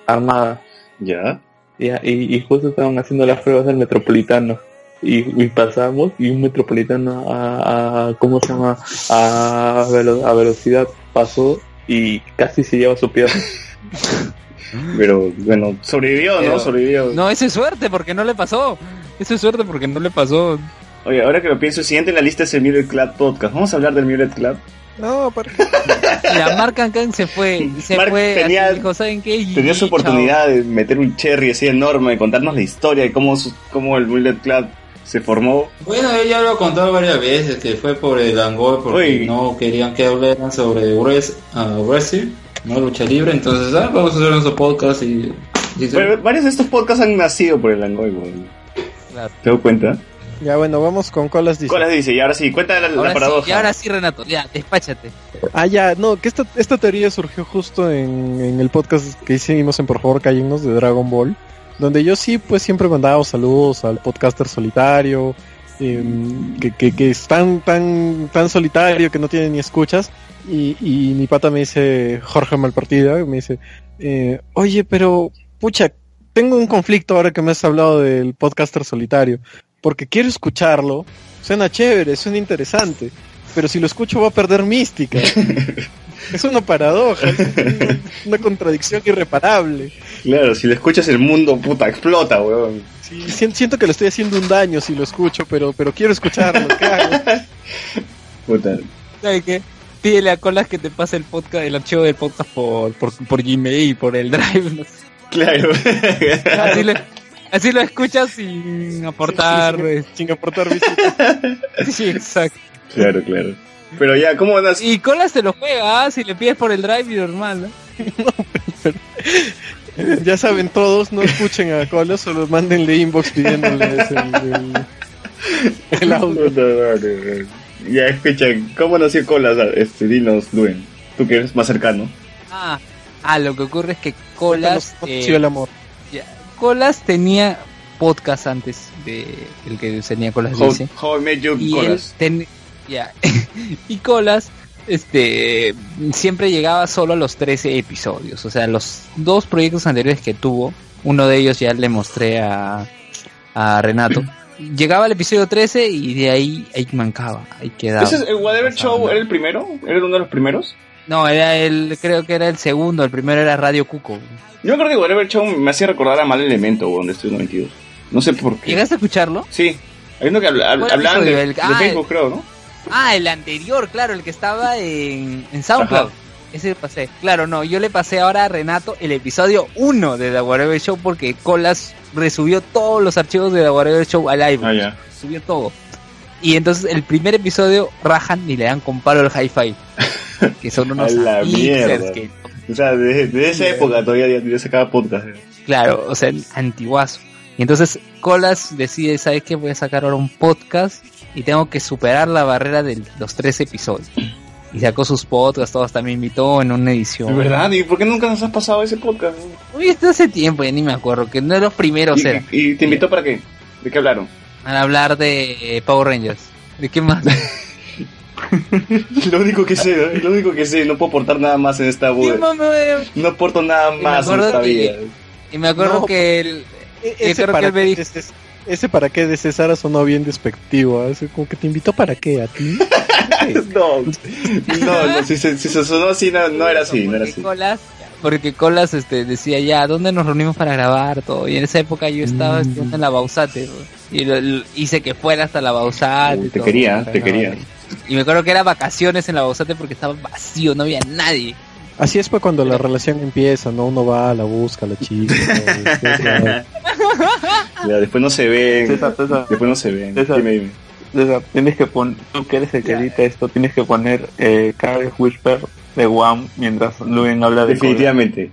E: armada.
D: ¿Ya?
E: Ya, y, y justo estaban haciendo las pruebas del metropolitano. Y, y pasamos y un metropolitano a, a- ¿cómo se llama? A, velo- a velocidad pasó y casi se lleva su pierna.
D: Pero bueno, sobrevivió, ¿no?
E: Pero-
D: Sobrevivió.
A: No, eso es suerte porque no le pasó. Eso es suerte porque no le pasó.
D: Oye, ahora que lo pienso, el siguiente en la lista es el Mirror Club Podcast. Vamos a hablar del Mirror Club.
B: No, ¿para qué?
A: La marca Kang se fue. Se
D: Mark
A: fue. así
D: tenía-
A: dijo, ¿saben qué? Y-
D: Tenía su
A: chao.
D: oportunidad de meter un cherry así enorme, de contarnos la historia de cómo, su- cómo el Mirror Club se formó.
F: Bueno, él ya lo ha contado varias veces, que fue por el Angol, porque
D: Uy.
F: no querían que hablaran sobre Wres- ah, Wrestling, no lucha libre, entonces ah, vamos a hacer nuestro podcast y... y-
D: Bueno, varios de estos podcasts han nacido por el Angoy, güey.
A: Claro.
D: ¿Te das cuenta?
B: Ya bueno, vamos con colas dice.
D: Colas dice, y ahora sí, cuenta la, la
A: Ahora
D: paradoja.
A: sí, y ahora sí, Renato, ya, despáchate.
B: Ah, ya, no, que esta, esta teoría surgió justo en, en el podcast que hicimos en Por favor Cállennos de Dragon Ball, donde yo sí, pues siempre mandaba saludos al podcaster solitario, em, que, que- que es tan, tan, tan solitario que no tiene ni escuchas, y, y mi pata me dice, Jorge Malpartida, me dice, eh, oye, pero, pucha, tengo un conflicto ahora que me has hablado del podcaster solitario, porque quiero escucharlo, suena chévere, suena interesante. Pero si lo escucho va a perder mística. Es una paradoja, es una- una contradicción irreparable.
D: Claro, si lo escuchas el mundo, puta, explota, weón.
B: Sí, sien- siento que le estoy haciendo un daño si lo escucho, pero, pero quiero escucharlo. ¿qué hago?
D: Puta.
A: ¿Sabes qué? Pídele a Colas que te pase el podcast, el archivo del podcast por, por, por Gmail, por el Drive. no sé.
D: Claro.
A: Así, lo- así lo escuchas sin aportar.
B: Sí, sí,
A: eh,
B: sin, sin aportar visitas.
A: Sí, exacto.
D: claro, claro. Pero ya, ¿cómo andas?
A: Y Colas se lo juega, ah, si le pides por el Drive, y normal. ¿no?
B: Ya saben todos, no escuchen a Colo, solo mándenle inbox pidiéndoles el, el- el audio.
D: Puta madre, weón. Ya, escucha, ¿cómo nació Colas? Este, dinos, Duen. Tú que eres más cercano.
A: Ah, ah, lo que ocurre es que Colas. eh,
B: Sí, el amor.
A: Colas tenía podcast antes de el que tenía Colas
D: How,
A: dice
D: how I Met You,
A: y
D: Colas.
A: él ten- ya. y Colas este siempre llegaba solo a los 13 episodios, o sea, los dos proyectos anteriores que tuvo, uno de ellos ya le mostré a a Renato. Llegaba al episodio 13 y de ahí, ahí mancaba, ahí quedaba.
D: ¿Ese es el Whatever Show era el primero? ¿Era uno de los primeros?
A: No, era el, creo que era el segundo, el primero era Radio Cuco.
D: Yo creo que Whatever Show me hacía recordar a Mal Elemento, weón, de Estudio 92. No sé por qué.
A: ¿Llegaste a escucharlo?
D: Sí. Hay uno que habla-
A: ¿Cuál
D: hablaban de,
A: episodio? El-
D: de
A: ah,
D: Facebook, creo, ¿no?
A: Ah, el anterior, claro, el que estaba en, en SoundCloud.
D: Ajá.
A: Ese pasé. Claro, no, yo le pasé ahora a Renato el episodio 1 de The Whatever Show porque Colas resubió todos los archivos de The Whatever Show al iBook.
D: Ah, ya.
A: Subió todo. Y entonces el primer episodio rajan y le dan con palo el hi-fi. Que son unos
D: A la
A: amixers
D: mierda.
A: que-
D: O sea, desde, desde esa época todavía ya, ya sacaba podcast. eh.
A: Claro, o sea, antiguazo. Y entonces Colas decide, ¿sabes qué? Voy a sacar ahora un podcast y tengo que superar la barrera de los tres episodios. Y sacó sus podcasts, todos también invitó en una
D: ¿De
A: edición.
D: verdad? ¿Y por qué nunca nos has pasado ese podcast?
A: Uy, esto hace tiempo, ya ni me acuerdo, que no de los primeros
D: ¿Y,
A: era.
D: y- y te invitó para qué? ¿De qué hablaron?
A: Al hablar de eh, Power Rangers. ¿De qué más?
D: lo único que sé, ¿no? lo único que sé, no puedo aportar nada más en esta
A: Sí,
D: web.
A: mami,
D: No aporto nada
A: me
D: más en
A: acuerdo
D: esta
A: que-
D: vida.
A: y me acuerdo
H: No.
A: que el...
H: E-
A: eh, Yo
H: Ese
A: creo
H: para,
A: que él me
H: qué de Cés- ese para qué de César sonó bien despectivo. ¿eh? Así como que te invitó para qué, a ti.
D: No, no, no, si, se, si se sonó así, no, no era así, no era
A: porque
D: así.
A: Colas, porque Colas este, decía ya, ¿dónde nos reunimos para grabar todo? Y en esa época yo estaba estudiando en la Bausate, ¿no? y lo- lo- hice que fuera hasta la Bausate. y
D: Te
A: todo,
D: quería,
A: para
D: te
A: grabar.
D: quería.
A: Y me acuerdo que era vacaciones en la Bausate porque estaba vacío, no había nadie.
H: Así es pues cuando la relación empieza, ¿no? Uno va, la busca, la chica. ¿no?
D: Ya, después no se ven.
E: César, César,
D: Después no se ven.
E: César.
D: Dime, dime.
E: César, tienes que poner, tú que eres el que edita esto, tienes que poner eh, Carrie Whisper de One mientras Luen habla de Cola.
D: Definitivamente.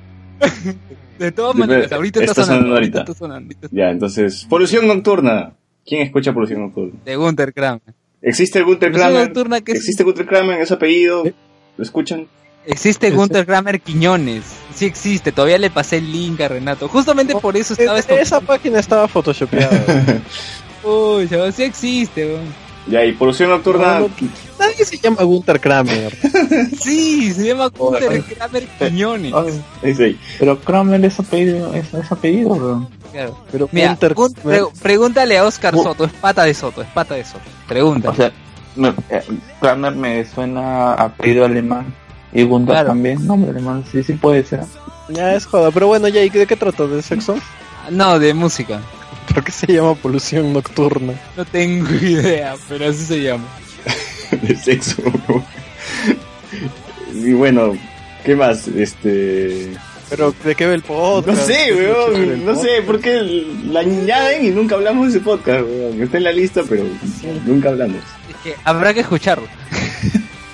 A: De todas
D: De
A: maneras,
D: ver-
A: ahorita está,
D: está
A: sonando,
D: sonando
A: ahorita
D: ahorita.
A: está sonando. ahorita está-
D: Ya, entonces. Polución nocturna. ¿Quién escucha polución nocturna?
A: De Gunter Kramer.
D: ¿Existe el Gunter
A: Polución
D: Kramer?
A: nocturna, ¿qué es? ¿Eh?
D: ¿Existe Gunter Kramer? ¿Ese apellido? ¿Lo escuchan?
A: Existe Gunter Kramer Quiñones. Sí existe, todavía le pasé el link a Renato. Justamente por eso estaba esto.
H: Esa página estaba photoshopeada.
A: Uy, chaval, sí existe, weón.
D: Ya, y polución nocturna.
H: No, no, Nadie se llama Gunter Kramer.
A: Sí, se llama Gunter Kramer Quiñones.
E: Ay,
D: es ahí.
E: pero Kramer es apellido, es, es apellido, bro.
A: Claro.
H: Pero
A: Mira,
H: Gunter
A: Gun-
H: Kramer.
A: pre- pregúntale a Oscar
E: Bu-
A: Soto, es pata de Soto, es pata de Soto. Pregunta.
E: O sea, me- eh, Kramer me suena a apellido alemán. Y Gundar
A: Claro.
E: también, nombre alemán, sí, sí puede ser.
H: Ya es joda. Pero bueno, ya, ¿y de qué trata? ¿De sexo?
A: no, de música.
H: ¿Por qué se llama polución nocturna?
A: No tengo idea, pero así se llama.
D: de sexo. ¿no? y bueno, ¿qué más? Este.
H: ¿Pero de qué ve el
D: No
H: podcast?
D: sé, weón. No sé, por qué la añaden y nunca hablamos de ese podcast, weón. Está en la lista, pero nunca hablamos.
A: Es que habrá que escucharlo.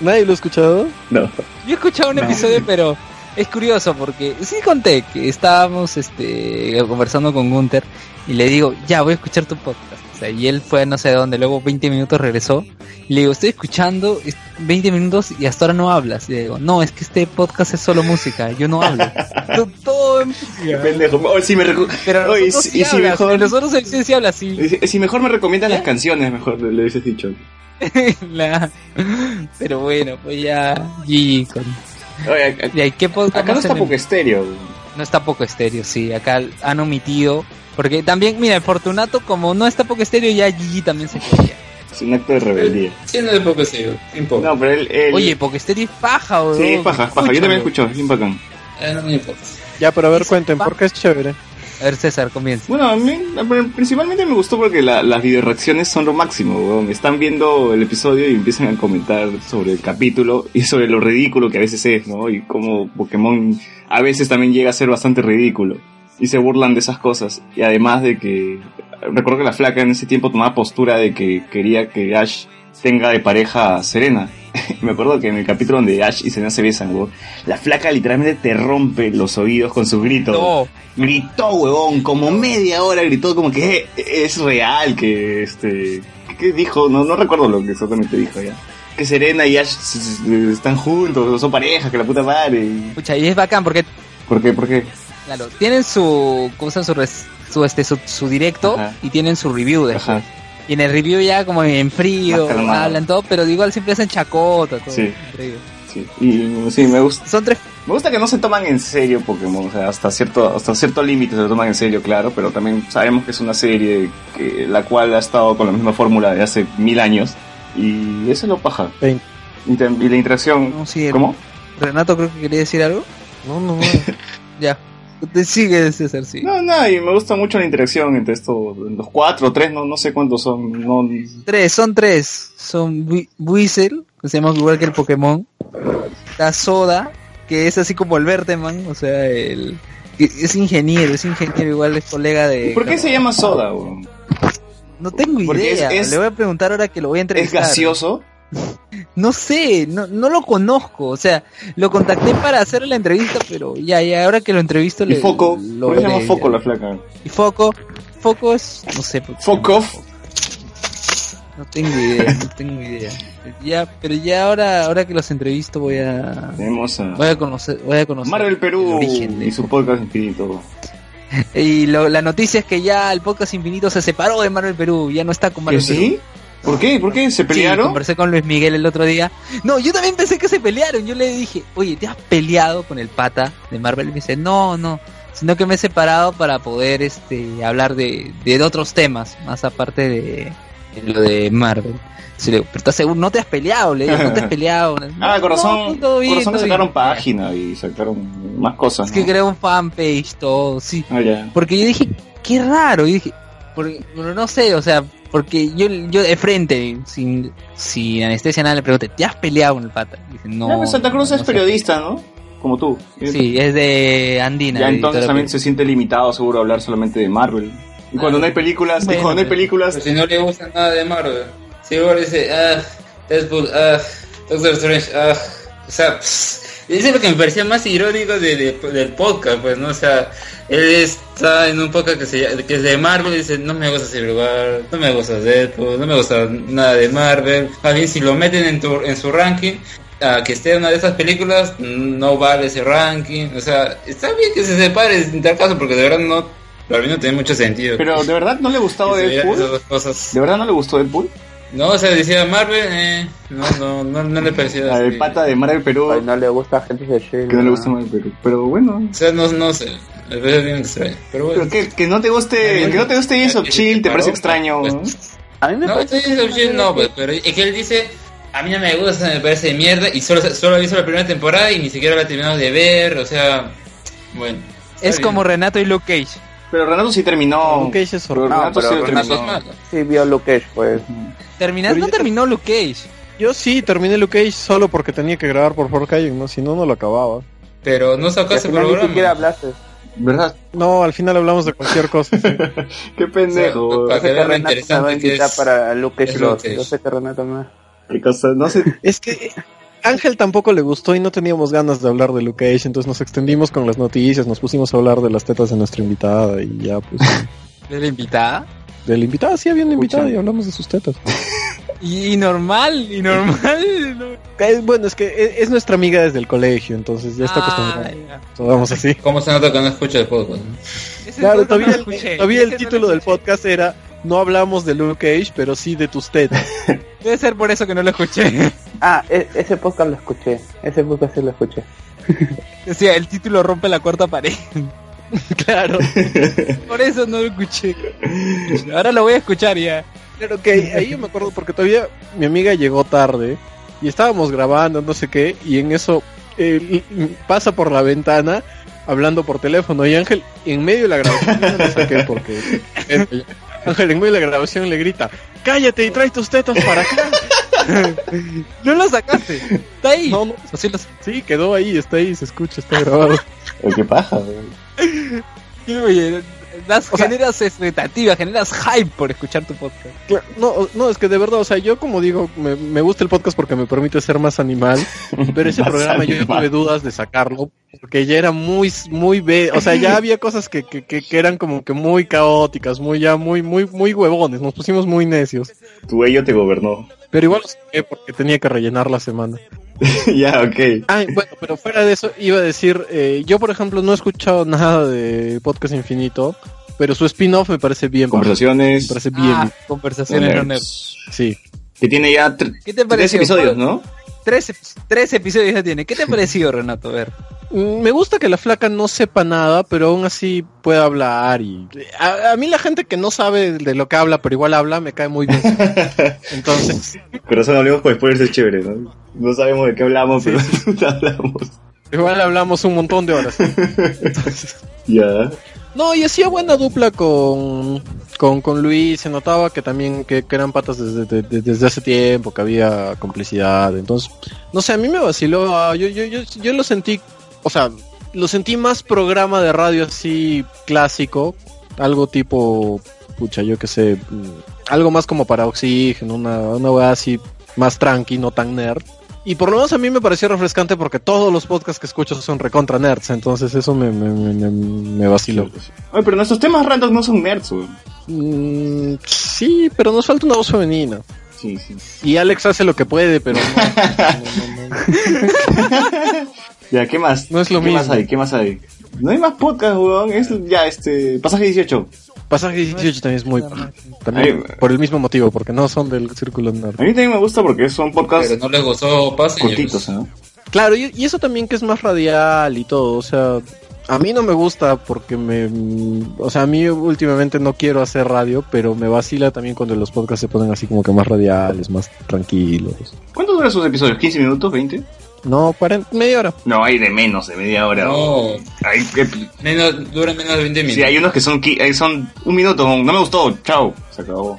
H: ¿Nadie lo ha escuchado?
D: No.
A: Yo he escuchado un episodio, pero es curioso porque sí conté que estábamos este, conversando con Gunther y le digo, ya voy a escuchar tu podcast. O sea, y él fue a no sé dónde, luego 20 minutos regresó y le digo, estoy escuchando es- 20 minutos y hasta ahora no hablas. Y le digo, no, es que este podcast es solo música, yo no hablo. Todo- todo en
D: Qué
A: música.
D: pendejo. Oh, sí, me recu-
A: Pero
D: Oye,
A: nosotros
D: y
A: sí
D: si
A: hablas, ¿eh?
D: mejor-
A: en los otros episodios sí hablas, sí.
D: si- Si mejor me recomiendas las canciones, mejor le hubieses dicho.
A: La- Pero bueno, pues ya, GG con-
D: Oye, acá-
A: ¿Y ahí qué podcast
D: acá no
A: más
D: está
A: tenemos?
D: poco estéreo, weón.
A: No está poco estéreo, sí. Acá han omitido. Porque también, mira, el Fortunato, como no está poco estéreo, ya Gigi también se cogía.
D: Es un acto de rebeldía.
F: Sí, no le puedo conseguir, no importa.
D: No, pero él. él-
A: Oye, poco estéreo es paja, bro.
D: Sí, es paja, es paja. Yo también escucho, es bien bacán.
F: Eh, no me importa.
H: Ya, pero a ver, cuenten, ¿por qué es chévere?
A: A ver, César, comienza.
D: Bueno, a mí a- principalmente me gustó porque la- las videoreacciones son lo máximo, weón. Están viendo el episodio y empiezan a comentar sobre el capítulo y sobre lo ridículo que a veces es, ¿no? Y cómo Pokémon a veces también llega a ser bastante ridículo. Y se burlan de esas cosas. Y además de que... Recuerdo que la flaca en ese tiempo tomaba postura de que quería que Ash tenga de pareja a Serena. Y me acuerdo que en el capítulo donde Ash y Serena se besan, weón, la flaca literalmente te rompe los oídos con su grito. weón
A: No,
D: gritó, huevón, como media hora gritó como que "Eh, es real, que este... ¿Qué dijo? No, no recuerdo lo que exactamente dijo ya. Que Serena y Ash s- s- están juntos, son pareja, que la puta madre.
A: escucha, y es bacán porque,
D: ¿Por qué? ¿Por qué?
A: claro, tienen su. ¿Cómo se llama? Su, res- su, este, su, su directo
D: Ajá.
A: y tienen su review después.
D: Ajá,
A: Y en el review ya como en frío,
D: Más calmado.
A: hablan todo, pero igual siempre hacen chacota, todo.
D: Sí.
A: Increíble.
D: sí. Y sí, me gusta.
A: Son tres,
D: Me gusta que no se toman en serio Pokémon, o sea, hasta cierto, hasta cierto límite se lo toman en serio, claro, pero también sabemos que es una serie que, la cual ha estado con la misma fórmula de hace mil años, y eso es lo paja.
B: Veinte.
D: Inter- y la interacción,
A: No, sí, el-
D: ¿cómo?
A: Renato creo que quería decir algo.
B: No, no,
A: Ya. Te sigue César, sí.
D: No, no, y me gusta mucho la interacción entre estos, los cuatro, tres, no, no sé cuántos son, no,
A: Tres, son tres. Son Wi- Weasel, que se llama igual que el Pokémon. La Soda, que es así como el Verteman, o sea, el... que Es ingeniero, es ingeniero, igual es colega de...
D: ¿Por qué se llama soda, weón?
A: No tengo
D: Porque es-
A: idea.
D: es-
A: Le voy a preguntar ahora que lo voy a
D: ¿Es
A: entrevistar.
D: gaseoso?
A: No sé, no, no lo conozco. O sea, lo contacté para hacer la entrevista, pero ya, ya, ahora que lo entrevisto
D: ¿Y
A: le.
D: foco?
A: lo
D: ¿Por qué se llama
A: veré,
D: foco
A: ya.
D: la flaca?
A: Y foco. Foco es. No sé, por qué.
D: Fuck off.
A: No tengo idea, no tengo idea. Ya, pero ya ahora, ahora que los entrevisto voy a.
D: Tenemos a
A: Voy a conocer, voy a conocer.
D: Marvel
A: el
D: Perú
A: origen de-
D: y su podcast infinito.
A: Y lo- la noticia es que ya el podcast infinito se separó de Marvel Perú, ya no está con
D: ¿Que
A: Marvel Perú.
D: sí? ¿Por qué? ¿Por qué? ¿Se
A: Sí,
D: pelearon?
A: conversé con Luis Miguel el otro día. No, yo también pensé que se pelearon. Yo le dije, oye, ¿te has peleado con el pata de Marvel? Y me dice, no, no. Sino que me he separado para poder este, hablar de, de otros temas, más aparte de, de lo de Marvel. Entonces le digo, pero estás seguro, no te has peleado, le digo, no te has peleado.
D: ah, corazón,
A: No, pues, todo bien,
D: corazón que
A: todo
D: sacaron
A: bien.
D: página y sacaron más cosas.
A: Es que
D: ¿no?
A: creó un fanpage, todo, sí.
D: Ah, ya.
A: Porque yo dije, qué raro. Yo dije, porque, pero no sé, o sea, porque yo, yo de frente, sin, sin anestesia, nada, le pregunté, ¿te has peleado con el pata? Y Dice, no.
D: Ah, pero Santa Cruz
A: no,
D: es
A: no sé".
D: periodista, ¿no? Como tú.
A: Sí, es de Andina.
D: Ya
A: de
D: entonces
A: editora
D: también
A: periodista.
D: se siente limitado seguro a hablar solamente de Marvel. Y
F: Ah,
D: cuando no hay películas, y
A: bueno,
D: cuando no hay
A: pero-
D: películas,
F: Pero Pues si no le gusta nada de Marvel. Si ahora dice, ah, Deadpool, ah, Doctor Strange, ah. O sea, pss, eso es lo que me parecía más irónico de- de- del podcast, pues, ¿no? O sea, él está en un podcast que, se, llama- que es de Marvel y dice, no me gusta Civil War, no me gusta Deadpool, no me gusta nada de Marvel. Más bien, si lo meten en, tu- en su ranking, a que esté en una de esas películas, no vale ese ranking. O sea, está bien que se separe en tal caso, porque de verdad no, para mí no tiene mucho sentido.
D: pero de verdad no le gustaba
F: Que se vieran esas
D: Deadpool.
F: dos cosas.
D: ¿De verdad no le gustó Deadpool?
F: No, o sea, decía Marvel, eh, no, no, no, no le parecía
D: La
F: así.
D: de pata de Marvel Perú,
E: Ay, no le gusta a gente de Chile.
D: que no le gusta Marvel Perú. Pero bueno.
F: O sea, no, no sé, me parece bien extraño, pero bueno.
D: Pero que, que no te guste,
F: Ay,
D: que no te guste Ace of
F: ay,
D: Chill, te
F: ay,
D: parece
F: ay,
D: extraño.
F: pues,
D: ¿no?
E: A mí me
F: No,
E: parece
F: estoy diciendo shit, no, pues, pero es que él dice, a mí no me gusta, me parece de mierda, y solo, solo hizo la primera temporada y ni siquiera la terminamos de ver, o sea, bueno. está
A: Es
F: bien.
A: como Renato y Luke Cage.
D: Pero Renato sí terminó.
B: Luke Cage es
D: Pero
B: horrible.
D: Renato
E: No,
D: sí
E: pero
D: lo
F: Una cosa
D: terminó.
F: mala.
E: sí vio Luke Cage, pues.
A: Terminar,
B: Pero
A: no
B: yo-
A: terminó Luke Cage.
B: Yo sí terminé Luke Cage solo porque tenía que grabar por Fort Cayenne, ¿no? Si no, no lo acababa.
F: Pero no
E: Y al
F: sacaste
E: final ni siquiera
F: programa.
E: hablaste.
D: ¿Verdad?
B: No, al final hablamos de cualquier cosa. sí.
D: Qué pendejo.
F: O
D: weón.
F: sea, para-
E: Yo sé
F: que
E: que
F: vean lo
E: Renato me va a
F: interesante que
E: invitar
F: es-
E: para Luke Cage
F: es Luke
E: 2.
F: Cage.
E: Yo sé que Renato me...
D: Qué cosa, no sé.
B: es que eh, Ángel tampoco le gustó y no teníamos ganas de hablar de Luke Cage, entonces nos extendimos con las noticias, nos pusimos a hablar de las tetas de nuestra invitada y ya, pues.
A: De la invitada.
B: De la invitada, sí, había una invitada
D: Escucha.
B: y hablamos de sus tetas.
A: Y, y normal, y normal. ¿no?
B: Es- Eh, Bueno, es que es, es nuestra amiga desde el colegio, entonces ya está
A: Ah,
B: acostumbrada.
A: ya.
B: Vamos así.
F: ¿Cómo se nota que no escucha el pues? podcast? no?
A: Ese
B: Claro,
A: podcast no
B: todavía,
A: lo escuché,
B: el, todavía el
A: ese no lo
B: título del
A: escuché.
B: podcast era No hablamos de Luke Cage, pero sí de tus tetas.
A: Debe ser por eso que no lo escuché.
E: Ah, e- ese podcast lo escuché. Ese podcast sí lo escuché.
A: Decía, el título rompe la cuarta pared. claro. Por eso no lo escuché. Ahora lo voy a escuchar ya.
B: Claro que ahí- ahí yo me acuerdo porque todavía mi amiga llegó tarde y estábamos grabando, no sé qué, y en eso eh, l- l- pasa por la ventana hablando por teléfono y Ángel en medio de la grabación, yo no lo saqué porque eh, Ángel en medio de la grabación le grita, cállate y trae tus tetas para acá.
A: No lo sacaste. Está ahí.
B: No, no,
A: O sí lo sa-
B: sí, quedó ahí, está ahí, se escucha, está grabado.
D: eh, Qué paja. weón.
A: Oye, das-
B: O sea-
A: generas expectativas, generas hype por escuchar tu podcast.
B: Claro, no, no, es que de verdad, o sea, yo como digo, me, me gusta el podcast porque me permite ser más animal, pero ese
D: Más
B: programa yo
D: animal.
B: tuve dudas de sacarlo, porque ya era muy, muy, be o sea, ya había cosas que, que, que, que eran como que muy caóticas, muy, ya, muy, muy, muy huevones, nos pusimos muy necios,
D: Tu ello te gobernó.
B: pero igual lo saqué porque tenía que rellenar la semana.
D: ya, ok.
B: Ah, bueno, pero fuera de eso, iba a decir, eh, yo por ejemplo no he escuchado nada de Podcast Infinito, pero su spin-off me parece bien, bajo, me
D: Conversaciones.
B: parece bien,
A: Ah, conversaciones no nerds.
B: sí.
D: Que tiene ya tr-
A: ¿Qué te
D: tres
A: pareció?
D: episodios, ¿no?
A: Tres, ep- tres episodios ya tiene. ¿Qué te pareció, Renato? A ver.
B: mm, me gusta que la flaca no sepa nada, pero aún así puede hablar y a, a mí la gente que no sabe de lo que habla, pero igual habla, me cae muy bien. Entonces,
M: Pero solo hablemos
D: pues,
M: con spoilers es chévere, ¿no? No sabemos de qué hablamos, pero hablamos.
B: igual hablamos un montón de horas.
M: Ya.
B: No, y hacía buena dupla con, con, con Luis, se notaba que también que, que eran patas desde, de- de- desde hace tiempo, que había complicidad, entonces, no sé, a mí me vaciló, ah, yo, yo, yo, yo lo sentí, o sea, lo sentí más programa de radio así clásico, algo tipo, pucha, yo qué sé, mm, algo más como para oxígeno, una, una weá así más tranqui, no tan nerd. Y por lo menos a mí me pareció refrescante porque todos los podcasts que escucho son recontra nerds, entonces eso me, me, me, me- me vaciló.
D: Oye, pero nuestros temas random no son nerds, weón.
B: Mm, sí, pero nos falta una voz femenina.
D: Sí, sí.
B: Y Alex hace lo que puede, pero no, no, no, no.
M: Ya, ¿qué más?
B: No es lo
M: ¿Qué
B: mismo.
M: más hay? ¿Qué más hay? No hay más podcast, weón. Es ya, este. Pasaje 18.
B: Pasaje 18 también es muy... También
M: Ahí-
B: por el mismo motivo, porque no son del círculo nerd.
M: A mí también me gusta porque son podcasts
F: Pero no le gustó pues, Paz,
M: cortitos, ¿no?
B: Claro, y, y eso también que es más radial y todo, o sea, a mí no me gusta porque me, mm, o sea, a mí últimamente no quiero hacer radio, pero me vacila también cuando los podcasts se ponen así como que más radiales, más tranquilos.
D: ¿Cuánto duran sus episodios? ¿15 minutos? ¿20?
B: No, 40, media hora.
D: No, hay de menos, de media hora. weón.
F: No,
D: Hay, ep-
F: menos, dura menos de 20 minutos.
D: sí, hay unos que son, qui- eh, son un minuto, weón. no me gustó, chao. Se acabó.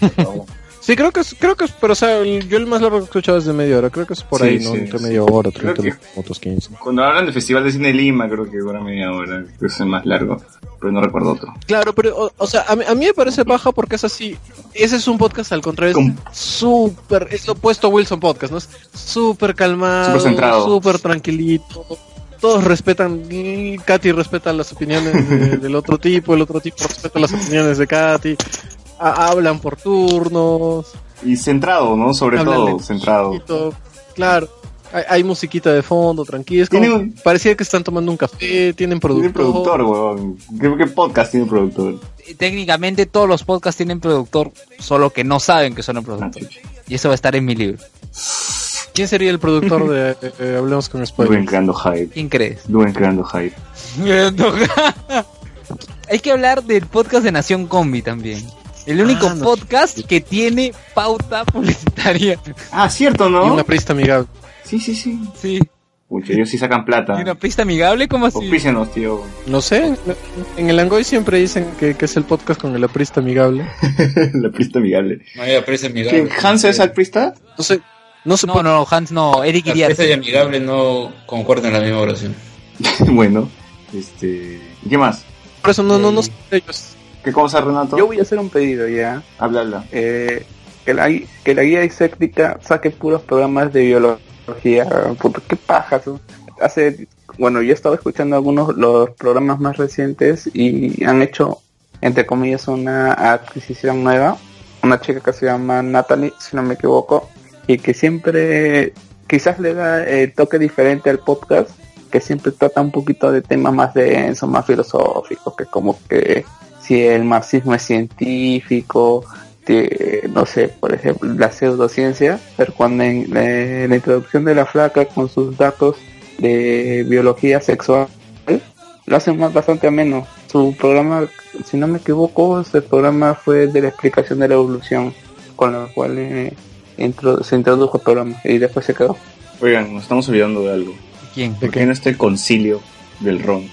D: Se acabó.
B: Sí, creo que es, creo que es, pero o sea, el- yo el más largo que he escuchado es de media hora, creo que es por
D: Sí,
B: ahí, ¿no?
D: sí,
B: Entre
D: sí.
B: media hora, 30
D: Creo
B: minutos, 15.
D: Cuando hablan del Festival de Cine de Lima, creo que dura media hora. Creo que es el más largo. Pero no recuerdo otro.
B: Claro, pero, o, o sea, a mí, a mí me parece baja porque es así, ese es un podcast al contrario,
D: Com-
B: es súper, es lo opuesto a Wilson Podcast, ¿no? Es súper calmado,
D: Súper centrado.
B: súper tranquilito, todos respetan, y Katy respeta las opiniones de- del otro tipo, el otro tipo respeta las opiniones de Katy, a- hablan por turnos,
D: Y centrado, ¿no? Sobre
B: Hablan
D: todo,
B: de-
D: centrado.
B: Poquito, claro. Hay, hay musiquita de fondo, tranquilo. Es como-
D: Tiene un-
B: parecía que están tomando un café, tienen productor.
D: Tiene productor, weón. ¿Qué, qué podcast tiene productor?
A: Técnicamente todos los podcasts tienen productor, solo que no saben que son el
D: Ah,
A: productor. Y eso va a estar en mi libro.
B: ¿Quién sería el productor de eh, eh, Hablemos con
D: Duen
B: Spoilers?
D: creando hype.
A: ¿Quién crees?
D: Duen creando hype.
A: Hay que hablar del podcast de Nación Combi también. El único
B: Ah, no.
A: podcast que tiene pauta publicitaria.
D: Ah, cierto,
B: Y
D: ¿no?
B: una prista amigable.
D: Sí, sí, sí.
A: Sí.
D: Pucha, ellos sí sacan plata.
A: ¿Y una Ah, pista amigable? ¿Cómo así?
D: Auspícianos, tío.
B: No sé, en el Angoy siempre dicen que, que es el podcast con el aprista amigable.
M: La pista amigable.
F: No había presa amigable.
D: ¿Quién? ¿Hans es al prista?
B: No sé, no sé.
A: No, no, Hans, no, Eric
F: La presa y
A: Iriarte.
F: amigable no concuerdan en la misma oración.
D: bueno, este. ¿y ¿Qué más?
B: Por eso no, no, no sé de ellos.
D: ¿Qué cosa, Renato?
E: Yo voy a hacer un pedido ya.
D: Habla, habla.
E: eh, que, la, gui- que la guía discéctica saque puros programas de biología. puta, qué paja. tú. Hace, bueno, yo estaba escuchando algunos los programas más recientes y han hecho, entre comillas, una adquisición nueva. Una chica que se llama Natalie, si no me equivoco, y que siempre quizás le da el toque diferente al podcast, que siempre trata un poquito de temas más densos, más filosóficos, que como que si el marxismo es científico, que, este, no sé, por ejemplo, la pseudociencia, pero cuando en eh, la introducción de la flaca con sus datos de biología sexual, lo hacen más bastante ameno. Su programa, si no me equivoco, su programa fue de la explicación de la evolución, con la cual eh, intro- se introdujo el programa y después se quedó.
M: Oigan, nos estamos olvidando de algo.
A: ¿Quién?
M: ¿Por qué no este concilio del ron?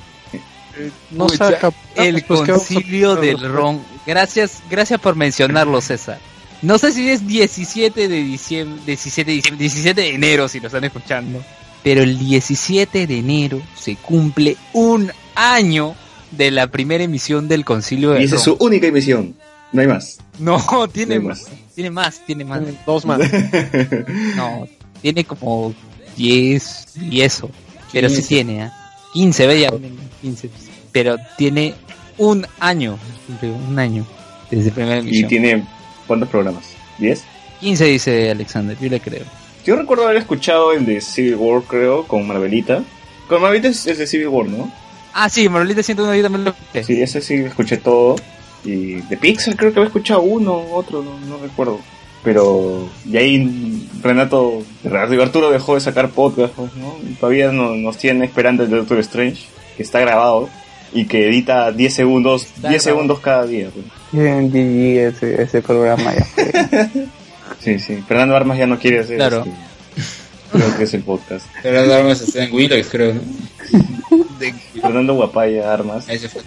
B: No
A: Pucha,
B: saca.
A: El
B: pues, ¿qué vamos a-
A: concilio del ron. Gracias, gracias por mencionarlo, César. No sé si es 17 de diciembre, 17 de diciembre, 17 de enero si lo están escuchando, pero el 17 de enero se cumple un año de la primera emisión del concilio
M: Y
A: del
M: esa es
A: ron.
M: su única emisión. No hay más.
A: No,
M: No hay
A: tiene,
M: más.
A: tiene más, tiene más.
B: Dos más.
A: No, tiene como 10 y eso. Pero sí
F: 15.
A: tiene, ¿ah? 15, veía. 15. Pero tiene un año. cumplió Un año. Desde primera
M: Y
A: emisión.
M: tiene. ¿Cuántos programas? ¿10?
A: 15 dice Alexander, yo le creo.
M: Yo recuerdo haber escuchado el de Civil War, creo, con Marvelita. Con Marvelita es el de Civil War, ¿no?
A: Ah, sí, Marolita 101 yo también lo escuché.
M: Sí, ese sí lo escuché todo. Y de Pixar creo que había escuchado uno, otro, no, no recuerdo.
D: Pero, y ahí Renato, Renato Arturo dejó de sacar podcast, pues, ¿no? Y Todavía no- nos tiene esperando el Doctor Strange, que está grabado y que edita 10 segundos, 10
A: grabado.
D: segundos cada día. pues.
E: Bien, GG ese, ese programa ya. fue.
D: Sí, sí. Fernando Armas ya no quiere hacer
A: Claro.
D: este, creo que es el podcast.
F: Pero las armas están en Willax, creo, ¿no?
D: Fernando Guapaya Armas.
F: Ahí se fue.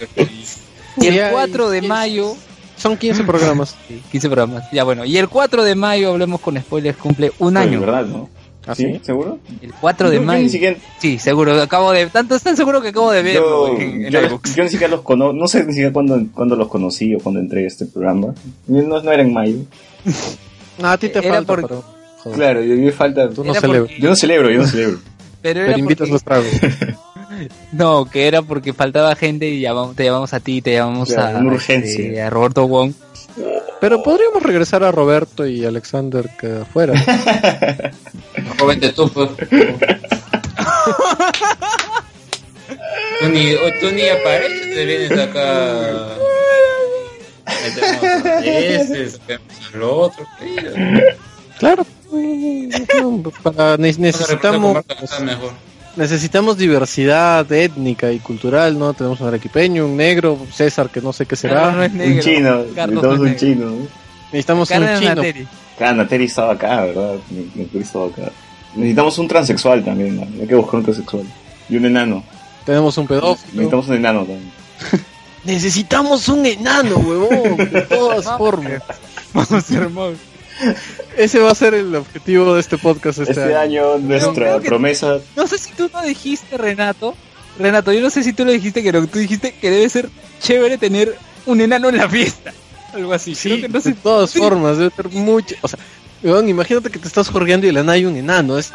A: Y
B: Ya,
A: el
B: y-
A: 4 de mayo,
B: Son 15 programas.
A: 15 programas, ya bueno, y el 4 de mayo, hablemos con spoilers, cumple un
D: Oye,
A: año.
D: ¿Verdad, no? ¿Sí? ¿Seguro?
A: El 4 de
D: Yo- yo
A: mayo.
D: ni siquiera-
A: Sí, seguro, acabo de. Tanto es tan seguro que acabo de verlo
D: yo,
A: en, en
D: yo-
A: iBooks.
D: yo ni siquiera los conozco, no sé ni siquiera cuándo, cuándo los conocí o cuándo entré a este programa. No, no era en mayo.
B: No, Ah, a ti te
A: Era
B: falta,
A: porque-
B: pero Joder.
D: Claro, yo, yo falta.
B: tú no
A: Era
B: celebras.
D: Yo no celebro, yo no celebro.
A: Pero
B: Pero
A: era
B: invitas
A: porque-
B: los tragos.
A: No, que era porque faltaba gente y llamamos- te llamamos a ti, te llamamos
D: Claro,
A: a,
D: una urgencia.
A: este, a Roberto Wong.
B: Pero podríamos regresar a Roberto y Alexander que afuera.
F: Joven de tú, pues. tú, ni, o tú ni apareces, oh, te vienes acá. Metemos a ese, sacamos al otro. tío.
B: claro. pues, No, para- ne- necesitamos
F: Vamos a reportar con Marta Lozano mejor.
B: necesitamos diversidad étnica y cultural, ¿no? Tenemos un arequipeño, un negro, César que no sé qué será.
A: Carlos no es
D: Un
A: negro.
D: chino,
A: Carlos
D: todos
A: no
D: un
A: es negro.
D: chino.
B: Necesitamos
A: Carlos
B: un chino.
A: Nateri.
D: Claro, Nateri estaba acá, ¿verdad? Mi- mi Nateri estaba acá. Necesitamos un transexual también, ¿no? Hay que buscar un transexual. Y un enano.
B: Tenemos un pedófilo.
D: Necesitamos un enano también.
B: Necesitamos un enano, huevón, de todas formas.
A: Vamos a ser mob.
B: Ese va a ser el objetivo de este podcast este,
D: Este
B: año.
D: año nuestra
A: creo que-
D: promesa
A: No sé si tú no dijiste, Renato. Renato, yo no sé si tú lo dijiste, pero tú dijiste que debe ser chévere tener un enano en la fiesta. Algo así. Creo
B: Sí, pues.
A: que no sé.
B: de todas
A: sí.
B: formas, debe ser mucho, o sea, huevón, imagínate que te estás jorgeando y de la nada hay un enano, es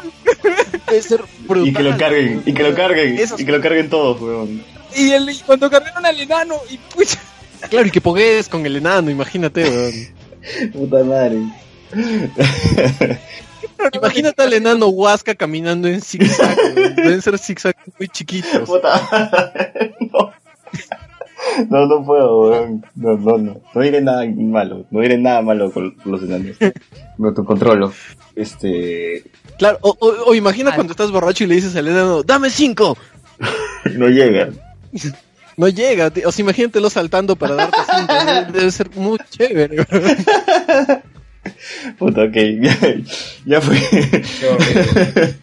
B: debe ser brutal.
D: y que lo carguen, y que lo carguen,
B: Eso
D: y que lo carguen todos, weón.
A: Y, el, y cuando cargaron al enano, y pues, pucha.
B: Claro, y que pogues con el enano, imagínate, weón.
D: Puta madre.
B: Imagínate al enano Huasca caminando en zigzag, weón. deben ser zigzag muy chiquitos.
D: Puta madre. No. No, no puedo, weón. No, no, no. No diré nada malo. No diré nada malo con con los enanos. No te controlo. Este.
B: Claro, o, o- o imagina cuando estás borracho y le dices al enano, dame cinco.
D: No llega.
B: No llega, tío. o sea, imagínatelo saltando para darte cinco. ¿no? Debe ser muy chévere. weón.
D: Puta, ok. ya fue.
F: Qué horrible.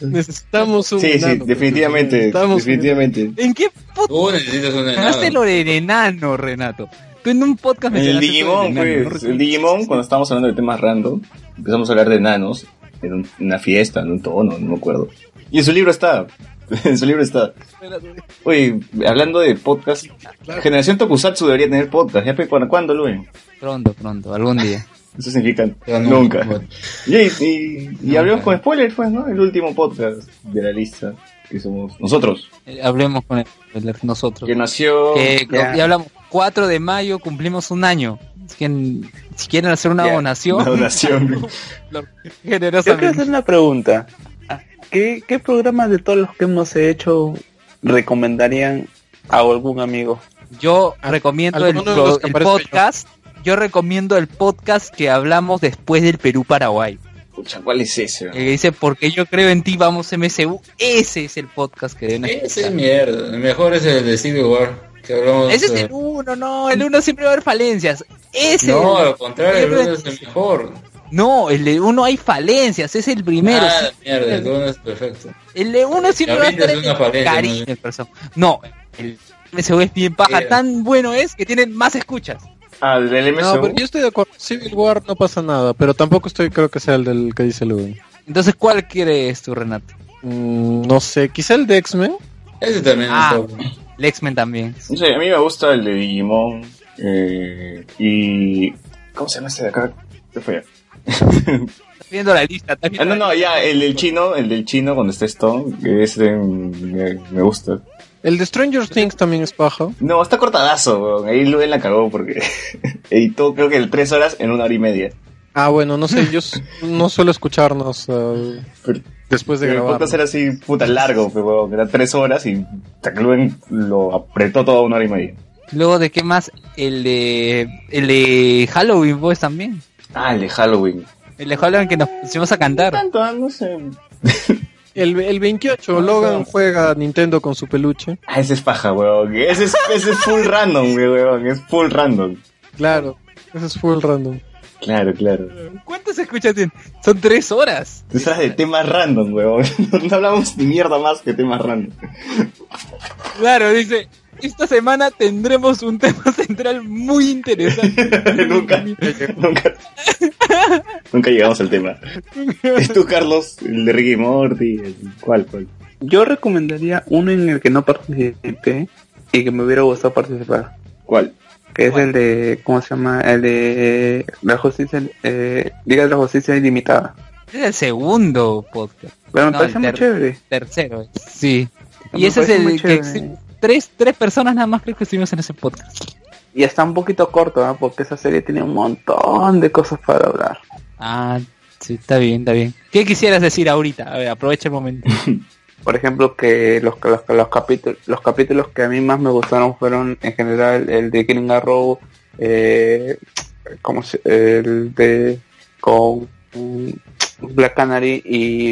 B: Necesitamos un
D: Sí, sí,
B: enano,
D: definitivamente.
B: necesitamos un
D: definitivamente.
A: ¿En qué puto
F: Tú necesitas un
A: mencionaste
F: enano.
A: lo del enano, Renato? Tú en un podcast
D: En el
A: mencionaste eso del
D: Digimon,
A: enano, ¿no?
D: pues. El Digimon, cuando estábamos hablando de temas random, empezamos a hablar de enanos. En un- en una fiesta, en un tono, no me acuerdo. Y en su libro está. En su libro está. Oye, hablando de podcast, Generación Tokusatsu debería tener podcast. ¿Ya pe- cuándo, cuándo, Luen?
A: Pronto, pronto, algún día.
D: Eso significa
F: Pero no,
D: nunca.
F: bueno.
D: Y, y, y hablamos con spoilers, pues, ¿no? El último podcast de la lista que somos nosotros.
A: Eh, Hablemos con el- nosotros.
D: Que nació.
A: Que,
D: Ya.
A: ya hablamos, 4 de mayo cumplimos un año. Si quieren, si quieren hacer una
D: Ya.
A: donación,
D: Una donación.
E: Yo quiero hacer
A: generosamente.
E: una pregunta. ¿Qué, ¿Qué programas de todos los que hemos hecho recomendarían a algún amigo?
A: Yo recomiendo el,
B: Alguno de los que
A: el
B: aparezca yo.
A: podcast. Yo recomiendo el podcast que hablamos después del Perú-Paraguay.
D: Pucha, ¿cuál es ese?
A: El que dice, porque yo creo en ti, vamos MSU. Ese es el podcast que deben
F: Ese es
A: escuchar.
F: mierda. El mejor es el de Civil War. Que hablamos.
A: Ese es
F: eh,
A: el uno, no, el uno siempre va a haber falencias. Ese
F: No,
A: es el-
F: al contrario, el
A: Siempre-
F: uno es el mejor.
A: no, el de uno hay falencias, es el primero.
F: ah,
A: sí.
F: la mierda, el uno es perfecto.
A: El de uno siempre
F: Ya
A: va a
F: ahorita
A: estar
F: es
A: en
F: una
A: el
F: falencia,
A: cariño
F: ¿no?
A: del persona. No, el MSU es bien paja,
F: Mira.
A: tan bueno es que tienen más escuchas.
D: Ah, el del MSU.
B: No, pero yo estoy de acuerdo. Civil War no pasa nada, pero tampoco estoy, creo que sea el del que dice Luis.
A: Entonces, ¿cuál quieres tú, Renato?
B: Mm, no sé, quizá el de X-Men.
F: Ese también
A: Ah.
F: está bueno.
A: El X-Men también.
D: No sé, a mí me gusta el de Digimon. Eh, y. ¿Cómo se llama este de acá? ¿Qué fue?
A: Estás viendo la lista. estás
D: Ah,
A: viendo
D: no,
A: la
D: no,
A: lista.
D: ya, el del chino, el del chino cuando está Stone, que ese mm, me, me gusta.
B: El de Stranger Things también es paja.
D: No, está cortadazo, weón. Ahí Luen la cagó porque editó creo que el tres horas en una hora y media.
B: Ah, bueno, no sé, yo s- no suelo escucharnos eh,
D: Pero-
B: después de
D: el
B: grabar.
D: podcast era así, puta, largo, pero weón, era tres horas y hasta que Luen lo apretó todo a una hora y media.
A: Luego, ¿de qué más? El de, el de Halloween Boys también.
D: Ah, el de Halloween.
A: El de Halloween que nos pusimos a cantar.
D: Tanto, no sé.
B: El, el 28, Logan juega a Nintendo con su peluche.
D: Ah, ese es paja, weón. Ese es, ese es full random, weón. Es full random.
B: Claro, eso es full random.
D: Claro, claro.
A: ¿Cuántas escuchas tienen? Son tres horas.
D: Tú sabes de temas random, weón. No hablamos ni mierda más que temas random.
A: Claro, dice. Esta semana tendremos un tema central muy interesante.
D: nunca, nunca, nunca llegamos al tema. Es tú, Carlos, el de Ricky Morty. el- ¿Cuál, cuál?
E: Yo recomendaría uno en el que no participé y que me hubiera gustado participar.
D: ¿Cuál?
E: Que es el de, ¿cómo se llama? El de la justicia, eh, Liga de la Justicia Ilimitada.
A: Es el segundo podcast.
E: Pero me
A: No,
E: parece
A: el
E: muy
A: ter-
E: chévere.
A: Tercero. eh. Sí.
E: Me
A: Y ese es
E: parece muy
A: el que
E: chévere.
A: exi- tres, tres personas nada más creo que estuvimos en ese podcast.
E: Y está un poquito corto, ¿ah? porque esa serie tiene un montón de cosas para hablar.
A: Ah, sí, está bien, está bien. ¿Qué quisieras decir ahorita? A ver, aprovecha el momento.
E: Por ejemplo, que los, los, los, capítulos, los capítulos que a mí más me gustaron fueron en general el de Killing Arrow, eh, como se- el de con mm, Black Canary y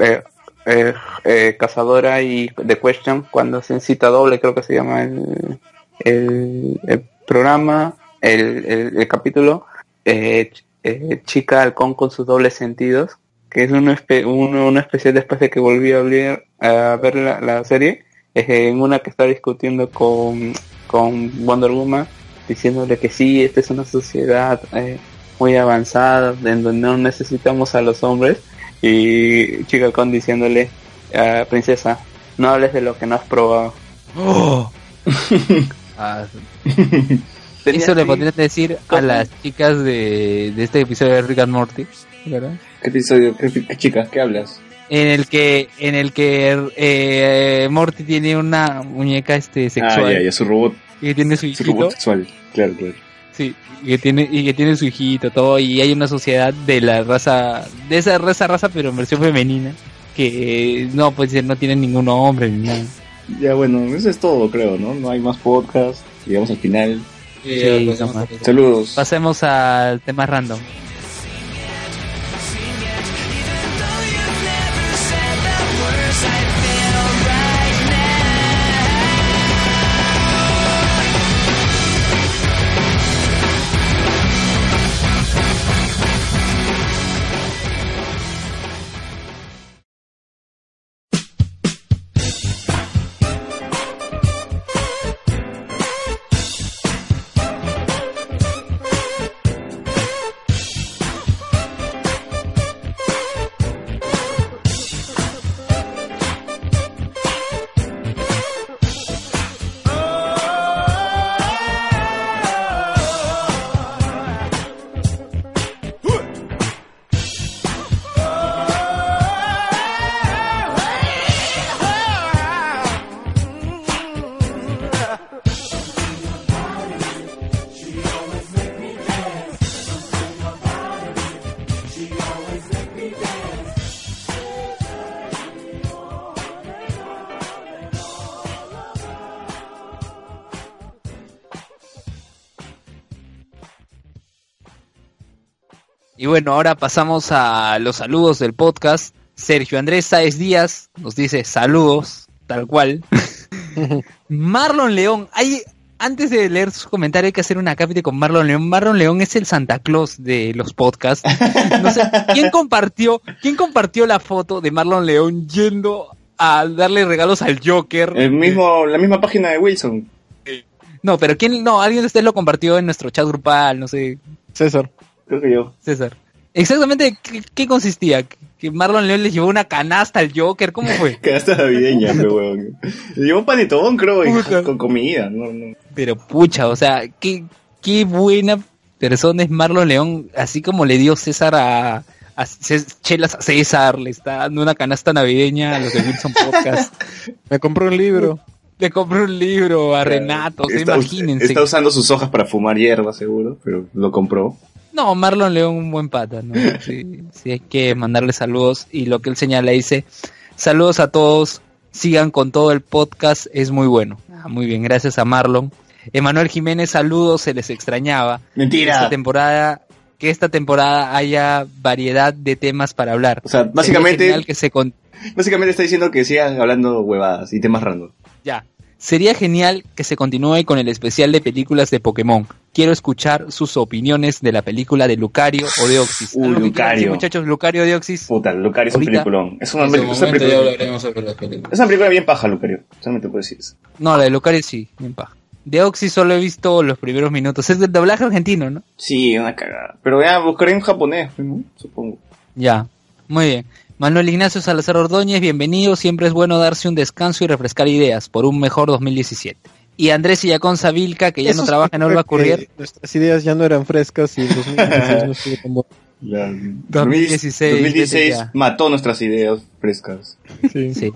E: eh, eh, eh, Cazadora y The Question, cuando hacen cita doble creo que se llama el, el, el programa, el, el- el capítulo, eh, ch- eh, Chica Halcón con sus dobles sentidos que es un, espe- un- un especial después de que volví a, abrir- a ver la, la serie, es en una que está discutiendo con, con Wonder Woman, diciéndole que sí, esta es una sociedad eh, muy avanzada, en donde no necesitamos a los hombres, y Chica Con diciéndole, "Ah, princesa, no hables de lo que no has probado.
D: Oh.
A: Ah,
E: Tenía
A: Eso le
E: así-
A: podrías decir a
E: cosas.
A: las chicas de, de este episodio de Rick and Morty, ¿verdad?
D: ¿Qué episodio? ¿Qué, qué chica? ¿Qué hablas?
A: En el que, en el que eh, Morty tiene una muñeca este
D: Ah,
A: sexual
D: ya, ya, su robot.
A: y tiene su
D: Su
A: hijito,
D: robot sexual. Claro, claro.
A: sí, y que tiene, y que tiene su hijito todo, y hay una sociedad de la raza, de esa raza raza pero en versión femenina, que eh, no pues no tiene ningún hombre ni nada.
D: Ya, bueno, eso es todo, creo, ¿no? No hay más podcast. Llegamos al final.
N: Y
A: Sí, pues,
N: ya pasamos
A: no
N: a-
A: más.
D: Saludos.
A: Pasemos al tema random. Y bueno, ahora pasamos a los saludos del podcast. Sergio Andrés Sáez Díaz nos dice saludos, tal cual. Marlon León, hay, antes de leer sus comentarios hay que hacer una cápita con Marlon León. Marlon León es el Santa Claus de los podcasts. No sé, ¿quién compartió, quién compartió la foto de Marlon León yendo a darle regalos al Joker?
D: El mismo, la misma página de Wilson.
A: No, pero quién, no, alguien de ustedes lo compartió en nuestro chat grupal, no sé,
B: César.
D: Creo que yo.
A: César. Exactamente, ¿qué, qué consistía? ¿Que Marlon León le llevó una canasta al Joker? ¿Cómo fue?
D: Quedaste navideña, pe, weón. Llevó panetón, creo, y
A: Puta.
D: con comida. No, no.
A: Pero pucha, o sea, qué, qué buena persona es Marlon León, así como le dio César a, a Cés- Chelas a César, le está dando una canasta navideña a los de Wilson Podcast.
B: Me compró un libro.
A: le compró un libro a Renato, o sea,
D: Está us-
A: imagínense.
D: Está usando sus hojas para fumar hierba, seguro, pero lo compró.
A: No, Marlon León, un buen pata, ¿no? Sí, sí, hay que mandarle saludos. Y lo que él señala dice, saludos a todos, sigan con todo el podcast, es muy bueno. Ah, muy bien, gracias a Marlon. Emanuel Jiménez, saludos, se les extrañaba.
D: Mentira.
A: Esta temporada que esta temporada haya variedad de temas para hablar.
D: O sea,
A: Sería
D: básicamente-
A: genial que se con-
D: Básicamente está diciendo que sigas hablando huevadas y temas random.
A: Ya. Sería genial que se continúe con el especial de películas de Pokémon. Quiero escuchar sus opiniones de la película de Lucario o de Oxys.
D: Uh,
A: ¿Algo que quieran
D: Lucario.
A: decir, muchachos, Lucario de Oxys.
D: Puta, Lucario es un
A: Ahorita,
D: peliculón. Es una,
F: En su
D: peli- es una
F: momento ya
D: película,
F: hablaremos sobre la película.
D: es una película bien paja, Lucario. Solamente puedo decir eso.
A: No, la de Lucario sí, bien paja. De Oxys solo he visto los primeros minutos. Es del doblaje argentino, ¿no?
D: Sí, una cagada. Pero ya buscaré en japonés, ¿no? supongo.
A: Ya, muy bien. Manuel Ignacio Salazar Ordóñez, bienvenido. Siempre es bueno darse un descanso y refrescar ideas por un mejor 2017. Y Andrés Illaconza Vilca, que ya no
B: Eso
A: trabaja en Olva
B: significa que
A: Courier.
B: Nuestras ideas ya no eran frescas y el 2016 no estuvo tan bueno.
D: La-
A: 2016,
D: 2016
A: ya.
D: mató nuestras ideas frescas.
B: Sí.
A: Sí.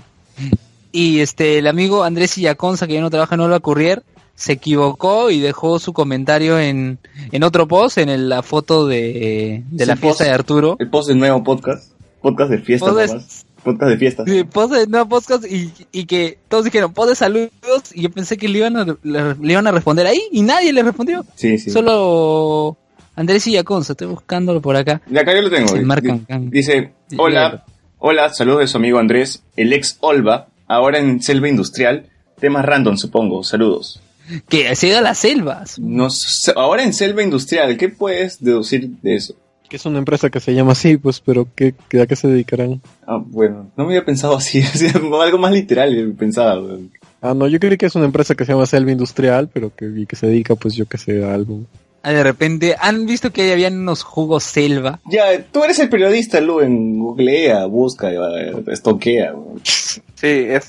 A: Y este, el amigo Andrés Illaconza, que ya no trabaja en Olva Courier, se equivocó y dejó su comentario en, en otro post, en el- la foto de, de
D: Ese
A: la fiesta
D: post.
A: de Arturo.
D: El post del nuevo podcast. Podcast de fiesta,
A: Post es-
D: nomás. Podcast de fiesta.
A: Sí, post de no podcast y, y que todos dijeron post de saludos y yo pensé que le iban a, le- le iban a responder ahí y nadie le respondió.
D: Sí, sí.
A: Solo Andrés Illaconza, estoy buscándolo por acá.
D: De acá yo lo tengo.
A: Se
D: Di-
A: marcan, can.
D: Dice, hola, hola, saludos de su amigo Andrés, el ex Olva, ahora en Selva Industrial. Temas random, supongo. Saludos.
A: Que se ha ido a las selvas.
D: No sé- ahora en Selva Industrial, ¿qué puedes deducir de eso?
B: Que es una empresa que se llama así, pues, pero ¿qué, qué- ¿a qué se dedicarán?
D: Ah, bueno, no me había pensado así, así, como algo más literal eh, pensaba. weón.
B: Ah, no, yo creí que es una empresa que se llama Selva Industrial, pero que, y que se dedica, pues, yo que sé, a algo.
A: Ah, De repente, han visto que ahí habían unos jugos selva.
D: Ya, tú eres el periodista, Luen, googlea, busca, eh, estoquea. weón.
E: Sí, es,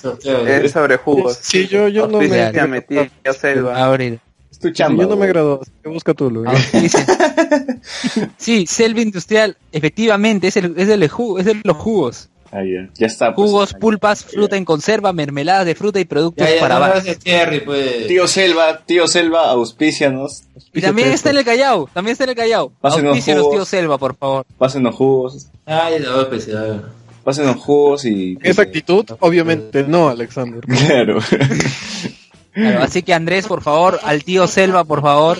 E: es sobre jugos.
B: Sí, yo- yo no me-
E: Auspicia, metí a selva.
A: Abre.
D: Es tu chamba.
B: Ah, yo no me
D: weón.
B: gradué, así que busca tú,
F: Ah,
B: Lu.
A: Auspicia. sí, selva industrial, efectivamente, es, el, es, el ju- es de los jugos.
D: Ah, ya. Ya está. pues.
A: Jugos, pulpas, fruta en conserva, mermeladas de fruta y productos
F: Ya, ya,
A: para
F: no
A: bar.
F: gracias, Thierry, pues.
D: Tío Selva, tío Selva, auspícianos,
A: Y también está en el Callao, también está en el Callao.
D: Pásenos
A: Auspícianos,
D: jugos.
A: tío Selva, por favor.
D: pásenos jugos,
F: Ay, la voy a pesar, a ver.
D: pásenos jugos y...
B: Esa actitud, obviamente, no, Alexander.
D: Claro.
A: Claro, así que Andrés, por favor, al tío Selva, por favor.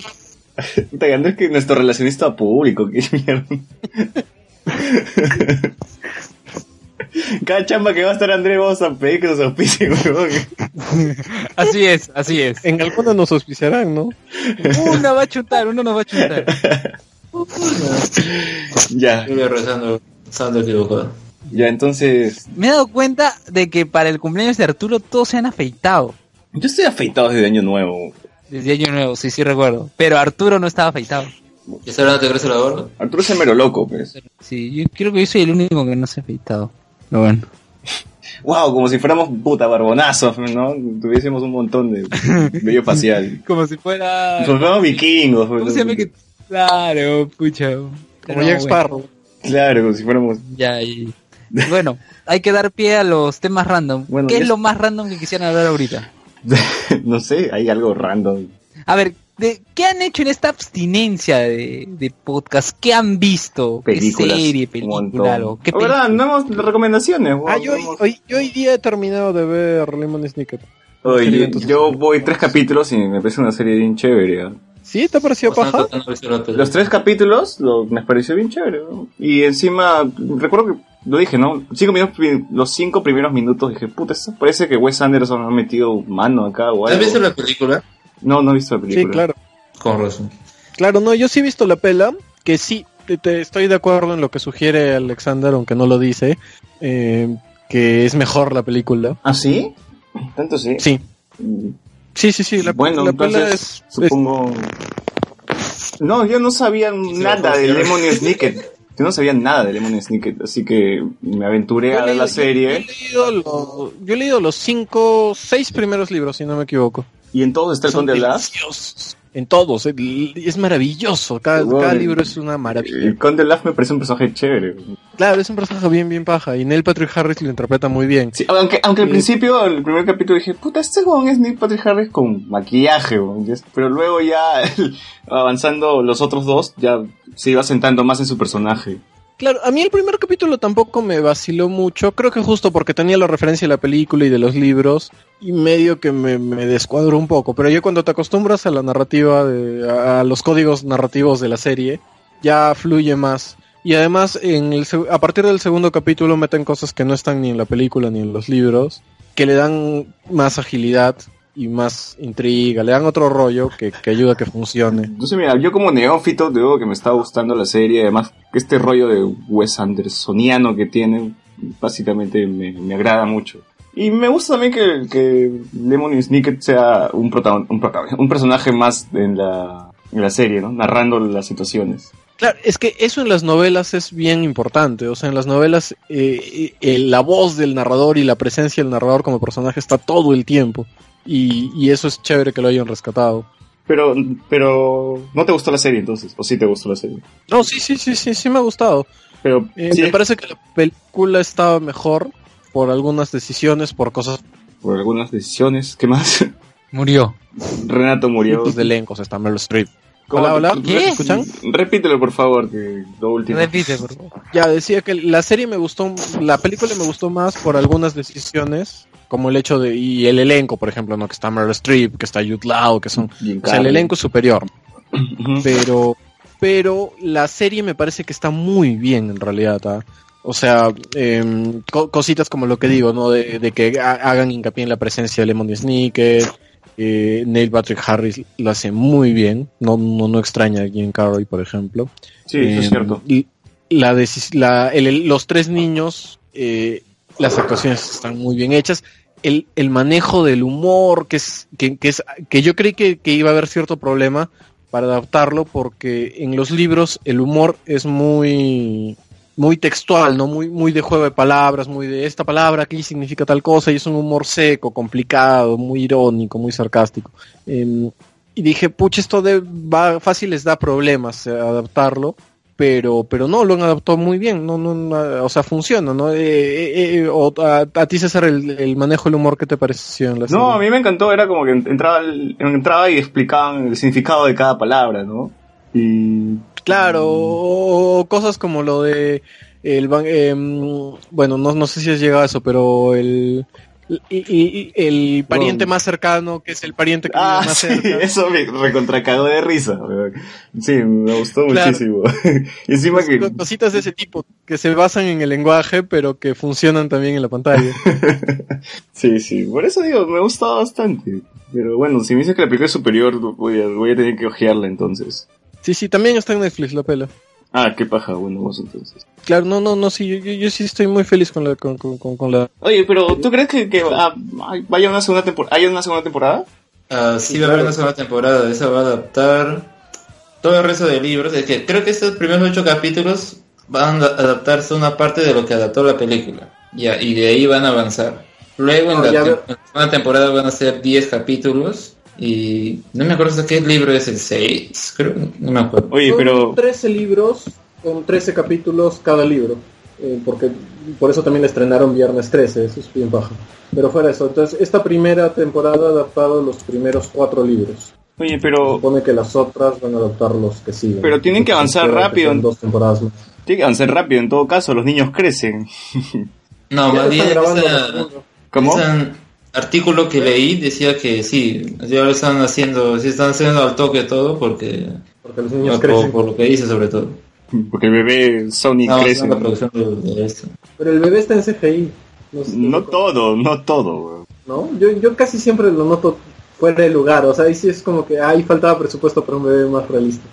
D: Puta, que Andrés que nuestro relacionista público, qué mierda. Cada chamba que va a estar Andrés vamos a pedir que nos auspicie, weón.
A: Así es, así es.
B: En alguna nos auspiciarán, ¿no?
A: Una va a chutar, uno nos va a chutar.
D: Ya,
F: Julio rezando, santo equivocado.
D: ya, entonces...
A: Me he dado cuenta de que para el cumpleaños de Arturo todos se han afeitado.
D: Yo estoy afeitado desde Año Nuevo.
A: Desde año nuevo, sí, sí recuerdo. Pero Arturo no estaba afeitado.
F: ¿Y esa hora no te crece la gorda?
D: Arturo es el mero loco, pues.
A: Sí, yo creo que yo soy el único que no se ha afeitado. Pero bueno.
D: Wow, como si fuéramos puta barbonazos, ¿no? Tuviésemos un montón de vello facial.
A: Como si fuera...
D: Nos volvemos vikingos, pues.
A: ¿Cómo se llama
D: weón.
A: que...? Claro, pucha.
B: Como Jack Sparrow.
D: Claro, como si fuéramos
A: Ya, y- Bueno, hay que dar pie a los temas random.
D: Bueno,
A: ¿Qué
D: ya
A: es
D: es-
A: lo más random que quisieran hablar ahorita?
D: no sé, hay algo random.
A: A ver, ¿de ¿qué han hecho en esta abstinencia de, de podcast? ¿Qué han visto? ¿Qué
D: Películas,
A: serie,
D: un montón.
A: película, algo? ¿Qué
D: Ah, ¿Verdad? No hemos recomendaciones.
B: Ah,
D: weón,
B: yo hoy,
D: hemos-
B: hoy- yo hoy día he terminado de ver Lemon Snicket.
D: Oye,
B: Sí,
D: yo,
B: entonces-
D: voy tres capítulos y me parece una serie bien chévere. ¿eh?
B: ¿Sí? ¿Te ha parecido
F: Santo
B: paja?
F: que no crece
A: Pues
F: la pelota.
D: Los tres capítulos lo- me pareció bien chévere. ¿no? Y encima, recuerdo que lo dije, ¿no? Cinco minutos, pri- los cinco primeros minutos dije, puta, esto parece que Wes Anderson ha metido mano acá o
F: ¿Has
D: algo.
F: visto la película?
D: No, no he visto la película.
B: Sí, claro.
F: Con razón.
B: Claro, no, yo sí he visto la pela, que sí, te, te- estoy de acuerdo en lo que sugiere Alexander, aunque no lo dice, eh, que es mejor la película.
D: ¿Ah, sí? Tanto sí. Mm.
B: Sí, sí, sí, sí, la,
D: bueno,
B: la pela
D: entonces,
B: es...
D: supongo... No, yo no sabía
F: lo
D: nada de
F: considero.
D: Lemon Snicket. Yo no sabía nada de Lemon Snicket, así que me aventuré
B: es-
D: a ver la
B: Yo, he
D: serie.
B: leído lo- yo he leído los cinco, seis primeros libros, si no me equivoco.
D: Y en todos está el
B: Son
D: Conde Last.
B: deliciosos. En todos, eh, y es maravilloso. Cada,
D: Wow.
B: cada libro es una maravilla.
D: El Conde Last me parece un personaje chévere.
B: Claro, es un personaje bien, bien paja. Y Neil Patrick Harris lo interpreta muy bien.
D: Sí, aunque, aunque al
B: Sí.
D: principio, el primer capítulo dije, puta, este weón es Nick Patrick Harris con maquillaje, weón". Y es- pero luego ya avanzando los otros dos, ya se iba sentando más en su personaje.
B: Claro, a mí el primer capítulo tampoco me vaciló mucho, creo que justo porque tenía la referencia de la película y de los libros, y medio que me, me descuadró un poco, pero ya cuando te acostumbras a la narrativa, de, a, a los códigos narrativos de la serie, ya fluye más. Y además, en el, seg- a partir del segundo capítulo meten cosas que no están ni en la película ni en los libros, que le dan más agilidad y más intriga, le dan otro rollo que, que ayuda a que funcione.
D: Entonces, mira, yo como neófito te digo que me está gustando la serie, además que este rollo de Wes Andersoniano que tiene, básicamente me, me agrada mucho. Y me gusta también que, que Lemony Snicket sea un, protagon- un, protagon- un personaje más en la, en la serie, ¿no? Narrando las situaciones.
B: Claro, es que eso en las novelas es bien importante. O sea, en las novelas eh, eh, la voz del narrador y la presencia del narrador como personaje está todo el tiempo. Y, y eso es chévere que lo hayan rescatado.
D: Pero, pero, ¿no te gustó la serie entonces? ¿O sí te gustó la serie?
B: No, sí, sí, sí, sí, sí me ha gustado.
D: Pero,
B: Eh,
D: sí,
B: Me parece que la película estaba mejor por algunas decisiones, por cosas
D: por algunas decisiones, ¿qué más?
A: Murió.
D: Renato murió.
B: pues, de elencos, está Meryl Streep.
D: ¿Cómo
B: Hola,
D: te-
B: hola,
A: ¿Qué?
B: ¿me escuchan?
D: Repítelo, por favor, que lo último.
A: Repite, por favor.
B: Ya decía que la serie me gustó, la película me gustó más por algunas decisiones, como el hecho de, y el elenco, por ejemplo, ¿no? Que está Meryl Streep, que está Jude Law, que son,
D: Jim
B: o sea, el
D: Carrey.
B: elenco es superior.
D: Ujú.
B: pero pero la serie me parece que está muy bien en realidad ¿ah? o sea em, co- cositas como lo que digo no de, de que ha- hagan hincapié en la presencia de Lemon Snicket eh, Neil Patrick Harris lo hace muy bien no no, no extraña a Jim Carrey por ejemplo
D: Sí, eso es
B: Em,
D: cierto.
B: y la decis- la- el- el- los tres niños eh, las actuaciones están muy bien hechas el, el manejo del humor que es que, que es que yo creí que, que iba a haber cierto problema para adaptarlo porque en los libros el humor es muy muy textual, ¿no? Muy, muy de juego de palabras, muy de esta palabra aquí significa tal cosa, y es un humor seco, complicado, muy irónico, muy sarcástico. Em, y dije, pucha, esto de, va, fácil les da problemas eh, adaptarlo, pero, pero no, lo han adaptado muy bien, no, no, no, o sea, funciona, ¿no? Eh, eh, eh, o a, a ti, César, el, el manejo del humor, ¿qué te pareció en la serie?
D: No, a mí me encantó, era como que entraba, el- entraba y explicaban el significado de cada palabra, ¿no? Y
B: Claro,
D: Mm.
B: o o cosas como lo de el ban- em, bueno, no, no sé si has llegado a eso, pero el y- y- y- el pariente
D: Ron.
B: más cercano, que es el pariente que
D: Ah,
B: vive más
D: sí,
B: cerca.
D: eso me recontracagó de risa. weón. Sí, me gustó
B: Claro.
D: muchísimo. Y Encima
B: Cos-
D: que
B: Cositas de ese tipo que se basan en el lenguaje, pero que funcionan también en la pantalla.
D: Sí, sí, por eso digo, me ha gustado bastante. Pero bueno, si me dices que la película es superior, voy a, voy a tener que ojearla entonces.
B: Sí, sí, también está en Netflix la pela.
D: Ah, qué paja, bueno, vos entonces.
B: Claro, no, no, no, sí, yo, yo- yo sí estoy muy feliz con la con, con- con- con la
D: Oye, pero ¿tú crees que, que, ah, vaya una segunda temporada? ¿Hay una segunda temporada?
F: Ah, sí, va a haber una sola temporada. Esa va a adaptar todo el resto de libros. Es que creo que estos primeros ocho capítulos van a adaptarse a una parte de lo que adaptó la película. Ya, y de ahí van a avanzar. Luego en, la tem- en la segunda temporada van a ser 10 capítulos. Y no me acuerdo qué libro es el 6, creo. No me acuerdo.
D: Oye, pero
C: 13 libros con 13 capítulos cada libro. eh, porque por eso también la estrenaron viernes 13, eso es bien bajo. Pero fuera de eso, entonces esta primera temporada ha adaptado los primeros cuatro libros.
D: Oye, pero
C: Supone que las otras van a adaptar los que siguen.
D: Oh. Pero tienen que avanzar
C: Creo que
D: rápido.
C: son Dos temporadas más.
D: tiene que avanzar rápido en todo caso, los niños crecen.
C: Ya
F: No, más bien
C: están grabando
F: esa-
C: la segunda.
D: ¿Cómo?
F: ese artículo que leí decía que sí, ya lo están haciendo, sí están haciendo al toque todo porque
C: Porque los niños
F: por-
C: crecen.
F: por lo que dice sobre todo.
D: Porque el bebé Sonic
F: No,
D: crece.
F: la producción de, de esto.
C: Pero el bebé está en CGI. No, sé,
D: No todo, no todo. weón.
C: ¿no? Yo, yo casi siempre lo noto fuera de lugar. O sea, ahí sí es como que ahí faltaba presupuesto para un bebé más realista.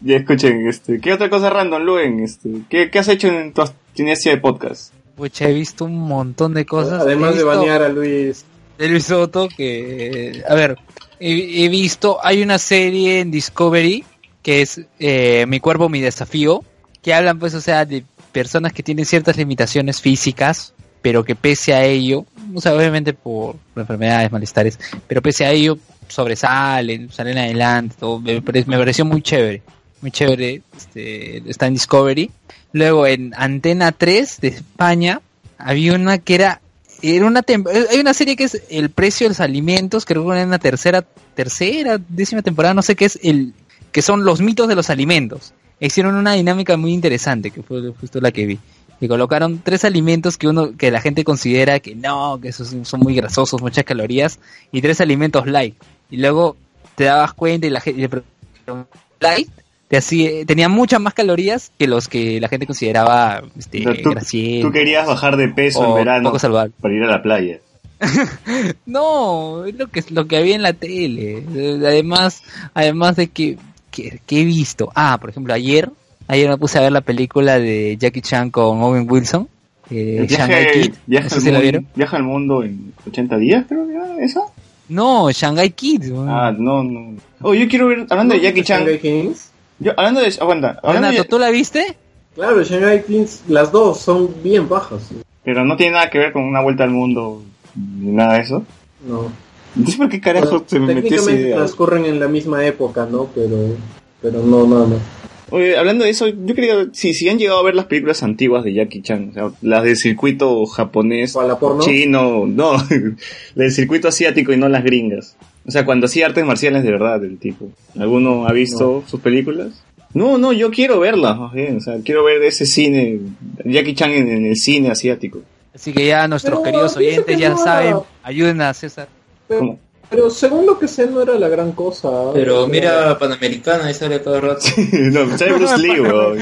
D: Ya escuchen, este, ¿qué otra cosa random, Luen? Este, ¿qué, qué has hecho en tu abstinencia de podcast?
A: Pucha, he visto un montón de cosas.
C: Además
A: He
C: de
A: visto-
C: banear a Luis.
A: de Luis Soto que eh, a ver he, he visto hay una serie en Discovery que es eh, Mi cuerpo mi desafío que hablan pues o sea de personas que tienen ciertas limitaciones físicas pero que pese a ello o sea obviamente por enfermedades malestares pero pese a ello sobresalen salen adelante todo. me, pare- me pareció muy chévere muy chévere este, está en Discovery luego en Antena 3 de España había una que era era una tem- eh, hay una serie que es El precio de los alimentos, creo que en la tercera, tercera, décima temporada, no sé qué es, el que son los mitos de los alimentos. Hicieron una dinámica muy interesante, que fue justo la que vi. Y colocaron tres alimentos que uno que la gente considera que no, que esos son muy grasosos, muchas calorías, y tres alimentos light. Y luego te dabas cuenta y la gente le pre- light te hacía- tenía muchas más calorías que los que la gente consideraba este,
D: No, tú-
A: grasientos.
D: Tú querías bajar de peso
A: o
D: en verano
A: poco saludable.
D: para ir a la playa.
A: No, es lo que lo que había en la tele. Eh, Además, además de que, que, que he visto. Ah, por ejemplo, ayer, ayer me puse a ver la película de Jackie Chan con Owen Wilson, eh, Shanghai
D: Viaje,
A: Kid.
D: viaje
A: No sé
D: al
A: si la
D: mundo,
A: vieron.
D: viaja al mundo en 80 días, creo que era esa.
A: No, Shanghai Kid. weón.
D: Ah, no, no. Oh, yo quiero ver, hablando de Jackie Chan,
B: Shanghai Kings.
D: yo, hablando de, aguanta, hablando
A: Renato,
D: de,
A: ¿tú la viste?
B: Claro, Shanghai Kings, las dos son bien bajas.
D: pero no tiene nada que ver con una vuelta al mundo ni nada de eso.
B: No.
D: No sé por qué carajo
B: Bueno,
D: se me metió esa
B: técnicamente
D: idea.
B: transcurren en la misma época, ¿no? Pero, pero no, nada más.
D: Oye, hablando de eso, yo creo que si, si han llegado a ver las películas antiguas de Jackie Chan, o sea, las del circuito japonés,
B: ¿O a la porno?
D: chino, no, del circuito asiático y no las gringas. O sea, cuando hacía artes marciales de verdad el tipo. ¿Alguno ha visto sus películas? No, no, yo quiero verlas, más bien, o sea, quiero ver ese cine, Jackie Chan en, en el cine asiático.
A: Así que ya nuestros
B: Pero,
A: queridos
B: dice que
A: oyentes ya
B: no la-
A: saben, ayuden a César.
B: Pero,
D: ¿Cómo?
B: pero según lo que sé, no era la gran cosa.
F: Pero mira Panamericana, ahí sale cada rato.
D: no, sale Bruce Lee, weón.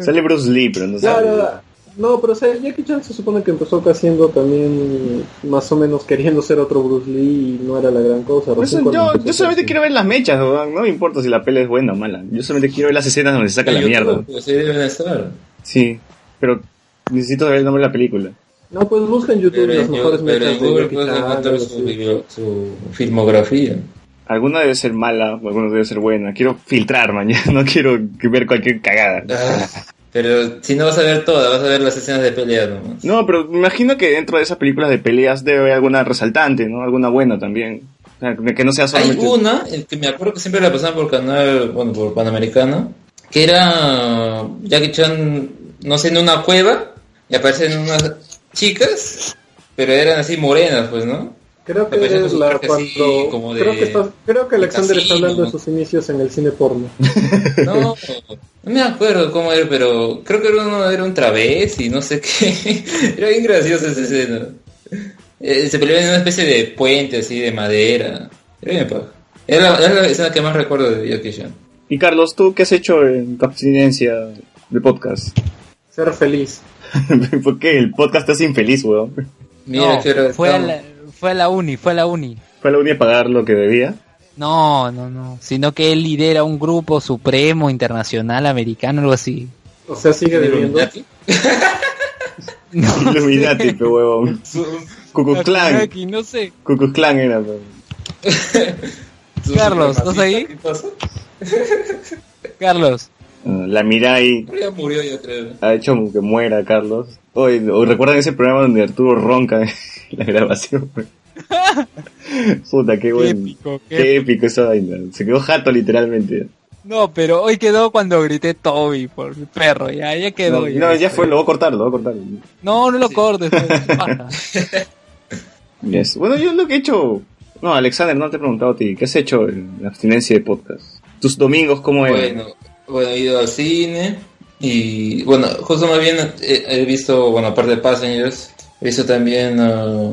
D: Sale Bruce Lee, pero no sale.
B: Claro, no, pero o sea, Jackie Chan se supone que empezó acá haciendo también más o menos queriendo ser otro Bruce Lee y no era la gran cosa.
D: Por
F: Pues,
B: recién
D: eso
B: cuando
D: yo,
B: empezó
D: yo solamente
B: así.
D: quiero ver las mechas, weón. no me importa si la pelea es buena o mala. Yo solamente quiero ver las escenas donde se saca la
F: YouTube,
D: mierda.
F: Pues ahí deben estar.
D: Sí, pero necesito ver el nombre de la película.
B: No, pues busca en YouTube
F: Pero
B: las
F: en,
B: mejores
F: Yo- pero en
B: mechas de
F: Google
B: Jackie
F: puedes
B: Chan,
F: encontrar
B: algo
F: su,
B: así.
F: bibli- su filmografía.
D: Alguna debe ser mala, o alguna debe ser buena. Quiero filtrar, man. ya No quiero que ver cualquier cagada.
F: Ah, pero si no vas a ver todas, vas a ver las escenas de pelea nomás.
D: No, pero me imagino que dentro de esas películas de peleas debe haber alguna resaltante, ¿no? Alguna buena también. O sea, que no sea
F: Hay
D: solamente...
F: una, el que me acuerdo que siempre la pasaban por canal, bueno, por Panamericano, que era Jackie Chan, no sé, en una cueva, y aparecen unas chicas, pero eran así morenas, pues, ¿no?
B: Creo que
F: Aparece
B: es
F: su
B: la
F: traje
B: cuando...
F: así, como de-
B: creo, que está- creo que
F: de
B: Alexander está
F: casino,
B: hablando de
F: ¿no?
B: sus inicios en el cine porno.
F: No, no me acuerdo cómo era, pero creo que era, uno, era un travesti, no sé qué. Era bien graciosa esa escena. Eh, se peleaba en una especie de puente así de madera. Era bien paja. Era la, era la escena que más recuerdo de Jackie Chan.
D: Y Carlos, ¿tú qué has hecho en tu abstinencia de podcast?
B: Ser feliz.
D: ¿Por qué? El podcast te hace infeliz, weón.
F: Mira,
A: No,
F: qué hora
A: fue, a
F: estamos.
A: la, fue a la uni, fue a la uni.
D: Fue la única a pagar lo que debía.
A: No, no, no. Sino que él lidera un grupo supremo internacional americano, algo así.
B: O sea, sigue debiendo.
F: Illuminati.
D: Illuminati, pe huevón. Cucu Clan.
A: Aquí, no sé.
D: Cucu Clan era, pe.
F: Su
A: Carlos, ¿estás
F: supremacista,
A: ahí?
F: ¿Qué pasa?
A: Carlos,
D: Ah, La Mirai
F: Ya murió, yo creo.
D: ha hecho que muera, Carlos. Hoy, ¿o recuerdan ese programa donde Arturo ronca en la grabación? pe? Puta, qué
A: qué
D: bueno.
A: épico, qué
D: Qué épico esa vaina. Se quedó jato, literalmente.
A: No, pero hoy quedó cuando grité Toby por mi perro, ya, ya quedó.
D: No, no, ya fue, lo voy a cortar, lo voy a cortar.
A: No, no lo cortes. pues, baja.
D: Yes. Bueno, yo lo que he hecho. No, Alexander, no te he preguntado a ti. ¿Qué has hecho en la abstinencia de podcast? ¿Tus domingos cómo eran?
F: Bueno, bueno, he ido al cine y bueno, justo más bien eh, he, visto, bueno, aparte de Passengers, he visto también ah,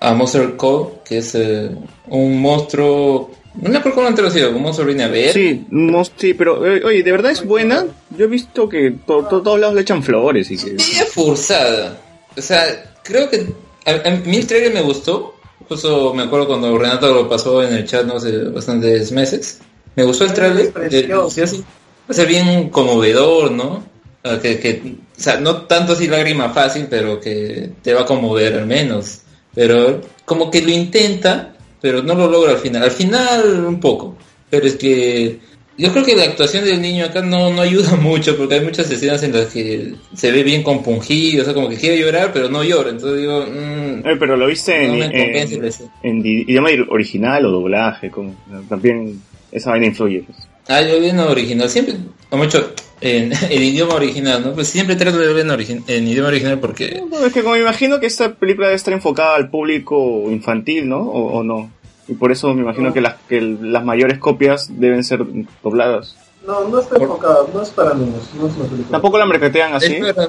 F: a Monster Call, que es eh, un monstruo, no me acuerdo cómo lo han traducido, un monstruo viene a ver.
D: Sí, no, sí, pero eh, oye, ¿de verdad es buena? Yo he visto que por todos lados le echan flores y que...
F: Sí, es forzada. O sea, creo que a, a mí el trailer me gustó. Justo me acuerdo cuando Renato lo pasó en el chat no hace bastantes meses. Me gustó el trailer.
B: precioso.
F: Eh, sí, sí. O sea, bien conmovedor, ¿no? Ah, Que, que, o sea, no tanto así lágrima fácil, pero que te va a conmover al menos. Pero como que lo intenta, pero no lo logra al final. Al final un poco. Pero es que yo creo que la actuación del niño acá no, no ayuda mucho porque hay muchas escenas en las que se ve bien compungido, o sea, como que quiere llorar pero no llora. Entonces digo, mm,
D: Eh, pero lo viste
F: No
D: en,
F: me convence pues.
D: en,
F: la escena.
D: en di- idioma original o doblaje, como, también esa vaina influye. pues.
F: ah, yo vi en original, siempre, o mucho en, en idioma original, ¿no? Pues siempre trato de ver en, origi- en idioma original porque...
D: No, es que como me imagino que esta película debe estar enfocada al público infantil, ¿no? O, o no. Y por eso me imagino que las, que el- las mayores copias deben ser dobladas.
B: No, no está enfocado, no es para niños, no es una película.
D: Tampoco la mercatean así.
F: Es verdad.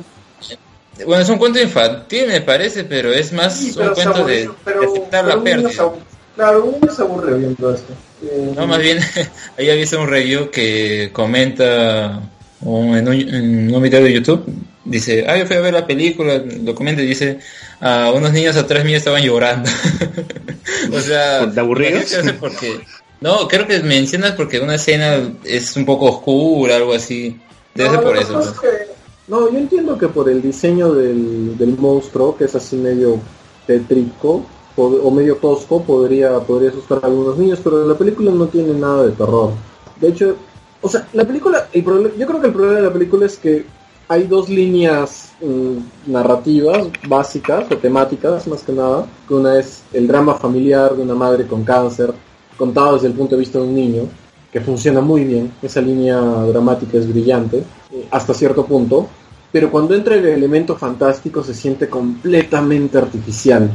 F: Bueno, es un cuento infantil me parece, pero es más
B: Sí,
F: un
B: pero se
F: cuento de,
B: aburrió, pero-
F: de aceptar
B: pero
F: la
B: un niño se
F: pérdida.
B: abu- Claro, uno se aburre viendo esto. Eh,
F: No, más bien, ahí había visto un review que comenta un- en, un, en un video de YouTube. Dice, ah, yo fui a ver la película, lo comenta y dice, a unos niños atrás mío estaban llorando. o sea,
D: ¿De aburridos?
F: creo que es porque- no, creo que mencionas porque una escena es un poco oscura, algo así. Debe
B: no,
F: ser
B: lo
F: por
B: que
F: eso. pues.
B: pasa
F: ¿no?
B: es que- no, yo entiendo que por el diseño del, del monstruo, que es así medio tétrico pod- o medio tosco, podría, podría asustar a algunos niños, pero la película no tiene nada de terror. De hecho, o sea, la película, el proble- yo creo que el problema de la película es que hay dos líneas mm, narrativas básicas o temáticas más que nada, que una es el drama familiar de una madre con cáncer, contado desde el punto de vista de un niño, que funciona muy bien, esa línea dramática es brillante, eh, hasta cierto punto, pero cuando entra el elemento fantástico se siente completamente artificial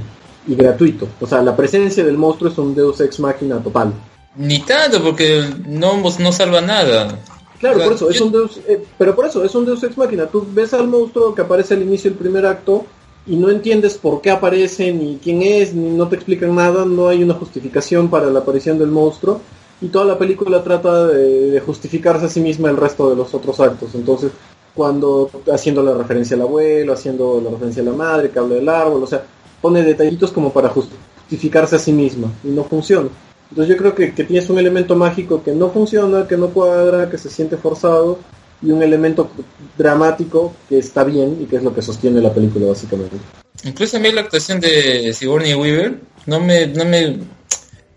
B: y gratuito. O sea, la presencia del monstruo es un deus ex machina total.
F: Ni tanto, porque no, pues, no salva nada.
B: Claro,
F: Claro,
B: por eso, es
F: yo-
B: un Deus, eh, pero por eso, es un Deus Ex Máquina. Tú ves al monstruo que aparece al inicio del primer acto y no entiendes por qué aparece, ni quién es, ni no te explican nada, no hay una justificación para la aparición del monstruo. Y toda la película trata de, de justificarse a sí misma el resto de los otros actos. Entonces, cuando haciendo la referencia al abuelo, haciendo la referencia a la madre, que habla del árbol, o sea, pone detallitos como para justificarse a sí misma y no funciona. Entonces yo creo que, que tienes un elemento mágico que no funciona, que no cuadra, que se siente forzado y un elemento dramático que está bien y que es lo que sostiene la película básicamente.
F: Incluso a mí la actuación de Sigourney Weaver no me, no me,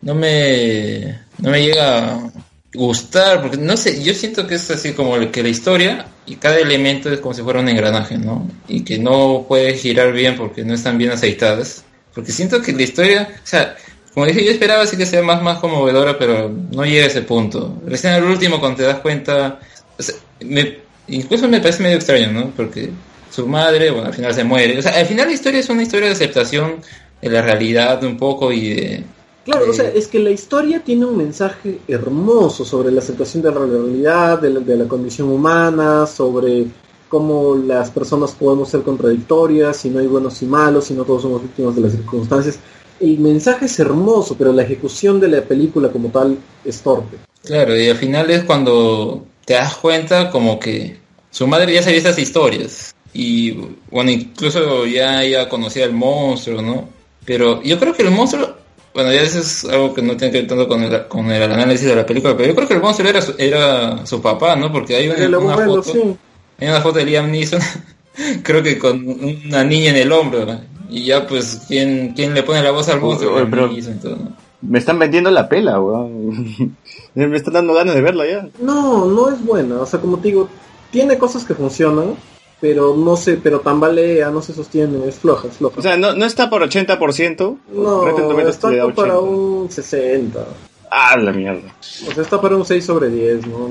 F: no me, no me llega a gustar, porque no sé, yo siento que es así como el- que la historia y cada elemento es como si fuera un engranaje, ¿no? Y que no puede girar bien porque no están bien aceitadas. Porque siento que la historia, o sea, como dije, yo esperaba así que sea más, más conmovedora, pero no llega a ese punto. Recién al último cuando te das cuenta, o sea, me- incluso me parece medio extraño, ¿no? Porque su madre, bueno, al final se muere. O sea, al final la historia es una historia de aceptación de la realidad un poco y de...
B: Claro,
F: Sí.
B: o sea, es que la historia tiene un mensaje hermoso sobre la aceptación de la realidad, de la, de la condición humana, sobre cómo las personas podemos ser contradictorias, si no hay buenos y malos, si no todos somos víctimas de las circunstancias. El mensaje es hermoso, pero la ejecución de la película como tal es torpe.
F: Claro, y al final es cuando te das cuenta como que su madre ya sabía estas historias. Y bueno, incluso ya ella conocía al monstruo, ¿no? Pero yo creo que el monstruo, bueno, ya eso es algo que no tiene que ver tanto con el, con el análisis de la película, pero yo creo que el monstruo era su, era su papá, ¿no? Porque hay una,
B: Pero el
F: una
B: abuelo,
F: foto...
B: sí.
F: Hay una foto de Liam Neeson, creo que con una niña en el hombro. ¿no? Y ya, pues, ¿quién, quién le pone la voz al monstruo?
D: Oye,
F: Liam
D: pero-
F: Neeson, entonces, ¿no?
D: Me están vendiendo la pela, weón. Me están dando ganas de verla ya.
B: No, no es buena. O sea, como te digo, tiene cosas que funcionan, pero no sé, pero tambalea, no se sostiene, es floja, es floja.
D: O sea, no, no está por 80%. Rotten
B: no,
D: Tomatoes
B: está
D: le da
B: como para
D: 80.
B: un 60.
D: Ah, la mierda.
B: O sea, está para un 6 sobre 10, no, no.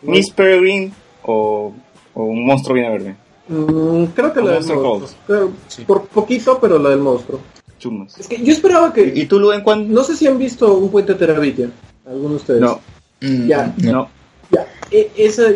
B: no.
D: Miss Peregrine o, o un monstruo viene a verme.
B: Mm, creo que
D: O
B: la del
D: Monster
B: monstruo.
D: Calls.
B: Creo- Por poquito, pero la del monstruo.
D: Chumas.
B: Es que yo esperaba que...
D: ¿Y tú, Lu, en cuándo?
B: No sé si han visto un puente terabitia, alguno de ustedes.
D: No,
F: Mm,
B: Ya.
F: no.
D: no.
B: Ya, e- esa,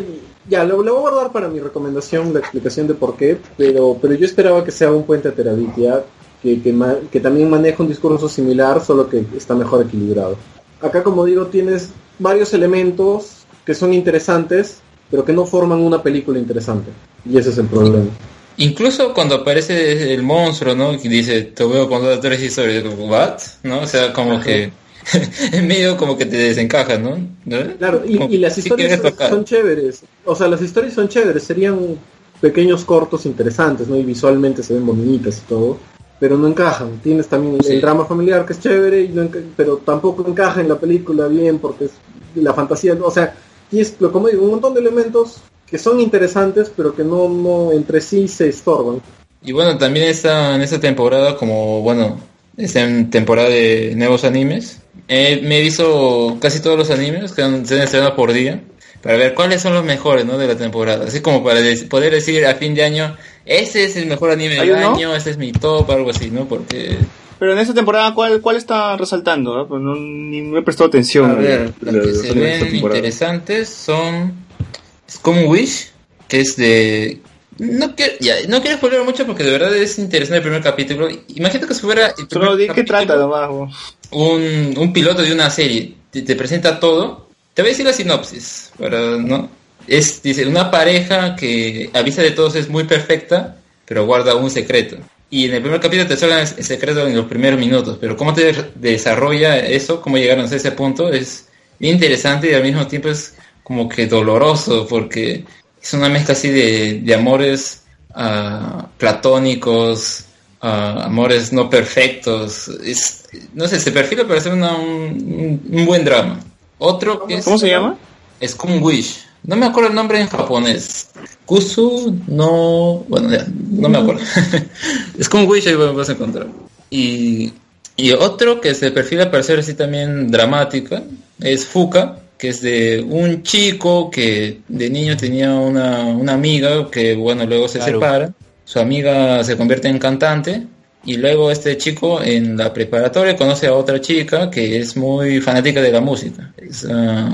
B: ya lo, lo voy a guardar para mi recomendación, la explicación de por qué, pero, pero yo esperaba que sea un puente a Terabitia, que, que, ma- que también maneja un discurso similar, solo que está mejor equilibrado. Acá, como digo, tienes varios elementos que son interesantes, pero que no forman una película interesante. Y ese es el problema.
F: Incluso cuando aparece el monstruo, ¿no? Que dice, te veo con dos tres historias, como, ¿what? ¿No? O sea, como que... es medio como que te desencaja, ¿no? ¿No?
B: Claro, y,
F: ¿eh? Como
B: y las
F: que sí
B: historias
F: quieres
B: son,
F: tocar.
B: son chéveres. O sea, las historias son chéveres, serían pequeños cortos interesantes, ¿no? Y visualmente se ven bonitas y todo, pero no encajan. Tienes también el-
F: Sí.
B: el drama familiar que es chévere, y no enca- pero tampoco encaja en la película bien porque es la fantasía, o sea, tienes, lo- como digo, un montón de elementos que son interesantes, pero que no, no entre sí se estorban.
F: Y bueno, también está en esta temporada, como bueno, está en temporada de nuevos animes. Eh, me he visto casi todos los animes que han, se han estrenado por día para ver cuáles son los mejores ¿no? de la temporada. Así como para de- poder decir a fin de año, este es el mejor anime
D: ¿Hay
F: del
D: uno?
F: año, este es mi top, algo así, ¿no? Porque
D: Pero en esta temporada, ¿cuál, cuál está resaltando? ah? Pues no, ni me he prestado atención.
F: A ver,
D: a
F: las que
D: los
F: se
D: animes de esta
F: ven
D: temporada.
F: interesantes son Scum Wish, que es de No quiero, ya, no quiero spoiler mucho porque de verdad es interesante el primer capítulo. Imagínate que si fuera el primer
M: Solo di qué
F: capítulo,
M: trata nomás, bo.
F: un, un piloto de una serie. Te, te presenta todo. Te voy a decir la sinopsis, para, ¿no? Es, dice, una pareja que avisa de todos es muy perfecta, pero guarda un secreto. Y en el primer capítulo te suelan el secreto en los primeros minutos, pero cómo te de- desarrolla eso, cómo llegaron a ese punto, es bien interesante y al mismo tiempo es como que doloroso, porque es una mezcla así de, de amores ah, platónicos, ah, amores no perfectos. Es, no sé, se perfila para hacer una- un, un buen drama. Otro que es...
M: ¿Cómo se llama?
F: Es Kun Wish. No me acuerdo el nombre en japonés. Kusu no... Bueno, ya, no me acuerdo. es Kun Wish, ahí lo vas a encontrar. Y, y otro que se perfila para ser así también dramática es Fuka, que es de un chico que de niño tenía una, una amiga que, bueno, luego se separa. Su amiga se convierte en cantante y luego este chico en la preparatoria conoce a otra chica que es muy fanática de la música. Es, ah,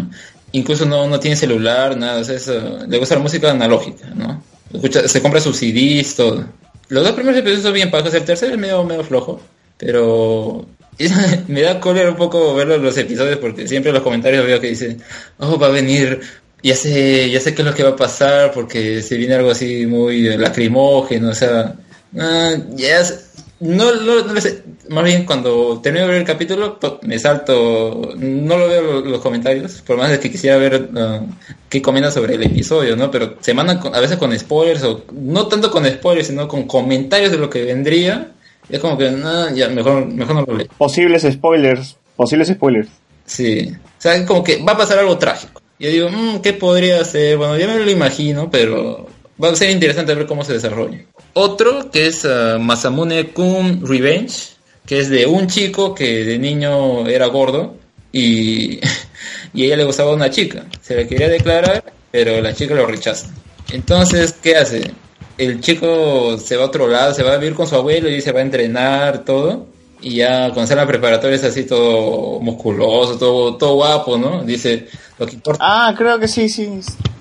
F: incluso no, no tiene celular, nada, o sea, es, ah, le gusta la música analógica, ¿no? Escucha- se compra sus CDs, todo. Los dos primeros episodios son bien pajos, el tercero es medio, medio flojo, pero es- me da cólera un poco ver los- los episodios porque siempre en los comentarios veo que dicen, oh, va a venir, ya sé, ya sé qué es lo que va a pasar porque se viene algo así muy eh, lacrimógeno, o sea, ah, ya es- no, no, no lo sé. Más bien, cuando termino de ver el capítulo, to- me salto. No lo veo lo- los comentarios, por más de que quisiera ver ah, qué comentan sobre el episodio, ¿no? Pero se mandan con- a veces con spoilers, o no tanto con spoilers, sino con comentarios de lo que vendría. Y es como que, no, ya, mejor, mejor no lo leo.
M: Posibles spoilers. Posibles spoilers.
F: Sí. O sea, es como que va a pasar algo trágico. Yo digo, "Mm, ¿qué podría ser? Bueno, ya me lo imagino, pero va a ser interesante ver cómo se desarrolla. Otro que es ah, Masamune Kun Revenge, que es de un chico que de niño era gordo y, y a ella le gustaba una chica. Se la quería declarar, pero la chica lo rechaza. Entonces, ¿qué hace? El chico se va a otro lado, se va a vivir con su abuelo y se va a entrenar, todo. Y ya cuando sale a la preparatoria es así todo musculoso, todo, todo guapo, ¿no? Dice, lo que importa
M: Ah, creo que sí, sí.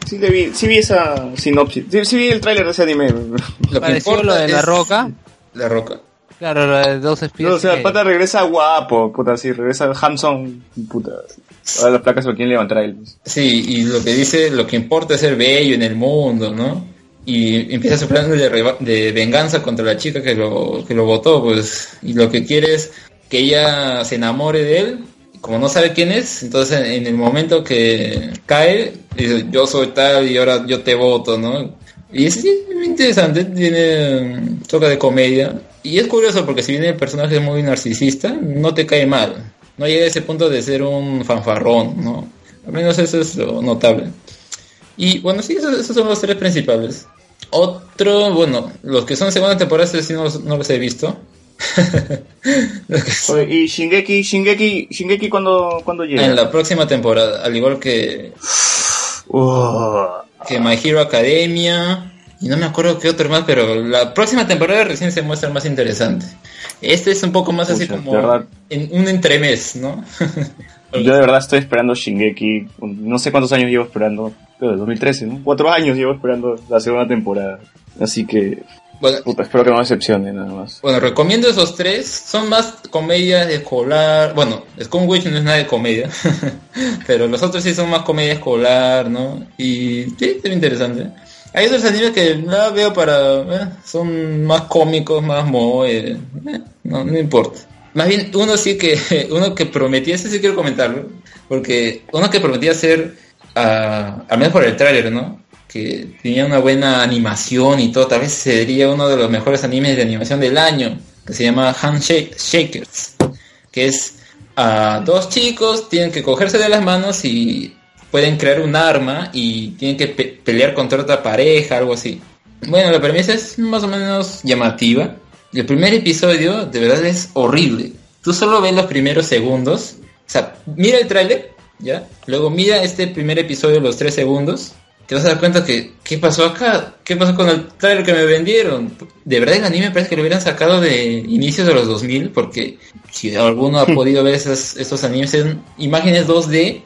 M: Sí, le vi, sí vi esa sinopsis. Sí, sí vi el tráiler de ese anime.
F: Lo que
A: Pareció
F: importa
A: lo de la
F: es
A: roca.
F: La roca.
A: Claro, lo de dos espías.
M: No, o sea, el
A: que-
M: pata regresa guapo, puta, sí, regresa Hanson, puta. Ahora las placas lo quieren levantar a él.
F: Sí, y lo que dice, lo que importa es ser bello en el mundo, ¿no? Y empieza su plan de, reva- de venganza contra la chica que lo, que lo votó, pues. Y lo que quiere es que ella se enamore de él. y Como no sabe quién es, entonces en, en el momento que cae, dice, yo soy tal y ahora yo te voto, ¿no? Y es, es muy interesante, tiene mm, toca de comedia. Y es curioso porque si bien el personaje es muy narcisista, no te cae mal. No llega a ese punto de ser un fanfarrón, ¿no? Al menos eso es lo notable. Y bueno, sí, esos, esos son los tres principales. Otro, bueno, los que son segunda temporada, esos sí no los, no los he visto. Los que son-
M: Oye, Y Shingeki, Shingeki, Shingeki cuando, cuando llega.
F: en la próxima temporada, al igual que,
M: Oh,
F: que My Hero Academia, y no me acuerdo qué otro más, pero la próxima temporada recién se muestra más interesante. Este es un poco más así
M: Pucha, de
F: como
M: verdad.
F: en, un entremés, ¿no?
M: yo de verdad estoy esperando Shingeki. No sé cuántos años llevo esperando. Pero 2013, ¿no? Cuatro años llevo esperando la segunda temporada. Así que,
F: bueno,
M: puta, espero que no me decepcione nada más.
F: Bueno, recomiendo esos tres. Son más comedias de escolar. Bueno, Scum Witch no es nada de comedia. pero los otros sí son más comedia escolar, ¿no? Y sí, es interesante. Hay otros animes que nada veo para... eh, son más cómicos, más moe. eh, no, no importa. Más bien, uno sí que... Uno que prometía... Ese sí quiero comentarlo. Porque uno que prometía ser... ah, al menos por el tráiler, ¿no? que tenía una buena animación y todo, tal vez sería uno de los mejores animes de animación del año, que se llama Handshake Shakers, que es a dos chicos tienen que cogerse de las manos y pueden crear un arma y tienen que pe- pelear contra otra pareja, algo así. Bueno, la premisa es más o menos llamativa. El primer episodio de verdad es horrible. Tú solo ves los primeros segundos. O sea, mira el tráiler, ¿ya? Luego mira este primer episodio, los tres segundos. Te vas a dar cuenta que, ¿qué pasó acá? ¿Qué pasó con el tráiler que me vendieron? De verdad el anime parece que lo hubieran sacado de inicios de los 2000, porque si alguno ha podido ver esas, esos animes, en imágenes 2D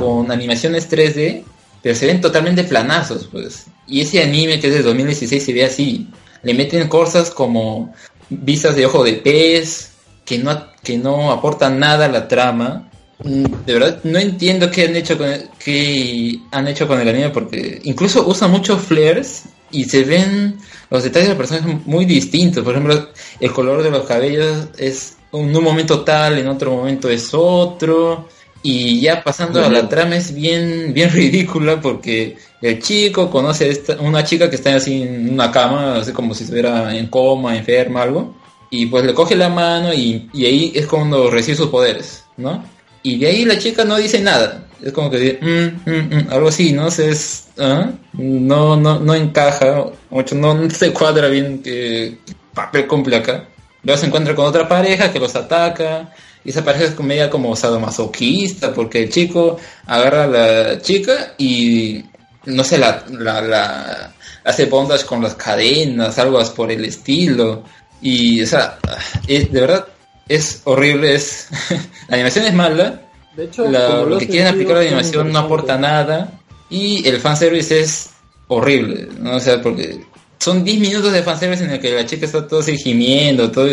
F: con animaciones 3D, pero se ven totalmente planazos, pues. y ese anime que es de 2016 se ve así. Le meten cosas como vistas de ojo de pez, que no, que no aportan nada a la trama. Mm, De verdad, no entiendo qué han hecho con el, qué han hecho con el anime porque incluso usan muchos flares y se ven los detalles de los personajes muy distintos. Por ejemplo, el color de los cabellos es en un momento tal, en otro momento es otro. Y ya pasando a la trama es bien, bien ridícula porque el chico conoce a esta- una chica que está así en una cama, así como si estuviera en coma, enferma, algo. Y pues le coge la mano y, y ahí es cuando recibe sus poderes, ¿no? Y de ahí la chica no dice nada. Es como que dice, "Mm, mm, mm", algo así, ¿no? O sea, es, ¿ah? no, no, no encaja, mucho, no, no se cuadra bien que papel cumple acá. Luego se encuentra con otra pareja que los ataca. Y esa pareja es como media como sadomasoquista, porque el chico agarra a la chica y no sé, la, la, la- hace bondage con las cadenas, algo as- por el estilo. Y, o sea, es, de verdad, es horrible. Es, la animación es mala,
O: De hecho,
F: la-
O: como
F: lo
O: los
F: que quieren aplicar a la
O: sentidos son
F: animación no aporta nada y el fanservice es horrible, ¿no? O sea, porque son 10 minutos de fanservice en el que la chica está todo así gimiendo, todo...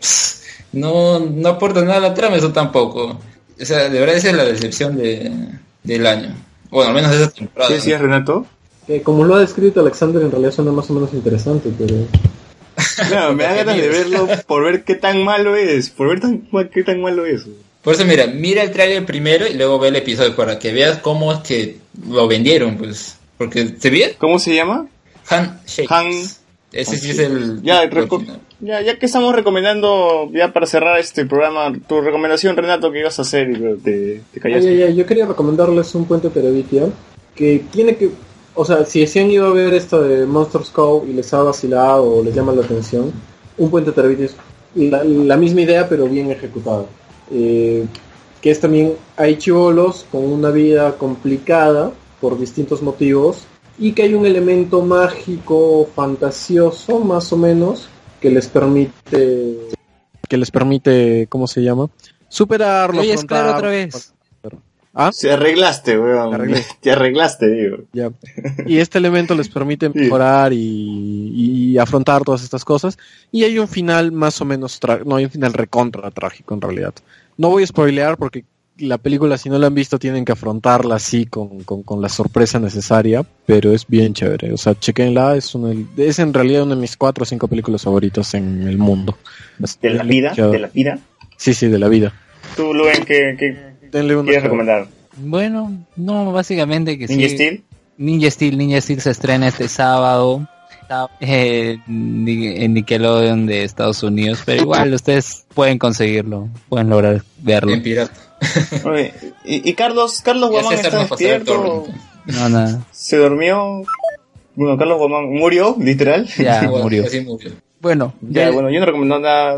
F: Pss, No, no aporta nada a la trama eso tampoco. O sea, de verdad esa es la decepción de, del año. Bueno, al menos de esa temporada.
D: ¿Qué decías, Renato?
O: Que como lo ha descrito Alexander, en realidad suena más o menos interesante, pero...
D: No, me da ganas de verlo por ver qué tan malo es. Por ver tan, qué tan malo es.
F: Por eso mira, mira el tráiler primero y luego ve el episodio para que veas cómo es que lo vendieron, pues. Porque, ¿se ve?
D: ¿Cómo se llama?
F: Handshake.
D: Han.
F: Ese sí es el...
D: Ya, reco- ya, ya que estamos recomendando, ya para cerrar este programa, tu recomendación, Renato, que ibas a hacer y pero te, te callaste.
O: Ay, ay, ay, yo quería recomendarles un puente perevitia que tiene que, o sea, si se han ido a ver esta de Monsters Cove y les ha vacilado o les llama la atención, un puente perevitia es la, la misma idea pero bien ejecutada. Eh, que es también hay chivolos con una vida complicada por distintos motivos y que hay un elemento mágico, fantasioso más o menos, que les permite
B: que les permite, ¿cómo se llama? Superarlo.
A: Oye, es claro
B: afrontar-
A: otra vez.
B: ¿Ah?
D: Se arreglaste, weón.
B: Te arreglé.
D: Te arreglaste, digo.
B: Ya. Y este elemento les permite mejorar y, y afrontar todas estas cosas. Y hay un final más o menos, tra- no hay un final recontra trágico en realidad. No voy a spoilear porque la película, si no la han visto, tienen que afrontarla así con, con- con la sorpresa necesaria, pero es bien chévere. O sea, chequenla, es, una, es en realidad una de mis cuatro o cinco películas favoritas en el mundo. Es
D: De la
B: bien
D: vida,
B: chévere.
D: de la vida.
B: Sí, sí, de la vida.
D: Tú, Luen, ¿qué, qué
B: Denle una
D: quieres
B: chance.
D: recomendar?
A: Bueno, no, básicamente que
D: ¿Ninja
A: sí.
D: Steel?
A: Ninja Steel, Ninja Steel se estrena este sábado eh, en Ni- en Nickelodeon de Estados Unidos, pero igual ustedes pueden conseguirlo, pueden lograr verlo.
F: En pirata.
D: Oye, y, y Carlos, Carlos
F: Ya
D: Guamán
F: César
D: está
F: nos pasó el
D: despierto.
F: torrent.
A: No, nada,
D: Se durmió. Bueno, Carlos Guamán murió, literal.
A: ya
F: Bueno,
A: Ah, murió.
F: así murió.
A: Bueno,
D: Ya,
A: ve-
D: bueno, yo no recomiendo nada.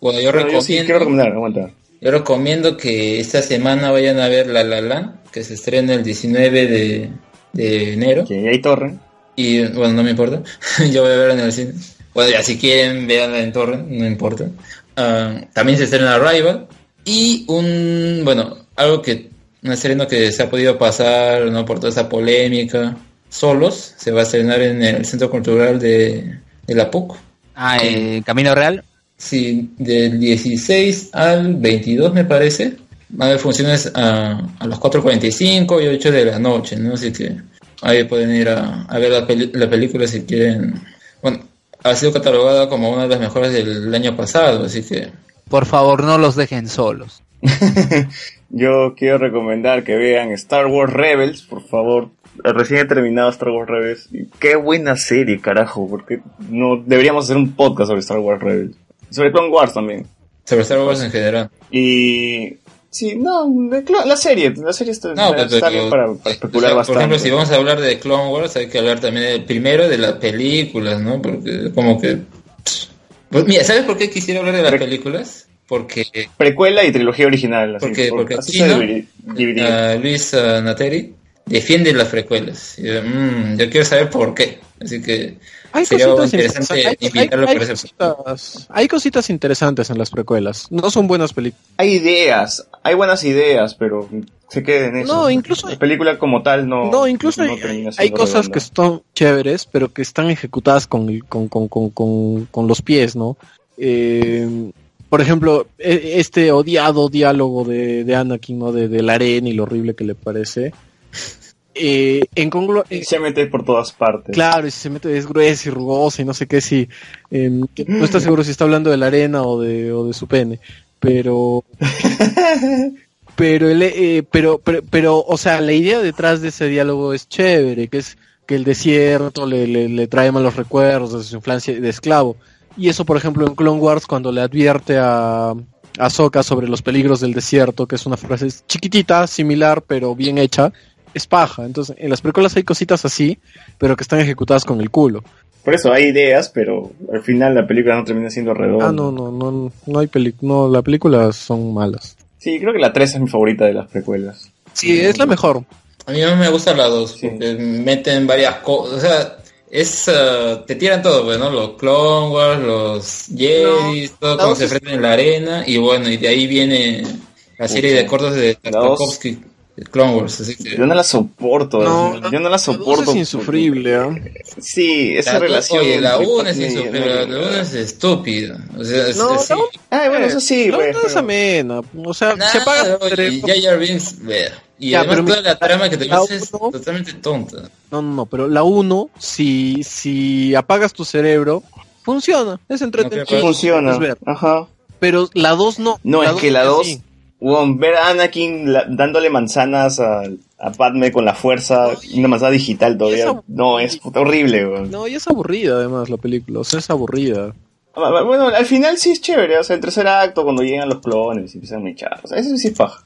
F: Bueno,
D: Bueno,
F: yo recomiendo...
D: yo sí quiero recomendar, aguanta.
F: Yo recomiendo que esta semana vayan a ver La La Land, que se estrena el 19 de, de enero.
D: Que hay torre.
F: Y bueno, no me importa. Yo voy a verla en el cine. Bueno, ya si quieren, veanla en torre, no importa. Ah, también se estrena Rival. Y un, bueno, algo que, un estreno que se ha podido pasar, ¿no? Por toda esa polémica. Solos, se va a estrenar en el Centro Cultural de, de la PUC.
A: ah, eh, Camino Real,
F: Sí, del 16 al 22 me parece. Va a haber funciones a, a las 4.45 y 8 de la noche, ¿no? Así que ahí pueden ir a, a ver la, peli- la película si quieren. Bueno, ha sido catalogada como una de las mejores del año pasado, así que...
A: por favor no los dejen solos.
D: Yo quiero recomendar que vean Star Wars Rebels, por favor. Recién he terminado Star Wars Rebels. Y Qué buena serie, carajo, porque no deberíamos hacer un podcast sobre Star Wars Rebels. Sobre Clone Wars también.
F: Sobre Star Wars en general.
D: Y sí, no, de Clone- la serie, la serie está,
F: No,
D: está
F: pues, pero-
D: bien para, para especular
F: o sea,
D: bastante.
F: Por ejemplo, si vamos a hablar de Clone Wars, hay que hablar también del- primero de las películas, ¿no? Porque como que... pss. Pues, mira, ¿sabes por qué quisiera hablar de las
D: Re-
F: películas? Porque
D: Precuela y trilogía original. Así,
F: Porque-
D: por-
F: porque
D: así
F: aquí,
D: se
F: ¿no?
D: dividi- dividiría.
F: Ah, Luis ah, Nateri defiende las precuelas. Y yo, mm, yo quiero saber por qué. Así que
B: Hay
F: sería
B: cositas
F: interesante
B: interesantes. Hay-
F: invitarlo
B: hay-
F: para
B: hay
F: hacer-
B: cositas- Hay cositas interesantes en las precuelas. No son buenas películas.
D: Hay ideas, hay buenas ideas, pero se queden en eso.
B: No, incluso-
D: La película como tal no.
B: No, incluso
D: no
B: hay,
D: termina
B: hay
D: siendo
B: cosas
D: redonda.
B: que son chéveres, pero que están ejecutadas con, con, con, con, con, con los pies, ¿no? Eh, por ejemplo, e- este odiado diálogo de, de Anakin, ¿no? De, de la arena y lo horrible que le parece. Eh, en conglo- eh,
D: Se mete por todas partes.
B: Claro, y si se mete es grueso y rugoso y no sé qué, si eh, que no está seguro si está hablando de la arena o de, o de su pene, pero pero el, eh, pero, pero pero o sea la idea detrás de ese diálogo es chévere, que es que el desierto le, le, le trae malos recuerdos de su infancia de esclavo y eso por ejemplo en Clone Wars cuando le advierte a a Ahsoka sobre los peligros del desierto, que es una frase chiquitita, similar pero bien hecha, es paja. Entonces, en las películas hay cositas así, pero que están ejecutadas con el culo.
D: Por eso hay ideas, pero al final la película no termina siendo redonda.
B: Ah, no, no, no, no hay película, no, las películas son malas.
D: Sí, creo que la 3 es mi favorita de las precuelas.
B: Sí, es la mejor.
F: A mí no me gustan las dos, porque meten varias cosas. O sea, es, ah, te tiran todo, pues, ¿no? Los Clone Wars, los Jedi, todo cuando se enfrentan en la arena. Y bueno, y de ahí viene la serie de cortos de Tarkovsky, de Clone Wars. Así que
D: Yo no la soporto.
B: No,
D: yo no la soporto.
B: es insufrible, ¿ah.
D: Sí, esa
F: la dos-
D: relación.
F: oye, la
D: entre
F: 1 es
D: Padme y
F: insufrible,
D: Anakin.
F: la 1 oh, es estúpida. O sea, es,
B: No,
F: es-
B: no,
D: Ay, bueno, eso sí,
B: Eh, no,
D: güey.
B: no es
D: pero-
B: amena. O sea,
F: Nada,
B: se paga.
F: "Ah, oye, y Jar Jar Binks, vea. Y
B: Ya,
F: además
B: pero
F: toda
B: mira,
F: la trama que te
B: la
F: ves es
B: uno-
F: totalmente tonta.
B: No, no, no, pero la 1, si, si apagas tu cerebro, funciona. Es entretenido.
F: No, que
D: Funciona.
B: Es ver.
D: Ajá.
B: Pero la 2 no.
D: No, es que la
B: sí.
D: 2. weón, ver a Anakin la- dándole manzanas a, a Padme con la fuerza, una manzana digital todavía.
B: esa-
D: No, es puta horrible, weón.
B: No, y es aburrida además la película. O sea, es aburrida.
D: Ah, Bueno, al final sí es chévere, o sea, el tercer acto cuando llegan los clones y empiezan a mechar, o sea, eso sí es paja.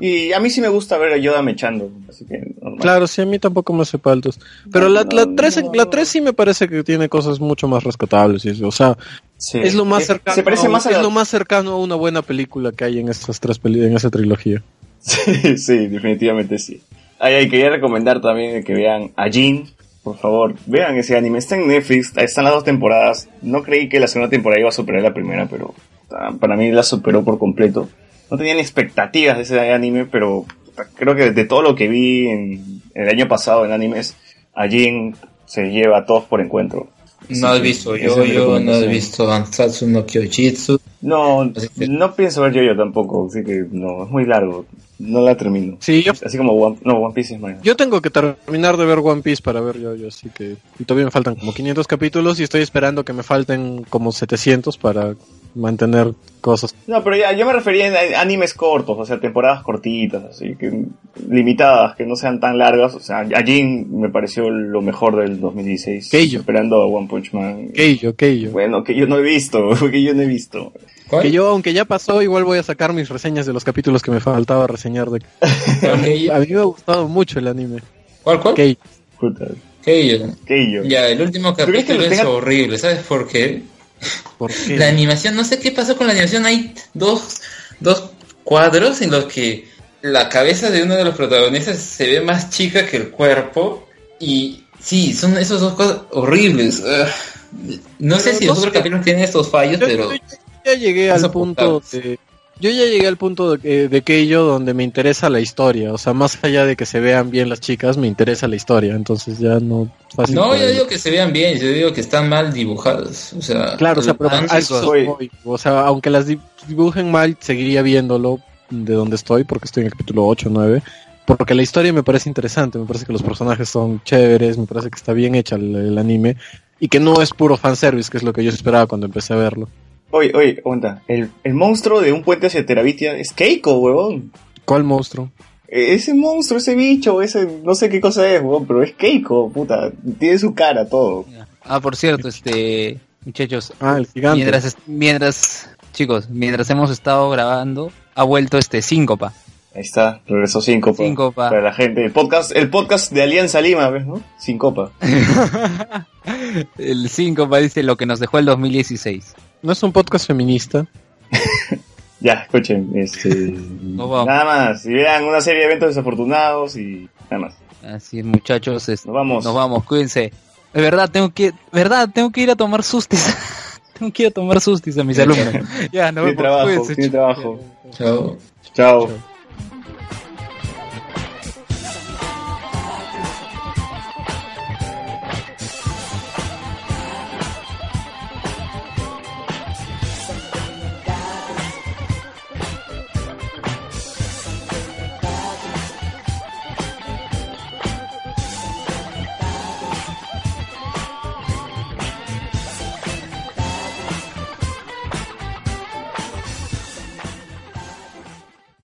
D: Y a mí sí me gusta ver a Yoda mechando, así que normal.
B: Claro, sí, a mí tampoco me hace paltos. Pero la, la, 3, la 3 sí me parece que tiene cosas mucho más rescatables. y eso, O sea,
D: Sí. Eh,
B: es lo más cercano.
D: Se parece
B: a-
D: más a
B: es
D: la...
B: lo más cercano a una buena película que hay en estas tres peli- en esa trilogía.
D: Sí, sí, definitivamente sí. Ay, ay, quería recomendar también que vean a Jin, por favor, vean ese anime, está en Netflix, están las dos temporadas, no creí que la segunda temporada iba a superar la primera, pero ah, para mí la superó por completo. No tenían expectativas de ese anime, pero creo que de todo lo que vi en, el año pasado en animes, a Jin se lleva a todos por encuentro.
F: No has visto
D: Esa es mi
F: Yo-Yo, no has
D: recomendación.
F: visto Ansatsu no Kyojitsu.
D: No,
F: Así que-
D: no pienso ver yo yo tampoco, así que no, es muy largo, no la termino.
B: Sí, yo,
D: Así como One, no, One Piece es más.
B: yo tengo que terminar de ver One Piece para ver yo, yo, así que y todavía me faltan como 500 capítulos y estoy esperando que me falten como 700 para mantener cosas.
D: No, pero ya, yo me refería a animes cortos, o sea, temporadas cortitas, así que limitadas, que no sean tan largas. O sea, a Jin me pareció lo mejor del 2016.
B: Keijo.
D: Esperando a One Punch Man.
B: Keiyo, Keiyo.
D: Bueno, que yo no he visto, que yo no he visto.
F: ¿Cuál?
B: Que yo, aunque ya pasó, igual voy a sacar mis reseñas de los capítulos que me faltaba reseñar. De...
F: ¿Cuál? Keiyo?
B: A mí me ha gustado mucho el anime.
F: ¿Cuál? ¿Cuál?
B: Keiyo.
D: Puta,
F: Keiyo.
D: Keijo.
F: Ya, el último
D: crees que
F: capítulo
D: lo
F: es
D: tenga-
F: horrible, ¿sabes por qué?
B: ¿Por qué?
F: La animación, no sé qué pasó con la animación, hay dos, dos cuadros en los que la cabeza de uno de los protagonistas se ve más chica que el cuerpo y sí, son esos dos cosas horribles. Ugh. no sé
B: Pero
F: si
B: no
F: los otros
B: sé.
F: capítulos tienen estos fallos,
B: Yo-
F: pero...
B: yo ya llegué al punto
F: soportable.
B: de, yo ya llegué al punto de, eh, de Keiyo donde me interesa la historia, o sea, más allá de que se vean bien las chicas, me interesa la historia, entonces ya no fácil
F: No,
B: para
F: yo
B: mí.
F: digo que se vean bien, yo digo que están mal dibujados. O sea,
B: Claro, o sea, pero
F: los
B: a eso
F: fans-
D: Oye.
B: voy. o sea, aunque las di- dibujen mal, seguiría viéndolo de donde estoy porque estoy en el capítulo 8 9. Porque la historia me parece interesante, me parece que los personajes son chéveres, me parece que está bien hecha el, el anime y que no es puro fanservice, que es lo que yo esperaba cuando empecé a verlo.
D: Oye, oye, aguanta. El, el monstruo de un puente hacia Terabitia es Keiko, huevón.
B: ¿Cuál monstruo?
D: E- Ese monstruo, ese bicho, ese no sé qué cosa es, huevón, pero es Keiko, puta. Tiene su cara, todo.
A: Ah, por cierto, este, muchachos,
B: Ah, el gigante.
A: mientras, est- mientras, chicos, mientras hemos estado grabando, ha vuelto este síncopa.
D: Ahí está, regresó sin copa.
A: Síncopa.
D: Para la gente. El podcast, el podcast de Alianza Lima, ¿ves, no? Sin copa.
A: El síncopa dice lo que nos dejó el 2016.
B: No es un é um podcast feminista.
D: Ya, escuchen, este.
A: No vamos.
D: Nada más. Y vean una serie de eventos desafortunados y. Nada más.
A: Así es, muchachos, este, es-
D: Nos vamos.
A: nos vamos, cuídense. De verdad, tengo que, verdad, tengo que ir a tomar sustis. tengo que ir a tomar sustis a mis alumnos. ya, no
B: ah,
D: Tiene trabajo, tiene trabajo. Chao. Chao.